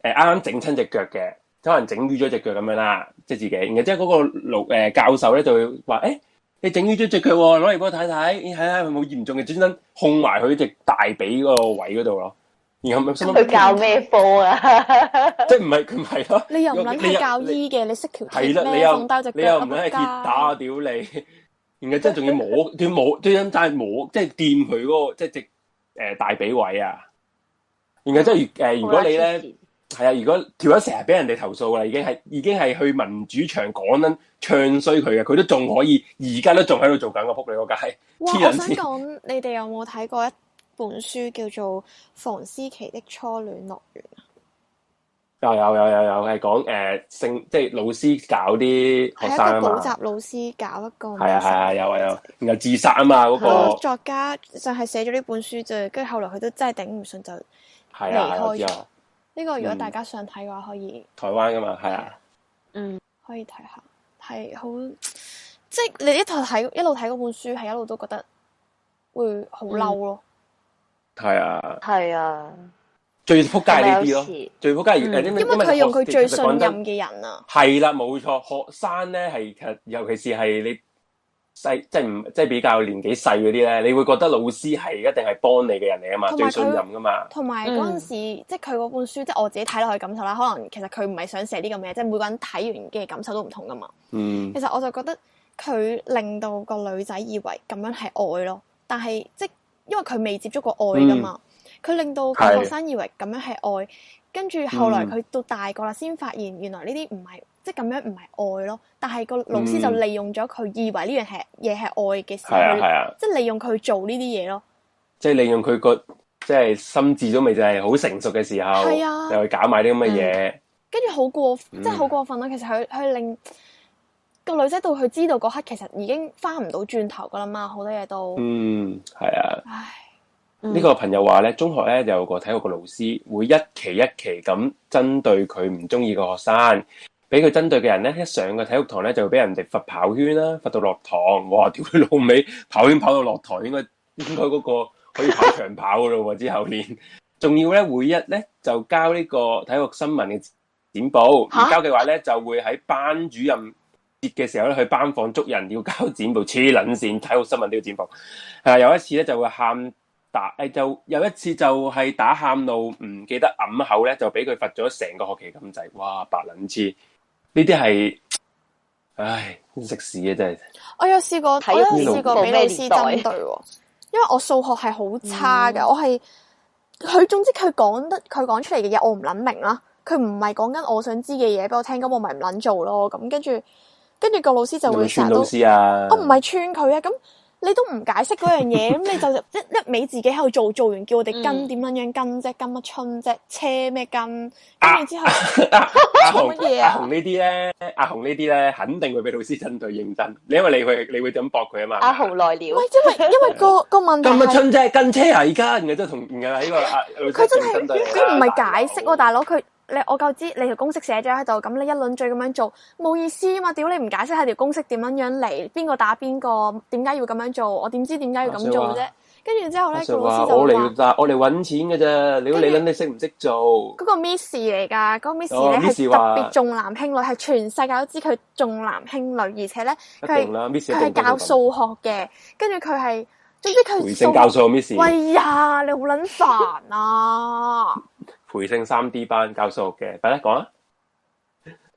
C: 誒啱啱整親只腳嘅，可能整淤咗只腳咁樣啦，即係自己。然之後嗰個老誒教授咧就會話誒。你整呢咗只腳喎，攞嚟俾我睇睇，咦睇下佢冇嚴重嘅，專登控埋佢只大髀嗰個位嗰度咯。然後咪心諗
F: 佢教咩科啊？
C: 即係唔係佢唔係咯？
B: 你又唔撚
C: 你
B: 係教醫嘅，你識條
C: 係啦，
B: 鐵
C: 你
B: 咩？
C: 又
B: 放低只
C: 你又
B: 腳
C: 唔係鐵
B: 啊
C: 打啊屌你！ (laughs) 然後即係仲要摸，仲要摸，專登但係摸，即係掂佢嗰個即係只誒大髀位啊！然後即係誒，如果你
F: 好啦
C: 咧
F: 黐線
C: 係啊，如果條友成日俾人哋投訴啦，已經係已經係去民主場講撚唱衰佢嘅，佢都仲可以，而家都仲喺度做緊個撲你個街。 (laughs)
B: 哇！
C: 黐
B: 我
C: 撚
B: 想
C: 線
B: 講，你哋有冇睇過一本書叫做《房思琪的初戀樂園》啊？
C: 有有有有有，係講誒性，即係老師搞啲學
B: 係
C: 生啊
B: 一個
C: 嘛
B: 補，習老師搞一個
C: 係啊係啊有啊有，然後自殺啊嘛嗰個
B: 個作家就係寫咗呢本書啫，跟住後來佢都真係頂唔順，就呢
C: 係啊係啊，我知
B: 離開
C: 啊，
B: 個如果
C: 嗯
B: 大家想睇嘅話，可以
C: 台灣噶嘛係啊，
F: 嗯，
B: 可以睇下，係好即係你一路睇一路睇嗰本書，係一路都覺得會好嬲
C: 嗯
B: 咯。
C: 係啊，
F: 係啊，
C: 最撲街係呢啲
F: 同埋有
C: 咯
F: 時，
C: 最撲街呃係誒
F: 嗯
C: 啲咩？
B: 因為佢用佢最信
C: 其實講真
B: 任嘅人啊，
C: 係啦，冇錯。學生咧係其實，尤其是係你細，即係唔即係比較年紀細嗰啲咧，你會覺得老師係一定係幫你嘅人嚟啊嘛，
B: 同埋
C: 最
B: 佢
C: 信任噶嘛。
B: 同埋嗰陣時，即係佢嗰本書，即係我自己睇落去感受啦。可能其實佢唔係想寫呢咁嘅，即係每個人睇完嘅感受都唔同噶嘛。
C: 嗯
B: 其，實我就覺得佢令到個女仔以為咁樣係愛咯，但係即係因為佢未接觸過愛噶嘛，佢、令到個
C: 嗯係
B: 學生以為咁樣係愛，跟住後來
C: 嗯
B: 佢到大個啦，先發現原來呢啲唔係即係咁樣唔係愛咯，但係個老師就
C: 嗯
B: 利用咗佢以為呢樣係嘢係愛嘅時候，
C: 係啊
B: 佢
C: 係啊，
B: 即係利用佢做呢啲嘢咯。
C: 即係利用佢個即係心智都未就係好成熟嘅時候，
B: 係啊
C: 又去搞埋啲咁嘅嘢。
B: 跟住好過，
C: 嗯
B: 即係好過分啦。其實佢佢令個女仔到佢知道嗰刻，其實已經翻唔到轉頭噶啦嘛，好多嘢都，
C: 嗯，係啊。
B: 唉，
F: 嗯
C: 呢個朋友話咧，中學咧有個體育嘅老師會一期一期咁針對佢唔中意嘅學生，俾佢針對嘅人咧，一上個體育堂咧就會俾人哋罰跑圈啦，罰到落堂。哇！屌佢老尾，跑圈跑到落堂，應該應該嗰個可以跑長跑噶咯喎。之後連仲要咧，每日咧就交呢個體育新聞嘅剪報，唔
F: 嚇
C: 交嘅話咧就會喺班主任節嘅時候咧去班房捉人，要交剪報，黐撚線，體育新聞都要剪報。係啊有一次咧就會喊打誒，就有一次就係打喊路唔記得揞口咧，就俾佢罰咗成個學期咁滯。哇！白撚黐呢啲係，唉，食屎嘅真係。
B: 我有試過，
F: 睇
B: 我有
F: 呢
C: 度
B: 試過俾老師針對喎，因為我數學係好差
C: 嗯
B: 嘅，我係佢總之佢講得佢講出嚟嘅嘢我唔撚明啦，佢唔係講緊我想知嘅嘢俾我聽，咁我咪唔撚做咯。咁跟住跟住個老師就
C: 你咪
B: 會成
C: 串
B: 日
C: 老
B: 都。哦
C: 師啊？
B: 我唔係串佢啊，咁你都唔解釋嗰樣嘢，咁你就一 (laughs) 一味自己喺度做，做完叫我哋
C: 嗯
B: 跟點樣樣跟啫，跟乜春啫，車咩跟？
C: 啊
B: 跟住之後，
C: 阿
B: 做乜
C: 紅
B: 嘢
C: 阿
B: 啊
C: 紅呢啲咧，阿紅呢啲咧，肯定會俾老師針對認真。你因為你會你會咁駁佢啊嘛。
F: 阿豪來
B: 喂，，
F: 了
B: 因為因為個個問題
C: 咁乜
B: 係。
C: 春啫，跟車啊！而家然後就同然後呢個阿老師
B: 佢真
C: 認
B: 係
C: 真對你啦
B: 佢唔係解釋喎，大佬佢你我夠知你條公式寫咗喺度，咁你一輪嘴咁樣做冇意思啊嘛！屌你唔解釋下條公式點樣樣嚟，邊個打邊個，點解要咁樣做？我點知點解要咁做
C: 阿 Sir
B: 啫
C: 話？
B: 跟住之後
C: 阿
B: 咧，個
C: Sir
B: 老
C: 話
B: 師就
C: 我嚟要
B: 話
C: 賺，我嚟揾錢嘅啫。你
B: 跟住
C: 你諗你識唔識做？
B: 嗰個 Miss 嚟㗎，嗰個 Miss
C: 哦
B: 咧
C: Miss
B: 係特
C: 話
B: 別重男輕女，係全世界都知佢重男輕女，而且咧
C: 一
B: 佢
C: 定
B: 係
C: 啦，Miss 一
B: 佢
C: 定
B: 係教
C: 數，
B: 數學嘅，跟住佢係總之佢
C: 培正教
B: 數
C: 數 Miss，
B: 學。喂呀，你好撚煩啊！
C: 培正三 D 班教數學嘅，快啲講啊！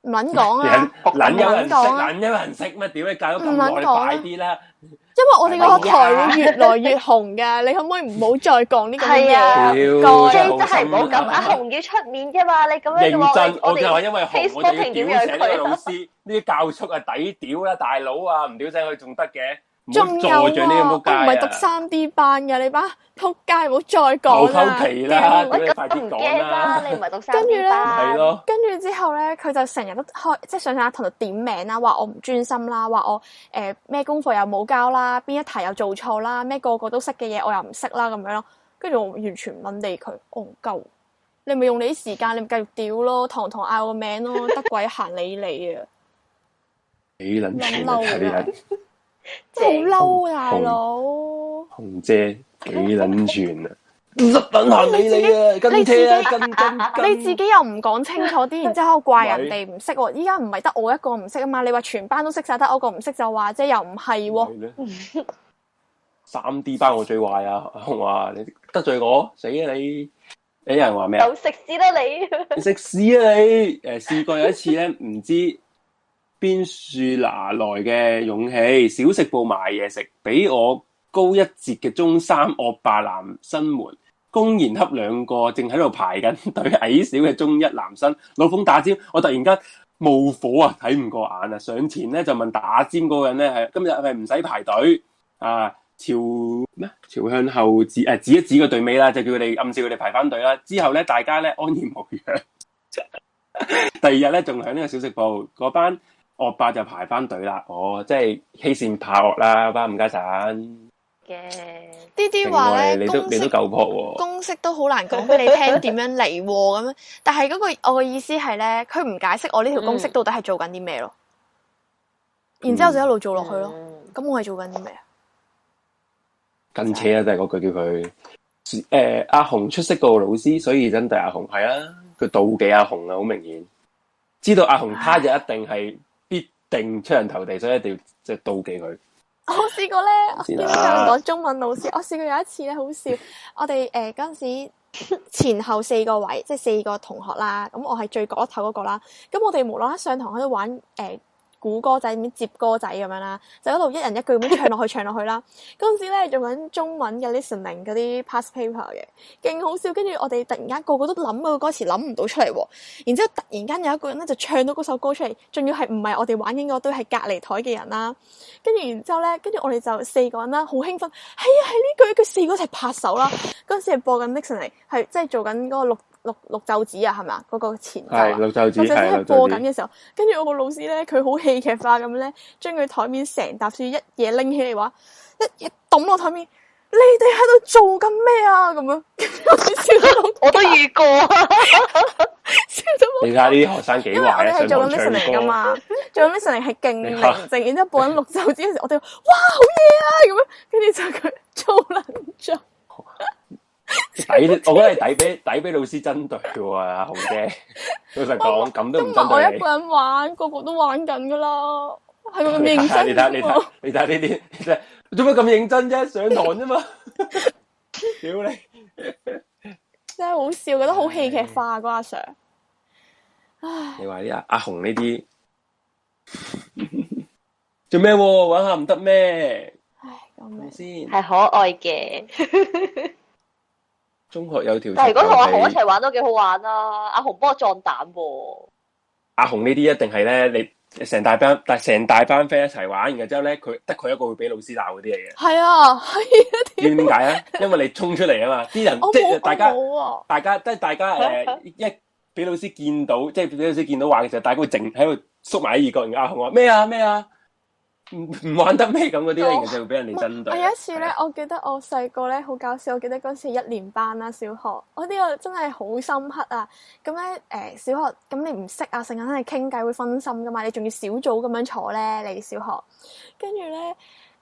B: 唔撚講
C: dạ,
B: 啊！
C: 撚有人識，
B: 唔撚講啊
C: 撚有人識咩？屌你教咗咁
B: 唔
C: 耐，
B: 撚
C: 你
B: 講啊
C: 快啲啦！
B: 因為我哋嗰個台會越來越紅噶，你可唔可以唔好再講呢個嘢
F: 係啊
B: 啊？
C: 屌，真
B: 講
F: 即
B: 真
F: 係真係唔好咁，阿
C: 紅
F: 紅要出面啫嘛，你咁樣嘅話
C: 啊認真，我
F: 我
C: 就話
F: 哋
C: 因為紅，我哋
F: Facebook
C: 要屌
F: 評
C: 醒
F: 點樣
C: 呢個
F: 佢
C: 老
F: 啦
C: 師，呢啲教畜啊抵屌啦，大佬啊，唔屌醒佢仲得嘅，唔好
B: 仲有啊，
C: 助長呢
B: 我唔
C: 個仆街啊！
B: 係讀三 D 班噶，你班仆街，唔好再
C: 求
B: 講啦。
C: 溝期
B: à.
C: 啦，屌
F: 喂
C: 你快
F: 咁都
C: 啲
F: 唔
C: 講
F: 驚啦，
C: 啦，
F: 你唔係讀
B: 跟
F: 三
B: 住呢
F: D
C: 係
F: 班，
C: 咯，
B: 跟住之後咧，佢就成日都開即係上上下堂度點名啦，話我唔專心啦，話我誒咩、功課又冇交啦，邊一題又做錯啦，咩個個都識嘅嘢我又唔識啦咁樣咯。跟住我完全唔撚理佢，戇鳩。你咪用你啲時間，你咪繼續屌咯，堂堂嗌我個名 (laughs) 咯，得鬼閒理 (laughs) 你啊！
C: 幾撚串
B: 撚
C: 啊！
B: 嬲啊
C: 睇下
B: 真係好嬲啊，大
C: 紅
B: 佬！
C: 紅姐幾撚
B: (laughs)
C: 串啊！唔得等下你你啊，跟車啊，跟跟跟，
B: 你自己又唔講清楚啲，然之後喺度怪人哋唔識喎。依家唔係得我一個唔識啊嘛，你話全班都識晒，得我一個唔識就話啫，又唔係喎。
C: 三 D 班我最壞啊！阿紅話你得罪我，死啊你！有人話咩啊？
F: 有食屎
B: (laughs)
F: 啦你！
C: 你食屎啊你！誒試過有一次咧，唔知邊樹拿來嘅勇氣，小食部買嘢食，俾我高一截嘅中三惡霸男生們，公然恰兩個正喺度排緊隊矮小嘅中一男生，老風打尖，我突然間冒火啊，睇唔過眼啊，上前咧就問打尖嗰個人咧係今日係唔使排隊啊？朝咩？朝向後指誒、指一指個隊尾啦，就叫佢哋暗示佢哋排翻隊啦。之後咧，大家咧安然無恙。第二日咧，仲喺呢個小食部嗰班惡霸就排翻隊啦。哦，即係欺善怕惡啦，班唔家產。
F: 嘅，
B: 啲啲
C: 另
B: 話
C: 外，
B: 咧
C: 你都
B: 公
C: 你都
B: 式
C: 夠破喎。
B: 公式都好難講俾你聽點樣嚟喎咁
C: (laughs)
B: 樣。但係嗰個我嘅意思係咧，佢唔解釋我呢條公式到底係做緊啲咩咯。然之後就一路做落去咯。
F: 嗯
B: 咁我係做緊啲咩啊？
C: 跟車啊，都係嗰句叫佢。誒、阿紅出色過老師，所以真對阿紅係啊，佢妒忌阿紅啊，好明顯。知道阿紅他日一定係必定出人頭地，所以一定要即係妒忌佢。
B: (laughs) 我試過咧，我
C: 知
B: 點
C: 啦
B: 解咁講中文老師？我試過有一次咧，好笑，我哋誒嗰陣時 (coughs) 前後四個位，即係四個同學啦。咁我係最角落頭嗰個啦。咁我哋無啦啦上堂喺度玩誒、呃估歌仔，咁接歌仔咁樣啦，就喺度一人一句咁樣唱落去，唱落去啦。嗰陣時咧做緊中文嘅 listening 嗰啲 past paper 嘅，勁好笑。跟住我哋突然間個個都諗嗰個歌詞諗唔到出嚟喎，然之後突然間有一個人咧就唱到嗰首歌出嚟，仲要係唔係我哋玩緊嗰堆係隔離台嘅人啦。跟住然之後咧，跟住我哋就四個人啦，好興奮，係啊係呢句，佢四個一齊拍手啦。嗰陣時係播緊 Dictionary，係即係做緊嗰個綠綠綠袖子啊，係咪啊？嗰、個前奏啊
C: 係綠袖子，
B: 我就
C: 係
B: 喺
C: 綠
B: 度播
C: 袖
B: 緊
C: 子。
B: 嘅時候，跟住我個老師咧，佢好戲劇化咁咧，將佢台面成沓書一嘢拎起嚟話，一嘢抌落台面，你哋喺度做緊咩啊？咁樣，跟住我哋笑到
F: 我都遇過 (laughs) 啊！
B: 笑到
C: 你睇下呢啲學生幾
B: 因為我
C: 壞
B: 哋
C: 啊！
B: 係
C: 上
B: 做
C: 堂
B: 緊 listening
C: 唱
B: 噶
C: 歌。
B: 嘛，做緊 listening 係勁
C: 你
B: 寧
C: 話
B: 靜，然之後播緊綠袖子嘅時候，我哋哇好嘢啊咁樣，跟住就佢做撚咗。
C: 抵，我覺得係抵俾抵俾老師針對喎，阿紅
B: (laughs)
C: 姐。老實講，咁都
B: 都
C: 唔
B: 唔係我
C: 針對
B: 一
C: 你
B: 個。人玩，個個都玩緊噶啦，係
C: (laughs)
B: 佢咁
C: 你睇
B: 認
C: 下
B: 真
C: 你睇下你
B: 㗎
C: 睇
B: 嘛。
C: 你睇下呢啲，你真係做乜咁認真啫？上堂啫
F: (laughs)
C: 嘛。屌你！
B: 真係好笑，覺得好戲劇化嗰阿 Sir。
C: 你話呢阿阿紅呢啲做咩喎？玩下唔得咩？
B: 唉，咁
C: 係咪
B: 樣
C: 先？
F: 係可愛嘅，
C: 中學有條
F: 但係如果同阿
C: 直頭
F: 紅
C: 係
F: 啊一齊玩都幾好玩啦。阿紅幫我壯膽喎，
C: 阿紅呢啲一定係咧，你成大班，但成大班 friend 一齊玩，然之後咧，佢得佢一個會俾老師鬧嗰啲嚟
F: (laughs)
C: 嘅。
B: 係啊，係啊，
C: 知唔知點解啊？因為你衝出嚟啊嘛，啲人
B: 我
C: 即
B: 冇
C: 係大家
B: 我，冇啊，
C: 大家即係大
B: (laughs)
C: 家誒、呃一俾老師見到，即係俾老師見到話嘅時候，大家會靜喺度縮埋喺耳角，然後啊我話咩啊咩啊，唔唔玩得咩咁嗰啲咧，
B: 我
C: 然後就會俾人哋針對。
B: 我有一次咧
C: 係啊，，
B: 我記得我細個咧好搞笑，我記得嗰次一年班啦，小學，我呢個真係好深刻啊！咁咧誒，小學咁你唔識啊，成日喺度傾偈會分心噶嘛，你仲要小組咁樣坐咧，你小學，跟住咧。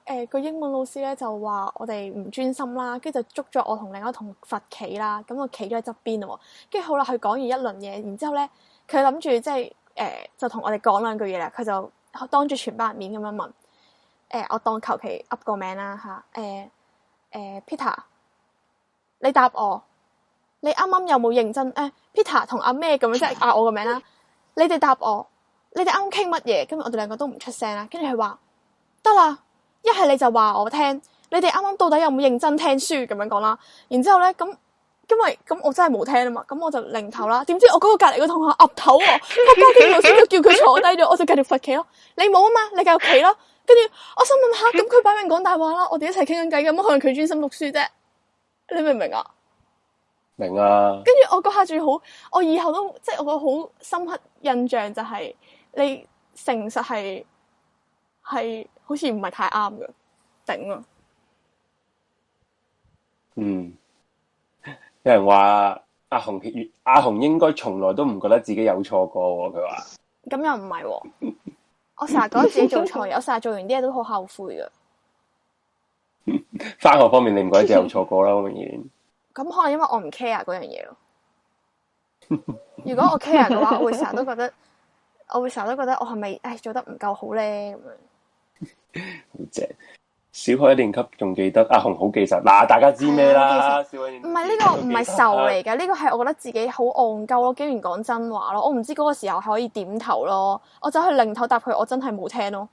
B: 誒、個英文老師咧就話我哋唔專心啦，跟住就捉咗我同另一個同罰企啦，咁我企咗喺側邊咯喎，跟住好啦，佢講完一輪嘢，然之後咧佢諗住即係誒就同我哋講兩句嘢啦，佢就當住全班人面咁樣問。誒、我當求其噏個名啦吓，誒、誒、Peter，你答我，你啱啱有冇認真？誒、Peter 同阿咩咁樣，即係嗌我個名啦。你哋答我，你哋啱啱傾乜嘢？跟住我哋兩個都唔出聲啦。跟住佢話得啦，一係你就話我聽，你哋啱啱到底有冇認真聽書咁樣講啦。然之後咧咁。因為咁我真係冇聽啊嘛，咁我就擰頭啦。點知我嗰個隔離個同學岌頭喎，仆街！跟住老師就叫佢坐低咗，我就繼續罰企咯。你冇啊嘛，你繼續企咯。跟住我心諗下，咁佢擺明講大話啦，我哋一齊傾緊偈嘅，咁可能佢專心讀書啫。你明唔明啊？
C: 明啊，
B: 跟住我嗰下仲要好，我以後都即係我個好深刻印象就係、你誠實係係好似唔係太啱嘅，頂啊！
C: 嗯，有人話阿紅阿紅應該從來都唔覺得自己有錯過喎，佢話。
B: 咁又唔係喎，我成日覺得自己做錯嘢，我成日做完啲嘢都好後悔嘅。
C: 翻學方面，你唔覺得自己有錯過啦，永遠。
B: 咁可能因為我唔 care 嗰樣嘢咯。如果我 care 嘅話，我會成日都覺得，我會成日都覺得我係咪唉做得唔夠好咧咁樣。
C: 好正。小學一年級仲記得阿紅好記實，嗱大家知咩啦？小學一年
B: 唔
C: 級
B: 係呢個唔係仇嚟
C: (laughs)
B: 嘅，呢個係我覺得自己好戇鳩咯，竟然講真話咯，我唔知嗰個時候係可以點頭咯，我走去擰頭答佢，我真係冇聽咯，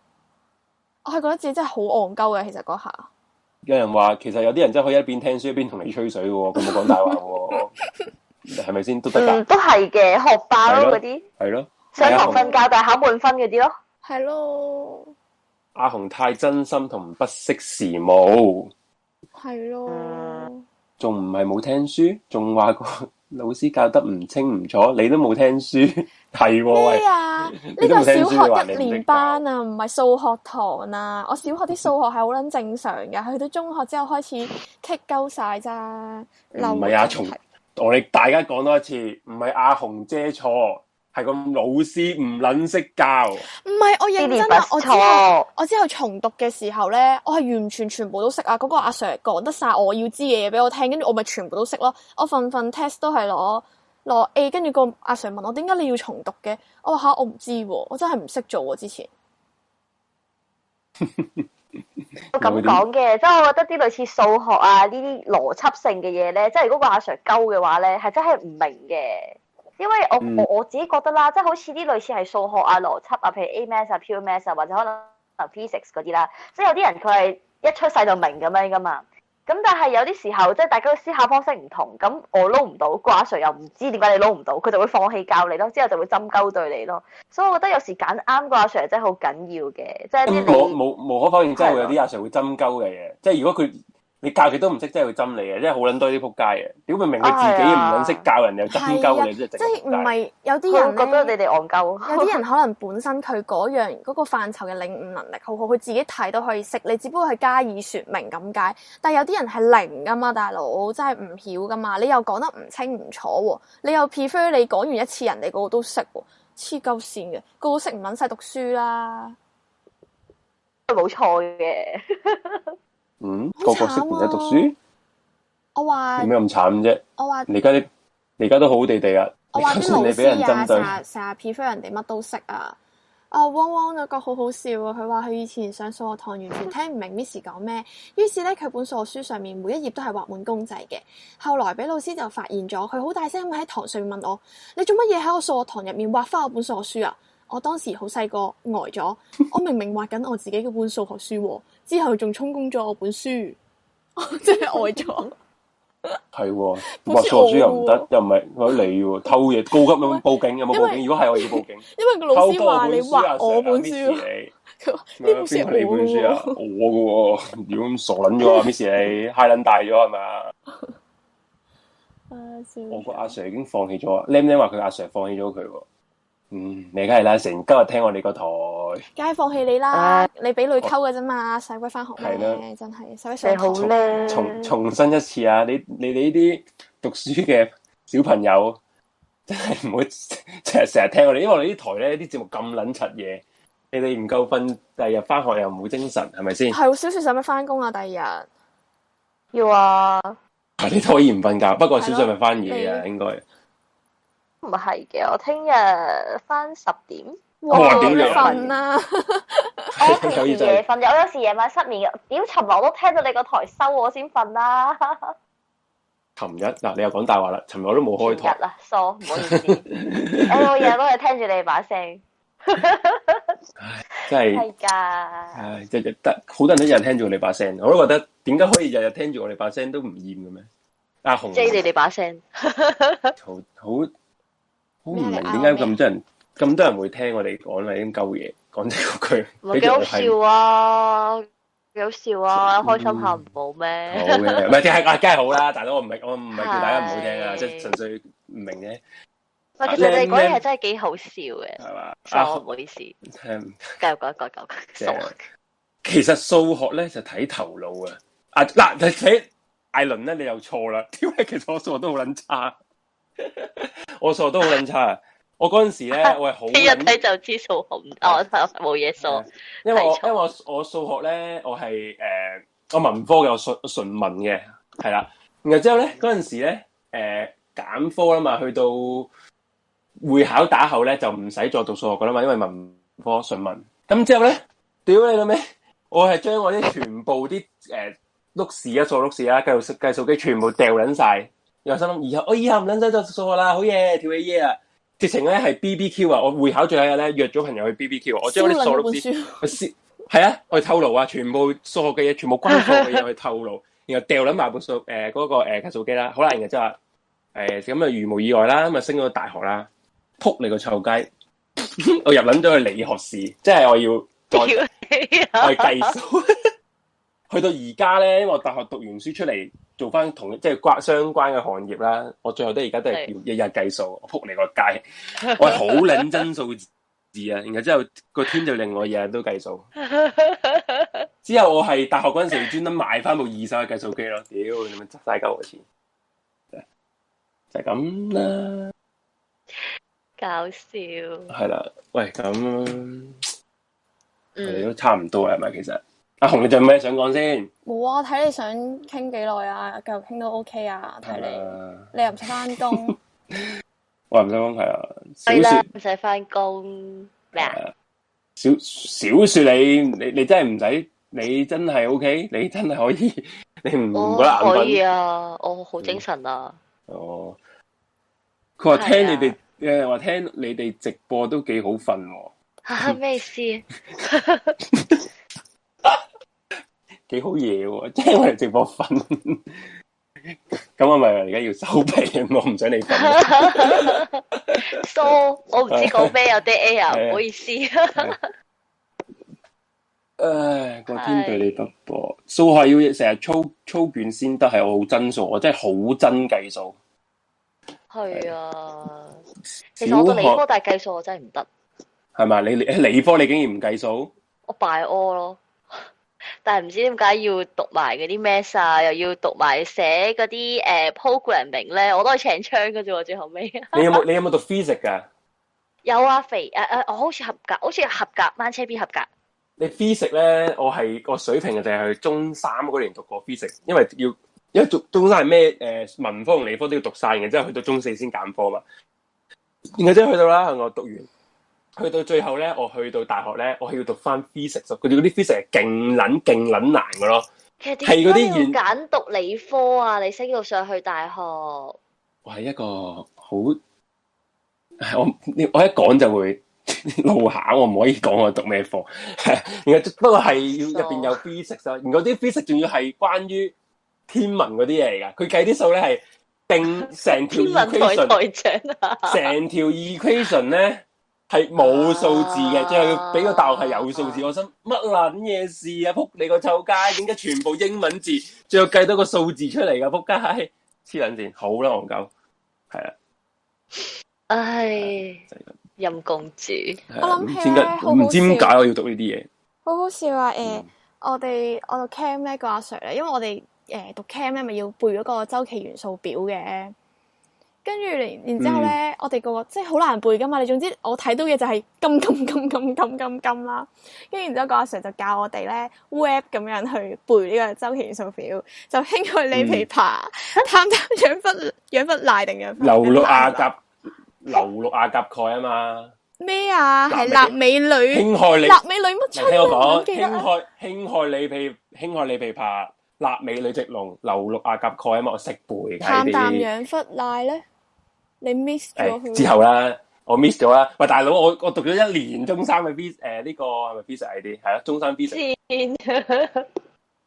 B: 我係覺得自己真係好戇鳩嘅，其實嗰下
C: 有人話其實有啲人真係可以一邊聽書一邊同你吹水嘅喎，佢冇講大話喎，
B: (laughs)
C: 係咪先都得㗎？
F: 嗯都係嘅，學霸
C: 係
F: 咯
C: 咯
F: 嗰啲，
C: 係啊咯，
F: 上
C: 阿
F: 堂瞓
C: 紅
F: 覺但係考滿分嗰啲咯。
B: 係咯，
C: 阿紅太真心同不識時務，
B: 係咯，嗯
C: 仲唔係冇聽書？仲話個 (laughs) 老師教得唔清唔楚，你都冇聽書， (laughs) 係喎喂
B: 咩。啊？呢
C: 你都
B: 個
C: 冇聽
B: 小
C: 書
B: 學
C: 你
B: 一
C: 話你唔識
B: 年班啊，唔係數學堂啊，我小學啲數學係好撚正常嘅，去到中學之後開始棘鳩晒咋，漏
C: 唔係啊
B: 咗
C: 從
B: 題
C: 我哋大家講多一次，唔係阿紅姐錯，係個老師唔撚識教。
B: 唔係我認真啊！我之後
F: 錯
B: 我之後重讀嘅時候咧，我係完全全部都識啊！嗰、個阿 Sir 講得晒我要知嘅嘢俾我聽，跟住我咪全部都識咯。我份份 test 都係攞攞 A，跟住個阿 Sir 問我點解你要重讀嘅？我話吓我唔知喎，我真係唔識做喎之前。
F: 都咁講嘅，即係我覺得啲類似數學啊呢啲邏輯性嘅嘢咧，即係如果個阿 Sir 鳩嘅話咧，係真係唔明嘅。因為我、
C: 嗯
F: 我我自己覺得啦，即係好似啲類似係數學啊、邏輯啊，譬如 A Maths 啊、Pure Maths 啊，或者可能 Physics 嗰啲啦，即係有啲人佢係一出世就明咁樣噶嘛。咁但係有啲時候即係大家嘅思考方式唔同，咁我撈唔到，個阿 Sir 又唔知點解你撈唔到，佢就會放棄教你咯，之後就會針鳩對你咯。所以我覺得有時揀啱個阿 Sir 真係好緊要嘅，即係啲你
C: 冇冇無可否認，真係會有啲阿 Sir 會針鳩嘅嘢，即係如果佢你教佢都唔識，真係會針你嘅，即係好撚多啲仆街嘅。屌明明佢自己唔撚識教人，又針鳩你，
B: 即啊係唔
C: 真係整仆街。
B: 係有啲
F: 佢
B: 人
F: 會覺得你
B: 咧？
F: 哋戇鳩。 (laughs)
B: 有啲人可能本身佢嗰樣嗰、個範疇嘅領悟能力好好，佢自己睇都可以識，你只不過係加以説明咁解。但係有啲人係零噶嘛，啊大佬真係唔曉噶嘛，你又講得唔清唔楚喎，你又 prefer 你講完一次人哋個個都識喎，黐鳩線嘅，個個識唔撚晒讀書啦，
F: 冇錯嘅，
C: 嗯，
B: 好
C: 個個識唔
B: 慘
C: 使
B: 啊
C: 讀書，
B: 我話
C: 有咩咁慘啫？
B: 我話
C: 你而家啲你而家都好好地地啊！
B: 我話啲老
C: 就算你俾人
B: 師
C: 針
B: 啊，
C: 對
B: 成，日成日 prefer 人哋乜都識啊。啊，汪汪有個好好笑啊！佢話佢以前上數學堂完全聽唔明 Miss 講咩，於是咧佢本數學書上面每一頁都係畫滿公仔嘅。後來俾老師就發現咗，佢好大聲咁喺堂上面問我：你做乜嘢喺我數學堂入面畫翻我本數學書啊？我當時好細個，呆咗。我明明畫緊我自己嘅本數學書喎，之後仲充公咗我本書，我真係呆咗。
C: 系喎，
B: 好
C: 默
B: 似
C: 傻豬又
B: 我
C: 唔
B: 喎
C: 得，又唔係佢嚟喎，偷嘢高級咁報警有冇報
B: 因為
C: 警？如果係我要報警，
B: 因為個老
C: 偷
B: 師
C: 多
B: 話
C: 本
B: 你
C: 書啊
B: 畫我本
C: Sir，
B: 書， (laughs)
C: 啊
B: 佢話呢
C: Miss 你
B: 本書
C: 邊個你本書啊
B: 我，
C: 我嘅喎，屌咁傻
B: (laughs)
C: 撚咗啊，Miss 你嗨撚大咗係咪啊？
B: 喎，笑
C: 我個阿 Sir 已經放棄咗啊，僆僆話佢阿 Sir 放棄咗佢喎。嗯，你梗係啦，成日今日聽我哋個台。
B: 梗係放棄你啦，你俾女溝嘅啫嘛，使鬼翻學
C: 係
B: 咩？
C: 啦
B: (laughs) 真係使鬼上
F: 你
B: 堂
F: 好
B: 嗯
F: 咧，
C: 重重申一次啊！你你哋呢啲讀書嘅小朋友，真係唔好 (laughs) 成日成日聽我哋，因為我哋啲台咧啲節目咁撚柒嘢，你哋唔夠瞓，第二日翻學又冇精神，係
B: (laughs)
C: 咪先？
B: 係喎，小雪使唔使翻工啊？第二日
F: 要啊，
C: 係你都可以唔瞓覺，不過小
B: 係
C: 上
B: 咯
C: 咪翻夜啊，
B: 你
C: 應該。
F: 唔係嘅，我聽日翻十
C: (laughs)
F: 點，
C: 哇
B: 你
C: 屌你啊
B: 瞓啦，
F: 我
C: (laughs)
F: 平
C: 有
F: 時
C: 嘢就係
F: 夜瞓，我有時夜晚失眠嘅，屌尋日我都聽到你個台收我先瞓啦，
C: 琴日嗱，你又講大話啦，尋日我都冇開
F: 前
C: 台
F: 日，啊，疏，唔好意
C: (laughs)
F: 思，哎誒我日日都係聽住你把聲，
C: 真係
F: 係㗎，
C: 唉，日日得好多人都日日聽住我哋把聲，我都覺得點解可以日日聽住我哋把聲都唔厭嘅咩？阿紅
F: J 你哋把聲，
C: 好好好唔明
F: 啊
C: 點解咁多人咁多人會聽我哋講啦，已經鳩嘢講呢個句，
F: 唔係
C: 俾
F: 幾
C: 咗
F: 好
C: 我係
F: 笑啊，幾好笑啊，開心下唔好
C: 嗯好
F: 咩？
C: 嘅，唔係係啊梗係好啦，大佬我唔係我唔係叫大家唔好聽啊，
F: 係
C: 即係純粹唔明啫，
F: (laughs) 喂，其實你
C: 靚
F: 嗰嘢
C: 靚
F: 真係幾好笑嘅，
C: 係嘛？
F: 傻，
C: 啊
F: 唔，好意思，繼
C: 嗯
F: 續講，繼續講，繼續
C: 正
F: 講傻。
C: 其實數學咧就睇頭腦啊，啊嗱你睇艾倫咧，你又錯啦， (laughs) 因為其實我數學都好撚差，我數學都好撚差啊，我嗰陣時咧我係好
F: 一
C: 撚
F: 睇就知數學唔得，我
C: 啊
F: 冇嘢數。
C: 因為我
F: 題材
C: 因為我我數學咧，我係誒、呃我文科嘅，我純純文嘅，係啦。然後之後咧嗰陣時咧，誒、減呃科啦嘛，去到會考打後咧就唔使再讀數學噶啦嘛，因為文科純文。咁之後咧，屌你老味，我係將我啲全部啲誒碌士啊、數碌士啊、計數計數機全部掉撚晒。又心諗以後我以後唔撚使再讀數學啦，好嘢，跳起嘢啊！直情咧係 BBQ 啊！我會考最後一日咧約咗朋友去 BBQ，啊我將
B: 燒
C: 嗰啲
B: 撚
C: 數
B: 咗
C: 碌
B: 本
C: 士。
B: 書，
C: 我先係啊，我去透露啊，全部數學嘅嘢，全部關數
F: (laughs)
C: 學嘅嘢去透露，然後掉撚埋部數誒嗰個誒計數機啦，好啦，然後之後話誒咁啊，如無意外啦，咁啊升咗大學啦，撲你個臭街！我入撚咗去理學士，即係我要再
F: 屌你
C: 我
F: 啊！
C: 係計數， (laughs) 去到而家咧，因為我大學讀完書出嚟做翻同即係關相關嘅行業啦，我最後都而家都係要日日計數，我撲你個街！我係好撚真數字啊，然後之後個天就令我日日都計數。之後我係大學嗰陣時專登買翻部二手嘅計數機咯，屌你咪執晒鳩我錢，就係咁啦，
F: (laughs) 搞笑，
C: 係啦，喂咁我哋
F: 嗯，
C: 都差唔多啦，係咪其實？阿紅你仲有咩想講先？
B: 冇啊！睇你想傾幾耐啊，繼續傾都 OK 啊，睇
C: 係
B: 你
C: 啦。
B: 你又唔使翻工，
C: 我唔想講係啊，小
F: 係啦
C: 說，
F: 唔使翻工咩啊？
C: 小小說你你你真係唔使，你真係 O K，你真係可以， (laughs) 你唔唔
F: 我
C: 覺得
F: 可以
C: 眼瞓？嗯
F: 啊，我好精
C: (laughs)
F: 神啊！
C: 哦，佢話
F: 係啊
C: 聽你哋誒話聽你哋直播都幾好瞓喎，
F: 嚇咩事？
C: 幾好嘢喎， (laughs) 即係我哋直播瞓。咁我咪而家要收皮，我唔想你瞓。
F: 疏，我唔知講咩，有
C: (laughs)
F: 啲
C: 啊
F: air，唔好意思。 (laughs) 啊
C: 唉，個天對你不薄，數學要成日操操卷先得，係我好真數，我真係好真計數。
F: 係啊，
C: 小
F: 其實我讀理
C: 學
F: 科但係計數我真係唔得，
C: 係嘛？你你理科你竟然唔計數，
F: 我敗 all 咯。但係唔知點解要讀埋嗰啲 math 啊，又要讀埋寫嗰啲誒 programming 咧，我都係請槍嘅啫喎，最後尾。 (laughs)
C: 你有冇你有冇讀 physics 啊噶？
F: 有啊，肥誒誒、我好似合格，好似合格，班車 B 合格。
C: 你 physics 咧，我係個水平就係去中三嗰年讀過 physics，因為要因為讀中三係咩誒文科同理科都要讀晒，然之後去到中四先減科嘛。然後即係去到啦，我讀完，去到最後咧，我去到大學咧，我係要讀翻 physics，佢哋嗰啲 physics 係勁撚勁撚難嘅咯。
F: 其實點
C: 係嗰
F: 解
C: 啲
F: 要
C: 原
F: 揀讀理科啊？你升到上去大
C: (laughs)
F: 學，
C: 我係一個好， (laughs) 唉我我一講就會 (laughs) 路考，我唔可以講我讀咩科。 (laughs) 然後不過係要入邊有 physics 啊，然後啲 physics 仲要係關於天文嗰啲嘢嚟噶，佢計啲數咧係定成條
F: 天文台
C: equation，
F: 台
C: (laughs)
F: 長啊，
C: 成條 equation 咧係冇數字
B: 啊
C: 嘅，最後佢俾個答案係有數字。我心乜撚嘢事啊！撲你個臭街，點解全部英文字，最後計到個數字出嚟噶？撲街，黐撚線，好啦，戇鳩，係啦，
F: 唉，
C: 就係咁
F: 陰公主，
C: 係
B: 我
C: 啦
B: 諗
C: 唔
B: 起
C: 知點解
B: 咧好
C: 唔知點
B: 好
C: 解我要讀呢啲嘢。
B: 好好笑啊！誒、
C: 嗯
B: 我哋我讀 cam 咧個阿 Sir 咧，因為我哋誒、讀 cam 咧咪要背嗰個周期元素表嘅，跟住然然之後
C: 嗯
B: 咧，我哋個個即係好難背噶嘛。你總之我睇到嘅就係金金金金金金金啦，跟住然之後個阿 Sir 就教我哋咧 web 咁樣去背呢個周期元素表，就輕去
C: 嗯
B: 你琵琶，探探養忽養忽賴定養忽
C: 流落亞甲，流落亞甲蓋啊嘛，
B: 咩啊？係
C: 臘
B: 臘美女，
C: 輕害你，
B: 臘美女乜
C: 嚟
B: 春
C: 聽
B: 啊？
C: 我講，
B: 唔記得
C: 輕
B: 啊
C: 害輕害你被輕害你被怕，辣尾女直龍，流落亞甲蓋啊嘛，我識背嘅呢
B: 淡淡
C: 啲。
B: 養忽賴咧，你 miss 咗
C: 誒
B: 佢。
C: 哎之後啦，我 miss 咗啦。喂，大佬，我我讀咗一年中三嘅 B 誒呢個係咪 B 石 ID 係啦，中三 B 石
F: 天，
C: 誒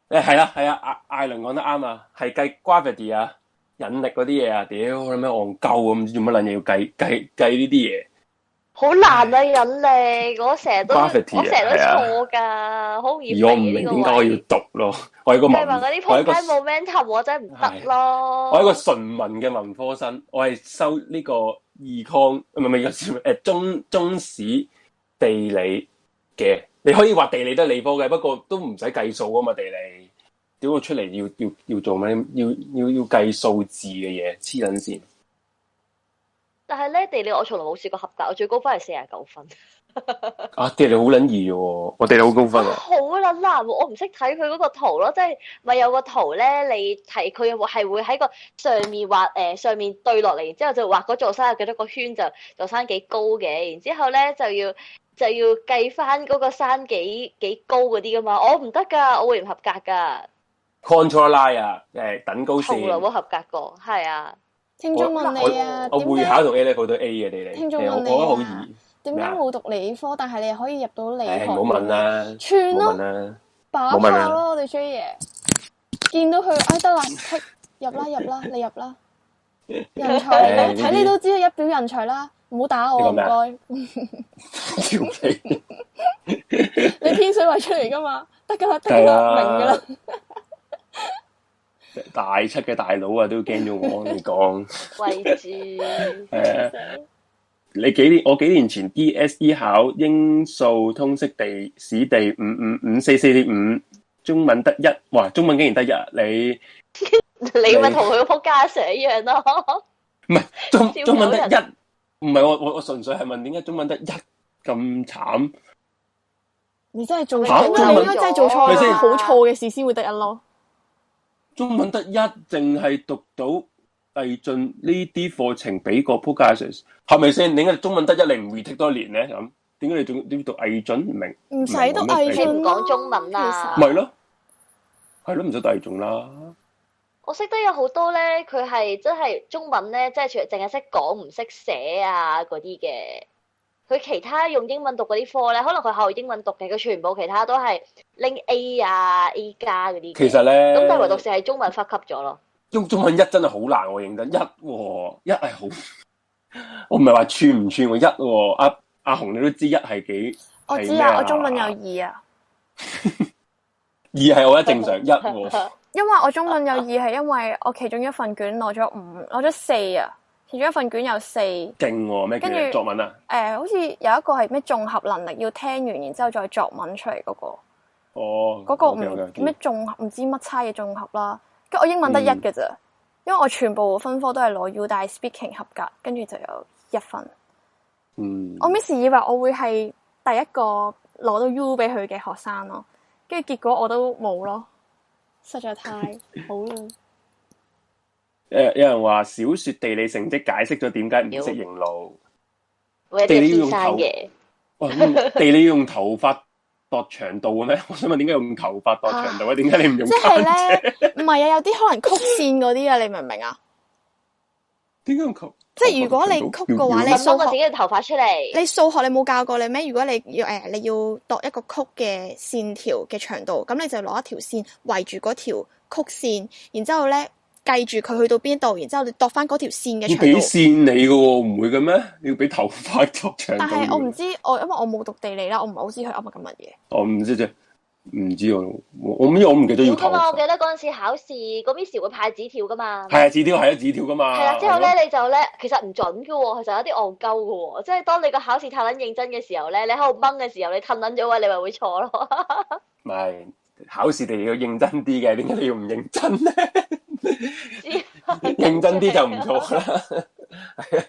C: 係啦係啊，艾艾倫講得啱啊，係計 gravity 啊、引力嗰啲嘢啊，屌你咩戇鳩咁，唔知做乜撚嘢要計計計呢啲嘢？
F: (laughs) 好難啊引力，我成日都我成日
C: Gravity 啊
F: 都錯㗎，好容易啊
C: 而我唔明
F: 呢個
C: 點解我要
F: 位。
C: 讀咯，我係個
F: 你
C: 文，
F: 係話嗰啲
C: 我係一
F: 撲
C: 個
F: 街 momentum 我真係唔得咯。
C: 我係一個純文嘅文科生，我係修呢個二康，唔係唔係誒中中史地理嘅，你可以話地理都係理科嘅，不過都唔使計數啊嘛，地理。屌我出嚟要要要做咩？要要要計數字嘅嘢，黐撚 (laughs) 線。
F: 但係咧地理我從來冇試過合格，我最高分係四十九
C: (laughs)
F: 分。
C: 啊，地理好撚易嘅喎，我地理好高分啊。
F: 好撚難喎，我唔識睇佢嗰個圖咯，即係咪有個圖咧？你睇佢有冇係會喺個上面畫誒、呃上面對落嚟，然之後就畫嗰座山有幾多個圈，就座山幾高嘅，然之後咧就要就要計翻嗰個山幾幾高嗰啲噶嘛，我唔得㗎，我會唔合格㗎，
C: Control line 啊，誒等高
F: 從來
C: 線。
F: 冇合格過，係
C: (laughs)
F: 啊，
E: 聽眾問你啊，
C: 我
E: 點
C: 會考
E: 解
C: 同 A level 都 A 嘅地理，
E: 聽眾
C: 誒我
E: 問
C: 覺
E: 你
C: 得好
E: 啊
C: 易。
E: 點解冇讀理科，但係你可以入到理
C: 誒
E: 學？
C: 唔好問，啦，
E: 串
C: 唔好問
E: 咯，
C: 啦。
E: 把炮
C: 冇問啦
E: 咯，我哋 J 爺見到佢，哎得啦，剔入啦入
C: (laughs)
E: 啦，你入啦，人才嚟
C: 誒呢
E: 嘅，
C: 啲
E: 睇你都知道一表人才啦，唔好打
C: 你
E: 我
C: 講
E: 唔
C: 咩啊 (laughs)
E: 該，
C: 屌你！
E: 你天水圍出嚟噶嘛，得噶啦得噶
C: 係啊
E: 啦，
C: 啦
E: 明噶啦，
C: 大七嘅大佬啊，都驚咗
F: (laughs)
C: 我。你講
F: 位置
C: 誒，你幾年？我幾年前 DSE 考英數通識地史地五五五四四點五，中文得一。哇，中文竟然得一啊！你
F: (laughs) 你咪同佢個仆街阿 Sir 一樣咯，
C: 唔係中
F: 笑
C: 中文得
F: 死人
C: 一，唔係我我我純粹係問點解中文得一咁慘？
E: 你真係做
C: 嚇
E: 錯
B: 咁
C: 中
B: 你
C: 文
B: 應該真係做錯
C: 咪先
B: 啦，好錯嘅事先會得一咯。
C: 中文得一，淨係讀到魏進呢啲課程俾個 p o c a s s 係咪先？點解中文得一，你唔 retake 多年咧？咁點解你仲點讀魏進唔明？
E: 唔使讀藝
F: 你
E: 進
F: 唔
E: 啦
F: 講中文啊？
C: 咪咯，係咯，唔使第二種啦。
F: 我識得有好多咧，佢係真係中文咧，即係除淨係識講唔識寫啊嗰啲嘅。佢其他用英文讀嗰啲科咧，可能佢學英文讀嘅，佢全部其他都係拎 A 啊 A 加嗰啲嘅。
C: 其實
F: 咁但係唯獨
C: 咧，
F: 是係中文忽及咗咯。
C: 中中文一真係好難，我認真一喎，一係好。 (laughs) 我唔係話串唔串喎，一喎。阿阿紅你都知一係幾？
B: 我
C: 係
B: 知
C: 咩
B: 啊，我中文有二啊，
C: 二係我覺得
B: (laughs)
C: 正常一喎。
B: 因為我中文
C: (laughs)
B: 有二係因為我其中一份卷攞咗五，攞咗四啊，其中一份卷有四，誒、
C: 勁喎咩叫
B: 跟住
C: 作文啊？
B: 好似有一個係咩綜合能力要聽完，然之後再作文出嚟嗰、個。
C: 哦，
B: 嗰個唔
C: OK，OK，
B: 咩綜合唔知乜差嘅綜合啦，跟住我英文得
C: 嗯
B: 一嘅咋，因為我全部分科都係攞 U，但係 speaking 合格，跟住就有一分。
C: 嗯，
B: 我 miss 以為我會係第一個攞到 U 俾佢嘅學生咯，跟住結果我都冇咯，
E: 實在太好啦。
C: 誒有人話小説地理成績解釋咗點解唔識認
B: (laughs)
C: 路。
F: 會有
C: 地理
F: 啲
C: 用
F: 天生嘅，
C: 哇！咁地理要用頭髮度長度嘅咩？ (laughs) 我想問點解用頭髮度長度咧？點解你唔
B: 啊
C: 用
B: 即係
C: 間？
B: 咧唔係啊，有啲可能曲線嗰啲啊，你明唔明啊？
C: 點解用頭？
B: 即係如果你
C: 頭髮度長
B: 曲嘅話
C: 要要
B: 你
F: 諗
B: 數學
F: 多個自己嘅頭髮出嚟。
B: 你數學你冇教過你咩？如果你要誒、呃你要度一個曲嘅線條嘅長度，咁你就攞一條線圍住嗰條曲線，然之後咧計住佢去到邊度，然之後你度翻嗰條線嘅
C: 要
B: 長
C: 俾
B: 度。
C: 線你嘅喎，唔會嘅咩？要俾頭髮度長度
B: 但
C: 嘅。
B: 係我唔知我，因為我冇讀地理啦，我唔係好知佢噏緊乜嘢。
C: 我哦唔知啫，唔知我我我唔知我唔記得要
F: 要
C: 頭
F: 噶啊嘛，我記
C: 髮。
F: 得嗰陣時考試嗰 Miss 會派紙條噶嘛。
C: 係啊，紙條係啊，紙條噶嘛。
F: 係啦，之後
C: 係咯
F: 咧你就咧，其實唔準嘅喎，其實有啲戇鳩嘅喎，即係當你個考試太撚認真嘅時候咧，你喺度掹嘅時候，你褪撚咗位，你咪會錯咯。
C: 唔係考試哋要認真啲嘅，點解你要唔認真咧？認真啲就唔
F: (laughs)
C: 錯啦。係啊係啊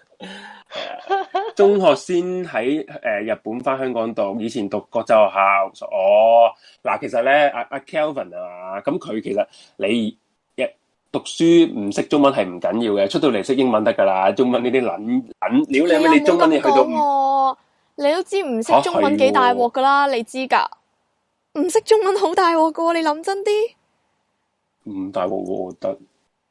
C: 中學先喺诶日本翻香港讀，以前讀國際學校。哦，嗱，其實咧，阿阿 Kelvin 啊，咁佢其實你日讀書唔識中文係唔緊要嘅，出到嚟識英文得㗎啦。中文呢啲撚撚料你咩？你中文你去到唔
B: 我，你都知唔識
C: 啊
B: 中文
C: 係
B: 幾大
C: 喎
B: 鑊噶啦，你知㗎。唔識中文好大鑊噶喎，你諗真啲。
C: 唔大鑊喎，我覺得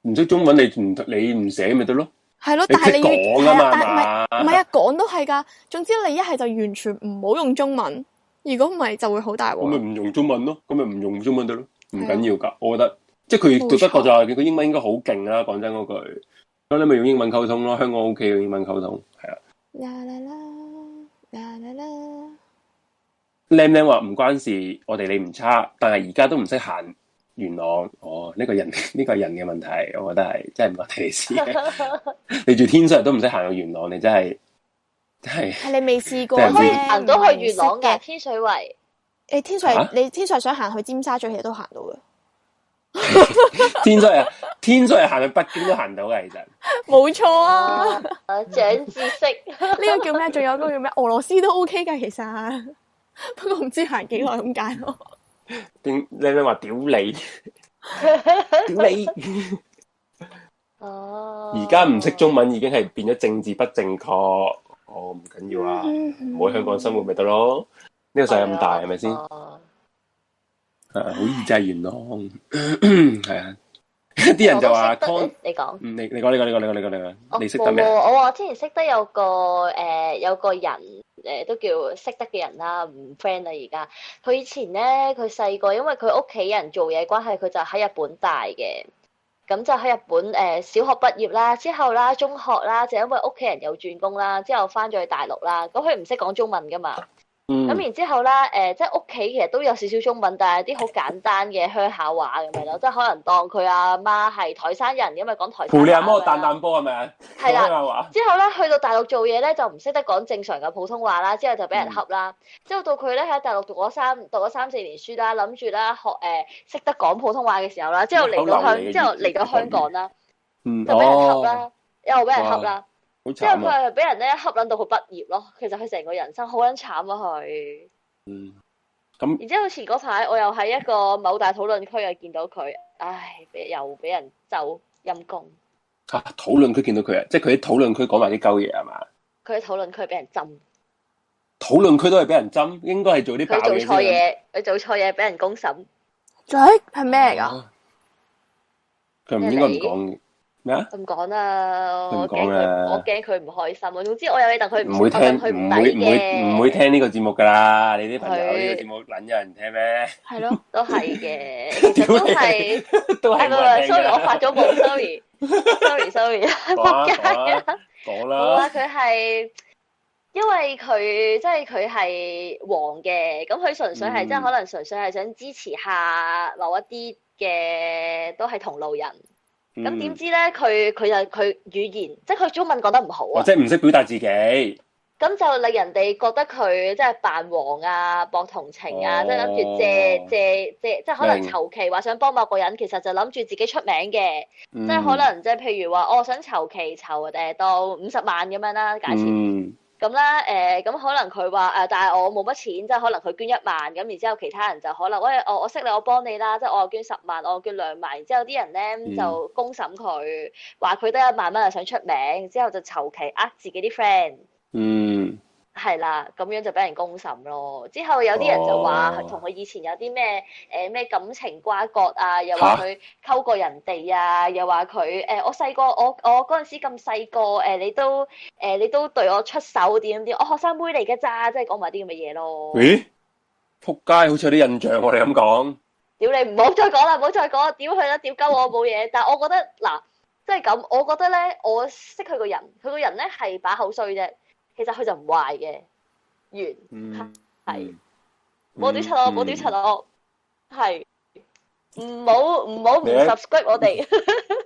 C: 唔識中文你唔你唔寫咪得咯。
B: 係咯，
C: 你
B: 但係
C: 識
B: 你要
C: 講
B: 係啊
C: 啊，
B: 但係唔係
C: 嘛，
B: 唔係啊，講都係㗎。總之你一係就完全唔好用中文，如果唔係就會好大
C: 我咪
B: 鑊。
C: 唔用中文咯，咁咪唔用中文得咯，唔
B: 係啊
C: 緊要噶，我覺得，即係佢
B: 冇
C: 讀德
B: 錯
C: 國就係佢英文應該好勁啦，講真嗰句，咁你咪用英文溝通咯，香港 O K 用英文溝通，係啊，
B: 啦啦啦啦啦啦，
C: 靚靚話唔關事，我哋你唔差，但係而家都唔識行元朗，哦，呢、個人 (laughs) 呢、個人嘅問題，我覺得係真係唔關你事嘅，
B: (laughs)
C: 你住天水圍都唔識行到元朗，你真係真係
B: 係你未試過
C: 真係唔
F: 可以
C: 知
B: 啫
F: (laughs) 行到去元朗
B: 唔識
F: 嘅天水
B: (laughs)
F: 圍，
B: 你天水
C: 啊
B: 你天水想行去尖沙咀，其實都行到嘅。
C: 天水圍，天水圍行去北京都行到嘅，其實。
B: 冇錯 (laughs) 啊，呢
F: 啊長知識。
B: 個叫咩？仲有嗰個叫咩？俄羅斯都 OK 㗎，其實。 (laughs) 不過唔知行幾耐咁解咯。
C: 點你咪話
B: (laughs)
C: 屌你，屌你！
F: 哦，
C: 而家唔識中文已經係變咗政治不正確，哦唔緊要
F: 嗯
C: 啊，唔好喺香港生活咪得咯。呢、個世界咁大係咪先？係
F: 哦
C: 啊好易制元 (clears throat) 朗，係啊！啲人就話
F: 我都識
C: con，
F: 得你講。
C: 嗯你你講你講你講你講你講你
F: 我
C: 講，你識
F: 冇
C: 得咩
F: 喎
C: 啊？
F: 哦我話我之前識得有個誒、呃有個人誒、呃都叫識得嘅人啦，唔 friend 啦而家。佢以前咧，佢細個因為佢屋企人做嘢關係，佢就喺日本大嘅。咁就喺日本誒、呃小學畢業啦，之後啦中學啦，就因為屋企人有轉工啦，之後翻咗去大陸啦。咁佢唔識講中文噶嘛，
C: 嗯
F: 咁，然之後啦，誒、呃即係屋企其實都有少少中文，但係啲好簡單嘅鄉下話咁樣咯，即係可能當佢阿媽係台山人，因為講台山話咁樣
C: 陪
F: 啦。
C: 你阿媽彈彈波係咪啊？
F: 係啦
C: 講咩話
F: 之後咧，去到大陸做嘢咧，就唔識得講正常嘅普通話啦，之後就
C: 嗯
F: 俾人恰啦。之後到佢咧喺大陸讀咗三讀咗三四年書啦，諗住啦學誒識、得講普通話嘅時候啦，之後嚟到
C: 口流嚟嘅
F: 香之後嚟到香港啦，
C: 嗯，
F: 就俾人恰
C: 哦，
F: 啦，又俾人恰啦。
C: 好
F: 之後
C: 慘啊！
F: 佢係俾人咧恰撚到佢畢業咯。其實佢成個人生好撚慘啊佢。
C: 嗯，咁
F: 然之後前嗰排我又喺一個某大討論區又見到佢，唉，俾又俾人就陰公。
C: 啊討論區見到佢啊，即係佢喺討論區講埋啲鳩嘢係嘛？
F: 佢喺討論區俾人針，
C: 討論區都係俾人針，應該係做啲爆
F: 佢做
C: 嘢
F: 錯
C: 先。啊
F: 嘢，佢做錯嘢俾人公審。
B: 嘴嗯係咩嚟㗎？
C: 啊佢唔應該唔講嘅咩啊？
F: 唔講啦，
C: 佢唔
F: 我
C: 講
F: 驚
C: 啦
F: 佢，我驚佢唔開心啊。總之我有嘢等佢
C: 唔會聽，
F: 我戥佢
C: 唔會
F: 抵
C: 唔會
F: 嘅
C: 唔會聽呢個節目㗎啦！你啲朋友
F: 佢
C: 呢個節目撚有人聽咩？
B: 係咯，
F: 都係
C: (laughs)
F: 嘅，其實都係。哎
C: 都係
F: 係唔
C: 冇
F: 係
C: 人聽㗎
F: sorry，我發
C: 啦。
F: 咗夢，sorry，sorry，sorry，
C: 講啦
F: 仆街
C: 講啦
F: 啊！
C: 講
F: 好啦，
C: 啦，
F: 佢係因為佢即係佢係黃嘅，咁佢純粹係
C: 嗯
F: 即係可能純粹係想支持下某一啲嘅都係同路人。咁點
C: 嗯？
F: 知咧，佢佢就佢語言，即係佢中文講得唔好
C: 或
F: 啊。
C: 者唔識表達自己，
F: 咁就令人哋覺得佢即係扮黃啊、博同情啊，
C: 哦
F: 即係諗住借借借，即係可能
C: 明
F: 籌期話想幫某個人，其實就諗住自己出名嘅，
C: 即
F: 即係可能即係譬如話，我、想籌期籌誒到五十萬咁樣啦，假設
C: 嗯
F: 咁啦誒，咁、可能佢話誒，但係我冇乜錢，即係可能佢捐一萬，咁然之後其他人就可能喂我我識你，我幫你啦，即係我又捐十萬，我又捐兩萬，然之後啲人
C: 嗯
F: 咧就公審佢，話佢得一萬蚊就想出名，之後就籌期呃自己啲 friend。
C: 嗯，
F: 係啦，咁樣就俾人公審咯。之後有啲人就話
C: 哦
F: 同佢以前有啲咩誒咩感情瓜葛啊，又話佢溝過人哋啊，又話佢誒我細個我我嗰陣時咁細個誒你都誒、呃你都對我出手點點點，我學生妹嚟
C: Ừ.
F: 嘅咋，即係講埋啲咁嘅嘢咯。
C: 咦？撲街，好似有啲印象喎！你咁講，
F: 屌你唔好再講啦，唔好再講啦，屌佢啦，屌鳩我冇嘢。但係我覺得嗱，即係咁，我覺得咧，我識佢個人，佢個人咧係把口衰啫，其實佢就唔壞嘅，完。
C: 嗯，
F: 係
C: 嗯
F: 冇屌柒我，冇屌柒，我，係唔好唔好唔
C: 你咧
F: subscribe 我哋，
C: 嗯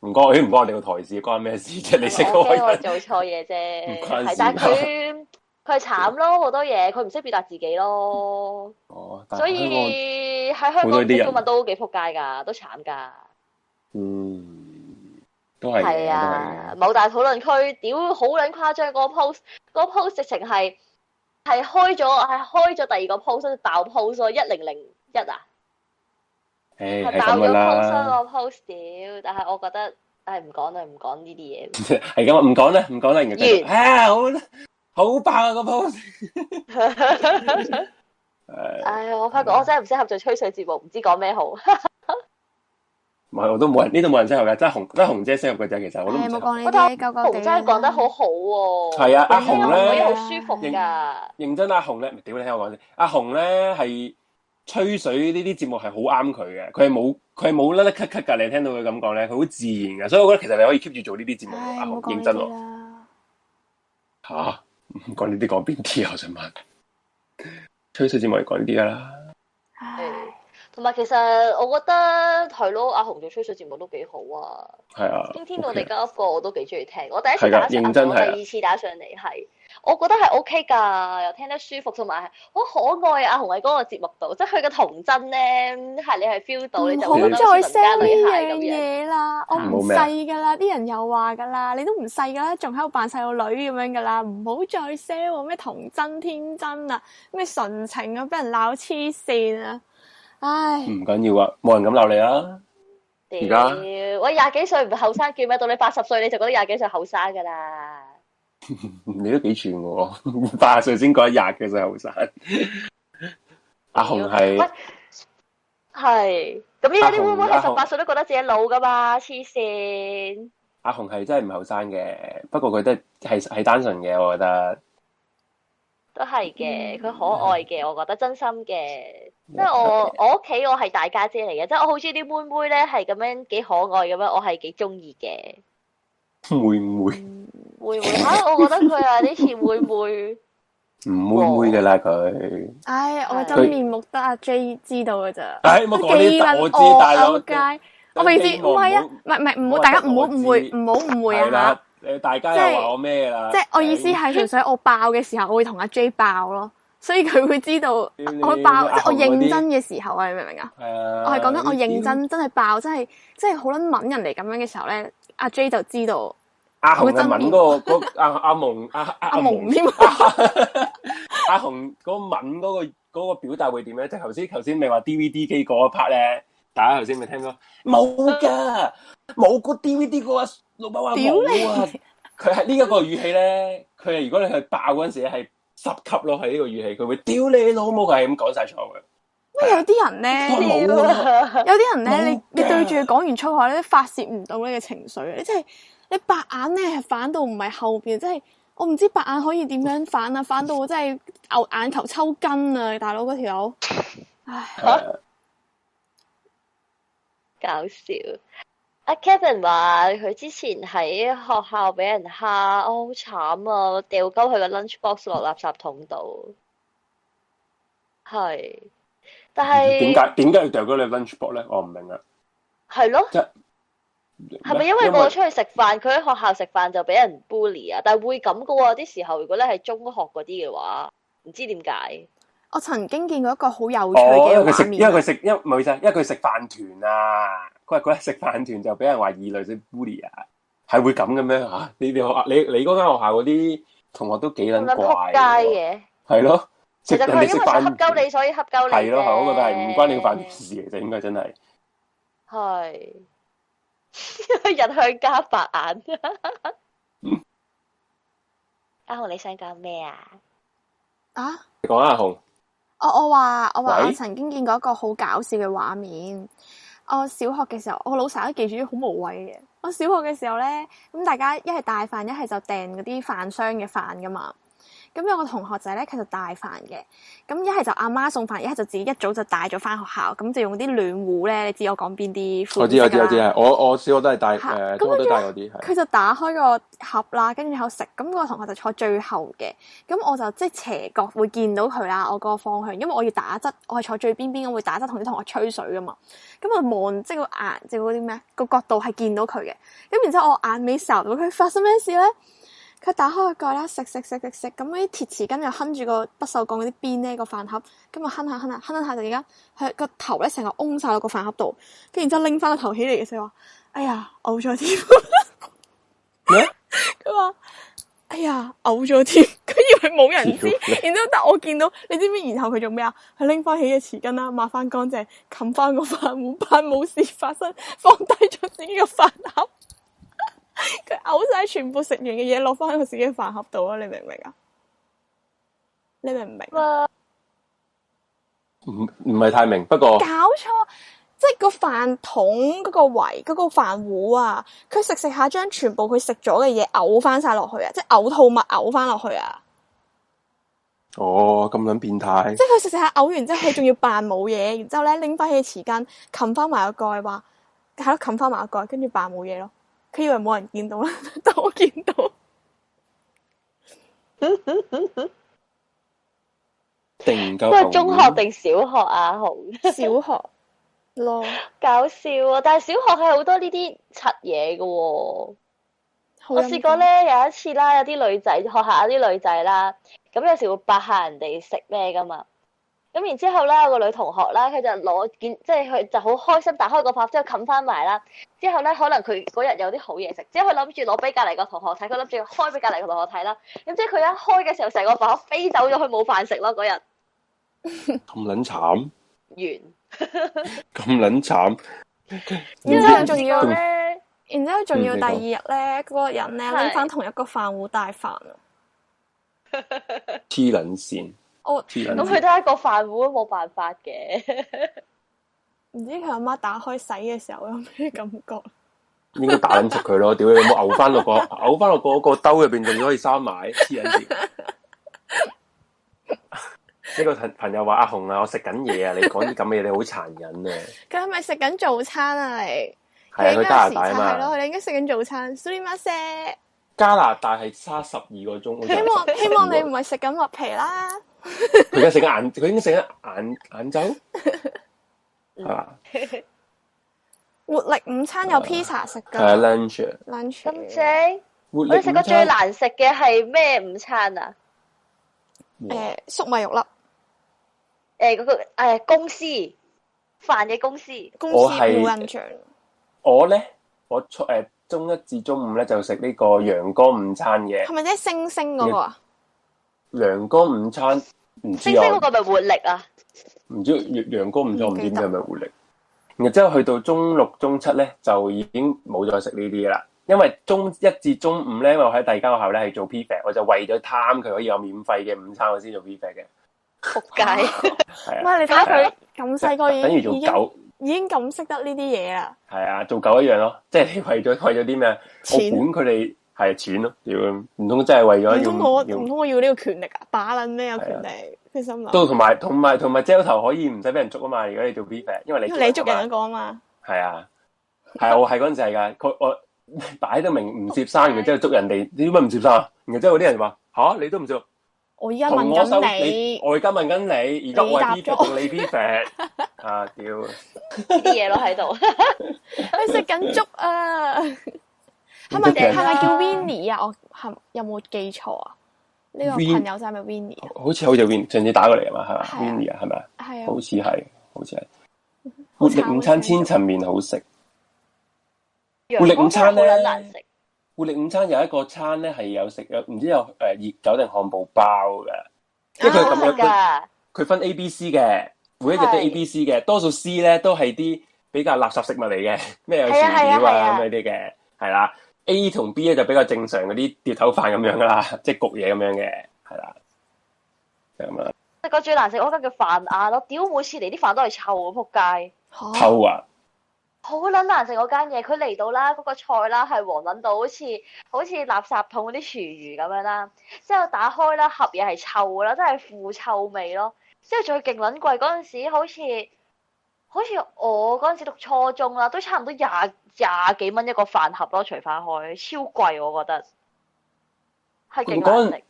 C: 唔該，咦唔關我哋個台事，關咩事啫？你識
F: 我
C: 嗰
F: 驚
C: 個
F: 我
C: 人，
F: 做錯嘢啫，
C: 唔關事
F: 係但係佢佢係慘咯，好多嘢佢唔識表達自己咯，
C: 哦，但係
F: 所
C: 香港
F: 以喺
C: 好
F: 香
C: 多呢
F: 港
C: 啲
F: 啲
C: 人
F: 中文都幾撲街㗎，都慘㗎，
C: Ừ. 嗯，都係嘅，
F: 係
C: 都係
F: 啊
C: 嘅，，
F: 某大討論區屌好撚誇張嗰個 post，嗰個 post 直情係係開咗係開咗第二個 post 爆 post 咯，一零零一啊！
C: 誒
F: 係
C: 係
F: 爆
C: 咁
F: 咗
C: 噶
F: post
C: 啦，
F: 咯個 post 屌，但係我覺得，唉唔講啦，唔講呢啲嘢。
C: (laughs) 係咁啊，唔講啦，唔講啦，然後繼續啊，好好爆啊個 post，誒，
F: (laughs) 唉，我發覺
C: 啊
F: 我真係唔適合做吹水節目，唔知講咩好。
C: 唔係我都冇人，呢度冇人適合嘅，真係紅，真係紅姐適合嘅啫，其實我都唔
B: 誒
C: 適
B: 冇
C: 合。
B: 講呢
F: 我覺得
B: 啲，夠
F: 阿
B: 夠
F: 紅
B: 地
F: 真
B: 啦
F: 係講得好好喎。
C: 係啊阿
F: 聽
C: 紅
F: 阿
C: 咧
F: 紅講嘢好舒服㗎。
C: 認真阿紅咧，屌你聽我講先，阿紅咧係吹水呢啲節目係好啱佢嘅，佢係冇佢係冇甩甩咳咳㗎，你聽到佢咁講咧，佢好自然嘅，所以我覺得其實你可以 keep 住做呢啲節目，
B: 唉，
C: 阿
B: 唔好
C: 紅
B: 講
C: 認
B: 呢
C: 真
B: 啲
C: 喎
B: 啦。
C: 吓，唔講呢啲講邊啲啊？我想問，吹水節目嚟講呢啲㗎啦，
B: 唉，
F: 同埋其實我覺得係咯，阿紅做吹水節目都幾好啊。
C: 係啊，
F: 天天我
C: OK
F: 哋
C: 啊
F: 交個我都幾中意聽，我第一
C: 係㗎
F: 次打上
C: 認真
F: 嚟，我
C: 係啊
F: 第二次打上嚟係，我覺得係 O K 㗎，又聽得舒服，同埋好可愛啊！阿紅喺嗰個節目度，即係佢嘅童真咧，係你係 feel 到，你
B: 唔
F: 就
B: 好
F: 會覺得好
B: 再
F: 似鄰家
B: sell 呢
F: 女孩咁
B: 樣
F: 樣。
B: 嘢啦，我唔
C: 冇咩啊
B: 細噶啦，啲人又話噶啦，你都唔細噶啦，仲喺度扮細路女咁樣噶啦，唔好再 sell 我咩童真天真啊，咩純情啊，俾人鬧黐線啊，唉。
C: 唔緊要啊，冇人敢鬧你啦，而家
F: 屌，我廿幾歲唔後生叫咩？到你八十歲你就覺得廿幾歲後生㗎啦。
C: 你都幾串嘅喎， (laughs) 八十歲先覺得廿幾歲後生，阿紅係
F: 喂。係，咁依家啲妹妹
C: 阿
F: 係
C: 紅
F: 十八歲都覺得自己老㗎嘛，黐線。
C: 阿紅係真係唔後生嘅，不過佢都係係係單純嘅，我覺得。
F: 都係
C: 嗯
F: 嘅，佢可愛嘅，我覺得真心嘅。即係我我屋企我係大家姐嚟嘅，即係我好中意啲妹妹咧，係咁樣幾可愛咁樣，我係幾中意嘅。
C: 妹妹
F: 妹妹嚇，我覺得佢有啲似妹妹，
C: 唔 (laughs) 妹妹嘅啦佢，
B: 唉，我嘅
F: 係
B: 真面目得阿 J 知道嘅咋，
C: 唉唔好講呢
B: 幾
C: 啲
B: 撚
C: 我知
B: 惡
C: 大佬
B: 啊仆街，我未
C: 希
B: 知，
C: 望
B: 唔係啊，
C: 唔好
B: 唔係唔係，唔好
C: 唔好話
B: 大家唔
C: 得
B: 好
C: 我
B: 誤會，
C: 知
B: 唔好誤會
C: 係
B: 啊嚇
C: 啦，誒大家又話我咩啦？
B: 即係我意思
C: 啊係
B: 係純粹我爆嘅時候，我會同阿 J 爆咯， (laughs) 所以佢會知道我
C: 屌你
B: 爆，
C: 阿
B: 即係我
C: 紅嗰啲
B: 認真嘅時候啊，你明唔明啊？
C: 啊，
B: 我係講緊我
C: 呢啲
B: 認真，真係爆，真係真係好撚敏人嚟咁樣嘅時候咧，阿 J 就知道
C: 阿紅
B: 會
C: 係
B: 真
C: 敏
B: 面
C: 嗰個嗰阿阿蒙阿阿
B: 阿蒙添，
C: (laughs) 阿紅嗰個敏嗰個嗰個表達會點咧？即係頭先頭先咪話 DVD 機嗰一 part 咧，大家頭先咪聽到冇噶，冇個 DVD 嗰個老闆話冇
B: (laughs)
C: 啊！佢係呢一個語氣咧，佢係如果你去爆嗰陣時咧，係十級咯，係呢個語氣，佢會屌你老母，佢係咁講晒錯嘅。
B: 因為有啲
C: (laughs)
B: 人咧。
C: 冇啊
B: 有啲人咧，
C: 冇
B: 你你
C: 㗎
B: 對住佢講完粗口咧，發泄唔到你嘅情緒，啊你即係你白眼咧係反到唔係後邊，即係我唔知白眼可以點樣反啊，反到我真係牛眼球抽筋啊！大佬嗰條友，唉，
C: 係啊
F: 搞笑。阿啊 Kevin 話佢之前喺學校俾人蝦，哦好慘啊！我掉鳩佢個 lunch box 落垃圾桶度。係，但係
C: 點解點解要掉嗰你 lunch box 咧？我唔明啊！
F: 係咯？係咪因為我出去食飯，佢喺學校食飯就俾人 bully 啊？但係會咁噶喎，啲時候如果咧係中學嗰啲嘅話，唔知點解。
B: 我曾經見過一個好
F: 啊
B: 有趣
C: 哦，因
B: 嘅
C: 為佢
B: 畫
C: 食，因
B: 面
C: 為
B: 啊，
C: 佢食，因唔好意思啊，因為佢食飯團啊，佢話嗰日食飯團就俾人話異類性 bully 啊，係會咁嘅咩吓？你哋學校，你你嗰間學校嗰啲同學都幾
F: 咁
C: 撚
F: 撚撲
C: 怪
F: 街
C: 嘅喎，
F: 嘅，
C: 係咯，
F: 其
C: 食
F: 實
C: 人
F: 佢係
C: 哋
F: 因
C: 食
F: 為想恰
C: 飯
F: 鳩你，所以恰鳩你
C: 係咯，係我覺得係唔關你
F: 嘅
C: 個飯事嚟啫，應該真係
F: 係 (laughs) 日向加白眼。
C: (laughs)
F: 阿紅，你想講咩啊？
B: 啊，
C: 你講啊阿紅，
B: 我我話我話
C: 喂
B: 我曾經見過一個好搞笑嘅畫面。我小學嘅時候，我老成日都記住啲好無謂嘅嘢。我小學嘅時候咧，咁大家一係帶飯，一係就訂嗰啲飯箱嘅飯噶嘛。咁有個同學仔咧，佢就帶飯嘅，咁一係就阿媽送飯，一係就自己一早就帶咗翻學校，咁就用啲暖壺咧，你知我講邊啲
C: 我
B: 款
C: 知
B: 式啊
C: 我知
B: 㗎
C: 我
B: 啦
C: 知
F: 啊
C: 係，我我小學都係帶
B: 嚇
C: 誒，
B: 咁
C: 中學都
B: 跟住
C: 帶
B: 咧
C: 嗰啲係。
B: 佢就打開個盒啦，跟住喺度食。咁、個同學就坐最後嘅，咁我就即係斜角會見到佢啦。我個方向，因為我要打側，我係坐最邊邊，我會打側同啲同學吹水噶嘛。咁我望即係個眼，即係嗰啲咩個角度係見到佢嘅。咁然之後我眼尾睄到佢發生咩事咧？佢打開個蓋啦，食食食食食，咁嗰啲鐵匙羹又哼住個不鏽鋼嗰啲邊咧個飯盒，咁啊哼下哼下哼下就而家佢個頭咧成個嗡晒落個飯盒度，跟住然之後拎翻個頭起嚟嘅時候話：哎呀，嘔咗添！
H: 咩
B: 佢話：哎呀，嘔咗添！佢以為冇人知
C: 屌你，
B: 然之後但我見到，你知唔知？然後佢做咩啊？佢拎翻起嘅匙羹啦，抹翻乾淨，冚翻個飯碗，扮冇事發生， (laughs) 放低咗自己個飯盒。佢嘔晒全部食完嘅嘢落翻佢自己嘅飯盒度啊！你明唔明啊？你明唔
C: 嗯
B: 明啊？
C: 唔唔係太明，不過
B: 搞錯，即係個飯桶嗰個位，嗰、個飯壺啊，佢食食下將全部佢食咗嘅嘢嘔翻晒落去啊，即係嘔吐物嘔翻落去啊！
C: 哦咁撚變態
B: 即，係佢食食下嘔完之後，佢仲要扮冇嘢，然之後咧拎翻起匙羹，冚翻埋個蓋，話係咯，冚翻埋個蓋，跟住扮冇嘢咯。佢以為冇人見到啦， (laughs) 但我見到。
C: 定唔夠牛
F: 都
C: 丸
F: 係中學定小學啊？紅
B: 小學 (laughs) 咯，
F: 搞笑啊！但係小學係好多呢啲柒嘢嘅喎。
B: 好
F: 我
B: 陰
F: 試
B: 功
F: 過，咧有一次啦，有啲女仔學校有啲女仔啦，咁有時會白下人哋食咩噶嘛。咁然之後咧，有個女同學啦，佢就攞件，即係佢就好開心，打開個盒之後冚翻埋啦。之後咧，可能佢嗰日有啲好嘢食，之後佢諗住攞俾隔離個同學睇，佢諗住開俾隔離個同學睇啦。咁即係佢一開嘅時候，成個飯盒飛走咗，佢冇飯食咯嗰日
C: 咁撚慘，
F: 完。
C: 咁撚慘，
B: 然
F: 之
B: 之
F: 後
B: 後
F: 有
B: 仲
F: 試
B: 要
F: 過咧，
B: 然之後仲要
C: 嗯你
B: 第
C: 講
B: 二日咧，嗰、個人咧
F: 係
B: 拎翻同一個飯壺帶飯啊！
C: 黐撚線，
B: 我
C: 黐
F: 咁
C: 撚
F: 佢
C: 線，
F: 都係一個飯碗，冇辦法嘅。
B: 唔知佢阿媽打開洗嘅時候有咩感覺？
C: 應該打撚柒佢咯，屌你有冇嘔翻落個 (laughs) 嘔翻落個個兜入邊，仲要可以收埋，黐撚線。
B: (laughs)
C: 呢個朋朋友話阿紅啊，我食緊嘢啊，你講啲咁嘅嘢，你好殘忍啊！
B: 佢係咪食緊早餐啊？你
C: 係啊，
B: 應
C: 佢
B: 該
C: 加
B: 有
C: 拿
B: 時
C: 大
B: 差係
C: 啊
B: 咯，
C: 嘛，
B: 佢哋應該食緊早餐。s u r i m a s e
C: 加拿大係差十二個鐘，好似係
B: 希
C: (laughs)
B: 望
C: 12
B: 希望你唔
C: 個
B: 係食緊麥皮啦。
C: 佢而家食緊晏，佢已經食緊晏
B: (laughs)
C: 晏晝，係嘛？
B: 活力午餐有 pizza 食
C: 係啊
B: 㗎
C: ，lunch 啊
B: lunch。
F: (laughs) 咁正，
C: 活
F: 我
C: 力
F: 哋食過
C: 午
F: 最
C: 餐
F: 難食嘅係咩午餐啊？
C: 哇
B: 誒粟米肉粒
F: 誒呃嗰個誒公司飯嘅公司，
B: 公
C: 我
B: 司
C: 係
B: 冇印象。
C: 我咧，我初誒中一至中五咧就食呢個陽光午餐嘅
B: 係咪即係星星嗰個啊？
C: 陽光午餐，唔
F: 星
C: 知
F: 星嗰
C: 我
F: 個咪活力啊！
C: 唔知陽陽光午餐我唔知
B: 唔記
C: 點
B: 得
C: 解係咪活力。然之後去到中六、中七咧，就已經冇再食呢啲啦。因為中一至中五咧，因為我喺第二間學校咧係做 P f a 我就為咗貪佢可以有免費嘅午餐，我先做 P f a 嘅。
F: 仆
C: (laughs)
F: 街，
C: 係
B: 唔
C: 啊，
B: 係你睇下佢咁細個已
C: 等於做
B: 已經
C: 狗，
B: 已經咁識得呢啲嘢啦。
C: 係啊，做狗一樣咯。 (laughs) 即係你為咗為咗啲咩？啊
B: 錢
C: 我管佢哋係錢咯，屌唔通真係為咗
B: 唔通我
C: 要
B: 唔
C: 要
B: 通我要呢個權力啊？把撚咩有權力？佢心諗，
C: 都同埋同埋同埋 gel 頭可以唔使俾人捉啊嘛！如果你做 P f a 因為你
B: 因為你
C: 捉
B: 捉
C: 人啊
B: 人嗰
C: 嘛
B: 個啊嘛。
C: 係啊，係啊我係嗰陣時係㗎，佢我擺到明唔接生，然後之後捉人哋，你點解唔接生啊？然後之後嗰啲人話吓你都唔接，
B: 我而家問
C: 同我手
B: 緊你，
C: 我而家問緊你，而家我係 P
B: 你答
C: f a
B: 咗
C: 同你 P
B: (laughs)
C: f a 啊屌！
F: 呢啲嘢咯喺度，
B: 佢食緊粥啊！係咪
C: 咁即係
B: 係咪叫 Winnie 啊？我係有冇記錯啊？呢個
C: Win-
B: 朋友仔係咪 Winnie 啊？
C: 好似好似 Win 上次打過嚟啊嘛，係嘛
B: 係啊
C: w i n n i 啊，係咪啊？
B: 係
C: 好
B: 啊，
C: 似係，好似係。
B: 好
C: 活
B: 慘
C: 力午餐千層面好食，活力午
F: 陽光
C: 餐
F: 真係好
C: 咧
F: 撚難食。
C: 活力午餐有一個餐咧係有食有唔知有誒熱狗定漢堡包嘅，即係
F: 好
C: 佢咁
F: 食
C: 樣佢
F: 啊㗎，
C: 佢分 A、B、C 嘅，每一日都
F: 係
C: A、B、C 嘅，多數 C 咧都係啲比較垃圾食物嚟嘅， (laughs) 咩有薯
F: 係啊係啊
C: 條啊
F: 係啊
C: 咁嗰啲嘅，係啦。A 同 B 咧就比較正常嗰啲碟頭飯咁樣噶啦， (laughs) 即係焗嘢咁樣嘅，係啦，就咁啦。
F: 食過最啊哦難食嗰間叫飯亞咯，屌每次嚟啲飯都係臭嘅，仆街，
B: 嚇
C: 偷啊，
F: 好撚難食嗰間嘢。佢嚟到啦，嗰、個菜啦係黃撚到好似好似垃圾桶嗰啲廚餘咁樣啦。之後打開啦，盒嘢係臭啦，真係腐臭味咯。之後最勁撚貴嗰陣時，好似好似我嗰陣時讀初中啦，都差唔多廿廿幾蚊一個飯盒咯，除翻開超貴，我覺得係勁
C: 嗰
F: 難
C: 陣
F: 食。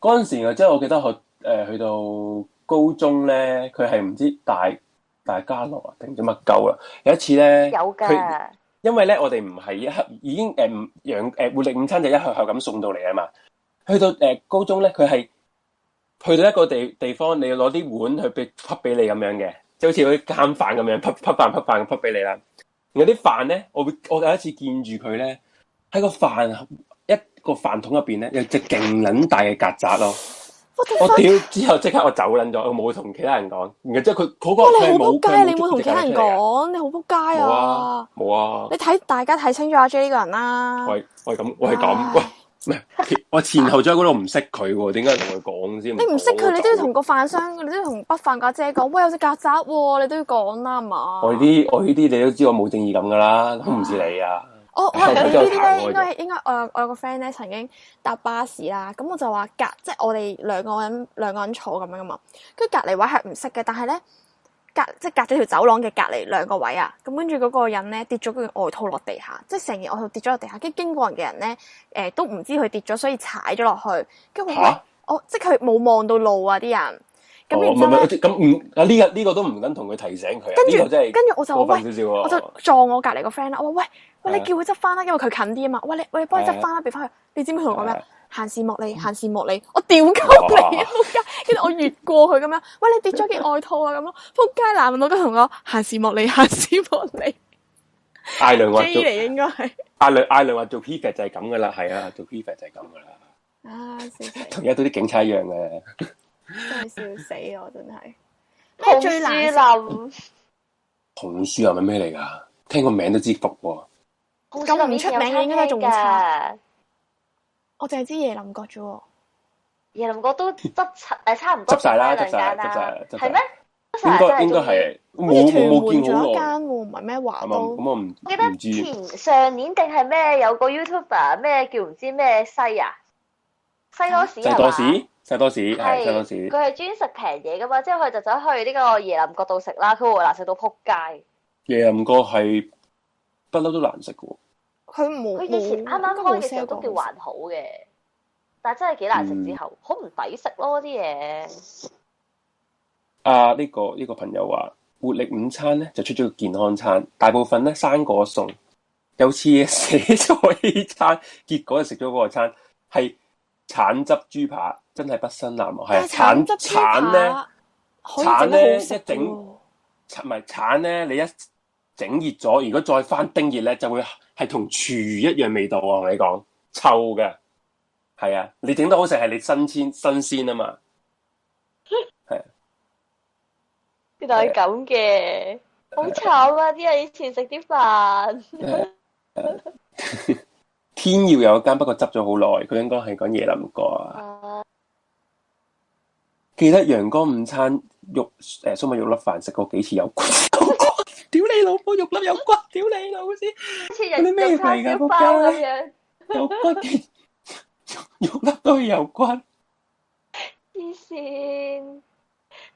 C: 嗰陣時，我即係我記得我誒去到高中咧，佢係唔知大大家樂啊定唔知乜鳩啦。有一次咧，
F: 有
C: 佢
F: 㗎，
C: 因為咧我哋唔係一盒已經誒唔養誒活力午餐就一盒盒咁送到嚟啊嘛。去到誒、呃高中咧，佢係去到一個地地方，你要攞啲碗去俾匹俾你咁樣嘅，即係好似嗰啲監飯咁樣，匹匹飯匹飯咁匹俾你啦。有啲飯咧，我會我有一次見住佢咧，喺個飯盒一個飯桶入邊咧，有隻勁撚大嘅曱甴咯。我屌！之後即刻我走撚咗，我冇同其他人講。然後之後佢嗰個
B: 哇！
C: 佢
B: 你
C: 係
B: 好仆
C: 冇佢
B: 街，
C: 係冇
B: 你冇同
C: 捉
B: 其
C: 隻曱
B: 他
C: 甴
B: 人
C: 出嚟㗎
B: 講，你好仆街
C: 冇啊
B: 啊！
C: 冇啊！
B: 你睇大家睇清楚阿 J 呢個人啦。
C: 我係我係咁，我係
B: 啊唉
C: 咁。喂，
B: (laughs)
C: 唔係我前後咗嗰度唔識佢喎，點解同佢講先？
B: 你唔識佢，你都要同
C: 個。
B: 個飯商，你都要同北飯嘅阿姐講，喂，有隻曱甴喎，你都要講啦係嘛。
C: 我呢啲我呢啲你都知我冇正義感噶啦，都唔似你啊！ (laughs)
B: 我哦我
C: 後
B: 係
C: 尾
B: 呢
C: 都
B: 啲
C: 有彈
B: 咧，
C: 開
B: 應
C: 咗
B: 該應該我有我有個 friend 咧，曾經搭巴士啦，咁我就話隔即係我哋兩個人兩個人坐咁樣噶嘛，跟住隔離位係唔識嘅，但係咧隔即係隔咗條走廊嘅隔離兩個位啊，咁跟住嗰個人咧跌咗佢外套落地下，即係成件外套跌咗落地下，跟住經過人嘅人咧誒、都唔知佢跌咗，所以踩咗落去，跟住我話
C: 嚇
B: 我即係佢冇望到路啊啲人，
C: 哦
B: 咁
C: 唔
B: 然之
C: 係
B: 後
C: 唔
B: 咧
C: 係，咁唔啊呢個呢個都唔敢同佢提醒佢啊，
B: 跟
C: 呢
B: 住
C: 個真係
B: 跟住我就話
C: 過分
B: 喂
C: 少少
B: 我就
C: 喎。
B: 撞我隔離個 friend 啦，我話喂
C: 係
B: 喂，
C: 啊
B: 你叫佢執翻啦，因為佢近啲啊嘛。喂你喂你幫佢
C: 係啊
B: 執翻啦，俾翻佢。你知唔知佢同我講
C: 係
B: 咩
C: 啊？
B: 閒事莫理，閒事莫理，我屌鳩你
C: 哇
B: 啊！仆街，跟住我越過佢咁樣，喂你跌咗件外套啊咁咯，仆街男人我都同我閒事莫理， (laughs) 閒事莫理
C: 嗌兩話
B: ，J
C: 做
B: 嚟嘅應該係
C: 嗌兩嗌兩話做 prefect 就係咁噶啦，係啊，做 prefect 就係咁噶啦，
B: 啊笑死，
C: 同而家都啲警察一樣嘅。
B: 真係笑死我真係。
F: 紅
B: 咩最難食？
F: 樹林，
C: 紅樹林係啊咩嚟㗎？聽個名都知服喎。
B: 咁
F: 紅樹
B: 唔
F: 林以
B: 出
F: 前有
B: 名嘅
F: 餐
B: 應該都
F: 廳
B: 仲差
F: 㗎。
B: 我淨係知椰林角啫喎，
F: 椰林角都執
C: (laughs)
F: 齊誒差唔多
C: 執晒啦
F: 兩間啦，
C: 執晒執晒
F: 啊係咩？執
C: 應
F: 晒真
C: 該
F: 係
C: 應該
F: 中意。
C: 係冇
B: 好似屯
C: 冇
B: 門
C: 冇
B: 仲有一
C: 見
B: 間
C: 好
B: 喎，
C: 耐，
B: 唔係咩華
C: 係嘛？
B: 都
C: 咁。我唔
F: 我記得
C: 唔知
F: 前上年定係咩有個 YouTuber 咩叫唔知咩西啊，西多士
C: 細
F: 係
C: 啊多
F: 嘛？
C: 士細多士係細多
F: 係，
C: 士
F: 佢，係專食平嘢噶嘛，之後佢就走去呢個椰林角度食啦，佢話難食到撲街。
C: 椰林哥係不嬲都難食嘅喎。
B: 佢冇
F: 佢以前
B: 冇
F: 啱
B: 應
F: 啱
B: 該
F: 開
B: 冇
F: 嘅時
B: sell
F: 候都叫
B: 過。
F: 還好嘅，但係真係幾難食
C: 嗯
F: 之後，好唔抵食咯啲嘢。
C: 啊，呢、個呢、個朋友話，活力午餐咧就出咗個健康餐，大部分咧生果餸，有次寫錯 A 餐， (laughs) 結果就食咗嗰個餐係橙汁豬扒，真係畢生難忘。係
B: 但
C: 啊
B: 係橙汁豬
C: 橙咧，
B: 扒可以整得好食
C: 橙呢一
B: 嘅喎，
C: 橙唔係橙咧，你一整熱咗，如果再翻叮熱咧，就會係同廚餘一樣味道啊！我同你講，臭嘅，係啊，你整得好食係你新鮮新鮮啊嘛。
F: 原來係咁嘅，啊好慘啊！啲人以前食啲飯，
C: 天耀有一間，不過執咗好耐，佢應該係講椰林角啊。
F: 啊
C: 記得陽光午餐肉誒粟米肉粒飯食過幾次有骨， (laughs) 有骨屌你老母肉粒有骨，屌你老屎
F: 好似
C: 嗰啲
F: 人
C: 咩
F: 肉
C: 嚟
F: 叉
C: 㗎
F: 燒
C: 仆
F: 包
C: 街
F: 咁樣，
C: 有骨嘅肉粒都係有骨，
F: 黐線。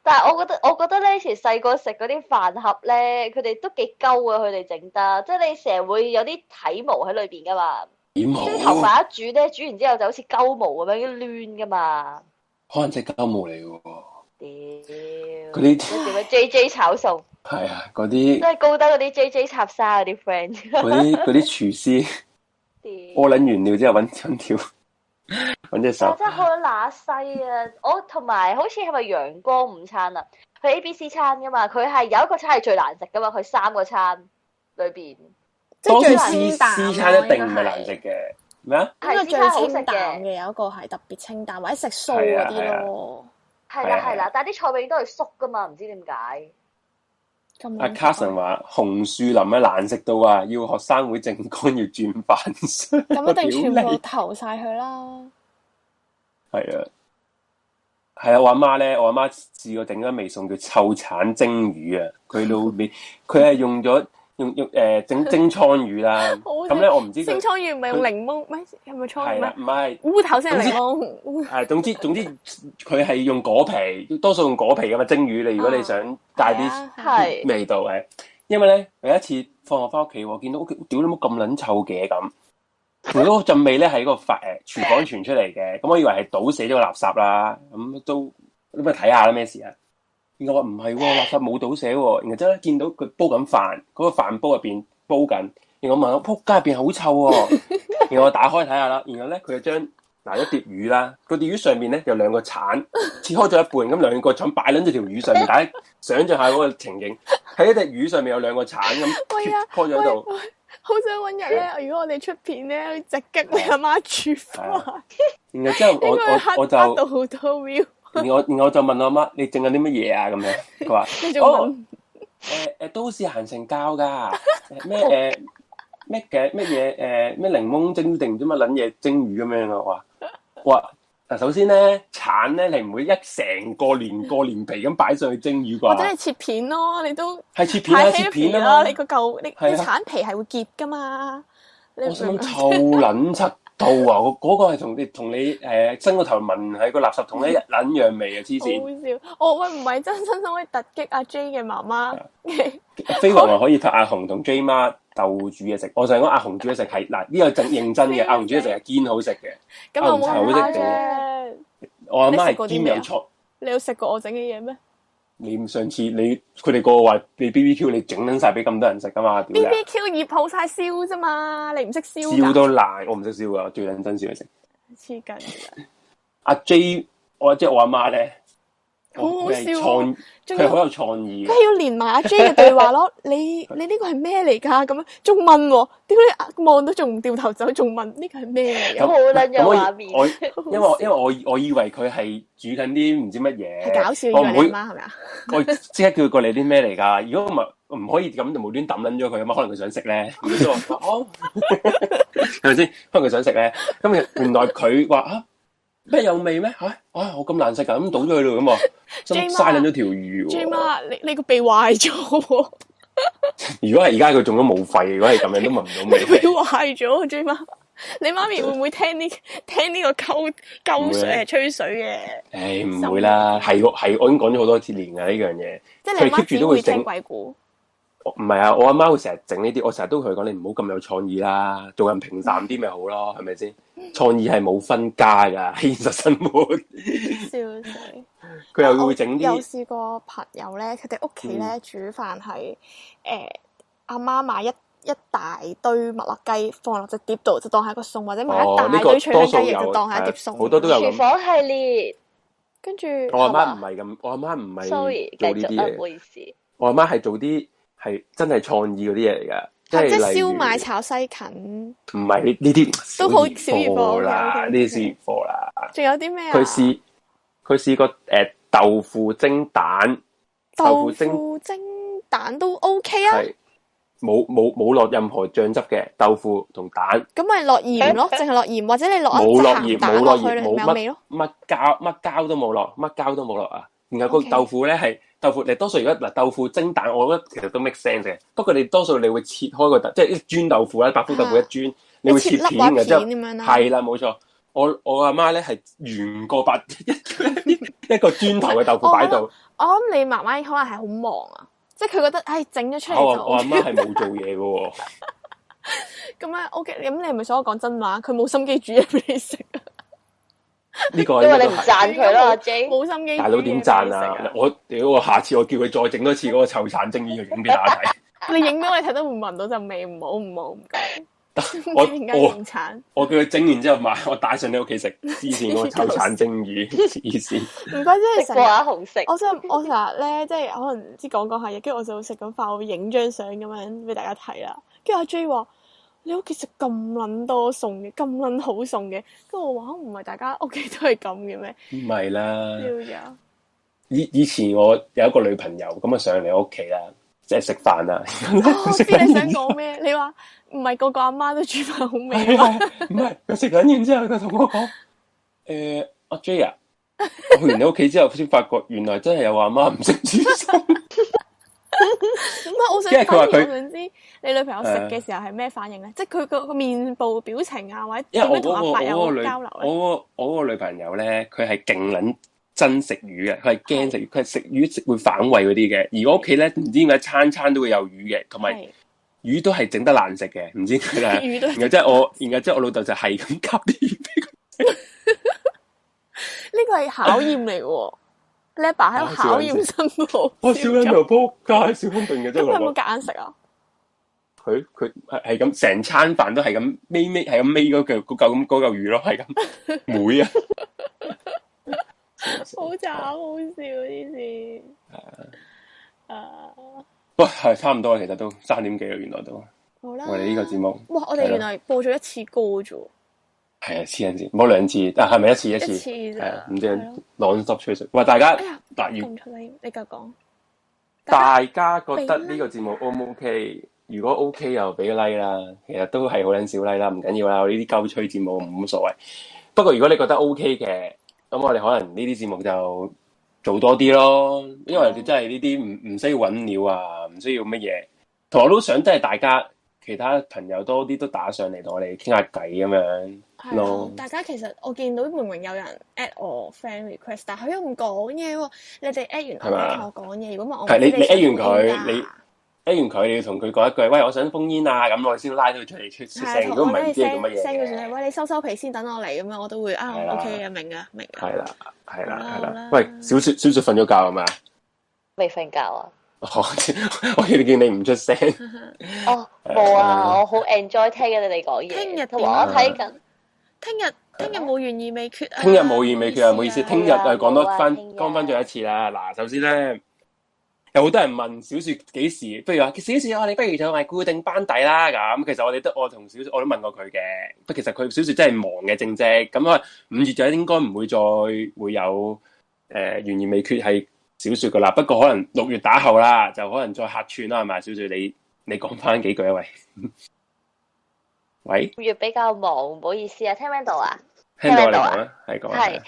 F: 但係我覺得，我覺得咧，以前細個食嗰啲飯盒咧，佢哋都幾鳩啊！佢哋整得，即係你成日會有啲體毛喺裏邊噶嘛。
C: 點
F: 即係
C: 好？
F: 頭髮一煮咧，煮完之後就好似鳩毛咁樣啲攣噶嘛。
C: 可能隻膠毛嚟嘅喎，
F: 屌，
C: 嗰
F: 嗰
C: 啲
F: 啲叫咩 J J 炒餸，
C: 係啊，嗰
F: 即
C: 啲
F: 係高德嗰啲 J J 插沙嗰啲 friend。 (laughs)
C: 嗰啲嗰啲廚師屙撚
F: 屌！
C: 完料之後揾
B: (laughs)
C: 揾條揾
B: 哦
C: 隻
F: 但係
C: 手，
F: 真係好乸西啊！我同埋好似係咪陽光午餐啊？佢 A B C 餐噶嘛，佢係有一個餐係最難食噶嘛，佢三個餐裏邊
B: 即係
C: 時
B: 最
C: 私
B: 清淡咯
C: 私餐一定唔係
B: 應該係
C: 難食嘅咩啊？
B: 應該
F: 係 C 餐
B: 最
F: 好食
B: 清淡
F: 嘅，
B: 嘅有一個係特別清淡，或者食素
C: 係
B: 嗰
C: 啊係
B: 啲
C: 啊
B: 咯，
F: 係
C: 係啊
F: 啦
C: 係啊
F: 係啦，但係啲菜永遠都係縮噶嘛，唔知點解。
B: 咁
C: 阿
B: 難食
C: Carson
B: 啊！
C: 話紅樹林啊難食到啊，要學生會正官要轉飯 (laughs) 箱，
B: 咁一定
C: 屌
B: 全
C: 你
B: 部投晒佢啦。
C: 係啊，係啊！我阿媽咧，我
B: (laughs)
C: 阿媽試過整咗味餸叫臭橙蒸魚啊。佢老味，佢係用咗用用诶整蒸倉魚啦。
B: (laughs) 好好
C: 咁咧我唔知
B: 星
C: 佢
B: 倉魚唔係用檸檬咩？係咪倉
C: 係啦
B: 咩，？
C: 唔係
B: 烏頭先係檸
C: 系 (laughs)
B: 檬，，
C: 係總之總之佢係用果皮，多數用果皮噶嘛蒸魚。你如果你想帶啲。
B: 啊
F: 係啊
C: 味道嘅。因為咧，有一次放學翻屋企，我見到屋企屌你冇咁撚臭嘅咁，佢嗰陣味咧係一個發誒廚房傳出嚟嘅，咁我以為係倒死咗個垃圾啦，咁都咁咪睇下啦咩事啊？然後我話唔係喎，垃圾冇倒死喎，然後之後咧見到佢煲緊飯，嗰、個飯煲入邊煲緊，然後我問我撲街入邊好臭喎、 (laughs) 然後我打開睇下啦，然後咧佢就將嗱一碟魚啦，個碟魚上面咧有兩個鏟切開咗一半，咁兩個鏟擺撚咗條魚
B: (laughs)
C: 上面，大家想象下嗰個情景，喺一隻魚上面有兩個鏟咁
B: 喂
C: 切
B: 啊
C: 開咗喺度，
B: 喂好想揾日咧，如果我哋出片咧，直擊你阿媽煮飯，
C: 然後之啊後我
B: 應該
C: 我
B: 黑黑
C: 我就
B: 到好多 view，
C: 然後我然後我就問我媽你整緊啲乜嘢啊咁樣，佢話
B: (laughs) 你仲
C: 哦
B: 問
C: 誒誒呃都市行程
B: (laughs)
C: 教㗎，誒咩誒咩嘅乜嘢誒呃咩檸檬蒸定唔知乜撚嘢蒸魚咁樣
B: (laughs)
C: 啊，我話我話嗱首先咧鏟咧你唔會一成個連個連皮咁擺上去蒸魚
B: 或者
C: 啩
B: 你，切片咯，你都
C: 係切片啊
B: 太
C: 切
B: happy
C: 片
B: 啦！
C: 啊嘛
B: 你，個嚿你
C: 係啊
B: 你橙皮係會結噶嘛？你
C: 我心諗
B: 明
C: 臭撚七到啊！我嗰個係同你同你誒伸個頭聞喺個垃圾桶一撚樣味啊黐
B: 嗯
C: 線！
B: 好笑！哦我喂唔係真真心可以突擊阿 J 嘅媽媽嘅
C: 飛雲話可以拍阿紅同 J 媽鬥煮嘢食，我想講阿紅煮嘢食係嗱呢個正認
B: (laughs)
C: 真嘅，阿紅煮嘢食係堅好食嘅。
B: 咁
C: 啊
B: 又
C: 唔
B: 冇咁
C: 好
B: 誇
C: 識整
B: 啫。
C: 我阿媽
B: 你
C: 係
B: 食過啲
C: 堅
B: 咩啊
C: 有錯。
B: 你有食過我整嘅嘢咩
C: 你上次你佢哋個個話你 BBQ 你整撚晒俾咁多人食噶嘛？屌你啊！
B: ？BBQ 熱好晒燒啫嘛，你唔識燒㗎
C: 燒到爛，我唔識燒噶，我最認真燒嘢食。
B: 黐筋㗎，
C: 阿 J 我即係我阿媽咧，
B: 好好
C: 佢哦係
B: 笑啊
C: 創，
B: 仲
C: 佢係好
B: 要
C: 有創意嘅
B: 佢。係要連埋阿 J 嘅對話咯。 (laughs) 你你呢個係咩嚟㗎？咁樣仲問喎，屌你啊望到仲唔掉頭走，仲問呢個係咩嚟
C: 嗯咁
B: 㗎？
I: 好撚有
C: 咁我以
I: 畫面
C: 我
B: 好
C: 因為我
B: 笑
C: 因為我我以為佢係煮緊啲唔知乜嘢，
B: 係搞笑，以
C: 我唔
B: 為
C: 會
B: 你阿媽係咪啊？
C: 我即刻叫佢過嚟啲咩嚟噶？如果唔係唔可以咁就無端抌撚咗佢啊嘛？可能佢想食咧，咁所以我話哦，係咪先？可能佢想食咧，咁原來佢話啊咩有味咩嚇？啊我咁難食㗎，咁倒咗佢咯咁喎，真
B: J 媽
C: 嘥撚咗條魚
B: J
C: 喎！
B: 媽，你你個鼻壞咗喎，
C: 如果係而家佢中咗冇肺，如果係咁樣都聞唔
B: (laughs)
C: 到
B: 你鼻
C: 味。
B: 壞咗啊，J 媽。你媽
C: (laughs)
B: 咪會唔會聽呢聽呢個溝
C: 唔
B: 溝
C: 會
B: 水
C: 啊
B: 誒吹水嘅？
C: 誒唔會啦，係我係我已經講咗好多次年㗎呢樣嘢。
B: 即係你
C: 佢
B: 媽
C: keep 住
B: 只
C: 都會
B: 會聽
C: 整
B: 鬼故，
C: 我唔係啊，我阿媽會成日整呢啲，我成日都同佢講你唔好咁有創意啦，做人平淡啲咪好咯，係咪先？
B: 嗯
C: 創意係冇分家噶，喺 (laughs) 現實生活
B: 笑死！
C: 佢又會整
B: 有
C: 啲嗯
B: 試過朋友咧，佢哋屋企咧煮飯係誒阿媽買一一大堆麥樂雞放落只碟度，就當係一個餸，或者買一
C: 哦呢
B: 大
C: 個
B: 堆脆
C: 多
B: 香
C: 數
B: 雞翼
C: 有
B: 就當係一碟
C: 係啊好
B: 餸。
C: 多都有
I: 廚
C: 咁。
I: 房系列
B: 跟住啊
C: 我阿媽
B: 係
C: 唔
B: 嘛
C: 係咁，我阿媽唔係
I: ，sorry，繼
C: 做呢
I: 續
C: 啲
B: 啊
I: 啦，
F: 啊
C: 嘢
I: 唔好，意思。
C: 我阿媽係做啲係真係創意嗰啲嘢嚟噶，即
B: 啊即係
C: 係例如
B: 燒賣炒西芹，
C: 唔係呢呢啲
B: 都好
C: 小兒科啦，
B: 小兒科，OK，OK，OK
C: 呢啲小兒科啦。
B: 仲有啲咩啊？
C: 佢試佢試過誒豆腐蒸蛋，豆
B: 豆
C: 腐蒸
B: 腐蒸蛋都 OK 啊，
C: 係冇冇冇落任何醬汁嘅豆腐同蛋，
B: 咁咪落鹽 (laughs) 咯，淨係落鹽，或者你落一
C: 冇
B: 隻
C: 落
B: 鹹
C: 鹽，
B: 蛋
C: 冇
B: 落
C: 落
B: 去，你
C: 鹽，
B: 咪
C: 冇
B: 有味
C: 乜
B: 咯。
C: 乜膠乜膠都冇落，乜膠都冇落啊！然後個
B: OK
C: 豆腐咧係豆腐，你多數如果嗱豆腐蒸蛋，我覺得其實都 make sense 嘅。不過你多數你會切開個豆，即係一磚豆腐啦，白膚豆腐一
B: 啊
C: 磚，你會切
B: 你切粒
C: 片
B: 或者
C: 嘅，之後
B: 片咁樣啦
C: 係啦，冇錯。我我阿媽咧係圓個白 (laughs) 一一個磚頭嘅豆腐擺度，
B: 我諗你媽媽可能係好忙啊，即係佢覺得，唉，整咗出
C: 我
B: 嚟
C: 阿
B: 就
C: 我阿
B: OK
C: 媽係冇做嘢嘅喎。
B: 咁咧 OK，咁你係咪想我講真話？佢冇心機煮嘢俾你 (laughs) 食啊，
C: 呢
I: 因
C: 個應
I: 為
C: 該
I: 你
C: 都
I: 唔
C: 係。
I: 讚
B: (laughs)
I: 佢啦，阿 J。
B: 冇心機煮
C: 大佬點
B: 哎嘢
C: 讚
B: 俾你食
C: 啊！我屌我下次我叫佢再整多次嗰個臭橙蒸魚嘅影俾大家
B: (laughs)
C: 睇。
B: 你影俾我睇都會聞到陣味，唔好唔好唔
C: (laughs)
B: 該。 (laughs) 唔
C: 我
B: 知點解
C: 我
B: 用橙？
C: 我叫佢整完之後買，我帶上你屋企食。黐線
B: (laughs)
C: 個臭橙蒸魚，黐線。
B: 唔怪之你
I: 食
B: 成
I: 過
F: 啊
B: 日。
I: 阿紅食，
B: 我真係我成日咧，即係可能唔知講講下嘢，跟住我就食緊飯，我會影張相咁樣俾大家睇啦。跟住阿 J 話：你屋企食咁撚多餸嘅，咁撚好餸嘅。跟住我話：啊唔係大家屋企都係咁嘅咩？
C: 唔係啦，
B: 笑
C: (laughs)
B: 咗。
C: 以以前我有一個女朋友咁啊上嚟我屋企啦，即係食飯啊啦。 (laughs)
B: 哦我
C: 食
B: 知
C: 緊
B: 你想
C: 完之後
B: 講咩？你話唔係個個阿媽都煮飯好味
C: (laughs) 係
B: 嘛？
C: 啊，唔係佢食緊完之後，佢同我講：誒、阿 J 啊，我去完你屋企之後先發覺，原來真係有阿媽唔識煮餸。
B: 唔係，我
C: 因
B: 想
C: 為
B: 反
C: 佢話
B: 而我
C: 佢
B: 想知你女朋友食嘅時候係咩反應咧？即係佢個個面部表情啊，或者
C: 因
B: 點
C: 為
B: 樣
C: 我嗰、
B: 同阿伯
C: 個我嗰個
B: 有
C: 女
B: 交流啊咧？
C: 我嗰我嗰個女朋友咧，佢係勁撚真食魚嘅，佢係驚食魚，佢係食魚食會反胃嗰啲嘅。而我屋企咧唔知點解餐餐都會有魚嘅，同埋
B: 係
C: 魚都係整得難食嘅，唔知點解。
B: (laughs)
C: 啊
B: 魚都
C: 然後即係我，然後即係我老豆就係咁夾啲魚俾佢。
B: 呢個係考驗嚟嘅喎，你阿爸喺度考驗辛苦。
C: 我小人
B: 咁
C: 頭仆街，小公定嘅
B: 佢
C: 真
B: 有冇
C: 係。
B: 夾硬食啊？
C: 佢佢係係咁成餐飯都係咁尾尾係咁尾嗰嚿嗰嚿咁嗰嚿魚咯，係
B: (laughs)
C: 咁妹啊！
B: 好慘，好笑呢事。啊，
C: 哇，係差唔多啊啦，其實都三點幾啦，原來都
B: 好啦。
C: 我哋呢個節目。
B: 哇！我哋原來播咗一次歌啫，
C: 系啊，黐人線，冇兩次，但係咪一次一次？
B: 一次咋
C: 係啊唔知
B: 係咯
C: non stop 吹水。喂，大家
B: 哎呀，
C: 嗱，
B: 咁
C: 如
B: 唔出你，你繼續講。
C: 大家覺得
B: 俾
C: 呢個節目 O 唔 OK？如果 OK 又俾個 like 啦，其實都係好撚少 like 啦，唔緊要啦，我呢啲鳩吹節目冇乜所謂。不過如果你覺得 OK 嘅，咁我哋可能呢啲節目就做多啲咯，因為真係呢啲
B: 嗯
C: 唔唔需要揾料啊，唔需要乜嘢。同埋我都想真係大家其他朋友多啲都打上嚟同我哋傾下偈咁樣
B: 係
C: 咯
B: 啊，。大家其實我見到明明有人 at 我 friend request，但係佢都唔講嘢喎。你哋 at
C: 係
B: 完
C: 嘛
B: 我，同我講嘢。如果唔係我唔
C: 係你
B: 知
C: 你
B: 想
C: at 完
B: 點
C: 佢，
B: 㗎
C: 你 at 完佢，你要同佢講一句，喂，我想封煙啊，咁我先拉到佢出嚟出出
B: 係啊，
C: 聲。
B: 同
C: 如果
B: 我
C: 唔係，唔
B: 咧
C: 知係
B: send
C: 做乜嘢
B: send 佢上嚟，
C: 嘅。
B: 喂，你收收皮先，等我嚟咁樣，我都會啊
C: 係啦
B: ，OK 嘅，明嘅，明嘅。
C: 係啦，係
B: 好
C: 啦，
B: 啦
C: 係
B: 好
C: 啦
B: 啦。
C: 喂，小雪，小雪瞓咗覺係嘛？ (laughs)
F: 未瞓覺啊？
C: 我我見 (laughs) 你唔出聲，
F: 哦，冇
C: 誒
F: 啊！我好 enjoy 聽緊你哋講
B: 聽日啊
F: 嘢，同埋我睇緊。
B: 聽日聽日冇懸而未決啊！
C: 聽日冇意未決啊，唔好意思，聽日 (laughs)
F: 係啊
C: 啊講多
F: 冇啊
C: 翻
F: 聽日
C: 講翻咗一次啦。嗱，首先咧。有好多人問小雪幾時，不如話小雪，我哋不如就係固定班底啦咁。其實我哋都我同小雪我都問過佢嘅，不過其實佢小雪真係忙嘅正職，咁啊五月就應該唔會再會有誒懸而未決係小雪噶啦。不過可能六月打後啦，就可能再客串啦，係咪？小雪你 (laughs) 你講翻幾句啊？喂喂，
F: 五月比較忙，唔好意思啊，聽唔聽到啊？
C: 聽到我
F: 聽
C: 你
F: 到啊
C: 講啦，係講
F: 係
C: 啊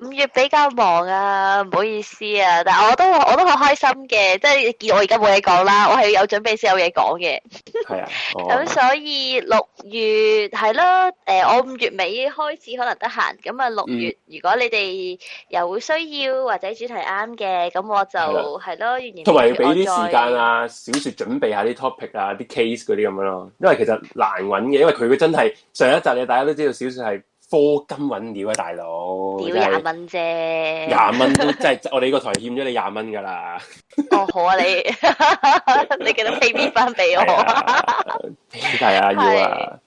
F: 五月比較忙啊，唔好意思啊，但我都我都好開心嘅，即係見我而家冇嘢講啦，我係有準備先有嘢講嘅。
C: 係啊，哦
F: 咁所以六月係啦，誒、我五月尾開始可能得閒，咁啊六
C: 嗯
F: 月、如果你哋有需要或者主題啱嘅，咁我就
C: 係啦
F: 係咯，仍然
C: 同埋要
F: 我
C: 俾啲
F: 再
C: 時間啊，小雪準備下啲 topic 啊、啲 case 嗰啲咁樣咯。因為其實難揾嘅，因為佢真係上一集你大家都知道小雪係科金揾料啊，大佬
F: 屌
C: 真
F: 廿
C: 係
F: 蚊啫。
C: 廿蚊都真係我哋呢個台欠咗你廿蚊㗎
F: (laughs)
C: 啦。
F: 哦，好啊，你 (laughs) 你記得 pay me 翻俾我
C: 係。啊，係啊，要啊，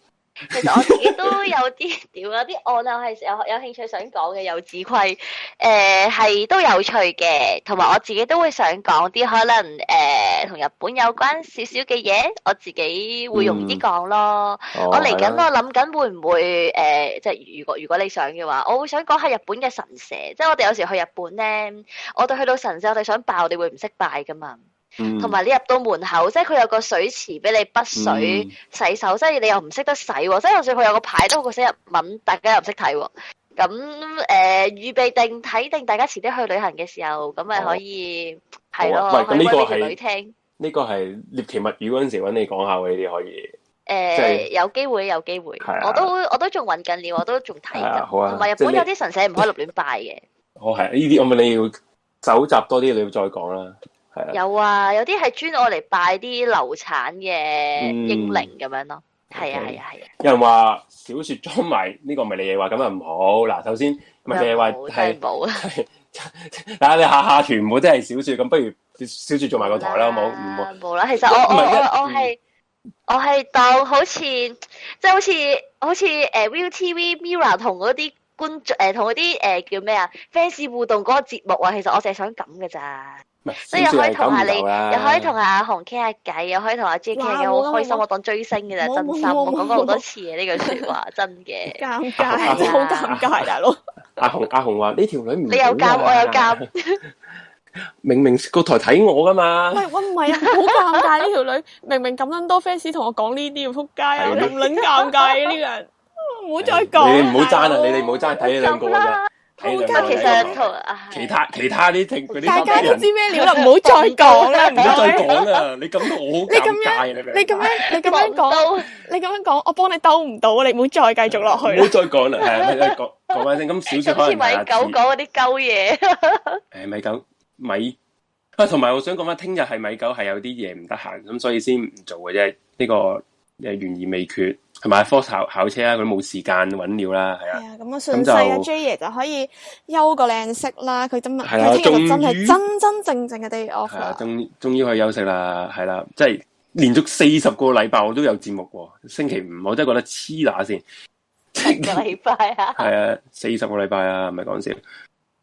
F: 其實我自己都有啲屌有啲案啊，我係有有興趣想講嘅，有自規誒係都有趣嘅，同埋我自己都會想講啲可能誒同、日本有關少少嘅嘢，我自己會容易啲講咯。我
C: 我
F: 嚟緊我諗緊會唔會誒、呃即係如果如果你想嘅話，我會想講下日本嘅神社，即係我哋有時去日本咧，我哋去到神社，我哋想拜，我哋會唔識拜噶嘛。同
C: 同
F: 埋你入到門口，即係佢有個水池俾你滗水、
C: 嗯
F: 洗手，即係你又唔識得洗喎，即係就算佢有個牌都好過寫日文，大家又唔識睇喎。咁誒、呃、預備定睇定，大家遲啲去旅行嘅時候，咁咪
C: 哦
F: 可以
C: 好啊
F: 係咯，
C: 喂
F: 可
C: 咁
F: 以
C: 呢個
F: 威俾條
C: 係
F: 女聽。
C: 呢個係獵奇物語嗰陣時揾你講下喎，呢啲可以。
F: 誒、
C: 即係
F: 有機會有機會，
C: 係啊
F: 我都我都仲揾緊料，我都仲睇
C: 係啊
F: 緊。
C: 好啊
F: 同埋、日
C: 即係
F: 本
C: 你
F: 有啲神社唔可以立亂拜嘅，
C: 我係呢啲，我問你要搜集多啲，你要再講啦。係啊，
F: 有啊，有啲係專我嚟拜啲流產嘅
C: 嗯
F: 英靈咁樣咯。係
C: OK
F: 啊係啊係啊，
C: 有人話小雪裝埋呢個唔係你嘢話，咁啊唔好。嗱，首先唔係你嘢話
F: 冇真
C: 係，
F: 係冇啊。
C: 嗱你下下全部都係小雪，咁不如小雪做埋個台啦，好冇？唔好
F: 啦，冇啦。其實我
C: 唔
F: 我
C: 係
F: 我我
C: 因嗯
F: 係我係當好似即係好似好似誒 ViuTV Mirror 同嗰啲觀眾誒同嗰啲誒叫咩啊 fans 互動嗰個節目啊，其實我淨係想咁嘅咋，
C: 唔係
F: 所以
C: 小
F: 又
C: 雪
F: 可以
C: 係
F: 同下
C: 咁
F: 你，
C: 唔啊啦，
F: 又可以同阿啊紅傾下偈，又可以同阿 J 傾下
B: 哇冇
F: 偈，
B: 啊
F: 好開心。
B: 冇啊
F: 我當追星嘅咋，
B: 冇
F: 真
B: 冇
F: 心
B: 冇
F: 我講過好
B: 冇
F: 多次嘅呢句説話，真嘅。
B: 尷
C: 係啊
B: 尬，真係
C: (laughs)
B: 好尷尬，大佬。
C: 阿紅阿紅話呢條女唔
F: 你有
C: 好
F: 夾，
C: 啊
F: 我有夾，
C: 明明個台睇我噶嘛，
B: 喂，我唔係啊，好尷尬呢條女， (laughs) 明明咁撚多 fans 同我講呢啲，仆街啊，
C: 係
B: 咁撚尷尬嘅呢個人，唔好再講啦。
C: 你哋唔好爭
B: 大
C: 啊，
B: 佬
C: 你哋唔好爭睇你兩個
F: 咁
C: 㗎咋
F: 啦，
C: 睇
B: 好㗎
C: 兩個
F: 其實
C: 睇
F: 同
C: 過
F: 啊
C: 其他其他啲聽嗰啲
B: 大家都
C: 人
B: 知咩
C: (laughs)
B: 料啦，唔好再講啦，唔
C: 唔好
B: 該
C: 再講啦，你咁到我好
B: 你咁
C: 尷尬啊！
B: 樣
C: 你明唔明啊
B: 你咁樣你咁樣
F: (laughs) 講
B: 講，你咁樣講，我幫你兜唔到，你唔好再繼續落去
C: 唔好
B: 啦。
C: 再講啦，係係係講講翻先。咁小
F: 今
C: 雪可
F: 次
C: 能
F: 咪
C: 下次
F: 狗講嗰啲鳩嘢，
C: 誒米狗米啊，同埋我想講翻，聽日係米狗係有啲嘢唔得閒，咁所以先唔做嘅啫。呢、個誒懸而未決，同埋科考考車啊，佢冇時間揾料啦，係啊
B: 係。啊，咁啊順勢
C: 咁
B: 啊
C: 就
B: ，J 爺就可以休個靚息啦。佢今日
C: 係啦啊
B: 佢聽日就真
C: 終
B: 係
C: 於
B: 真真正正嘅 day
C: 係
B: off
C: 啊
B: 啦，。
C: 終終於可以休息啦，係啦、即係連續四十個禮拜我都有節目喎、星期五我真係覺得黐乸先，
F: 成個禮拜啊，
C: 係啊，四十個禮拜啊，唔係講笑，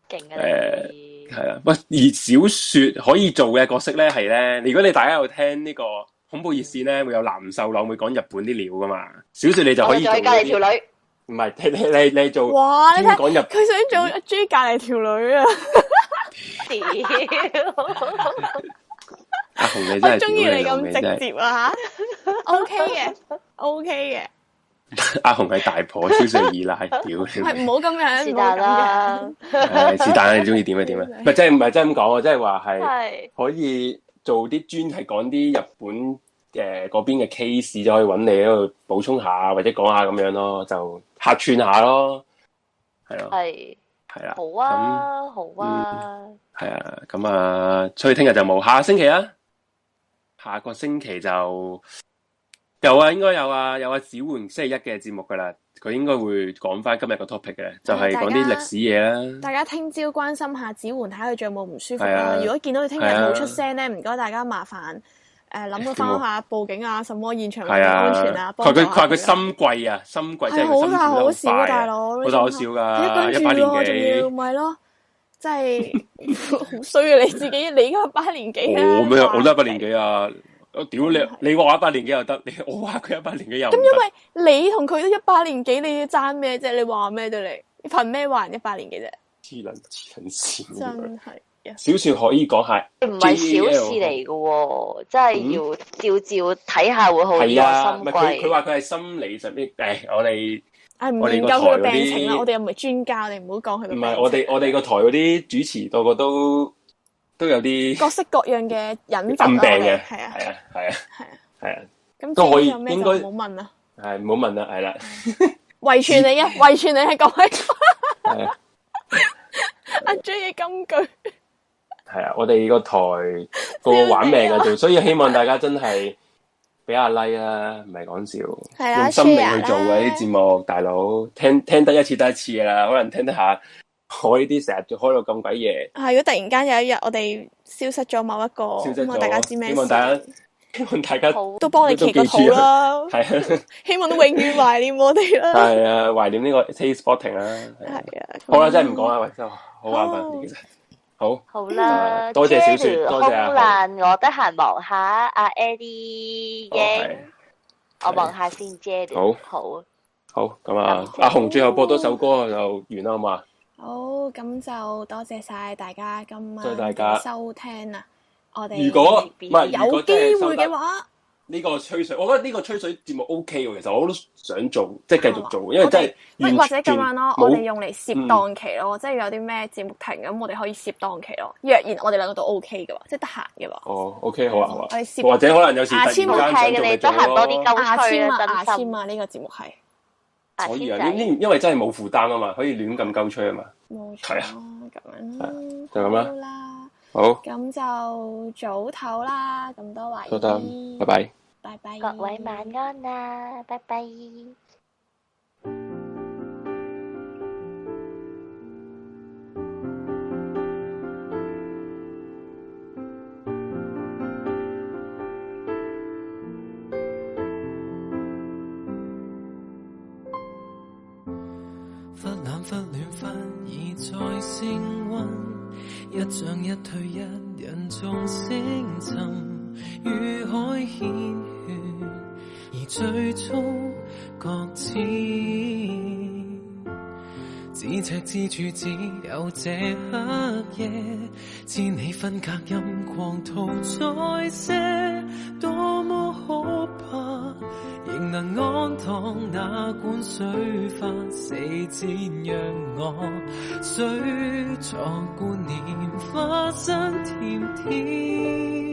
F: 勁啊！
C: 誒
F: 你
C: 係啊。喂，而小雪可以做嘅角色咧係咧，如果你大家有聽呢個恐怖熱線咧，會有藍秀朗會講日本啲料噶嘛，小雪你就
F: 我
C: 可
F: 哋
C: 以
F: 仲
C: 做
F: 喺
C: 呢
F: 隔離
C: 啲
F: 條女，
C: 唔係你你你你做
B: 哇！你
C: 專
B: 睇
C: 講日
B: 佢想
C: 嗯
B: 做 J 隔離條女啊！
F: 屌！
C: 阿紅你真
B: 我
C: 係
B: 中意你
C: 屌老味
B: 咁
C: 真
B: 直
C: 係
B: 接啊吓 (laughs) OK 嘅，OK 嘅。
C: 阿紅係大婆，小雪係
B: (laughs)
C: 二奶，屌你老
B: 喂，唔
C: 味！
B: 好咁樣，
F: 是
B: 唔好咁
F: 但啦，
C: 係是但你中意點
B: (laughs)
C: 就點啦，唔係真係唔係真係咁講，我啊真係話係
F: 係
C: 可以做啲專係講啲日本誒嗰邊嘅 case 就可以揾你喺度補充下，或者講下咁樣咯，就客串下咯，係咯，
F: 係
C: 係啦，
F: 好啊，好啊，
C: 係啊，咁啊，所以聽日就冇，下星期啊，下個星期就有啊，應該有啊，有啊，子焕星期一嘅節目噶啦，佢應該會講翻今日個 topic 嘅，就係
B: 啊
C: 講啲歷史嘢啦。
B: 大家聽朝關心下子桓，睇下佢仲有冇唔舒服
C: 係
B: 啦
C: 啊。
B: 如果見到佢聽日冇出聲咧，唔該大家麻煩誒諗到翻下報警啊，什麼現場環
C: 係
B: 境
C: 啊，
B: 安全啊，幫
C: 佢
B: 助
C: 佢
B: 下
C: 佢話佢
B: 啦
C: 心悸啊，心悸真
B: 係
C: 係佢
B: 好
C: 心
B: 大
C: 跳
B: 好
C: 得
B: 少啊，
C: 快
B: 大
C: 啊，
B: 佬，
C: 好大好少噶，
B: 你
C: 一
B: 一
C: 把
B: 跟
C: 年
B: 住我仲要
C: 紀，
B: 咪咯，真係好 (laughs) 衰啊！你自己你而家把年紀咧，
C: 我咩啊
B: 話
C: 我都一把年紀啊，我屌
B: 啊
C: 你，你話我一把年紀又得，你我話佢一把年紀又唔得，
B: 因為你同佢都一把年紀，你要爭咩啫？你話咩對你？你憑咩話人一把年紀啫？
C: 黐撚黐撚線，
B: 真係啊！
C: 小雪可以講下。
F: 唔係小事嚟嘅喎，真係要照照睇下會好
C: 嗯係
F: 啲
C: 啊，唔係佢
F: 喎，心
C: 佢
F: 悸。
C: 話佢係心理上邊，誒，我哋
B: 唉，唔
C: 我哋
B: 研
C: 個
B: 究佢嘅
C: 台嗰
B: 病情啦，
C: 啲
B: 我哋又唔係專家，你唔好講佢嘅病
C: 唔係我
B: 情
C: 哋我哋個台嗰啲主持個個都都有啲
B: 各式各樣嘅隱疾啦，
C: 暗
B: 我
C: 病
B: 哋
C: 嘅，
B: 係啊，
C: 係啊，係啊，係啊，
B: 咁
C: 都可
B: 至
C: 以
B: 於有咩就
C: 應
B: 唔
C: 該
B: 好問啦。
C: 係唔好問啦，
B: 啊
C: 係啦，
B: 遺傳你嘅，遺傳你係各位
C: 係啊，
B: 阿 J 嘅金句，
C: 係啊，我哋個台
B: (laughs)
C: 個個玩
B: 啊
C: 命嘅做，所以希望大家真係俾阿 like 啦，唔係講笑，
B: 係啊
C: 用心力去
B: share 啊
C: 做嘅
B: 啦
C: 啲節目，大佬聽聽得一次得一次㗎啦，可能聽得下 (laughs) 我呢啲成日開到咁鬼夜。
B: 係啊如果突然間有一日我哋消失咗某一個，
C: 消失
B: 咁啊
C: 咗，
B: 大家知咩
C: 希望大
B: 事
C: 家，希望大家
F: 好
B: 都幫你祈個禱啦，
C: 係啊，
B: (laughs) 希望都永遠懷念我哋啦。
C: (laughs) 係啊，懷念呢個 Taste Sporting 啦。係啊
B: 係啊，
C: (laughs) 好啦，真係唔講啦，喂，真係好眼
B: 好
C: 瞓，其實好，
F: 好啦，
C: 啊多謝小雪多謝阿啊豪
F: 空難，我得閒望下阿 Eddie
C: 哦係
F: 英，我望下先 j e
C: 好
F: 好，
C: 好咁啊
F: 感，謝
C: 阿紅最後播多首歌就完啦，好嘛？
B: 好，咁就多謝晒大家今晚
C: 多謝大家
B: 嘅收聽啦。我哋
C: 如果唔係，如
B: 有
C: 果
B: 機
C: 真係收
B: 會
C: 得
B: 嘅話，
C: 呢個吹水，我覺得呢個吹水節目 O K 喎，其實我都想做，即係繼續做，因為真係
B: 啊喂
C: 完
B: 或者
C: 全
B: 咁樣咯，我哋
C: 冇嗯
B: 用嚟攝檔期咯，即係有啲咩節目停咁，我哋可以攝檔期咯。若然我哋兩個都 O K 嘅話，即係得閒嘅話，
C: 哦，O K 好啊，好啊
B: 我哋，攝啊
C: 或者可能有時突
B: 牙
C: 然間
B: 籤
C: 想
B: 好
C: 做
F: 睇嘅
C: 咪
F: 你
C: 做
F: 得閒多啲
C: 咯
F: 溝
B: 牙
F: 吹
B: 籤
F: 啊，
B: 啊牙
F: 真心
B: 籤啊呢個節目係
F: 牙
C: 可以
F: 籤
C: 啊，因
F: 仔，
C: 因因為真係冇負擔啊嘛，可以亂咁鳩吹啊嘛。
B: 冇錯
C: 係啊啊
B: 啦，咁樣啦，
C: 就咁啦
B: 好啦，
C: 好，
B: 咁就早唞啦，咁多位，
C: 多得，拜，拜。
B: 拜拜，
F: 各位晚安啦，拜拜。
A: 忽冷忽暖，忽已再升温，一漲一退，一人縱升沉，與海繾綣，而最終各自。咫尺之處，只有這黑夜，千里分隔，任狂徒再些，多麼可怕，仍能安躺那管水花四濺，讓我水錯觀念花生甜甜。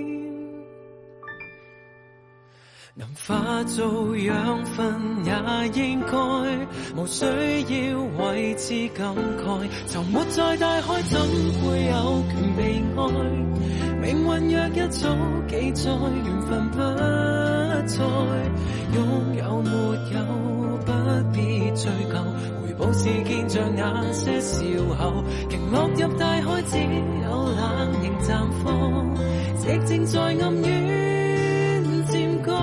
A: 能化做養分也應該，無需要為之感慨。沉沒在大海，怎會有權被愛？命運若一早記載，緣分不再，擁有沒有不必追究。回報是見着那些笑口，鯨落入大海，只有冷凝綻放，寂靜在暗湧漸降，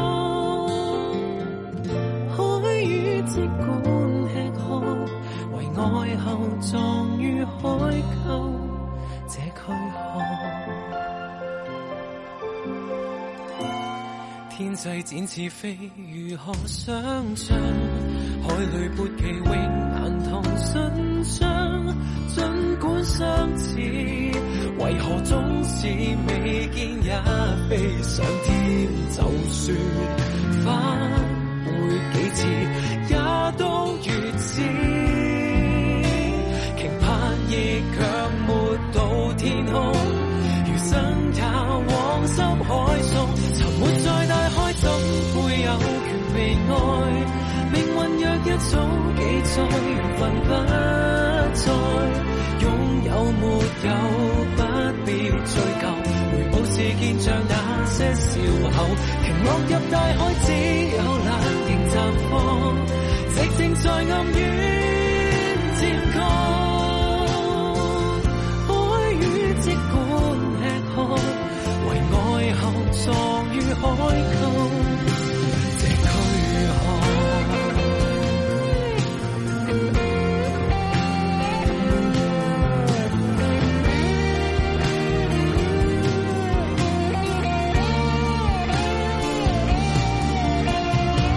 A: 海魚即管吃喝，為愛後葬於海溝這軀殼。天際展翅飛，如何想像？海裏撥旗永難同信箱，儘管相似，為何總是未見也飛上天？就算返回幾次，也都如此。鯨拍翼卻沒到天空。餘生也往深海送，沉沒在大海，怎會有權被愛？命運若一早記載，緣分不再，擁有沒有不必追究。回報是見像那些笑口，鯨落入大海，只有冷凝綻放，寂靜在暗湧漸降。海魚即管吃喝，為愛後葬於海溝這軀殼。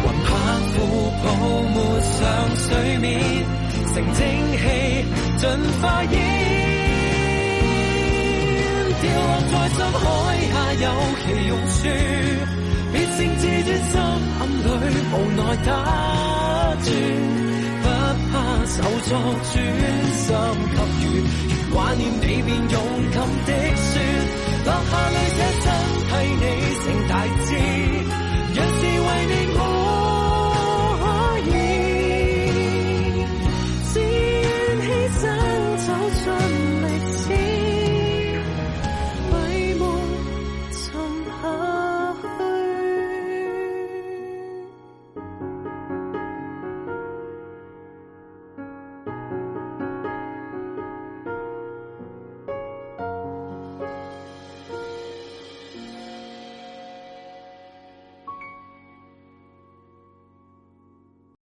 A: 雲拍虎泡沫上水面，成蒸氣盡化煙。掉落在深海下有其用處，別性自尊心暗裏無奈打轉，不怕手作專心給予。若掛念你便勇